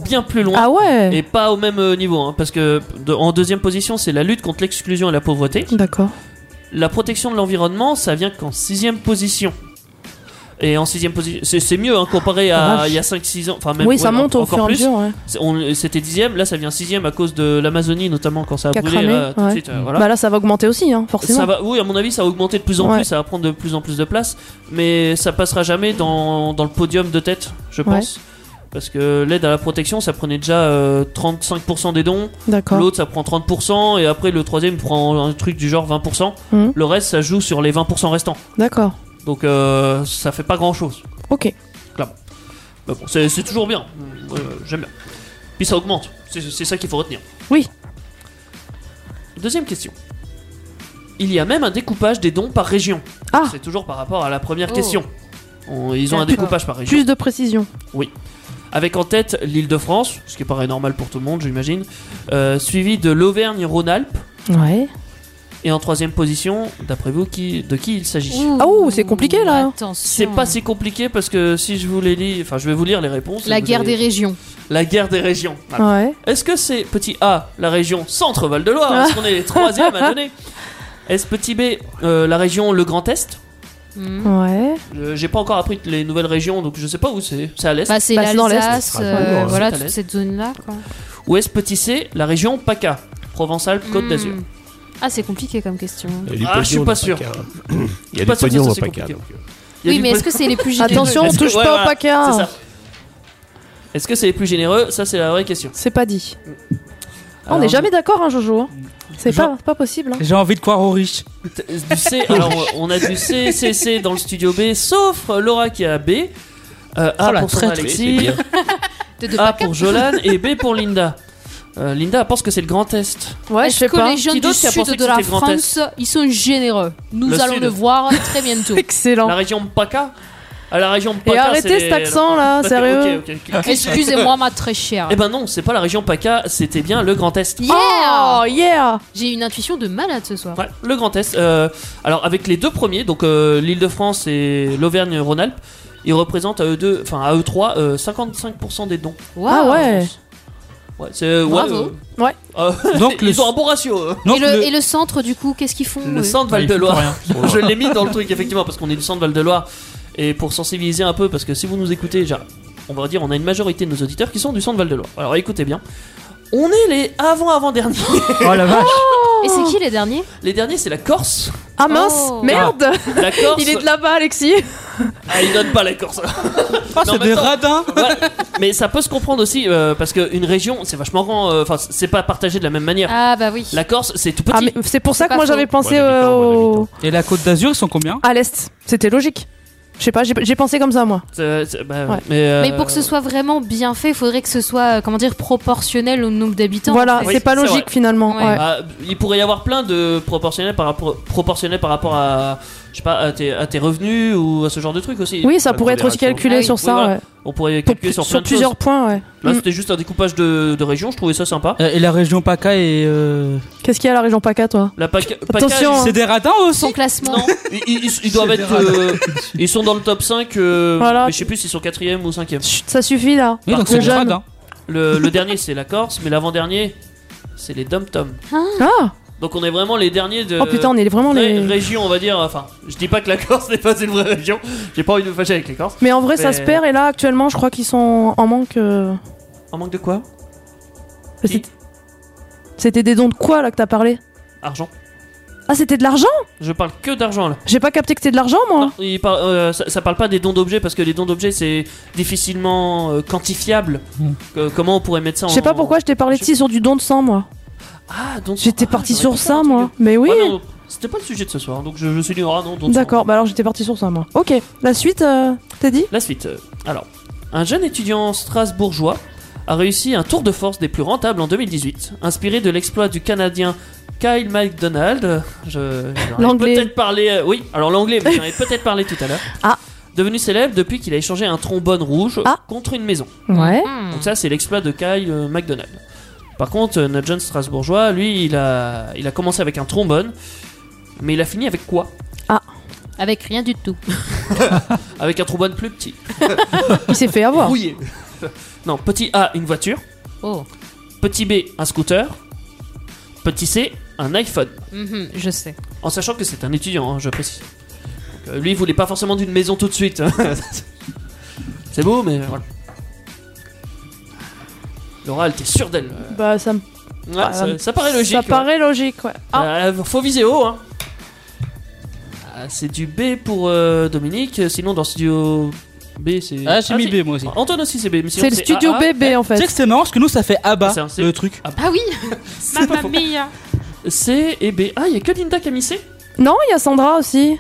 Speaker 4: Bien plus loin.
Speaker 3: Ah ouais
Speaker 4: Et pas au même euh, niveau, hein, parce que de- en deuxième position, c'est la lutte contre l'exclusion et la pauvreté.
Speaker 3: D'accord.
Speaker 4: La protection de l'environnement, ça vient qu'en sixième position. Et en sixième position, c'est c'est mieux hein, comparé
Speaker 3: Ah,
Speaker 4: à
Speaker 3: vache.
Speaker 4: il y a 5-6 ans. Enfin, même,
Speaker 3: oui, ça
Speaker 4: ouais,
Speaker 3: monte au
Speaker 4: encore
Speaker 3: fur et à
Speaker 4: plus.
Speaker 3: mesure, ouais.
Speaker 4: C'est- on- C'était dixième, là ça vient sixième à cause de l'Amazonie notamment quand ça a
Speaker 3: Qui a
Speaker 4: brûlé.
Speaker 3: cramé,
Speaker 4: là, tout de
Speaker 3: ouais.
Speaker 4: suite, euh, voilà.
Speaker 3: Bah là, ça va augmenter aussi, hein, forcément.
Speaker 4: Ça va, oui, à mon avis, ça va augmenter de plus en
Speaker 3: Ouais.
Speaker 4: plus, ça va prendre de plus en plus de place, mais ça passera jamais dans, dans le podium de tête, je
Speaker 3: Ouais.
Speaker 4: pense. Parce que l'aide à la protection, ça prenait déjà euh, 35% des dons,
Speaker 3: D'accord.
Speaker 4: l'autre ça prend 30%, et après le troisième prend un truc du genre 20%,
Speaker 3: Mhm.
Speaker 4: le reste ça joue sur les 20% restants.
Speaker 3: D'accord.
Speaker 4: Donc euh, ça fait pas grand chose,
Speaker 3: Ok.
Speaker 4: clairement. Mais bon, c'est c'est toujours bien, Euh, j'aime bien. Puis ça augmente, c'est c'est ça qu'il faut retenir.
Speaker 3: Oui.
Speaker 4: Deuxième question. Il y a même un découpage des dons par région.
Speaker 3: Ah.
Speaker 4: C'est toujours par rapport à la première
Speaker 6: Oh.
Speaker 4: question. On- ils ont un
Speaker 3: Plus-
Speaker 4: découpage par région.
Speaker 3: Plus de précision.
Speaker 4: Oui. Avec en tête l'Île-de-France, ce qui paraît normal pour tout le monde, j'imagine, euh, suivi de l'Auvergne-Rhône-Alpes.
Speaker 3: Ouais.
Speaker 4: Et en troisième position, d'après vous, qui, de qui il s'agit
Speaker 3: Ah, ouh, c'est compliqué, là.
Speaker 6: Attention.
Speaker 4: C'est pas si compliqué parce que si je vous les lis, enfin je vais vous lire les réponses.
Speaker 6: La
Speaker 4: vous
Speaker 6: guerre
Speaker 4: allez-
Speaker 6: des régions.
Speaker 4: La guerre des régions. Voilà.
Speaker 3: Ouais.
Speaker 4: Est-ce que c'est petit A, la région Centre-Val de Loire
Speaker 6: Ah.
Speaker 4: Est-ce qu'on est les troisièmes à donner Est-ce petit B, euh, la région Le Grand Est
Speaker 6: Hmm.
Speaker 3: Ouais.
Speaker 4: Euh, J'ai pas encore appris les nouvelles régions, donc je sais pas où c'est. C'est à l'est.
Speaker 6: Bah, c'est
Speaker 3: Bah, c'est dans l'Est.
Speaker 6: l'Alsace,
Speaker 5: Ah,
Speaker 6: euh,
Speaker 5: bon, ouais.
Speaker 6: voilà,
Speaker 4: C'est à
Speaker 6: toute
Speaker 4: l'Est.
Speaker 6: cette zone-là. quoi.
Speaker 4: Ou est-ce petit C, la région PACA Provence-Alpes-Côte
Speaker 6: Hmm.
Speaker 4: d'Azur.
Speaker 6: Ah, c'est compliqué comme question.
Speaker 5: Il y a du
Speaker 4: Ah, je suis
Speaker 5: pognon
Speaker 4: pas
Speaker 5: dans
Speaker 4: sûr.
Speaker 5: Paca. Il y a
Speaker 4: Pas
Speaker 5: du
Speaker 4: sûr que
Speaker 5: pognon
Speaker 4: ça,
Speaker 5: dans
Speaker 4: c'est
Speaker 5: Paca.
Speaker 4: compliqué.
Speaker 5: donc, euh,
Speaker 4: Y a
Speaker 6: Oui,
Speaker 4: du
Speaker 6: mais
Speaker 4: po-
Speaker 6: est-ce que c'est les plus généreux
Speaker 3: Attention, on
Speaker 4: Est-ce que-
Speaker 3: touche
Speaker 4: ouais,
Speaker 3: pas
Speaker 4: voilà,
Speaker 3: au
Speaker 4: c'est
Speaker 3: PACA.
Speaker 4: ça. Est-ce que c'est les plus généreux Ça, c'est la vraie question.
Speaker 3: C'est pas dit. on
Speaker 4: Alors,
Speaker 3: n'est jamais d'accord, hein, Jojo. hein. C'est
Speaker 7: Jean-
Speaker 3: pas, pas possible. hein.
Speaker 7: J'ai envie de croire aux riches.
Speaker 4: t- Du C, alors on a du C, C, C dans le studio B, sauf Laura qui a B. Euh, A
Speaker 7: Oh, la
Speaker 4: pour Sandra
Speaker 7: traître.
Speaker 5: c'est
Speaker 4: Alexis,
Speaker 5: bien.
Speaker 6: De- de
Speaker 4: A
Speaker 6: Paca
Speaker 4: Ah, pour Jolan et B pour Linda. Euh, Linda elle pense que c'est le Grand Est.
Speaker 3: Ouais, je
Speaker 6: Est-ce
Speaker 3: sais
Speaker 6: que
Speaker 3: pas.
Speaker 6: les gens
Speaker 4: Qui
Speaker 6: du
Speaker 4: d'autre qui a
Speaker 6: sud
Speaker 4: pensé que
Speaker 6: de la
Speaker 4: c'était le Grand
Speaker 6: France, ils sont généreux Nous
Speaker 4: Le
Speaker 6: allons
Speaker 4: sud.
Speaker 6: le voir très bientôt.
Speaker 4: La
Speaker 3: Excellent.
Speaker 4: région PACA À la région PACA.
Speaker 3: Et arrêtez
Speaker 4: c'est-
Speaker 3: cet accent là,
Speaker 4: Ok,
Speaker 3: sérieux.
Speaker 4: ok, ok.
Speaker 6: Excusez-moi, ma très chère.
Speaker 4: Eh ben non, c'est pas la région PACA, c'était bien le Grand Est.
Speaker 6: Yeah
Speaker 3: Oh yeah
Speaker 6: J'ai une intuition de malade ce soir.
Speaker 4: Ouais, le Grand Est. euh, alors avec les deux premiers, donc euh, l'Île-de-France et l'Auvergne-Rhône-Alpes, ils représentent à eux deux, enfin à eux trois, euh, 55% des dons.
Speaker 3: Ah
Speaker 6: Waouh.
Speaker 3: ouais
Speaker 4: Ouais, c'est ouais,
Speaker 6: Bravo.
Speaker 4: euh,
Speaker 3: Ouais.
Speaker 4: euh,
Speaker 7: Donc,
Speaker 4: ils
Speaker 7: le-
Speaker 4: ont un bon ratio. euh.
Speaker 7: Non,
Speaker 6: et, le, et le centre, du coup, qu'est-ce qu'ils font
Speaker 4: Le
Speaker 6: eux
Speaker 4: centre Val
Speaker 7: Ouais,
Speaker 4: de
Speaker 7: ils font
Speaker 4: Loire.
Speaker 7: Bah, rien.
Speaker 4: Je l'ai mis dans le truc effectivement parce qu'on est du centre Val de Loire et pour sensibiliser un peu parce que si vous nous écoutez, genre, on va dire on a une majorité de nos auditeurs qui sont du centre Val de Loire. Alors écoutez bien. On est les avant-avant-derniers.
Speaker 7: Oh la vache.
Speaker 6: Et c'est qui les derniers
Speaker 4: Les derniers, c'est la Corse.
Speaker 3: Ah mince
Speaker 6: Oh.
Speaker 3: Merde
Speaker 4: Ah. La Corse.
Speaker 3: Il est de là-bas, Alexis
Speaker 4: Ah, ils donnent pas la Corse.
Speaker 7: Ah,
Speaker 4: en
Speaker 7: c'est
Speaker 4: même
Speaker 7: des
Speaker 4: temps-
Speaker 7: radins.
Speaker 4: Voilà. Mais ça peut se comprendre aussi euh, parce qu'une région, c'est vachement grand. euh, Enfin, c'est pas partagé de la même manière.
Speaker 6: Ah bah oui.
Speaker 4: La Corse, c'est tout petit.
Speaker 3: Ah, mais C'est pour ça que
Speaker 6: pas
Speaker 3: moi
Speaker 6: faux.
Speaker 3: j'avais pensé
Speaker 5: Moins d'habitants,
Speaker 3: euh,
Speaker 5: moins
Speaker 3: au-
Speaker 4: hein.
Speaker 5: d'habitants.
Speaker 7: Et la Côte d'Azur, ils sont combien
Speaker 3: à l'Est. C'était logique. Je sais pas, j'ai- j'ai pensé comme ça moi.
Speaker 4: C'est- c'est- bah,
Speaker 3: Ouais.
Speaker 4: mais, euh,
Speaker 6: Mais pour que ce soit vraiment bien fait, il faudrait que ce soit, euh, comment dire, proportionnel au nombre d'habitants.
Speaker 3: Voilà,
Speaker 4: Oui,
Speaker 3: c'est pas
Speaker 4: c'est vrai.
Speaker 3: logique finalement.
Speaker 6: Ouais.
Speaker 3: ouais.
Speaker 4: Ah, il pourrait y avoir plein de proportionnels par rapport, proportionnels par rapport à, je sais pas, à tes, à tes revenus ou à ce genre de truc aussi.
Speaker 3: Oui, ça
Speaker 5: Pas de
Speaker 3: pourrait être aussi
Speaker 5: modération.
Speaker 3: calculé
Speaker 6: Ah oui.
Speaker 3: sur
Speaker 4: Oui,
Speaker 3: ça,
Speaker 4: voilà.
Speaker 3: ouais.
Speaker 4: On pourrait
Speaker 3: Pour-
Speaker 4: calculer sur, plein de
Speaker 3: plusieurs
Speaker 4: choses.
Speaker 3: points, ouais.
Speaker 4: Là,
Speaker 3: Mm.
Speaker 4: c'était juste un découpage de, de régions. Je trouvais ça sympa.
Speaker 7: Euh, Et la région PACA et. euh,
Speaker 3: Qu'est-ce qu'il y a à la région PACA, toi
Speaker 4: La PACA,
Speaker 3: Attention,
Speaker 4: PACA,
Speaker 7: C'est des radins aussi.
Speaker 6: Son classement.
Speaker 4: non, ils, ils- ils- ils doivent
Speaker 7: C'est des
Speaker 4: être,
Speaker 7: radins.
Speaker 4: euh, ils sont dans le top 5 euh,
Speaker 3: Voilà.
Speaker 4: mais je sais plus s'ils sont quatrième ou cinquième.
Speaker 3: Chut, ça suffit là.
Speaker 7: Oui, donc c'est des
Speaker 3: Jeune.
Speaker 4: hein.
Speaker 7: radins.
Speaker 6: Hein
Speaker 4: Le, le dernier, c'est la Corse, mais l'avant-dernier, c'est les Dom Tom.
Speaker 3: Ah
Speaker 4: Donc on est vraiment les derniers de.
Speaker 3: Oh putain, on est vraiment les-
Speaker 4: ré- Région, on va dire. Enfin, je dis pas que la Corse n'est pas une vraie région. J'ai pas envie de me fâcher avec les Corses.
Speaker 3: Mais en vrai, ça se perd et là, actuellement, je crois qu'ils sont en manque. euh,
Speaker 4: En manque de quoi
Speaker 3: C'était des dons de quoi là que t'as parlé
Speaker 4: Argent.
Speaker 3: Ah, c'était de l'argent
Speaker 4: Je parle que d'argent là.
Speaker 3: J'ai pas capté que c'était de l'argent moi
Speaker 4: Il parle- euh, ça, ça parle pas des dons d'objets parce que les dons d'objets c'est difficilement euh, quantifiable. Que- comment on pourrait mettre ça en.
Speaker 3: Hmm. Je sais pas pourquoi je t'ai parlé de si sur du don de sang moi.
Speaker 4: Ah,
Speaker 3: J'étais parti sur ça moi. Mais oui
Speaker 4: Ah non, C'était pas le sujet de ce soir, donc je, je suis dit, ah non, don de sang.
Speaker 3: D'accord, bah alors j'étais parti sur ça moi. Ok, la suite, euh, t'as dit
Speaker 4: La suite. euh, Alors, un jeune étudiant strasbourgeois a réussi un tour de force des plus rentables en 2018, inspiré de l'exploit du Canadien Kyle McDonald. euh, Je, j'en ai
Speaker 3: L'anglais.
Speaker 4: Peut-être parlé. euh, oui, alors l'anglais, mais j'en ai peut-être parlé tout à l'heure.
Speaker 3: Ah.
Speaker 4: Devenu célèbre depuis qu'il a échangé un trombone rouge contre une maison.
Speaker 3: Ouais.
Speaker 4: Donc ça, c'est l'exploit de Kyle euh, McDonald. Par contre, euh, notre jeune Strasbourgeois, lui, il a, il a commencé avec un trombone, mais il a fini avec quoi
Speaker 6: Avec rien du tout.
Speaker 4: Euh, Avec un trombone plus petit.
Speaker 3: Il s'est fait avoir.
Speaker 4: Rouillé. Non, petit A, une voiture.
Speaker 6: Oh.
Speaker 4: Petit B, un scooter. Petit C, un iPhone.
Speaker 6: Mhm, je sais.
Speaker 4: En sachant que c'est un étudiant, hein, je précise. Donc, euh, lui, il voulait pas forcément d'une maison tout de suite. hein. c'est beau, mais voilà. Laura, elle était sûre d'elle. Euh,
Speaker 3: Bah ça me.
Speaker 4: Ouais,
Speaker 3: bah,
Speaker 4: Ah, ça- ça paraît logique,
Speaker 3: Ça
Speaker 4: ouais.
Speaker 3: paraît logique, ouais. Ah,
Speaker 4: euh, faut viser haut, hein. Ah, c'est du B pour euh, Dominique, sinon dans Studio B, c'est.
Speaker 7: Ah, j'ai mis
Speaker 4: si.
Speaker 7: B, moi aussi.
Speaker 4: Antoine aussi, c'est B. mais sinon,
Speaker 7: C'est le studio
Speaker 4: AA.
Speaker 3: BB, en fait.
Speaker 7: Tu sais que c'est marrant parce que nous ça fait ABBA le truc.
Speaker 6: Ah oui
Speaker 4: Mamma
Speaker 6: mia
Speaker 4: C et B. Ah, il y a que Linda qui a mis C
Speaker 3: Non, il y a Sandra aussi.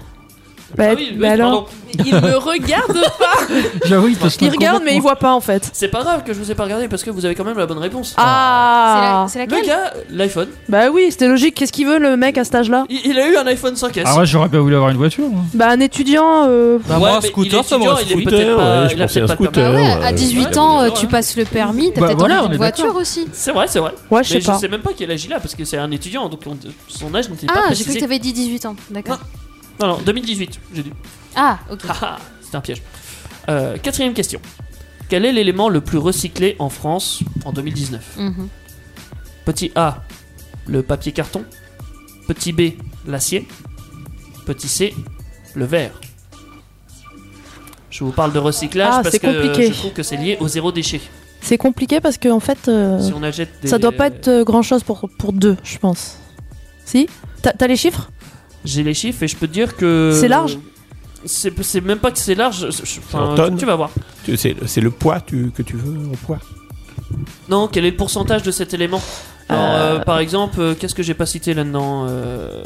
Speaker 3: Bah,
Speaker 4: Ah oui, oui,
Speaker 3: bah alors.
Speaker 4: pardon.
Speaker 9: Il me regarde pas
Speaker 8: J'avoue, il te
Speaker 3: Il regarde, mais il voit pas en fait.
Speaker 4: C'est pas grave que je vous ai pas regardé parce que vous avez quand même la bonne réponse.
Speaker 3: Ah
Speaker 4: C'est laquelle Le gars, l'iPhone.
Speaker 3: Bah oui, c'était logique. Qu'est-ce qu'il veut le mec à cet âge-là
Speaker 4: Il, il a eu un iPhone 5S.
Speaker 8: Ah ouais, j'aurais pas voulu avoir une voiture. moi.
Speaker 3: Bah un étudiant. euh,
Speaker 4: Bah, moi, un scooter, ça
Speaker 8: m'aurait
Speaker 4: Il est
Speaker 8: suffi.
Speaker 4: peut-être pas.
Speaker 8: Ouais, je
Speaker 4: il a
Speaker 8: pensais
Speaker 4: peut-être
Speaker 8: à un
Speaker 4: pas de
Speaker 8: scooter,
Speaker 4: permis.
Speaker 8: ouais,
Speaker 6: À 18 ans, euh, tu passes le permis, t'as
Speaker 4: Bah
Speaker 6: peut-être
Speaker 4: voilà,
Speaker 6: envie
Speaker 4: on
Speaker 6: d'une
Speaker 4: est
Speaker 6: voiture aussi.
Speaker 4: C'est vrai, c'est vrai.
Speaker 3: Ouais, je sais
Speaker 4: Mais
Speaker 3: pas.
Speaker 4: Je sais même pas quel âge il a parce que c'est un étudiant donc on- son âge n'était pas
Speaker 6: Ah, j'ai cru
Speaker 4: précisé.
Speaker 6: que t'avais dit 18 ans, d'accord.
Speaker 4: Non, non, 2018, j'ai dit.
Speaker 6: Ah, ok.
Speaker 4: C'est un piège. Euh, quatrième question. Quel est l'élément le plus recyclé en France en 2019
Speaker 6: Mhm.
Speaker 4: Petit A, le papier carton. Petit B, l'acier. Petit C, le verre. Je vous parle de recyclage
Speaker 3: Ah,
Speaker 4: parce
Speaker 3: c'est
Speaker 4: que
Speaker 3: compliqué.
Speaker 4: je trouve que c'est lié au zéro déchet.
Speaker 3: C'est compliqué parce que en fait, euh,
Speaker 4: Si on achète des-
Speaker 3: ça doit pas être euh, grand chose pour, pour deux, je pense. Si T'as t'as les chiffres
Speaker 4: J'ai les chiffres et je peux te dire que.
Speaker 3: C'est large
Speaker 4: C'est c'est même pas que c'est large. je- je- enfin,
Speaker 5: en tonnes
Speaker 4: Euh, tu vas voir.
Speaker 5: Tu- C'est c'est le poids tu- que tu veux en poids
Speaker 4: Non, quel est le pourcentage de cet élément Alors, euh, Par exemple, euh, qu'est-ce que j'ai pas cité là-dedans Euh,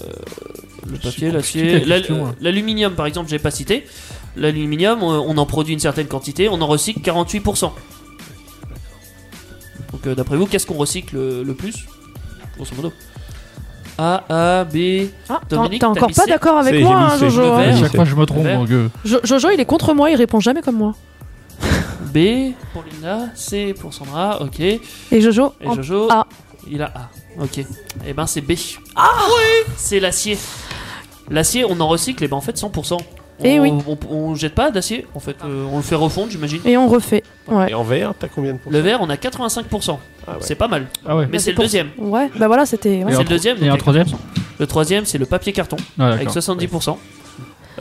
Speaker 4: Le papier, l'acier,
Speaker 7: compliqué, la
Speaker 4: l'al-
Speaker 7: question, hein.
Speaker 4: l'aluminium par exemple, j'ai pas cité. L'aluminium, on, on en produit une certaine quantité, on en recycle 48%. Donc euh, d'après vous, qu'est-ce qu'on recycle euh, le plus Grosso modo. A, A, B,
Speaker 3: Ah, t'en-
Speaker 4: Dominique.
Speaker 3: t'es encore
Speaker 4: mis
Speaker 3: pas
Speaker 4: C
Speaker 3: d'accord avec C'est- moi, j'ai mis hein, C, Jojo, je le hein. verre.
Speaker 8: À chaque fois, je me
Speaker 4: Le
Speaker 8: trompe,
Speaker 4: verre.
Speaker 8: donc. euh,
Speaker 3: Jo- Jojo, il est contre moi, il répond jamais comme moi.
Speaker 4: B pour Linda, C pour Sandra, ok. Et
Speaker 3: Jojo en
Speaker 4: Jojo,
Speaker 3: A.
Speaker 4: Il a A, ok. Et ben c'est B. Ah oui C'est l'acier. L'acier, on en recycle, et ben en fait 100%. On,
Speaker 3: Eh oui. Ah.
Speaker 4: on, on jette pas d'acier, en fait, euh, on le fait refondre, j'imagine.
Speaker 3: Et on refait. Ouais.
Speaker 5: Et en verre, t'as combien de pourcents
Speaker 4: Le verre, on a 85%. C'est pas mal.
Speaker 8: Ah ouais.
Speaker 4: Mais c'est le deuxième.
Speaker 3: Ouais, bah voilà, c'était. ouais.
Speaker 4: C'est le deuxième.
Speaker 8: Et un
Speaker 4: donc,
Speaker 8: troisième
Speaker 4: Le troisième, c'est le papier carton,
Speaker 8: Ah, d'accord.
Speaker 4: avec 70%.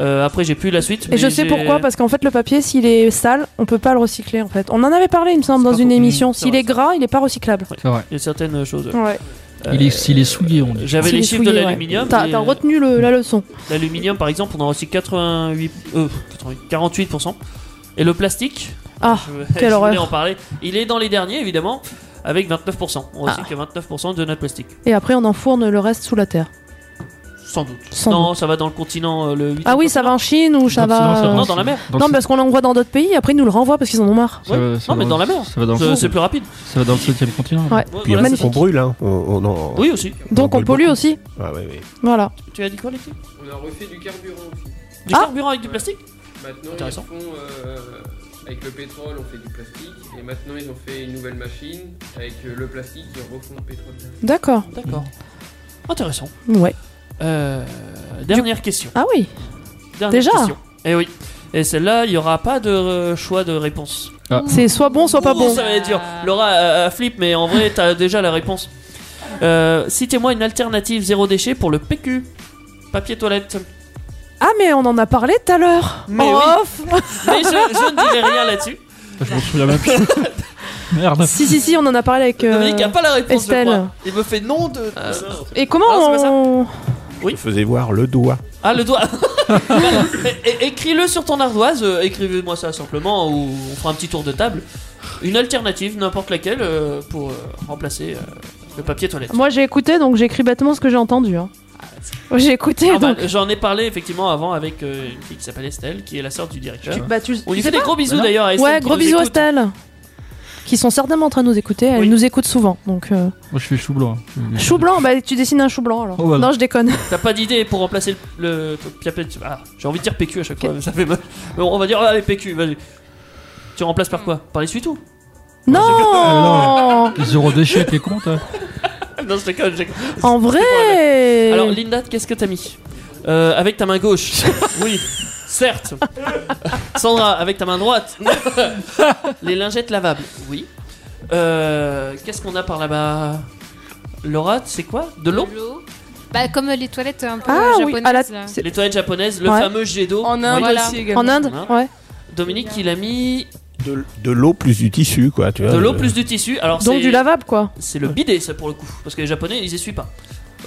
Speaker 4: Euh, après, j'ai plus la suite.
Speaker 3: Et je sais pourquoi, parce qu'en fait, le papier, s'il est sale, on peut pas le recycler en fait. On en avait parlé, il me semble, dans une émission.
Speaker 4: c'est
Speaker 3: S'il
Speaker 4: vrai,
Speaker 3: est gras, il est pas recyclable.
Speaker 8: C'est vrai.
Speaker 4: Il y a certaines choses.
Speaker 3: Ouais.
Speaker 8: Il est, s'il est souillé, on dit.
Speaker 4: Euh, J'avais
Speaker 3: S'il
Speaker 4: les
Speaker 3: est
Speaker 4: chiffres de
Speaker 3: souillé, ouais.
Speaker 4: l'aluminium.
Speaker 3: T'as
Speaker 4: mais-
Speaker 3: t'as retenu le- la leçon.
Speaker 4: L'aluminium, par exemple, on en recycle 88, euh, 88, 48%. Et le plastique,
Speaker 3: Ah,
Speaker 4: je,
Speaker 3: quelle
Speaker 4: je voulais
Speaker 3: horreur.
Speaker 4: en parler. Il est dans les derniers, évidemment, avec 29%. On
Speaker 3: Ah.
Speaker 4: recycle 29% de notre plastique.
Speaker 3: Et après, on enfourne le reste sous la terre.
Speaker 4: Sans doute.
Speaker 3: Sans
Speaker 4: non, ça va dans le continent, euh, le 8
Speaker 3: Ah oui, ça va en Chine ou ça
Speaker 4: Non, sinon, ça va
Speaker 3: va.
Speaker 4: Non, dans la mer.
Speaker 8: Dans
Speaker 3: Non,
Speaker 8: le-
Speaker 3: parce qu'on l'envoie dans d'autres pays, après ils nous le renvoient parce qu'ils en ont marre.
Speaker 8: Ça va- ça
Speaker 4: Non, mais
Speaker 8: va-
Speaker 4: dans la mer.
Speaker 8: Ça va dans
Speaker 4: C'est-
Speaker 8: le
Speaker 4: c'est plus rapide.
Speaker 8: Ça va dans le septième continent.
Speaker 3: Ouais.
Speaker 4: Ouais,
Speaker 5: Puis
Speaker 4: voilà,
Speaker 5: on,
Speaker 4: c'est-
Speaker 5: on brûle, hein. On, on en-
Speaker 4: Oui, aussi.
Speaker 3: Donc on
Speaker 5: brûle
Speaker 3: pollue
Speaker 5: beaucoup.
Speaker 3: aussi.
Speaker 5: Ah, ouais, ouais.
Speaker 3: Voilà.
Speaker 4: Tu as dit quoi, les filles
Speaker 13: On a refait du carburant aussi.
Speaker 4: Du carburant avec du plastique
Speaker 13: Maintenant, ils
Speaker 4: Intéressant.
Speaker 13: font euh, avec le pétrole, on fait du plastique. Et maintenant, ils ont fait une nouvelle machine avec euh, le plastique, ils refont le pétrole.
Speaker 3: D'accord.
Speaker 4: D'accord. Mmh. Intéressant.
Speaker 3: Ouais.
Speaker 4: Euh, dernière question.
Speaker 3: Ah oui.
Speaker 4: Dernière
Speaker 3: Déjà
Speaker 4: question. Eh oui. Et celle-là, il n'y aura pas de euh, choix de réponse.
Speaker 3: C'est soit bon, soit pas
Speaker 4: Ouh,
Speaker 3: bon.
Speaker 4: Ça va être dur. Laura euh, euh, flippe, mais en vrai, t'as déjà la réponse. Euh, Citez-moi une alternative zéro déchet pour le PQ. Papier toilette.
Speaker 3: Ah, mais on en a parlé tout à l'heure. Oh,
Speaker 4: Mais
Speaker 3: En
Speaker 4: oui.
Speaker 3: off.
Speaker 4: Mais je, je ne dirai rien là-dessus.
Speaker 8: Je me souviens même plus. Merde.
Speaker 3: Si, si, si, on en a parlé avec. euh,
Speaker 4: Dominique n'a pas la réponse, je
Speaker 3: Estelle.
Speaker 4: crois. Il me fait non de.
Speaker 3: Et comment
Speaker 4: Ah, c'est pas ça
Speaker 3: on.
Speaker 5: Je faisais voir le doigt.
Speaker 4: Ah, le doigt Voilà. É- é- Écris-le sur ton ardoise, euh, écrivez-moi ça simplement, ou on fera un petit tour de table. Une alternative, n'importe laquelle, euh, pour euh, remplacer euh, le papier toilette.
Speaker 3: Moi j'ai écouté donc j'écris bêtement ce que j'ai entendu. hein. Moi, J'ai écouté
Speaker 4: Ah bah,
Speaker 3: donc.
Speaker 4: J'en ai parlé effectivement avant avec euh, une fille qui s'appelle Estelle, qui est la sœur du directeur.
Speaker 3: Tu- bah, tu-
Speaker 4: On lui
Speaker 3: tu
Speaker 4: fait
Speaker 3: sais
Speaker 4: des
Speaker 3: pas
Speaker 4: gros bisous
Speaker 3: Voilà.
Speaker 4: d'ailleurs à Estelle.
Speaker 3: Ouais,
Speaker 4: qui
Speaker 3: gros
Speaker 4: nous
Speaker 3: bisous à
Speaker 4: écoute.
Speaker 3: Estelle. Qui sont certainement en train de nous écouter. Elles nous écoutent souvent. Donc, euh,
Speaker 8: Moi, je fais chou blanc.
Speaker 3: Chou blanc, bah tu dessines un chou blanc alors.
Speaker 8: Oh, voilà.
Speaker 3: Non, je déconne.
Speaker 4: T'as pas d'idée pour remplacer le. le- le- ah, J'ai envie de dire PQ à chaque fois, mais ça fait mal. Mais on va dire, ah, allez, PQ, vas-y. Tu remplaces par quoi Par les suites
Speaker 3: Ah, Non
Speaker 8: Zéro déchet, t'es con, toi
Speaker 4: Non, je déconne, je déconne.
Speaker 3: En vrai euh,
Speaker 4: Alors, Linda, qu'est-ce que t'as mis Euh, Avec ta main gauche. oui, certes. Sandra, avec ta main droite. Les lingettes lavables. Oui. Euh, qu'est-ce qu'on a par là-bas Laura, c'est quoi De l'eau
Speaker 6: Bah, comme les toilettes un peu
Speaker 3: Ah, oui,
Speaker 6: japonaises.
Speaker 3: à la-
Speaker 6: là.
Speaker 4: Les toilettes japonaises, le
Speaker 3: Ouais.
Speaker 4: fameux jet d'eau.
Speaker 6: En Inde
Speaker 4: Voilà.
Speaker 6: aussi
Speaker 3: En Inde, ouais.
Speaker 4: Dominique, il a mis
Speaker 5: De, de l'eau plus du tissu, quoi. Tu vois,
Speaker 4: de l'eau
Speaker 5: euh,
Speaker 4: plus du tissu. Alors
Speaker 3: Donc
Speaker 4: c'est-
Speaker 3: du lavable quoi.
Speaker 4: C'est le bidet, ça, pour le coup. Parce que les Japonais, ils essuient pas.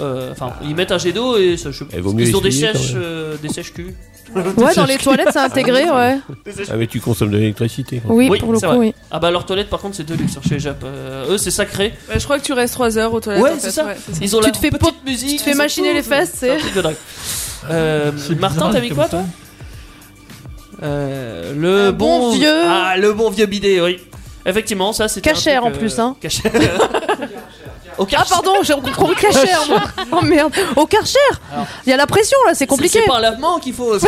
Speaker 4: Euh, Enfin, ils mettent un jet d'eau et ça, je-
Speaker 5: Eh, vaut mieux
Speaker 4: ils ont des
Speaker 5: essuyer, quand
Speaker 4: sèches,
Speaker 5: même.
Speaker 4: euh, des sèches-culs.
Speaker 3: Ouais, dans les toilettes c'est intégré, ouais.
Speaker 5: Ah, mais tu consommes de l'électricité. quoi.
Speaker 3: Oui, pour le
Speaker 4: c'est
Speaker 3: coup,
Speaker 4: vrai.
Speaker 3: oui.
Speaker 4: Ah bah, leur toilette, par contre, c'est de luxe hein, chez les Japonais. eux, c'est sacré.
Speaker 9: Ouais, je crois que tu restes 3 heures aux toilettes.
Speaker 4: Ouais,
Speaker 9: en fait,
Speaker 4: c'est ça.
Speaker 9: c'est
Speaker 4: Ils ont
Speaker 3: Tu
Speaker 4: la
Speaker 3: te fais
Speaker 4: petite musique.
Speaker 3: tu te fais
Speaker 4: ils ont
Speaker 3: machiner
Speaker 4: tout,
Speaker 3: les fesses,
Speaker 4: C'est un
Speaker 3: c'est-
Speaker 4: truc de dingue. Euh, Martin, t'as mis quoi, toi Euh, Le
Speaker 3: bon vieux-
Speaker 4: Ah, le bon vieux bidet, oui. Effectivement, ça, c'était. un
Speaker 3: Cachère,
Speaker 4: truc,
Speaker 3: en
Speaker 4: euh,
Speaker 3: plus, hein.
Speaker 4: Cachère. Au
Speaker 3: Ah
Speaker 4: Karcher.
Speaker 3: pardon, j'ai compris Karcher moi. Oh merde, au Karcher Il y a la pression
Speaker 7: Ah,
Speaker 3: là, c'est compliqué.
Speaker 4: C'est par lavement qu'il faut.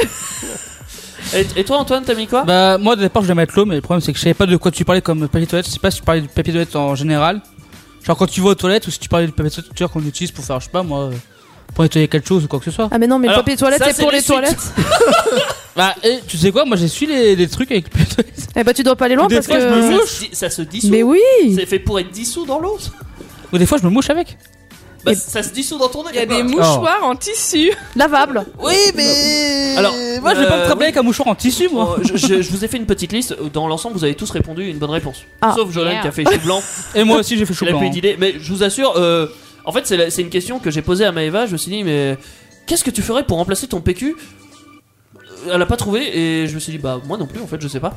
Speaker 4: et, et toi, Antoine, t'as mis quoi
Speaker 7: Bah, moi, au départ, je voulais mettre l'eau, mais le problème, c'est que je savais pas de quoi tu parlais comme papier toilette. Je sais pas si tu parlais du papier toilette en général. Genre, quand tu vas aux toilettes, ou si tu parlais du papier toilette tu vois, qu'on utilise pour faire, je sais pas moi, euh, pour nettoyer quelque chose ou quoi que ce soit.
Speaker 3: Ah mais non, mais
Speaker 7: Alors,
Speaker 3: le papier toilette
Speaker 4: ça,
Speaker 3: c'est
Speaker 4: c'est
Speaker 3: pour
Speaker 4: les
Speaker 3: les
Speaker 4: suites.
Speaker 3: toilettes.
Speaker 7: Bah, et tu sais quoi, moi, j'essuie les, les trucs avec le papier toilette.
Speaker 3: Eh bah tu dois pas aller loin
Speaker 7: Des
Speaker 3: parce
Speaker 7: fois, je
Speaker 3: que
Speaker 7: me
Speaker 3: euh,
Speaker 4: ça, se di- ça se dissout.
Speaker 3: Mais oui.
Speaker 4: C'est fait pour être dissous dans l'eau.
Speaker 7: Ou des fois, je me mouche avec.
Speaker 4: Bah, ça se dissout dans ton nez.
Speaker 9: Il y a des
Speaker 7: mouchoirs
Speaker 9: mouchoirs en tissu.
Speaker 3: lavable.
Speaker 4: Oui, mais. Alors,
Speaker 7: Moi, je vais pas me
Speaker 4: euh,
Speaker 7: travailler avec un mouchoir en tissu, moi.
Speaker 4: oui. Je, je- je vous ai fait une petite liste. Dans l'ensemble, vous avez tous répondu une bonne réponse.
Speaker 3: Ah.
Speaker 4: Sauf Jolan
Speaker 6: Merde.
Speaker 4: qui a fait chou blanc.
Speaker 7: Et moi aussi, j'ai fait
Speaker 4: Je
Speaker 7: chou
Speaker 4: n'ai
Speaker 7: blanc.
Speaker 4: plus d'idée. Mais je vous assure, euh, en fait, c'est la- c'est une question que j'ai posée à Maeva. Je me suis dit, mais qu'est-ce que tu ferais pour remplacer ton PQ Euh, Elle a pas trouvé et je me suis dit, bah moi non plus, en fait, je sais pas.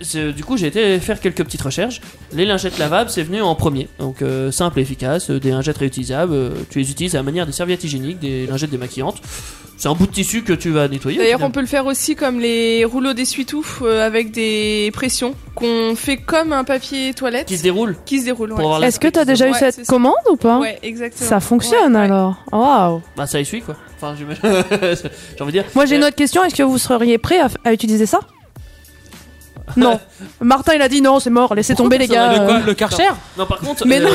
Speaker 4: C'est- Du coup, j'ai été faire quelques petites recherches. Les lingettes lavables, c'est venu en premier. Donc, euh, simple et efficace, euh, des lingettes réutilisables. euh, tu les utilises à la manière des serviettes hygiéniques, des lingettes démaquillantes. C'est un bout de tissu que tu vas nettoyer.
Speaker 9: D'ailleurs, on
Speaker 4: finalement.
Speaker 9: peut le faire aussi comme les rouleaux d'essuie-tout euh, avec des pressions qu'on fait comme un papier toilette
Speaker 4: Qui se déroule.
Speaker 9: qui se déroule.
Speaker 4: Pour avoir la-
Speaker 3: Est-ce que t'as déjà eu
Speaker 9: Ouais,
Speaker 3: cette
Speaker 9: c'est ça.
Speaker 3: commande ou pas
Speaker 9: Ouais, exactement.
Speaker 3: Ça fonctionne
Speaker 9: Ouais, ouais.
Speaker 3: alors. Waouh.
Speaker 4: Bah, ça essuie quoi. Enfin, j'imagine- j'ai envie de dire. Euh,
Speaker 3: Moi j'ai une autre question, est-ce que vous seriez prêt à, à utiliser ça Non. Martin il a dit non, c'est mort, laissez tomber les
Speaker 4: personne
Speaker 3: gars.
Speaker 7: Le,
Speaker 3: euh.
Speaker 7: quoi, le Karcher
Speaker 4: Non, par contre. euh,
Speaker 3: Mais non.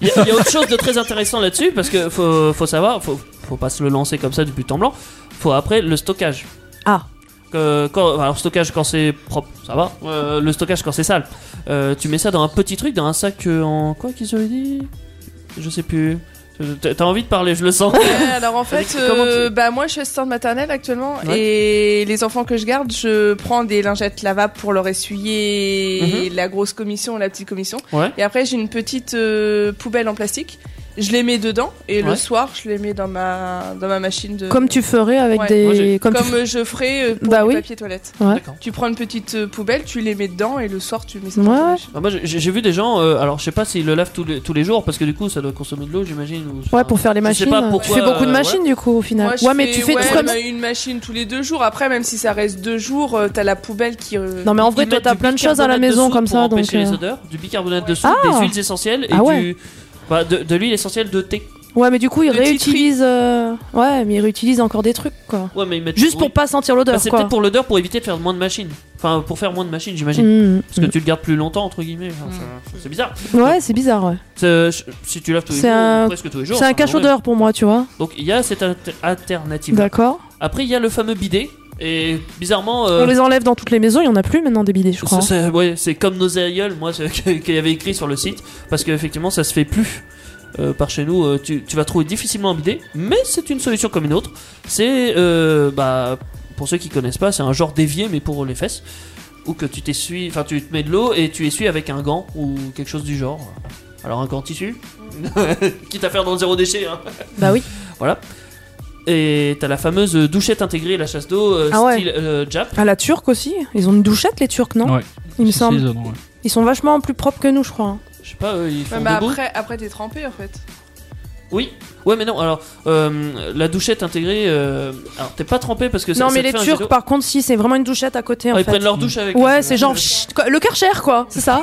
Speaker 4: Il y, a- y a autre chose de très intéressant là-dessus parce que faut, faut savoir, faut, faut pas se le lancer comme ça du but en blanc. Faut après le stockage.
Speaker 3: Ah.
Speaker 4: Que- quand, alors stockage quand c'est propre, ça va. Euh, le stockage quand c'est sale. Euh, tu mets ça dans un petit truc, dans un sac euh, en quoi qu'ils avaient dit Je sais plus. Euh, t'as- T'as envie de parler, je le sens.
Speaker 9: Ouais, alors en fait,
Speaker 4: Comment tu-
Speaker 9: euh, bah moi je suis assistante maternelle actuellement
Speaker 4: Ouais.
Speaker 9: et les enfants que je garde, je prends des lingettes lavables pour leur essuyer la grosse commission ou la petite commission.
Speaker 4: Mhm. Ouais.
Speaker 9: Et après j'ai une petite euh, poubelle en plastique. Je les mets dedans et
Speaker 4: Ouais.
Speaker 9: le soir je les mets dans ma dans ma machine de.
Speaker 3: Comme tu ferais avec
Speaker 9: Ouais.
Speaker 4: Moi,
Speaker 3: des
Speaker 4: j'ai-
Speaker 3: comme, tu
Speaker 9: Comme je ferais euh, pour
Speaker 3: Bah
Speaker 9: les
Speaker 3: oui.
Speaker 9: papiers toilettes.
Speaker 3: Ouais.
Speaker 4: D'accord.
Speaker 9: Tu prends une petite euh, poubelle, tu les mets dedans et le soir tu mets ça.
Speaker 3: Ouais,
Speaker 9: dans ta
Speaker 3: ouais.
Speaker 9: machine.
Speaker 4: Ah, moi j'ai- j'ai vu des gens, euh, alors je sais pas s'ils le lavent tous les, tous les jours parce que du coup ça doit consommer de l'eau, j'imagine. ou-
Speaker 3: Ouais, pour faire les
Speaker 4: Je sais
Speaker 3: machines.
Speaker 4: pas
Speaker 3: tu
Speaker 4: pourquoi,
Speaker 3: fais beaucoup de
Speaker 4: euh,
Speaker 3: machines du coup au final.
Speaker 9: Moi, je
Speaker 3: ouais, mais tu fais
Speaker 9: ouais,
Speaker 3: tout comme
Speaker 9: bah, une machine tous les deux jours. Après, même si ça reste deux jours, euh, t'as la poubelle qui. euh,
Speaker 3: Non mais en vrai,
Speaker 4: Ils
Speaker 3: toi
Speaker 4: mettent
Speaker 3: t'as
Speaker 4: du
Speaker 3: plein de choses à la
Speaker 4: bicarbonate
Speaker 3: maison
Speaker 4: soude
Speaker 3: comme
Speaker 4: pour
Speaker 3: ça, donc.
Speaker 4: empêcher les
Speaker 3: euh,
Speaker 4: odeurs, du bicarbonate de soude,
Speaker 3: Ah.
Speaker 4: des huiles essentielles et
Speaker 3: Ah ouais.
Speaker 4: du- bah, de, de l'huile essentielle de thé.
Speaker 3: Ouais, mais du coup ils
Speaker 9: Le titri.
Speaker 3: réutilisent. euh, Ouais, mais ils réutilisent encore des trucs quoi.
Speaker 4: Ouais, mais ils mettent-
Speaker 3: Juste
Speaker 4: oui.
Speaker 3: pour pas sentir
Speaker 4: Bah,
Speaker 3: l'odeur
Speaker 4: c'est
Speaker 3: quoi.
Speaker 4: peut-être pour l'odeur pour éviter de faire moins de machines. Enfin, pour faire moins de machines, j'imagine.
Speaker 3: Mmh.
Speaker 4: Parce que tu le gardes plus longtemps, entre guillemets. Enfin, c'est- C'est bizarre.
Speaker 3: Ouais, c'est bizarre. Ouais.
Speaker 4: C'est- euh, Si tu laves tous les
Speaker 3: C'est
Speaker 4: jours,
Speaker 3: un-
Speaker 4: ou presque tous les jours.
Speaker 3: C'est un
Speaker 4: enfin,
Speaker 3: cache
Speaker 4: ouais.
Speaker 3: odeur pour moi, tu vois.
Speaker 4: Donc il y a cette alter- alternative.
Speaker 3: D'accord.
Speaker 4: Après, il y a le fameux bidet. Et bizarrement. euh,
Speaker 3: On les enlève dans toutes les maisons, il y en a plus maintenant des bidets, je crois.
Speaker 4: ça- ça- ouais, c'est comme nos aïeuls, moi, ce que- qu'il y avait écrit sur le site. Parce qu'effectivement, ça se fait plus. euh, par chez nous, euh, tu, tu vas trouver difficilement un bidet, mais c'est une solution comme une autre. C'est, euh, bah, pour ceux qui connaissent pas, c'est un genre d'évier, mais pour les fesses, où que tu t'essuies, enfin tu te mets de l'eau et tu essuies avec un gant ou quelque chose du genre. Alors un gant tissu, quitte à faire dans le zéro déchet. hein.
Speaker 3: Bah oui.
Speaker 4: Voilà. Et t'as la fameuse douchette intégrée, la chasse d'eau, euh,
Speaker 3: Ah ouais.
Speaker 4: style euh, Jap.
Speaker 3: À Ah, la turque aussi, ils ont une douchette les turcs, non
Speaker 4: Ouais.
Speaker 3: Il me
Speaker 4: Si,
Speaker 3: semble.
Speaker 4: si, ils en ont, ouais.
Speaker 3: Ils sont vachement plus propres que nous, je crois. hein.
Speaker 4: Je sais pas, eux, ils font
Speaker 9: mais
Speaker 4: debout.
Speaker 9: Bah, après, après t'es trempé en fait.
Speaker 4: Oui. Ouais, mais non. Alors, euh, la douchette intégrée. euh, Alors, t'es pas trempé parce que ça-
Speaker 3: non,
Speaker 4: ça
Speaker 3: mais
Speaker 4: te
Speaker 3: les
Speaker 4: fait un jet
Speaker 3: Turcs,
Speaker 4: d'eau.
Speaker 3: par contre, si, c'est vraiment une douchette à côté. en
Speaker 4: Ah, ils
Speaker 3: fait.
Speaker 4: prennent leur douche avec.
Speaker 3: Ouais, c'est genre pfft, quoi, le karcher, quoi, c'est ça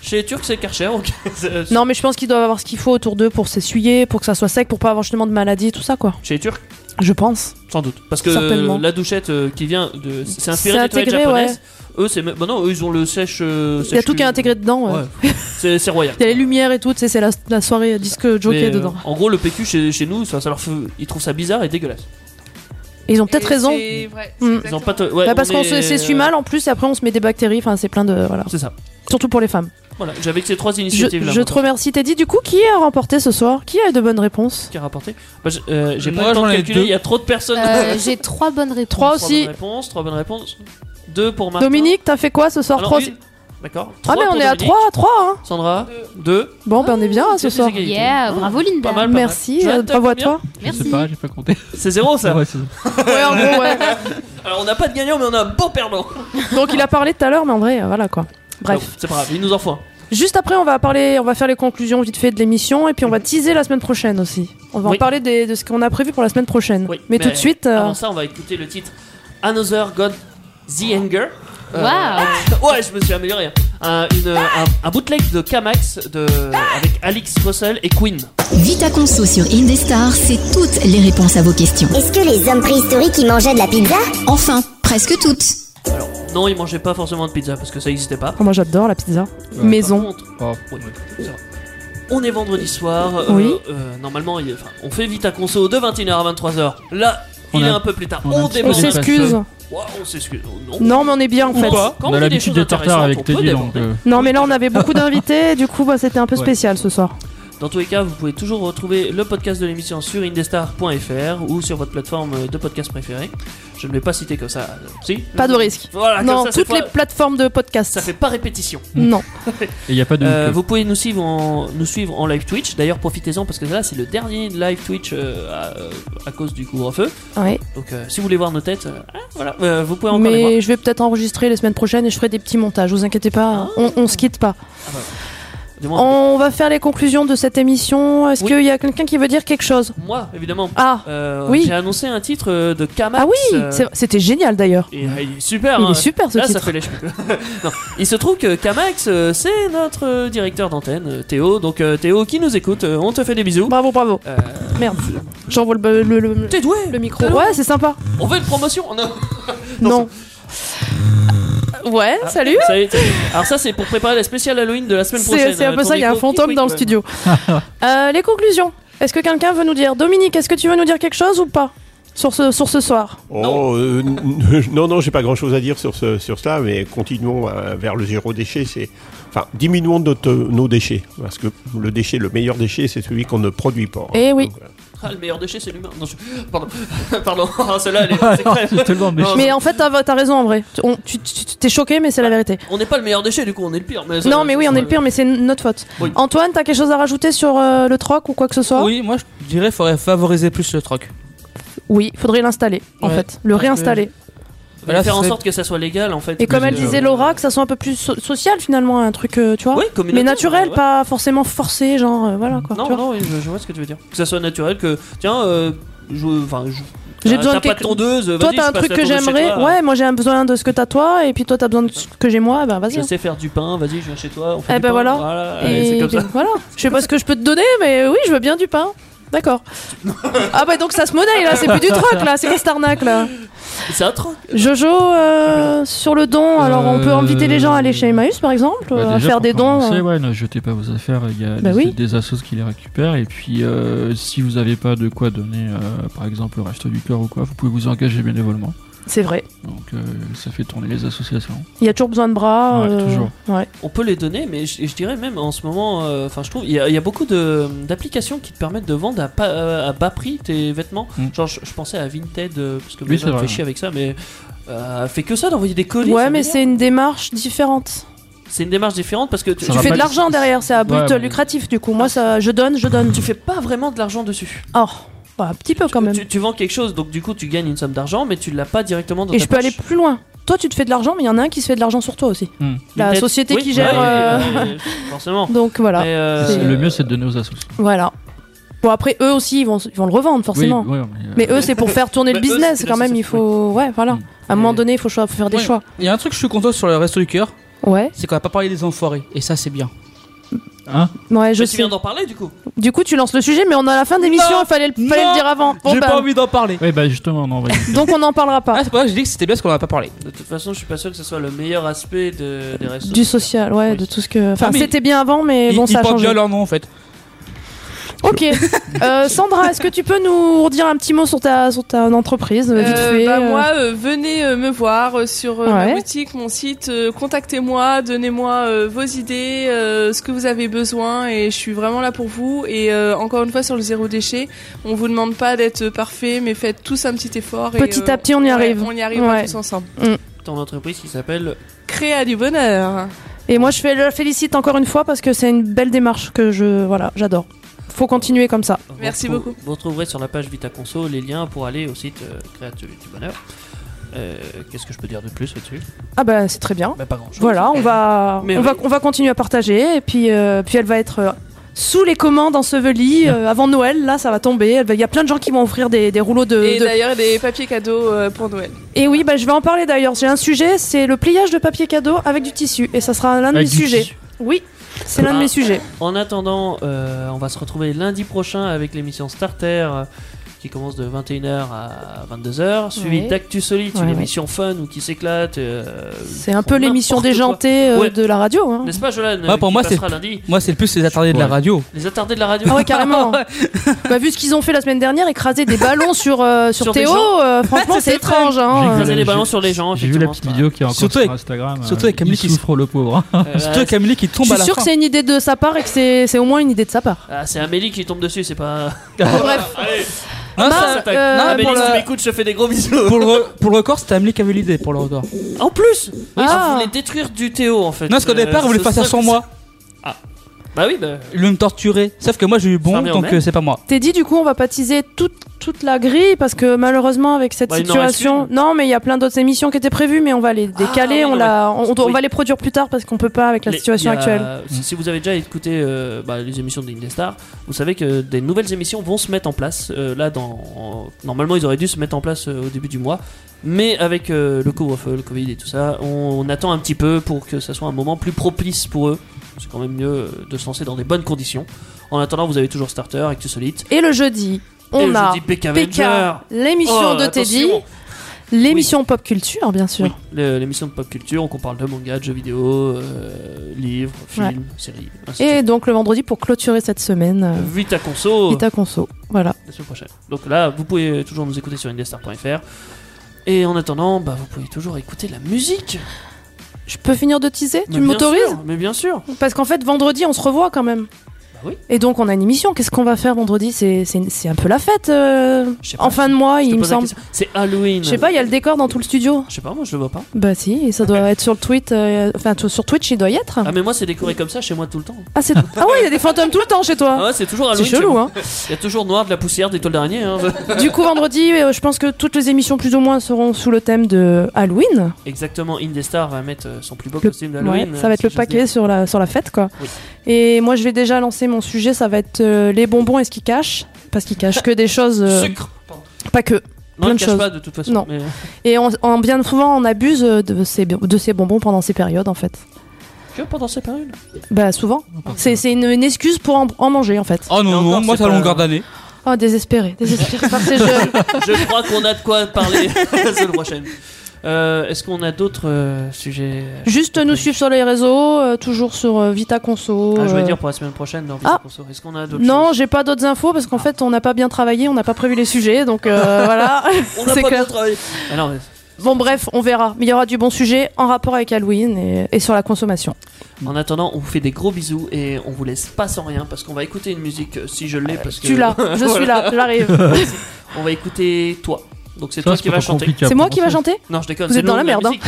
Speaker 4: Chez les Turcs, c'est Karcher. ok. C'est-
Speaker 3: Non, mais je pense qu'ils doivent avoir ce qu'il faut autour d'eux pour s'essuyer, pour que ça soit sec, pour pas avoir justement de maladie, tout ça, quoi.
Speaker 4: Chez les Turcs
Speaker 3: Je pense.
Speaker 4: Sans doute. Parce que
Speaker 3: Certainement.
Speaker 4: euh, la douchette euh, qui vient de. C'est inspiré
Speaker 3: C'est
Speaker 4: des toilettes
Speaker 3: intégré,
Speaker 4: japonaises. Eux, c'est. même- Bah non, eux, ils ont le sèche. euh,
Speaker 3: Il y a
Speaker 4: sèche
Speaker 3: tout qui est
Speaker 4: cul.
Speaker 3: intégré dedans, ouais.
Speaker 4: C'est c'est royal.
Speaker 3: Il y a les lumières et tout, tu sais, c'est la, la soirée disque
Speaker 4: Mais,
Speaker 3: jockey
Speaker 4: euh,
Speaker 3: dedans.
Speaker 4: En gros, le PQ chez, chez nous, ça, ça leur fait- ils trouvent ça bizarre et dégueulasse.
Speaker 3: Et ils ont peut-être raison. Mm.
Speaker 4: Ils ont pas to- ouais,
Speaker 3: Bah, parce
Speaker 4: on
Speaker 3: qu'on
Speaker 4: est- euh,
Speaker 3: se- s'essuie mal en plus et après on se met des bactéries, enfin c'est plein de. Voilà.
Speaker 4: C'est ça.
Speaker 3: Surtout pour les femmes.
Speaker 4: Voilà, j'avais que ces trois
Speaker 3: Je,
Speaker 4: initiatives là.
Speaker 3: je te remercie, Teddy. Du coup, qui a remporté ce soir Qui a eu de bonnes réponses
Speaker 4: Qui a rapporté Bah, j'- euh, J'ai
Speaker 7: Moi,
Speaker 4: pas le temps
Speaker 7: j'en
Speaker 4: de
Speaker 7: ai
Speaker 4: calculer,
Speaker 7: deux.
Speaker 4: il y a trop de personnes.
Speaker 6: Euh, J'ai trois bonnes réponses.
Speaker 3: Trois
Speaker 4: Trois
Speaker 3: aussi.
Speaker 4: bonnes réponses, trois bonnes réponses. Deux pour Martin.
Speaker 3: Dominique, t'as fait quoi ce soir
Speaker 4: Alors,
Speaker 3: Trois-
Speaker 4: une. D'accord.
Speaker 3: Ah,
Speaker 4: Trois
Speaker 3: mais on
Speaker 4: pour
Speaker 3: est à
Speaker 4: Dominique.
Speaker 3: 3 à 3 hein
Speaker 4: Sandra, deux.
Speaker 3: Bon, ben on est bien hein, ce
Speaker 4: C'est
Speaker 3: soir.
Speaker 4: égalité. Yeah, Ah, bravo, Linda. pas mal, pas mal.
Speaker 3: Merci,
Speaker 4: Joanne,
Speaker 3: euh,
Speaker 4: t'as
Speaker 3: bravo à
Speaker 4: combien
Speaker 3: toi.
Speaker 8: Je sais pas, j'ai pas compté.
Speaker 4: C'est zéro ça
Speaker 8: Ouais, c'est-
Speaker 3: Ouais, en gros, ouais.
Speaker 4: Alors on n'a pas de gagnant, mais on a un beau perdant.
Speaker 3: Donc il a parlé tout à l'heure, mais en vrai, euh, voilà quoi. Bref.
Speaker 4: Non, C'est pas grave, il nous en faut un.
Speaker 3: Juste après, on va parler, on va faire les conclusions vite fait de l'émission et puis on va teaser la semaine prochaine aussi. On va
Speaker 4: Oui.
Speaker 3: en parler des- de ce qu'on a prévu pour la semaine prochaine. mais, tout de suite, euh,
Speaker 4: Avant ça, on va écouter le titre Another God The Anger. Euh,
Speaker 6: Waouh.
Speaker 4: Ouais, je me suis amélioré. Un, une- un- un bootleg de Kamax de, avec Alix Russell et Queen.
Speaker 10: Vita Conso sur Indestar, c'est toutes les réponses à vos questions.
Speaker 11: Est-ce que les hommes préhistoriques y mangeaient de la pizza
Speaker 10: Enfin, presque toutes.
Speaker 4: Non, ils mangeaient pas forcément de pizza parce que ça n'existait pas. Oh,
Speaker 3: moi j'adore la pizza. Maison.
Speaker 4: Par contre, oui, ça va. On est vendredi soir. euh,
Speaker 3: Oui.
Speaker 4: euh, normalement, il est- enfin, on fait vite à conso de 21h à 23h. Là, il
Speaker 8: On a-
Speaker 4: est un peu plus tard.
Speaker 8: on a
Speaker 4: On,
Speaker 8: un petit peu
Speaker 4: déborde.
Speaker 8: dépassé. On s'excuse.
Speaker 4: Ouais, on s'excuse.
Speaker 3: Non, mais on est bien, en
Speaker 4: Ou
Speaker 3: fait.
Speaker 4: pas. Quand
Speaker 8: On a
Speaker 4: fait des
Speaker 8: l'habitude
Speaker 4: choses
Speaker 8: des tartares
Speaker 4: intéressantes,
Speaker 8: avec
Speaker 4: on peut
Speaker 8: Teddy, donc.
Speaker 4: déborder.
Speaker 8: euh,
Speaker 3: Non, mais là on avait beaucoup d'invités, du coup bah, c'était un peu
Speaker 4: Ouais.
Speaker 3: spécial ce soir.
Speaker 4: Dans tous les cas, vous pouvez toujours retrouver le podcast de l'émission sur indestar.fr ou sur votre plateforme de podcast préférée. Je ne vais pas citer comme ça. euh, Si
Speaker 3: Pas de risque.
Speaker 4: Voilà, comme
Speaker 3: non,
Speaker 4: ça, cette
Speaker 3: toutes
Speaker 4: fois,
Speaker 3: les plateformes de podcast. Ça
Speaker 4: fait pas répétition.
Speaker 3: Non.
Speaker 8: Et il n'y a pas de.
Speaker 4: Euh, vous pouvez nous suivre en, nous suivre en live Twitch. D'ailleurs, profitez-en parce que là, c'est le dernier live Twitch euh, à, euh, à cause du couvre-feu.
Speaker 3: Ouais.
Speaker 4: Donc, euh, si vous voulez voir nos têtes, euh, ah, voilà, Euh, vous pouvez encore les voir.
Speaker 3: Mais je vais peut-être enregistrer les semaines prochaines et je ferai des petits montages, vous inquiétez pas,
Speaker 4: Ah.
Speaker 3: on, on se quitte pas.
Speaker 4: bah, Dis-moi,
Speaker 3: On va faire les conclusions de cette émission. Est-ce qu'il y a quelqu'un qui veut dire quelque chose
Speaker 4: Moi, évidemment.
Speaker 3: Ah,
Speaker 4: Euh,
Speaker 3: oui.
Speaker 4: J'ai annoncé un titre euh, de Kamax.
Speaker 3: Ah oui,
Speaker 4: euh,
Speaker 3: c'est- c'était génial d'ailleurs.
Speaker 4: Et, euh, il est super.
Speaker 3: Il
Speaker 4: hein.
Speaker 3: est super, ce
Speaker 4: Là,
Speaker 3: titre.
Speaker 4: Ça fait les cheveux. Non. Il se trouve que Kamax, euh, c'est notre euh, directeur d'antenne, euh, Théo. Donc euh, Théo qui nous écoute, euh, on te fait des bisous. Euh,
Speaker 3: Bravo, bravo. Merde, j'envoie le, le, le, le micro.
Speaker 4: T'es doué.
Speaker 3: Ouais, c'est sympa.
Speaker 4: On veut une promotion Oh, on a-
Speaker 3: Non. Ouais,
Speaker 4: Ah,
Speaker 3: salut.
Speaker 4: salut. Alors ça, c'est pour préparer la spéciale Halloween de la semaine prochaine.
Speaker 3: C'est c'est un
Speaker 4: euh,
Speaker 3: peu
Speaker 4: ton
Speaker 3: ça, il y a un
Speaker 4: micro
Speaker 3: fantôme
Speaker 4: qui
Speaker 3: dans le
Speaker 4: quick,
Speaker 3: studio. Euh, les conclusions. Est-ce que quelqu'un veut nous dire Dominique, est-ce que tu veux nous dire quelque chose ou pas sur ce, sur ce soir
Speaker 5: Oh, euh, n- n- non, non, j'ai pas grand chose à dire sur, ce, sur cela, mais continuons euh, vers le zéro déchet. C'est, enfin, diminuons notre, nos déchets. Parce que le déchet, le meilleur déchet, c'est celui qu'on ne produit pas.
Speaker 3: Eh oui.
Speaker 4: Ah, le meilleur déchet, c'est l'humain. Non, je- Pardon. Pardon. Ah, Celle-là, elle est extrême. Non,
Speaker 3: Mais en fait, t'as t'as raison en vrai. Tu- on- Tu tu- tu- t'es choqué, mais c'est la vérité.
Speaker 4: On n'est pas le meilleur déchet, du coup, on est le pire. Mais ça-
Speaker 3: Non, mais oui,
Speaker 4: ça-
Speaker 3: on est le pire, mais c'est notre faute. Antoine, t'as quelque chose à rajouter sur euh, le troc ou quoi que ce soit
Speaker 7: Oui, moi je dirais qu'il faudrait favoriser plus le troc.
Speaker 3: Oui, faudrait l'installer, en
Speaker 7: Ouais.
Speaker 3: fait. Le
Speaker 7: Parce que-
Speaker 3: réinstaller.
Speaker 7: Voilà,
Speaker 4: faire en
Speaker 7: c'est-
Speaker 4: sorte que ça soit légal, en fait.
Speaker 3: Et comme elle disait
Speaker 4: l'autre
Speaker 3: Laura, que ça soit un peu plus so- social finalement, un truc, euh, tu vois.
Speaker 4: Oui, communautaire,
Speaker 3: mais naturel,
Speaker 4: ouais.
Speaker 3: pas forcément forcé, genre, euh, voilà quoi.
Speaker 4: Non, non, oui, je, je vois ce que tu veux dire. Que ça soit naturel, que tiens, euh, je, enfin, je-
Speaker 3: J'ai
Speaker 4: t'as-
Speaker 3: besoin
Speaker 4: t'as
Speaker 3: de
Speaker 4: pas de
Speaker 3: quelque-
Speaker 4: tondeuse.
Speaker 3: Toi,
Speaker 4: vas-y,
Speaker 3: t'as
Speaker 4: je
Speaker 3: un
Speaker 4: passe
Speaker 3: truc
Speaker 4: la
Speaker 3: que
Speaker 4: tondeuse chez
Speaker 3: j'aimerais.
Speaker 4: toi.
Speaker 3: Ouais, moi j'ai un besoin de ce que t'as toi, et puis toi t'as besoin de ce que j'ai moi, bah vas-y.
Speaker 4: Je sais faire du pain. Vas-y, je viens chez toi. On fait
Speaker 3: Eh
Speaker 4: du
Speaker 3: ben
Speaker 4: pain,
Speaker 3: voilà.
Speaker 4: allez, c'est
Speaker 3: Et
Speaker 4: comme ça.
Speaker 3: puis, voilà. Je sais pas ce que je peux te donner, mais oui, je veux bien du pain. D'accord. ah bah donc ça se monnaie là, c'est plus du troc là, c'est quoi cette arnaque là
Speaker 4: C'est un truc.
Speaker 3: Jojo, euh, sur le don, alors on peut
Speaker 8: Euh,
Speaker 3: inviter les gens à aller chez Emmaüs par exemple,
Speaker 8: Bah,
Speaker 3: à
Speaker 8: déjà,
Speaker 3: faire
Speaker 8: pour
Speaker 3: des dons.
Speaker 8: commencer,
Speaker 3: euh.
Speaker 8: ouais, ne jetez pas vos affaires, il y a
Speaker 3: Bah
Speaker 8: des,
Speaker 3: oui.
Speaker 8: des assos qui les récupèrent. Et puis, euh, si vous n'avez pas de quoi donner, euh, par exemple, le reste du cœur ou quoi, vous pouvez vous engager bénévolement.
Speaker 3: C'est vrai.
Speaker 8: Donc euh, ça fait tourner les associations.
Speaker 3: euh, Il y a toujours besoin de bras.
Speaker 8: Ouais,
Speaker 3: euh,
Speaker 8: toujours.
Speaker 3: ouais.
Speaker 4: On peut les donner, mais je, je dirais même en ce moment, euh, enfin je trouve, il y, a- il y a beaucoup de- d'applications qui te permettent de vendre à, pas- euh, à bas prix tes vêtements.
Speaker 7: Mm.
Speaker 4: Genre je, je pensais à Vinted, euh, parce que
Speaker 8: Oui,
Speaker 4: Maison
Speaker 8: c'est vrai.
Speaker 4: fait chier avec ça, mais euh, fait que ça d'envoyer des colis.
Speaker 3: Ouais,
Speaker 4: c'est
Speaker 3: mais
Speaker 4: meilleur.
Speaker 3: c'est une démarche différente.
Speaker 4: c'est une démarche différente parce que tu,
Speaker 3: Tu fais de l'argent derrière, c'est à but
Speaker 4: Ouais, mais-
Speaker 3: lucratif du coup. Moi, ça, je donne, je donne.
Speaker 4: Tu fais pas vraiment de l'argent dessus.
Speaker 3: Oh, bah, un petit peu quand même.
Speaker 4: Tu, tu vends quelque chose, donc du coup tu gagnes une somme d'argent, mais tu l'as pas directement dans
Speaker 3: Et
Speaker 4: ta
Speaker 3: je peux
Speaker 4: poche.
Speaker 3: aller plus loin. Toi, tu te fais de l'argent, mais il y en a un qui se fait de l'argent sur toi aussi.
Speaker 8: Hmm.
Speaker 3: La
Speaker 4: Peut-être-
Speaker 3: société
Speaker 4: oui,
Speaker 3: qui gère.
Speaker 4: bah oui,
Speaker 3: euh,
Speaker 4: euh, forcément.
Speaker 3: Donc voilà.
Speaker 4: Mais, euh,
Speaker 3: C'est-
Speaker 8: Le mieux c'est de donner aux associations.
Speaker 3: Voilà. Bon, après, eux aussi, ils vont, ils vont le revendre forcément.
Speaker 8: oui, ouais,
Speaker 3: mais,
Speaker 8: mais, euh,
Speaker 3: eux, c'est pour faire tourner le
Speaker 8: Mais eux,
Speaker 3: business
Speaker 8: c'est
Speaker 3: quand même. Il faut. Ouais, voilà. À un moment donné, il faut cho- faire des
Speaker 7: Ouais.
Speaker 3: choix.
Speaker 7: Il y a un truc que je suis content sur le resto du cœur.
Speaker 3: Ouais.
Speaker 7: C'est qu'on a pas parlé des enfoirés. Et ça, c'est bien.
Speaker 8: Hein
Speaker 3: Ouais, je
Speaker 4: Mais tu
Speaker 3: sais.
Speaker 4: viens d'en parler du coup.
Speaker 3: Du coup, tu lances le sujet, mais on est à la fin de l'émission. Il fallait, le- fallait le dire avant. Bon,
Speaker 7: J'ai
Speaker 3: bah,
Speaker 7: pas envie d'en parler.
Speaker 8: Oui, bah justement, non, ouais.
Speaker 3: Donc on n'en parlera pas.
Speaker 7: Ah, c'est pour ça que j'ai dit que c'était bien parce qu'on en a pas parlé.
Speaker 4: De toute façon, je suis pas sûr que ce soit le meilleur aspect de- des restos.
Speaker 3: Du social, ouais, de tout ce que. Enfin,
Speaker 4: Ah, mais
Speaker 3: c'était bien avant, mais
Speaker 7: Ils-
Speaker 3: bon,
Speaker 7: ils
Speaker 3: ça a
Speaker 7: portent
Speaker 3: changé.
Speaker 7: bien leur nom en fait.
Speaker 3: Ok. Euh, Sandra, est-ce que tu peux nous dire un petit mot sur ta, sur ta entreprise euh, vite
Speaker 9: Euh,
Speaker 3: fait,
Speaker 9: bah,
Speaker 3: euh,
Speaker 9: Moi, euh, venez euh, me voir euh, sur euh, ma
Speaker 3: Ouais.
Speaker 9: boutique, mon site. euh, Contactez-moi, donnez-moi euh, vos idées, euh, ce que vous avez besoin, et je suis vraiment là pour vous. Et euh, encore une fois, sur le zéro déchet, on vous demande pas d'être euh, parfait, mais faites tous un petit effort. et, euh,
Speaker 3: Petit à petit, on y
Speaker 9: ouais,
Speaker 3: arrive.
Speaker 9: On y arrive
Speaker 3: Ouais.
Speaker 9: tous ensemble.
Speaker 3: Mm.
Speaker 4: Ton entreprise qui s'appelle.
Speaker 9: Créa du bonheur.
Speaker 3: Et moi, je fais- je la félicite encore une fois parce que c'est une belle démarche que je. Voilà, j'adore. Faut continuer comme ça.
Speaker 9: Merci
Speaker 4: Vous retrou-
Speaker 9: beaucoup.
Speaker 4: Vous retrouverez sur la page Vita Conso les liens pour aller au site euh, Créateur du Bonheur. Euh, Qu'est-ce que je peux dire de plus là-dessus
Speaker 3: Ah bah c'est très bien.
Speaker 4: Bah, pas grand-chose.
Speaker 3: Voilà, on va, on,
Speaker 4: Mais
Speaker 3: va,
Speaker 4: oui.
Speaker 3: on va continuer à partager et puis, euh, puis elle va être euh, sous les commandes ensevelie euh, avant Noël. Là, ça va tomber. Elle va- Il y a plein de gens qui vont offrir des, des rouleaux de.
Speaker 9: Et
Speaker 3: Euh, de-
Speaker 9: d'ailleurs, des papiers cadeaux euh, pour Noël.
Speaker 3: Et oui, bah, je vais en parler d'ailleurs. J'ai un sujet, c'est le pliage de papier cadeau avec du tissu. Et ça sera l'un de mes
Speaker 4: Avec du
Speaker 3: sujets.
Speaker 4: tissu.
Speaker 3: Oui, c'est l'un de
Speaker 4: Ah.
Speaker 3: mes sujets.
Speaker 4: En attendant, euh, on va se retrouver lundi prochain avec l'émission Starter euh, qui commence de 21h à 22h, suivie
Speaker 3: Ouais.
Speaker 4: d'Actu Solide,
Speaker 3: Ouais,
Speaker 4: une
Speaker 3: ouais.
Speaker 4: émission fun où qui s'éclate. euh,
Speaker 3: C'est un
Speaker 4: pour
Speaker 3: peu l'émission
Speaker 4: n'importe
Speaker 3: déjantée
Speaker 4: quoi.
Speaker 3: euh,
Speaker 4: Ouais.
Speaker 3: de la radio. hein.
Speaker 4: N'est-ce pas, Jolan
Speaker 7: Ouais, pour
Speaker 4: qui
Speaker 7: moi, c'est
Speaker 4: passera lundi.
Speaker 7: moi, c'est le plus c'est les attardés de la radio.
Speaker 4: Les attardés de la radio.
Speaker 3: Ah ouais, carrément. Bah, vu ce qu'ils ont fait la semaine dernière, écraser des ballons sur, euh, sur,
Speaker 4: Sur des
Speaker 3: Théo,
Speaker 4: gens.
Speaker 3: euh, franchement, c'est étrange. hein.
Speaker 8: J'ai vu
Speaker 4: Poser
Speaker 8: la-
Speaker 4: les ballons
Speaker 8: j'ai-
Speaker 4: sur les gens,
Speaker 8: J'ai vu la petite vidéo qui est encore
Speaker 7: Surtout
Speaker 8: sur
Speaker 7: avec-
Speaker 8: Instagram.
Speaker 7: surtout avec
Speaker 8: euh,
Speaker 7: Camille
Speaker 8: il
Speaker 7: qui-
Speaker 8: souffre le pauvre. hein.
Speaker 4: Euh,
Speaker 7: Surtout Camille qui tombe
Speaker 3: Je
Speaker 7: à
Speaker 3: suis
Speaker 7: la
Speaker 3: sûr que
Speaker 7: fin.
Speaker 3: c'est une idée de sa part et que c'est c'est au moins une idée de sa part.
Speaker 4: Ah, c'est Amélie qui tombe dessus, c'est pas. Ah,
Speaker 3: Bref.
Speaker 4: Allez,
Speaker 7: Hein,
Speaker 3: Bah,
Speaker 7: ça-
Speaker 4: attaque.
Speaker 3: euh,
Speaker 4: Amélie,
Speaker 7: pour
Speaker 4: si tu
Speaker 7: la-
Speaker 4: m'écoutes, je te fais des gros bisous.
Speaker 7: Pour le, re- pour le record, c'était Amélie qui avait l'idée pour le record.
Speaker 4: En plus
Speaker 3: Ah.
Speaker 4: ah, Vous voulez détruire du Théo en fait.
Speaker 7: Non, parce qu'au
Speaker 4: Euh,
Speaker 7: départ, elle voulait
Speaker 4: ce
Speaker 7: faire ça
Speaker 4: serait-
Speaker 7: sans moi.
Speaker 4: Bah oui, bah.
Speaker 7: Il voulait me torturer. Sauf que moi, j'ai eu
Speaker 4: Ça
Speaker 7: bon,
Speaker 4: revient au
Speaker 7: donc
Speaker 4: même.
Speaker 7: euh, c'est pas moi.
Speaker 3: T'es dit, du coup, on va pas teaser toute, toute la grille parce que malheureusement, avec cette
Speaker 4: Bah, il en reste Ah,
Speaker 3: situation. Non, mais il y a plein d'autres émissions qui étaient prévues, mais on va les décaler.
Speaker 4: oui,
Speaker 3: on,
Speaker 4: non,
Speaker 3: la, on, doit- on
Speaker 4: Oui.
Speaker 3: va les produire plus tard parce qu'on peut pas avec la
Speaker 4: Les-
Speaker 3: situation
Speaker 4: il y a-
Speaker 3: actuelle.
Speaker 4: Si, si vous avez déjà écouté euh, bah, les émissions de Stars, vous savez que des nouvelles émissions vont se mettre en place. euh, là, dans, normalement, ils auraient dû se mettre en place euh, au début du mois. Mais avec euh, le couvre-feu, le Covid et tout ça, on, on attend un petit peu pour que ça soit un moment plus propice pour eux. C'est quand même mieux euh, de se lancer dans des bonnes conditions. En attendant, vous avez toujours Starter, Actu Solite.
Speaker 3: Et le jeudi, on
Speaker 4: le
Speaker 3: a
Speaker 4: jeudi, PK
Speaker 3: PK,
Speaker 4: Avenger.
Speaker 3: l'émission
Speaker 4: Oh,
Speaker 3: de Teddy,
Speaker 4: attention.
Speaker 3: l'émission pop culture, bien sûr.
Speaker 4: Oui, le- l'émission de pop culture, donc on parle de manga, de jeux vidéo, euh, livres, films,
Speaker 3: Ouais.
Speaker 4: séries. ainsi de
Speaker 3: Et
Speaker 4: suite.
Speaker 3: donc le vendredi pour clôturer cette semaine. euh,
Speaker 4: Vite à conso.
Speaker 3: Vita Conso. Voilà.
Speaker 4: la semaine prochaine. Donc là, vous pouvez toujours nous écouter sur indestar.fr. Et en attendant, bah, vous pouvez toujours écouter la musique.
Speaker 3: Je peux finir de teaser
Speaker 4: Mais
Speaker 3: Tu
Speaker 4: bien
Speaker 3: m'autorises
Speaker 4: sûr, Mais bien sûr. Bah
Speaker 3: Parce qu'en fait, vendredi, on se revoit quand même.
Speaker 4: oui.
Speaker 3: Et donc, on a une émission. Qu'est-ce qu'on va faire vendredi C'est- C'est c'est un peu la fête euh,
Speaker 4: Je sais pas,
Speaker 3: en fin de mois,
Speaker 4: je te
Speaker 3: il me
Speaker 4: pose la
Speaker 3: semble.
Speaker 4: question. C'est Halloween.
Speaker 3: Je sais pas, il y a le décor dans tout le studio.
Speaker 4: Je sais pas, moi je le vois pas.
Speaker 3: Bah si, et ça doit être sur le tweet. euh, Enfin, t- sur Twitch, il doit y être.
Speaker 4: Ah, mais moi c'est décoré comme ça chez moi tout le temps.
Speaker 3: Ah, c'est- ah ouais, il y a des fantômes tout le temps chez
Speaker 4: Ah
Speaker 3: toi.
Speaker 4: ouais, c'est toujours
Speaker 3: c'est
Speaker 4: Halloween. chez
Speaker 3: chelou,
Speaker 4: moi.
Speaker 3: hein.
Speaker 4: Il y a toujours noir, de la poussière, des toiles d'araignée. hein.
Speaker 3: Du coup, vendredi, euh, je pense que toutes les émissions, plus ou moins, seront sous le thème de Halloween.
Speaker 4: Exactement, Indestar va mettre euh, son plus beau
Speaker 3: Le-
Speaker 4: costume d'Halloween. euh,
Speaker 3: Ouais, ça va être
Speaker 4: si
Speaker 3: le
Speaker 4: j'ose dire.
Speaker 3: paquet sur la, sur la fête, quoi.
Speaker 4: Oui.
Speaker 3: Et moi, je vais déjà lancer mon sujet. Ça va être euh, les bonbons et ce qu'ils cachent. Parce qu'ils cachent que des choses. euh,
Speaker 4: Sucre pardon.
Speaker 3: pas que.
Speaker 4: Non,
Speaker 3: plein
Speaker 4: il
Speaker 3: de
Speaker 4: cache
Speaker 3: choses.
Speaker 4: pas de toute façon.
Speaker 3: Non.
Speaker 4: mais- euh,
Speaker 3: Et on, on- bien souvent, on abuse euh, de ces, de ces bonbons pendant ces périodes, en fait.
Speaker 4: Que pendant ces périodes
Speaker 3: Bah, souvent. C'est c'est une, une excuse pour en, en manger, en fait.
Speaker 7: Oh non, non, moi, c'est à longueur d'année.
Speaker 3: Oh, désespéré, désespéré par ces jeunes.
Speaker 4: Je crois qu'on a de quoi parler la semaine prochaine. Euh, Est-ce qu'on a d'autres euh, sujets
Speaker 3: Juste nous suivre sur les réseaux, euh, toujours sur euh, Vita Conso.
Speaker 4: Ah, je
Speaker 3: euh,
Speaker 4: veux dire pour la semaine prochaine dans Vita
Speaker 3: Ah.
Speaker 4: Conso. Est-ce qu'on a d'autres Ah.
Speaker 3: Non, j'ai pas d'autres infos parce qu'en fait, on n'a pas bien travaillé, on n'a pas prévu les sujets, donc euh, voilà.
Speaker 4: choses On n'a
Speaker 3: c'est
Speaker 4: pas
Speaker 3: clair.
Speaker 4: bien travaillé. Ah non, mais
Speaker 3: Bon, bref, on verra. Mais il y aura du bon sujet en rapport avec Halloween et, et sur la consommation.
Speaker 4: En attendant, on vous fait des gros bisous et on vous laisse pas sans rien parce qu'on va écouter une musique euh, si je l'ai parce que
Speaker 3: tu l'as, je suis là, j'arrive.
Speaker 4: Merci. on va écouter toi. Donc c'est
Speaker 3: Ça,
Speaker 4: toi
Speaker 3: c'est
Speaker 4: qui
Speaker 3: pas
Speaker 4: vas chanter.
Speaker 3: compliqué à C'est moi qui prononcer. va chanter
Speaker 4: Non, je déconne.
Speaker 3: Vous
Speaker 4: c'est
Speaker 3: êtes
Speaker 4: le
Speaker 3: dans
Speaker 4: nom
Speaker 3: la
Speaker 4: de
Speaker 3: merde, hein.
Speaker 4: musique.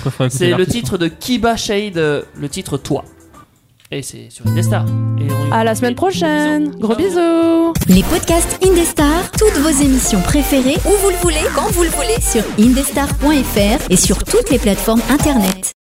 Speaker 8: préfère écouter
Speaker 4: c'est le
Speaker 8: l'artiste,
Speaker 4: titre de Kiba Shade, euh, le titre toi. Et c'est sur Indestar. Et on y-
Speaker 3: À la semaine prochaine. Gros bisous.
Speaker 10: Les podcasts Indestar, toutes vos émissions préférées, où vous le voulez, quand vous le voulez, sur indestar.fr et sur toutes les plateformes internet.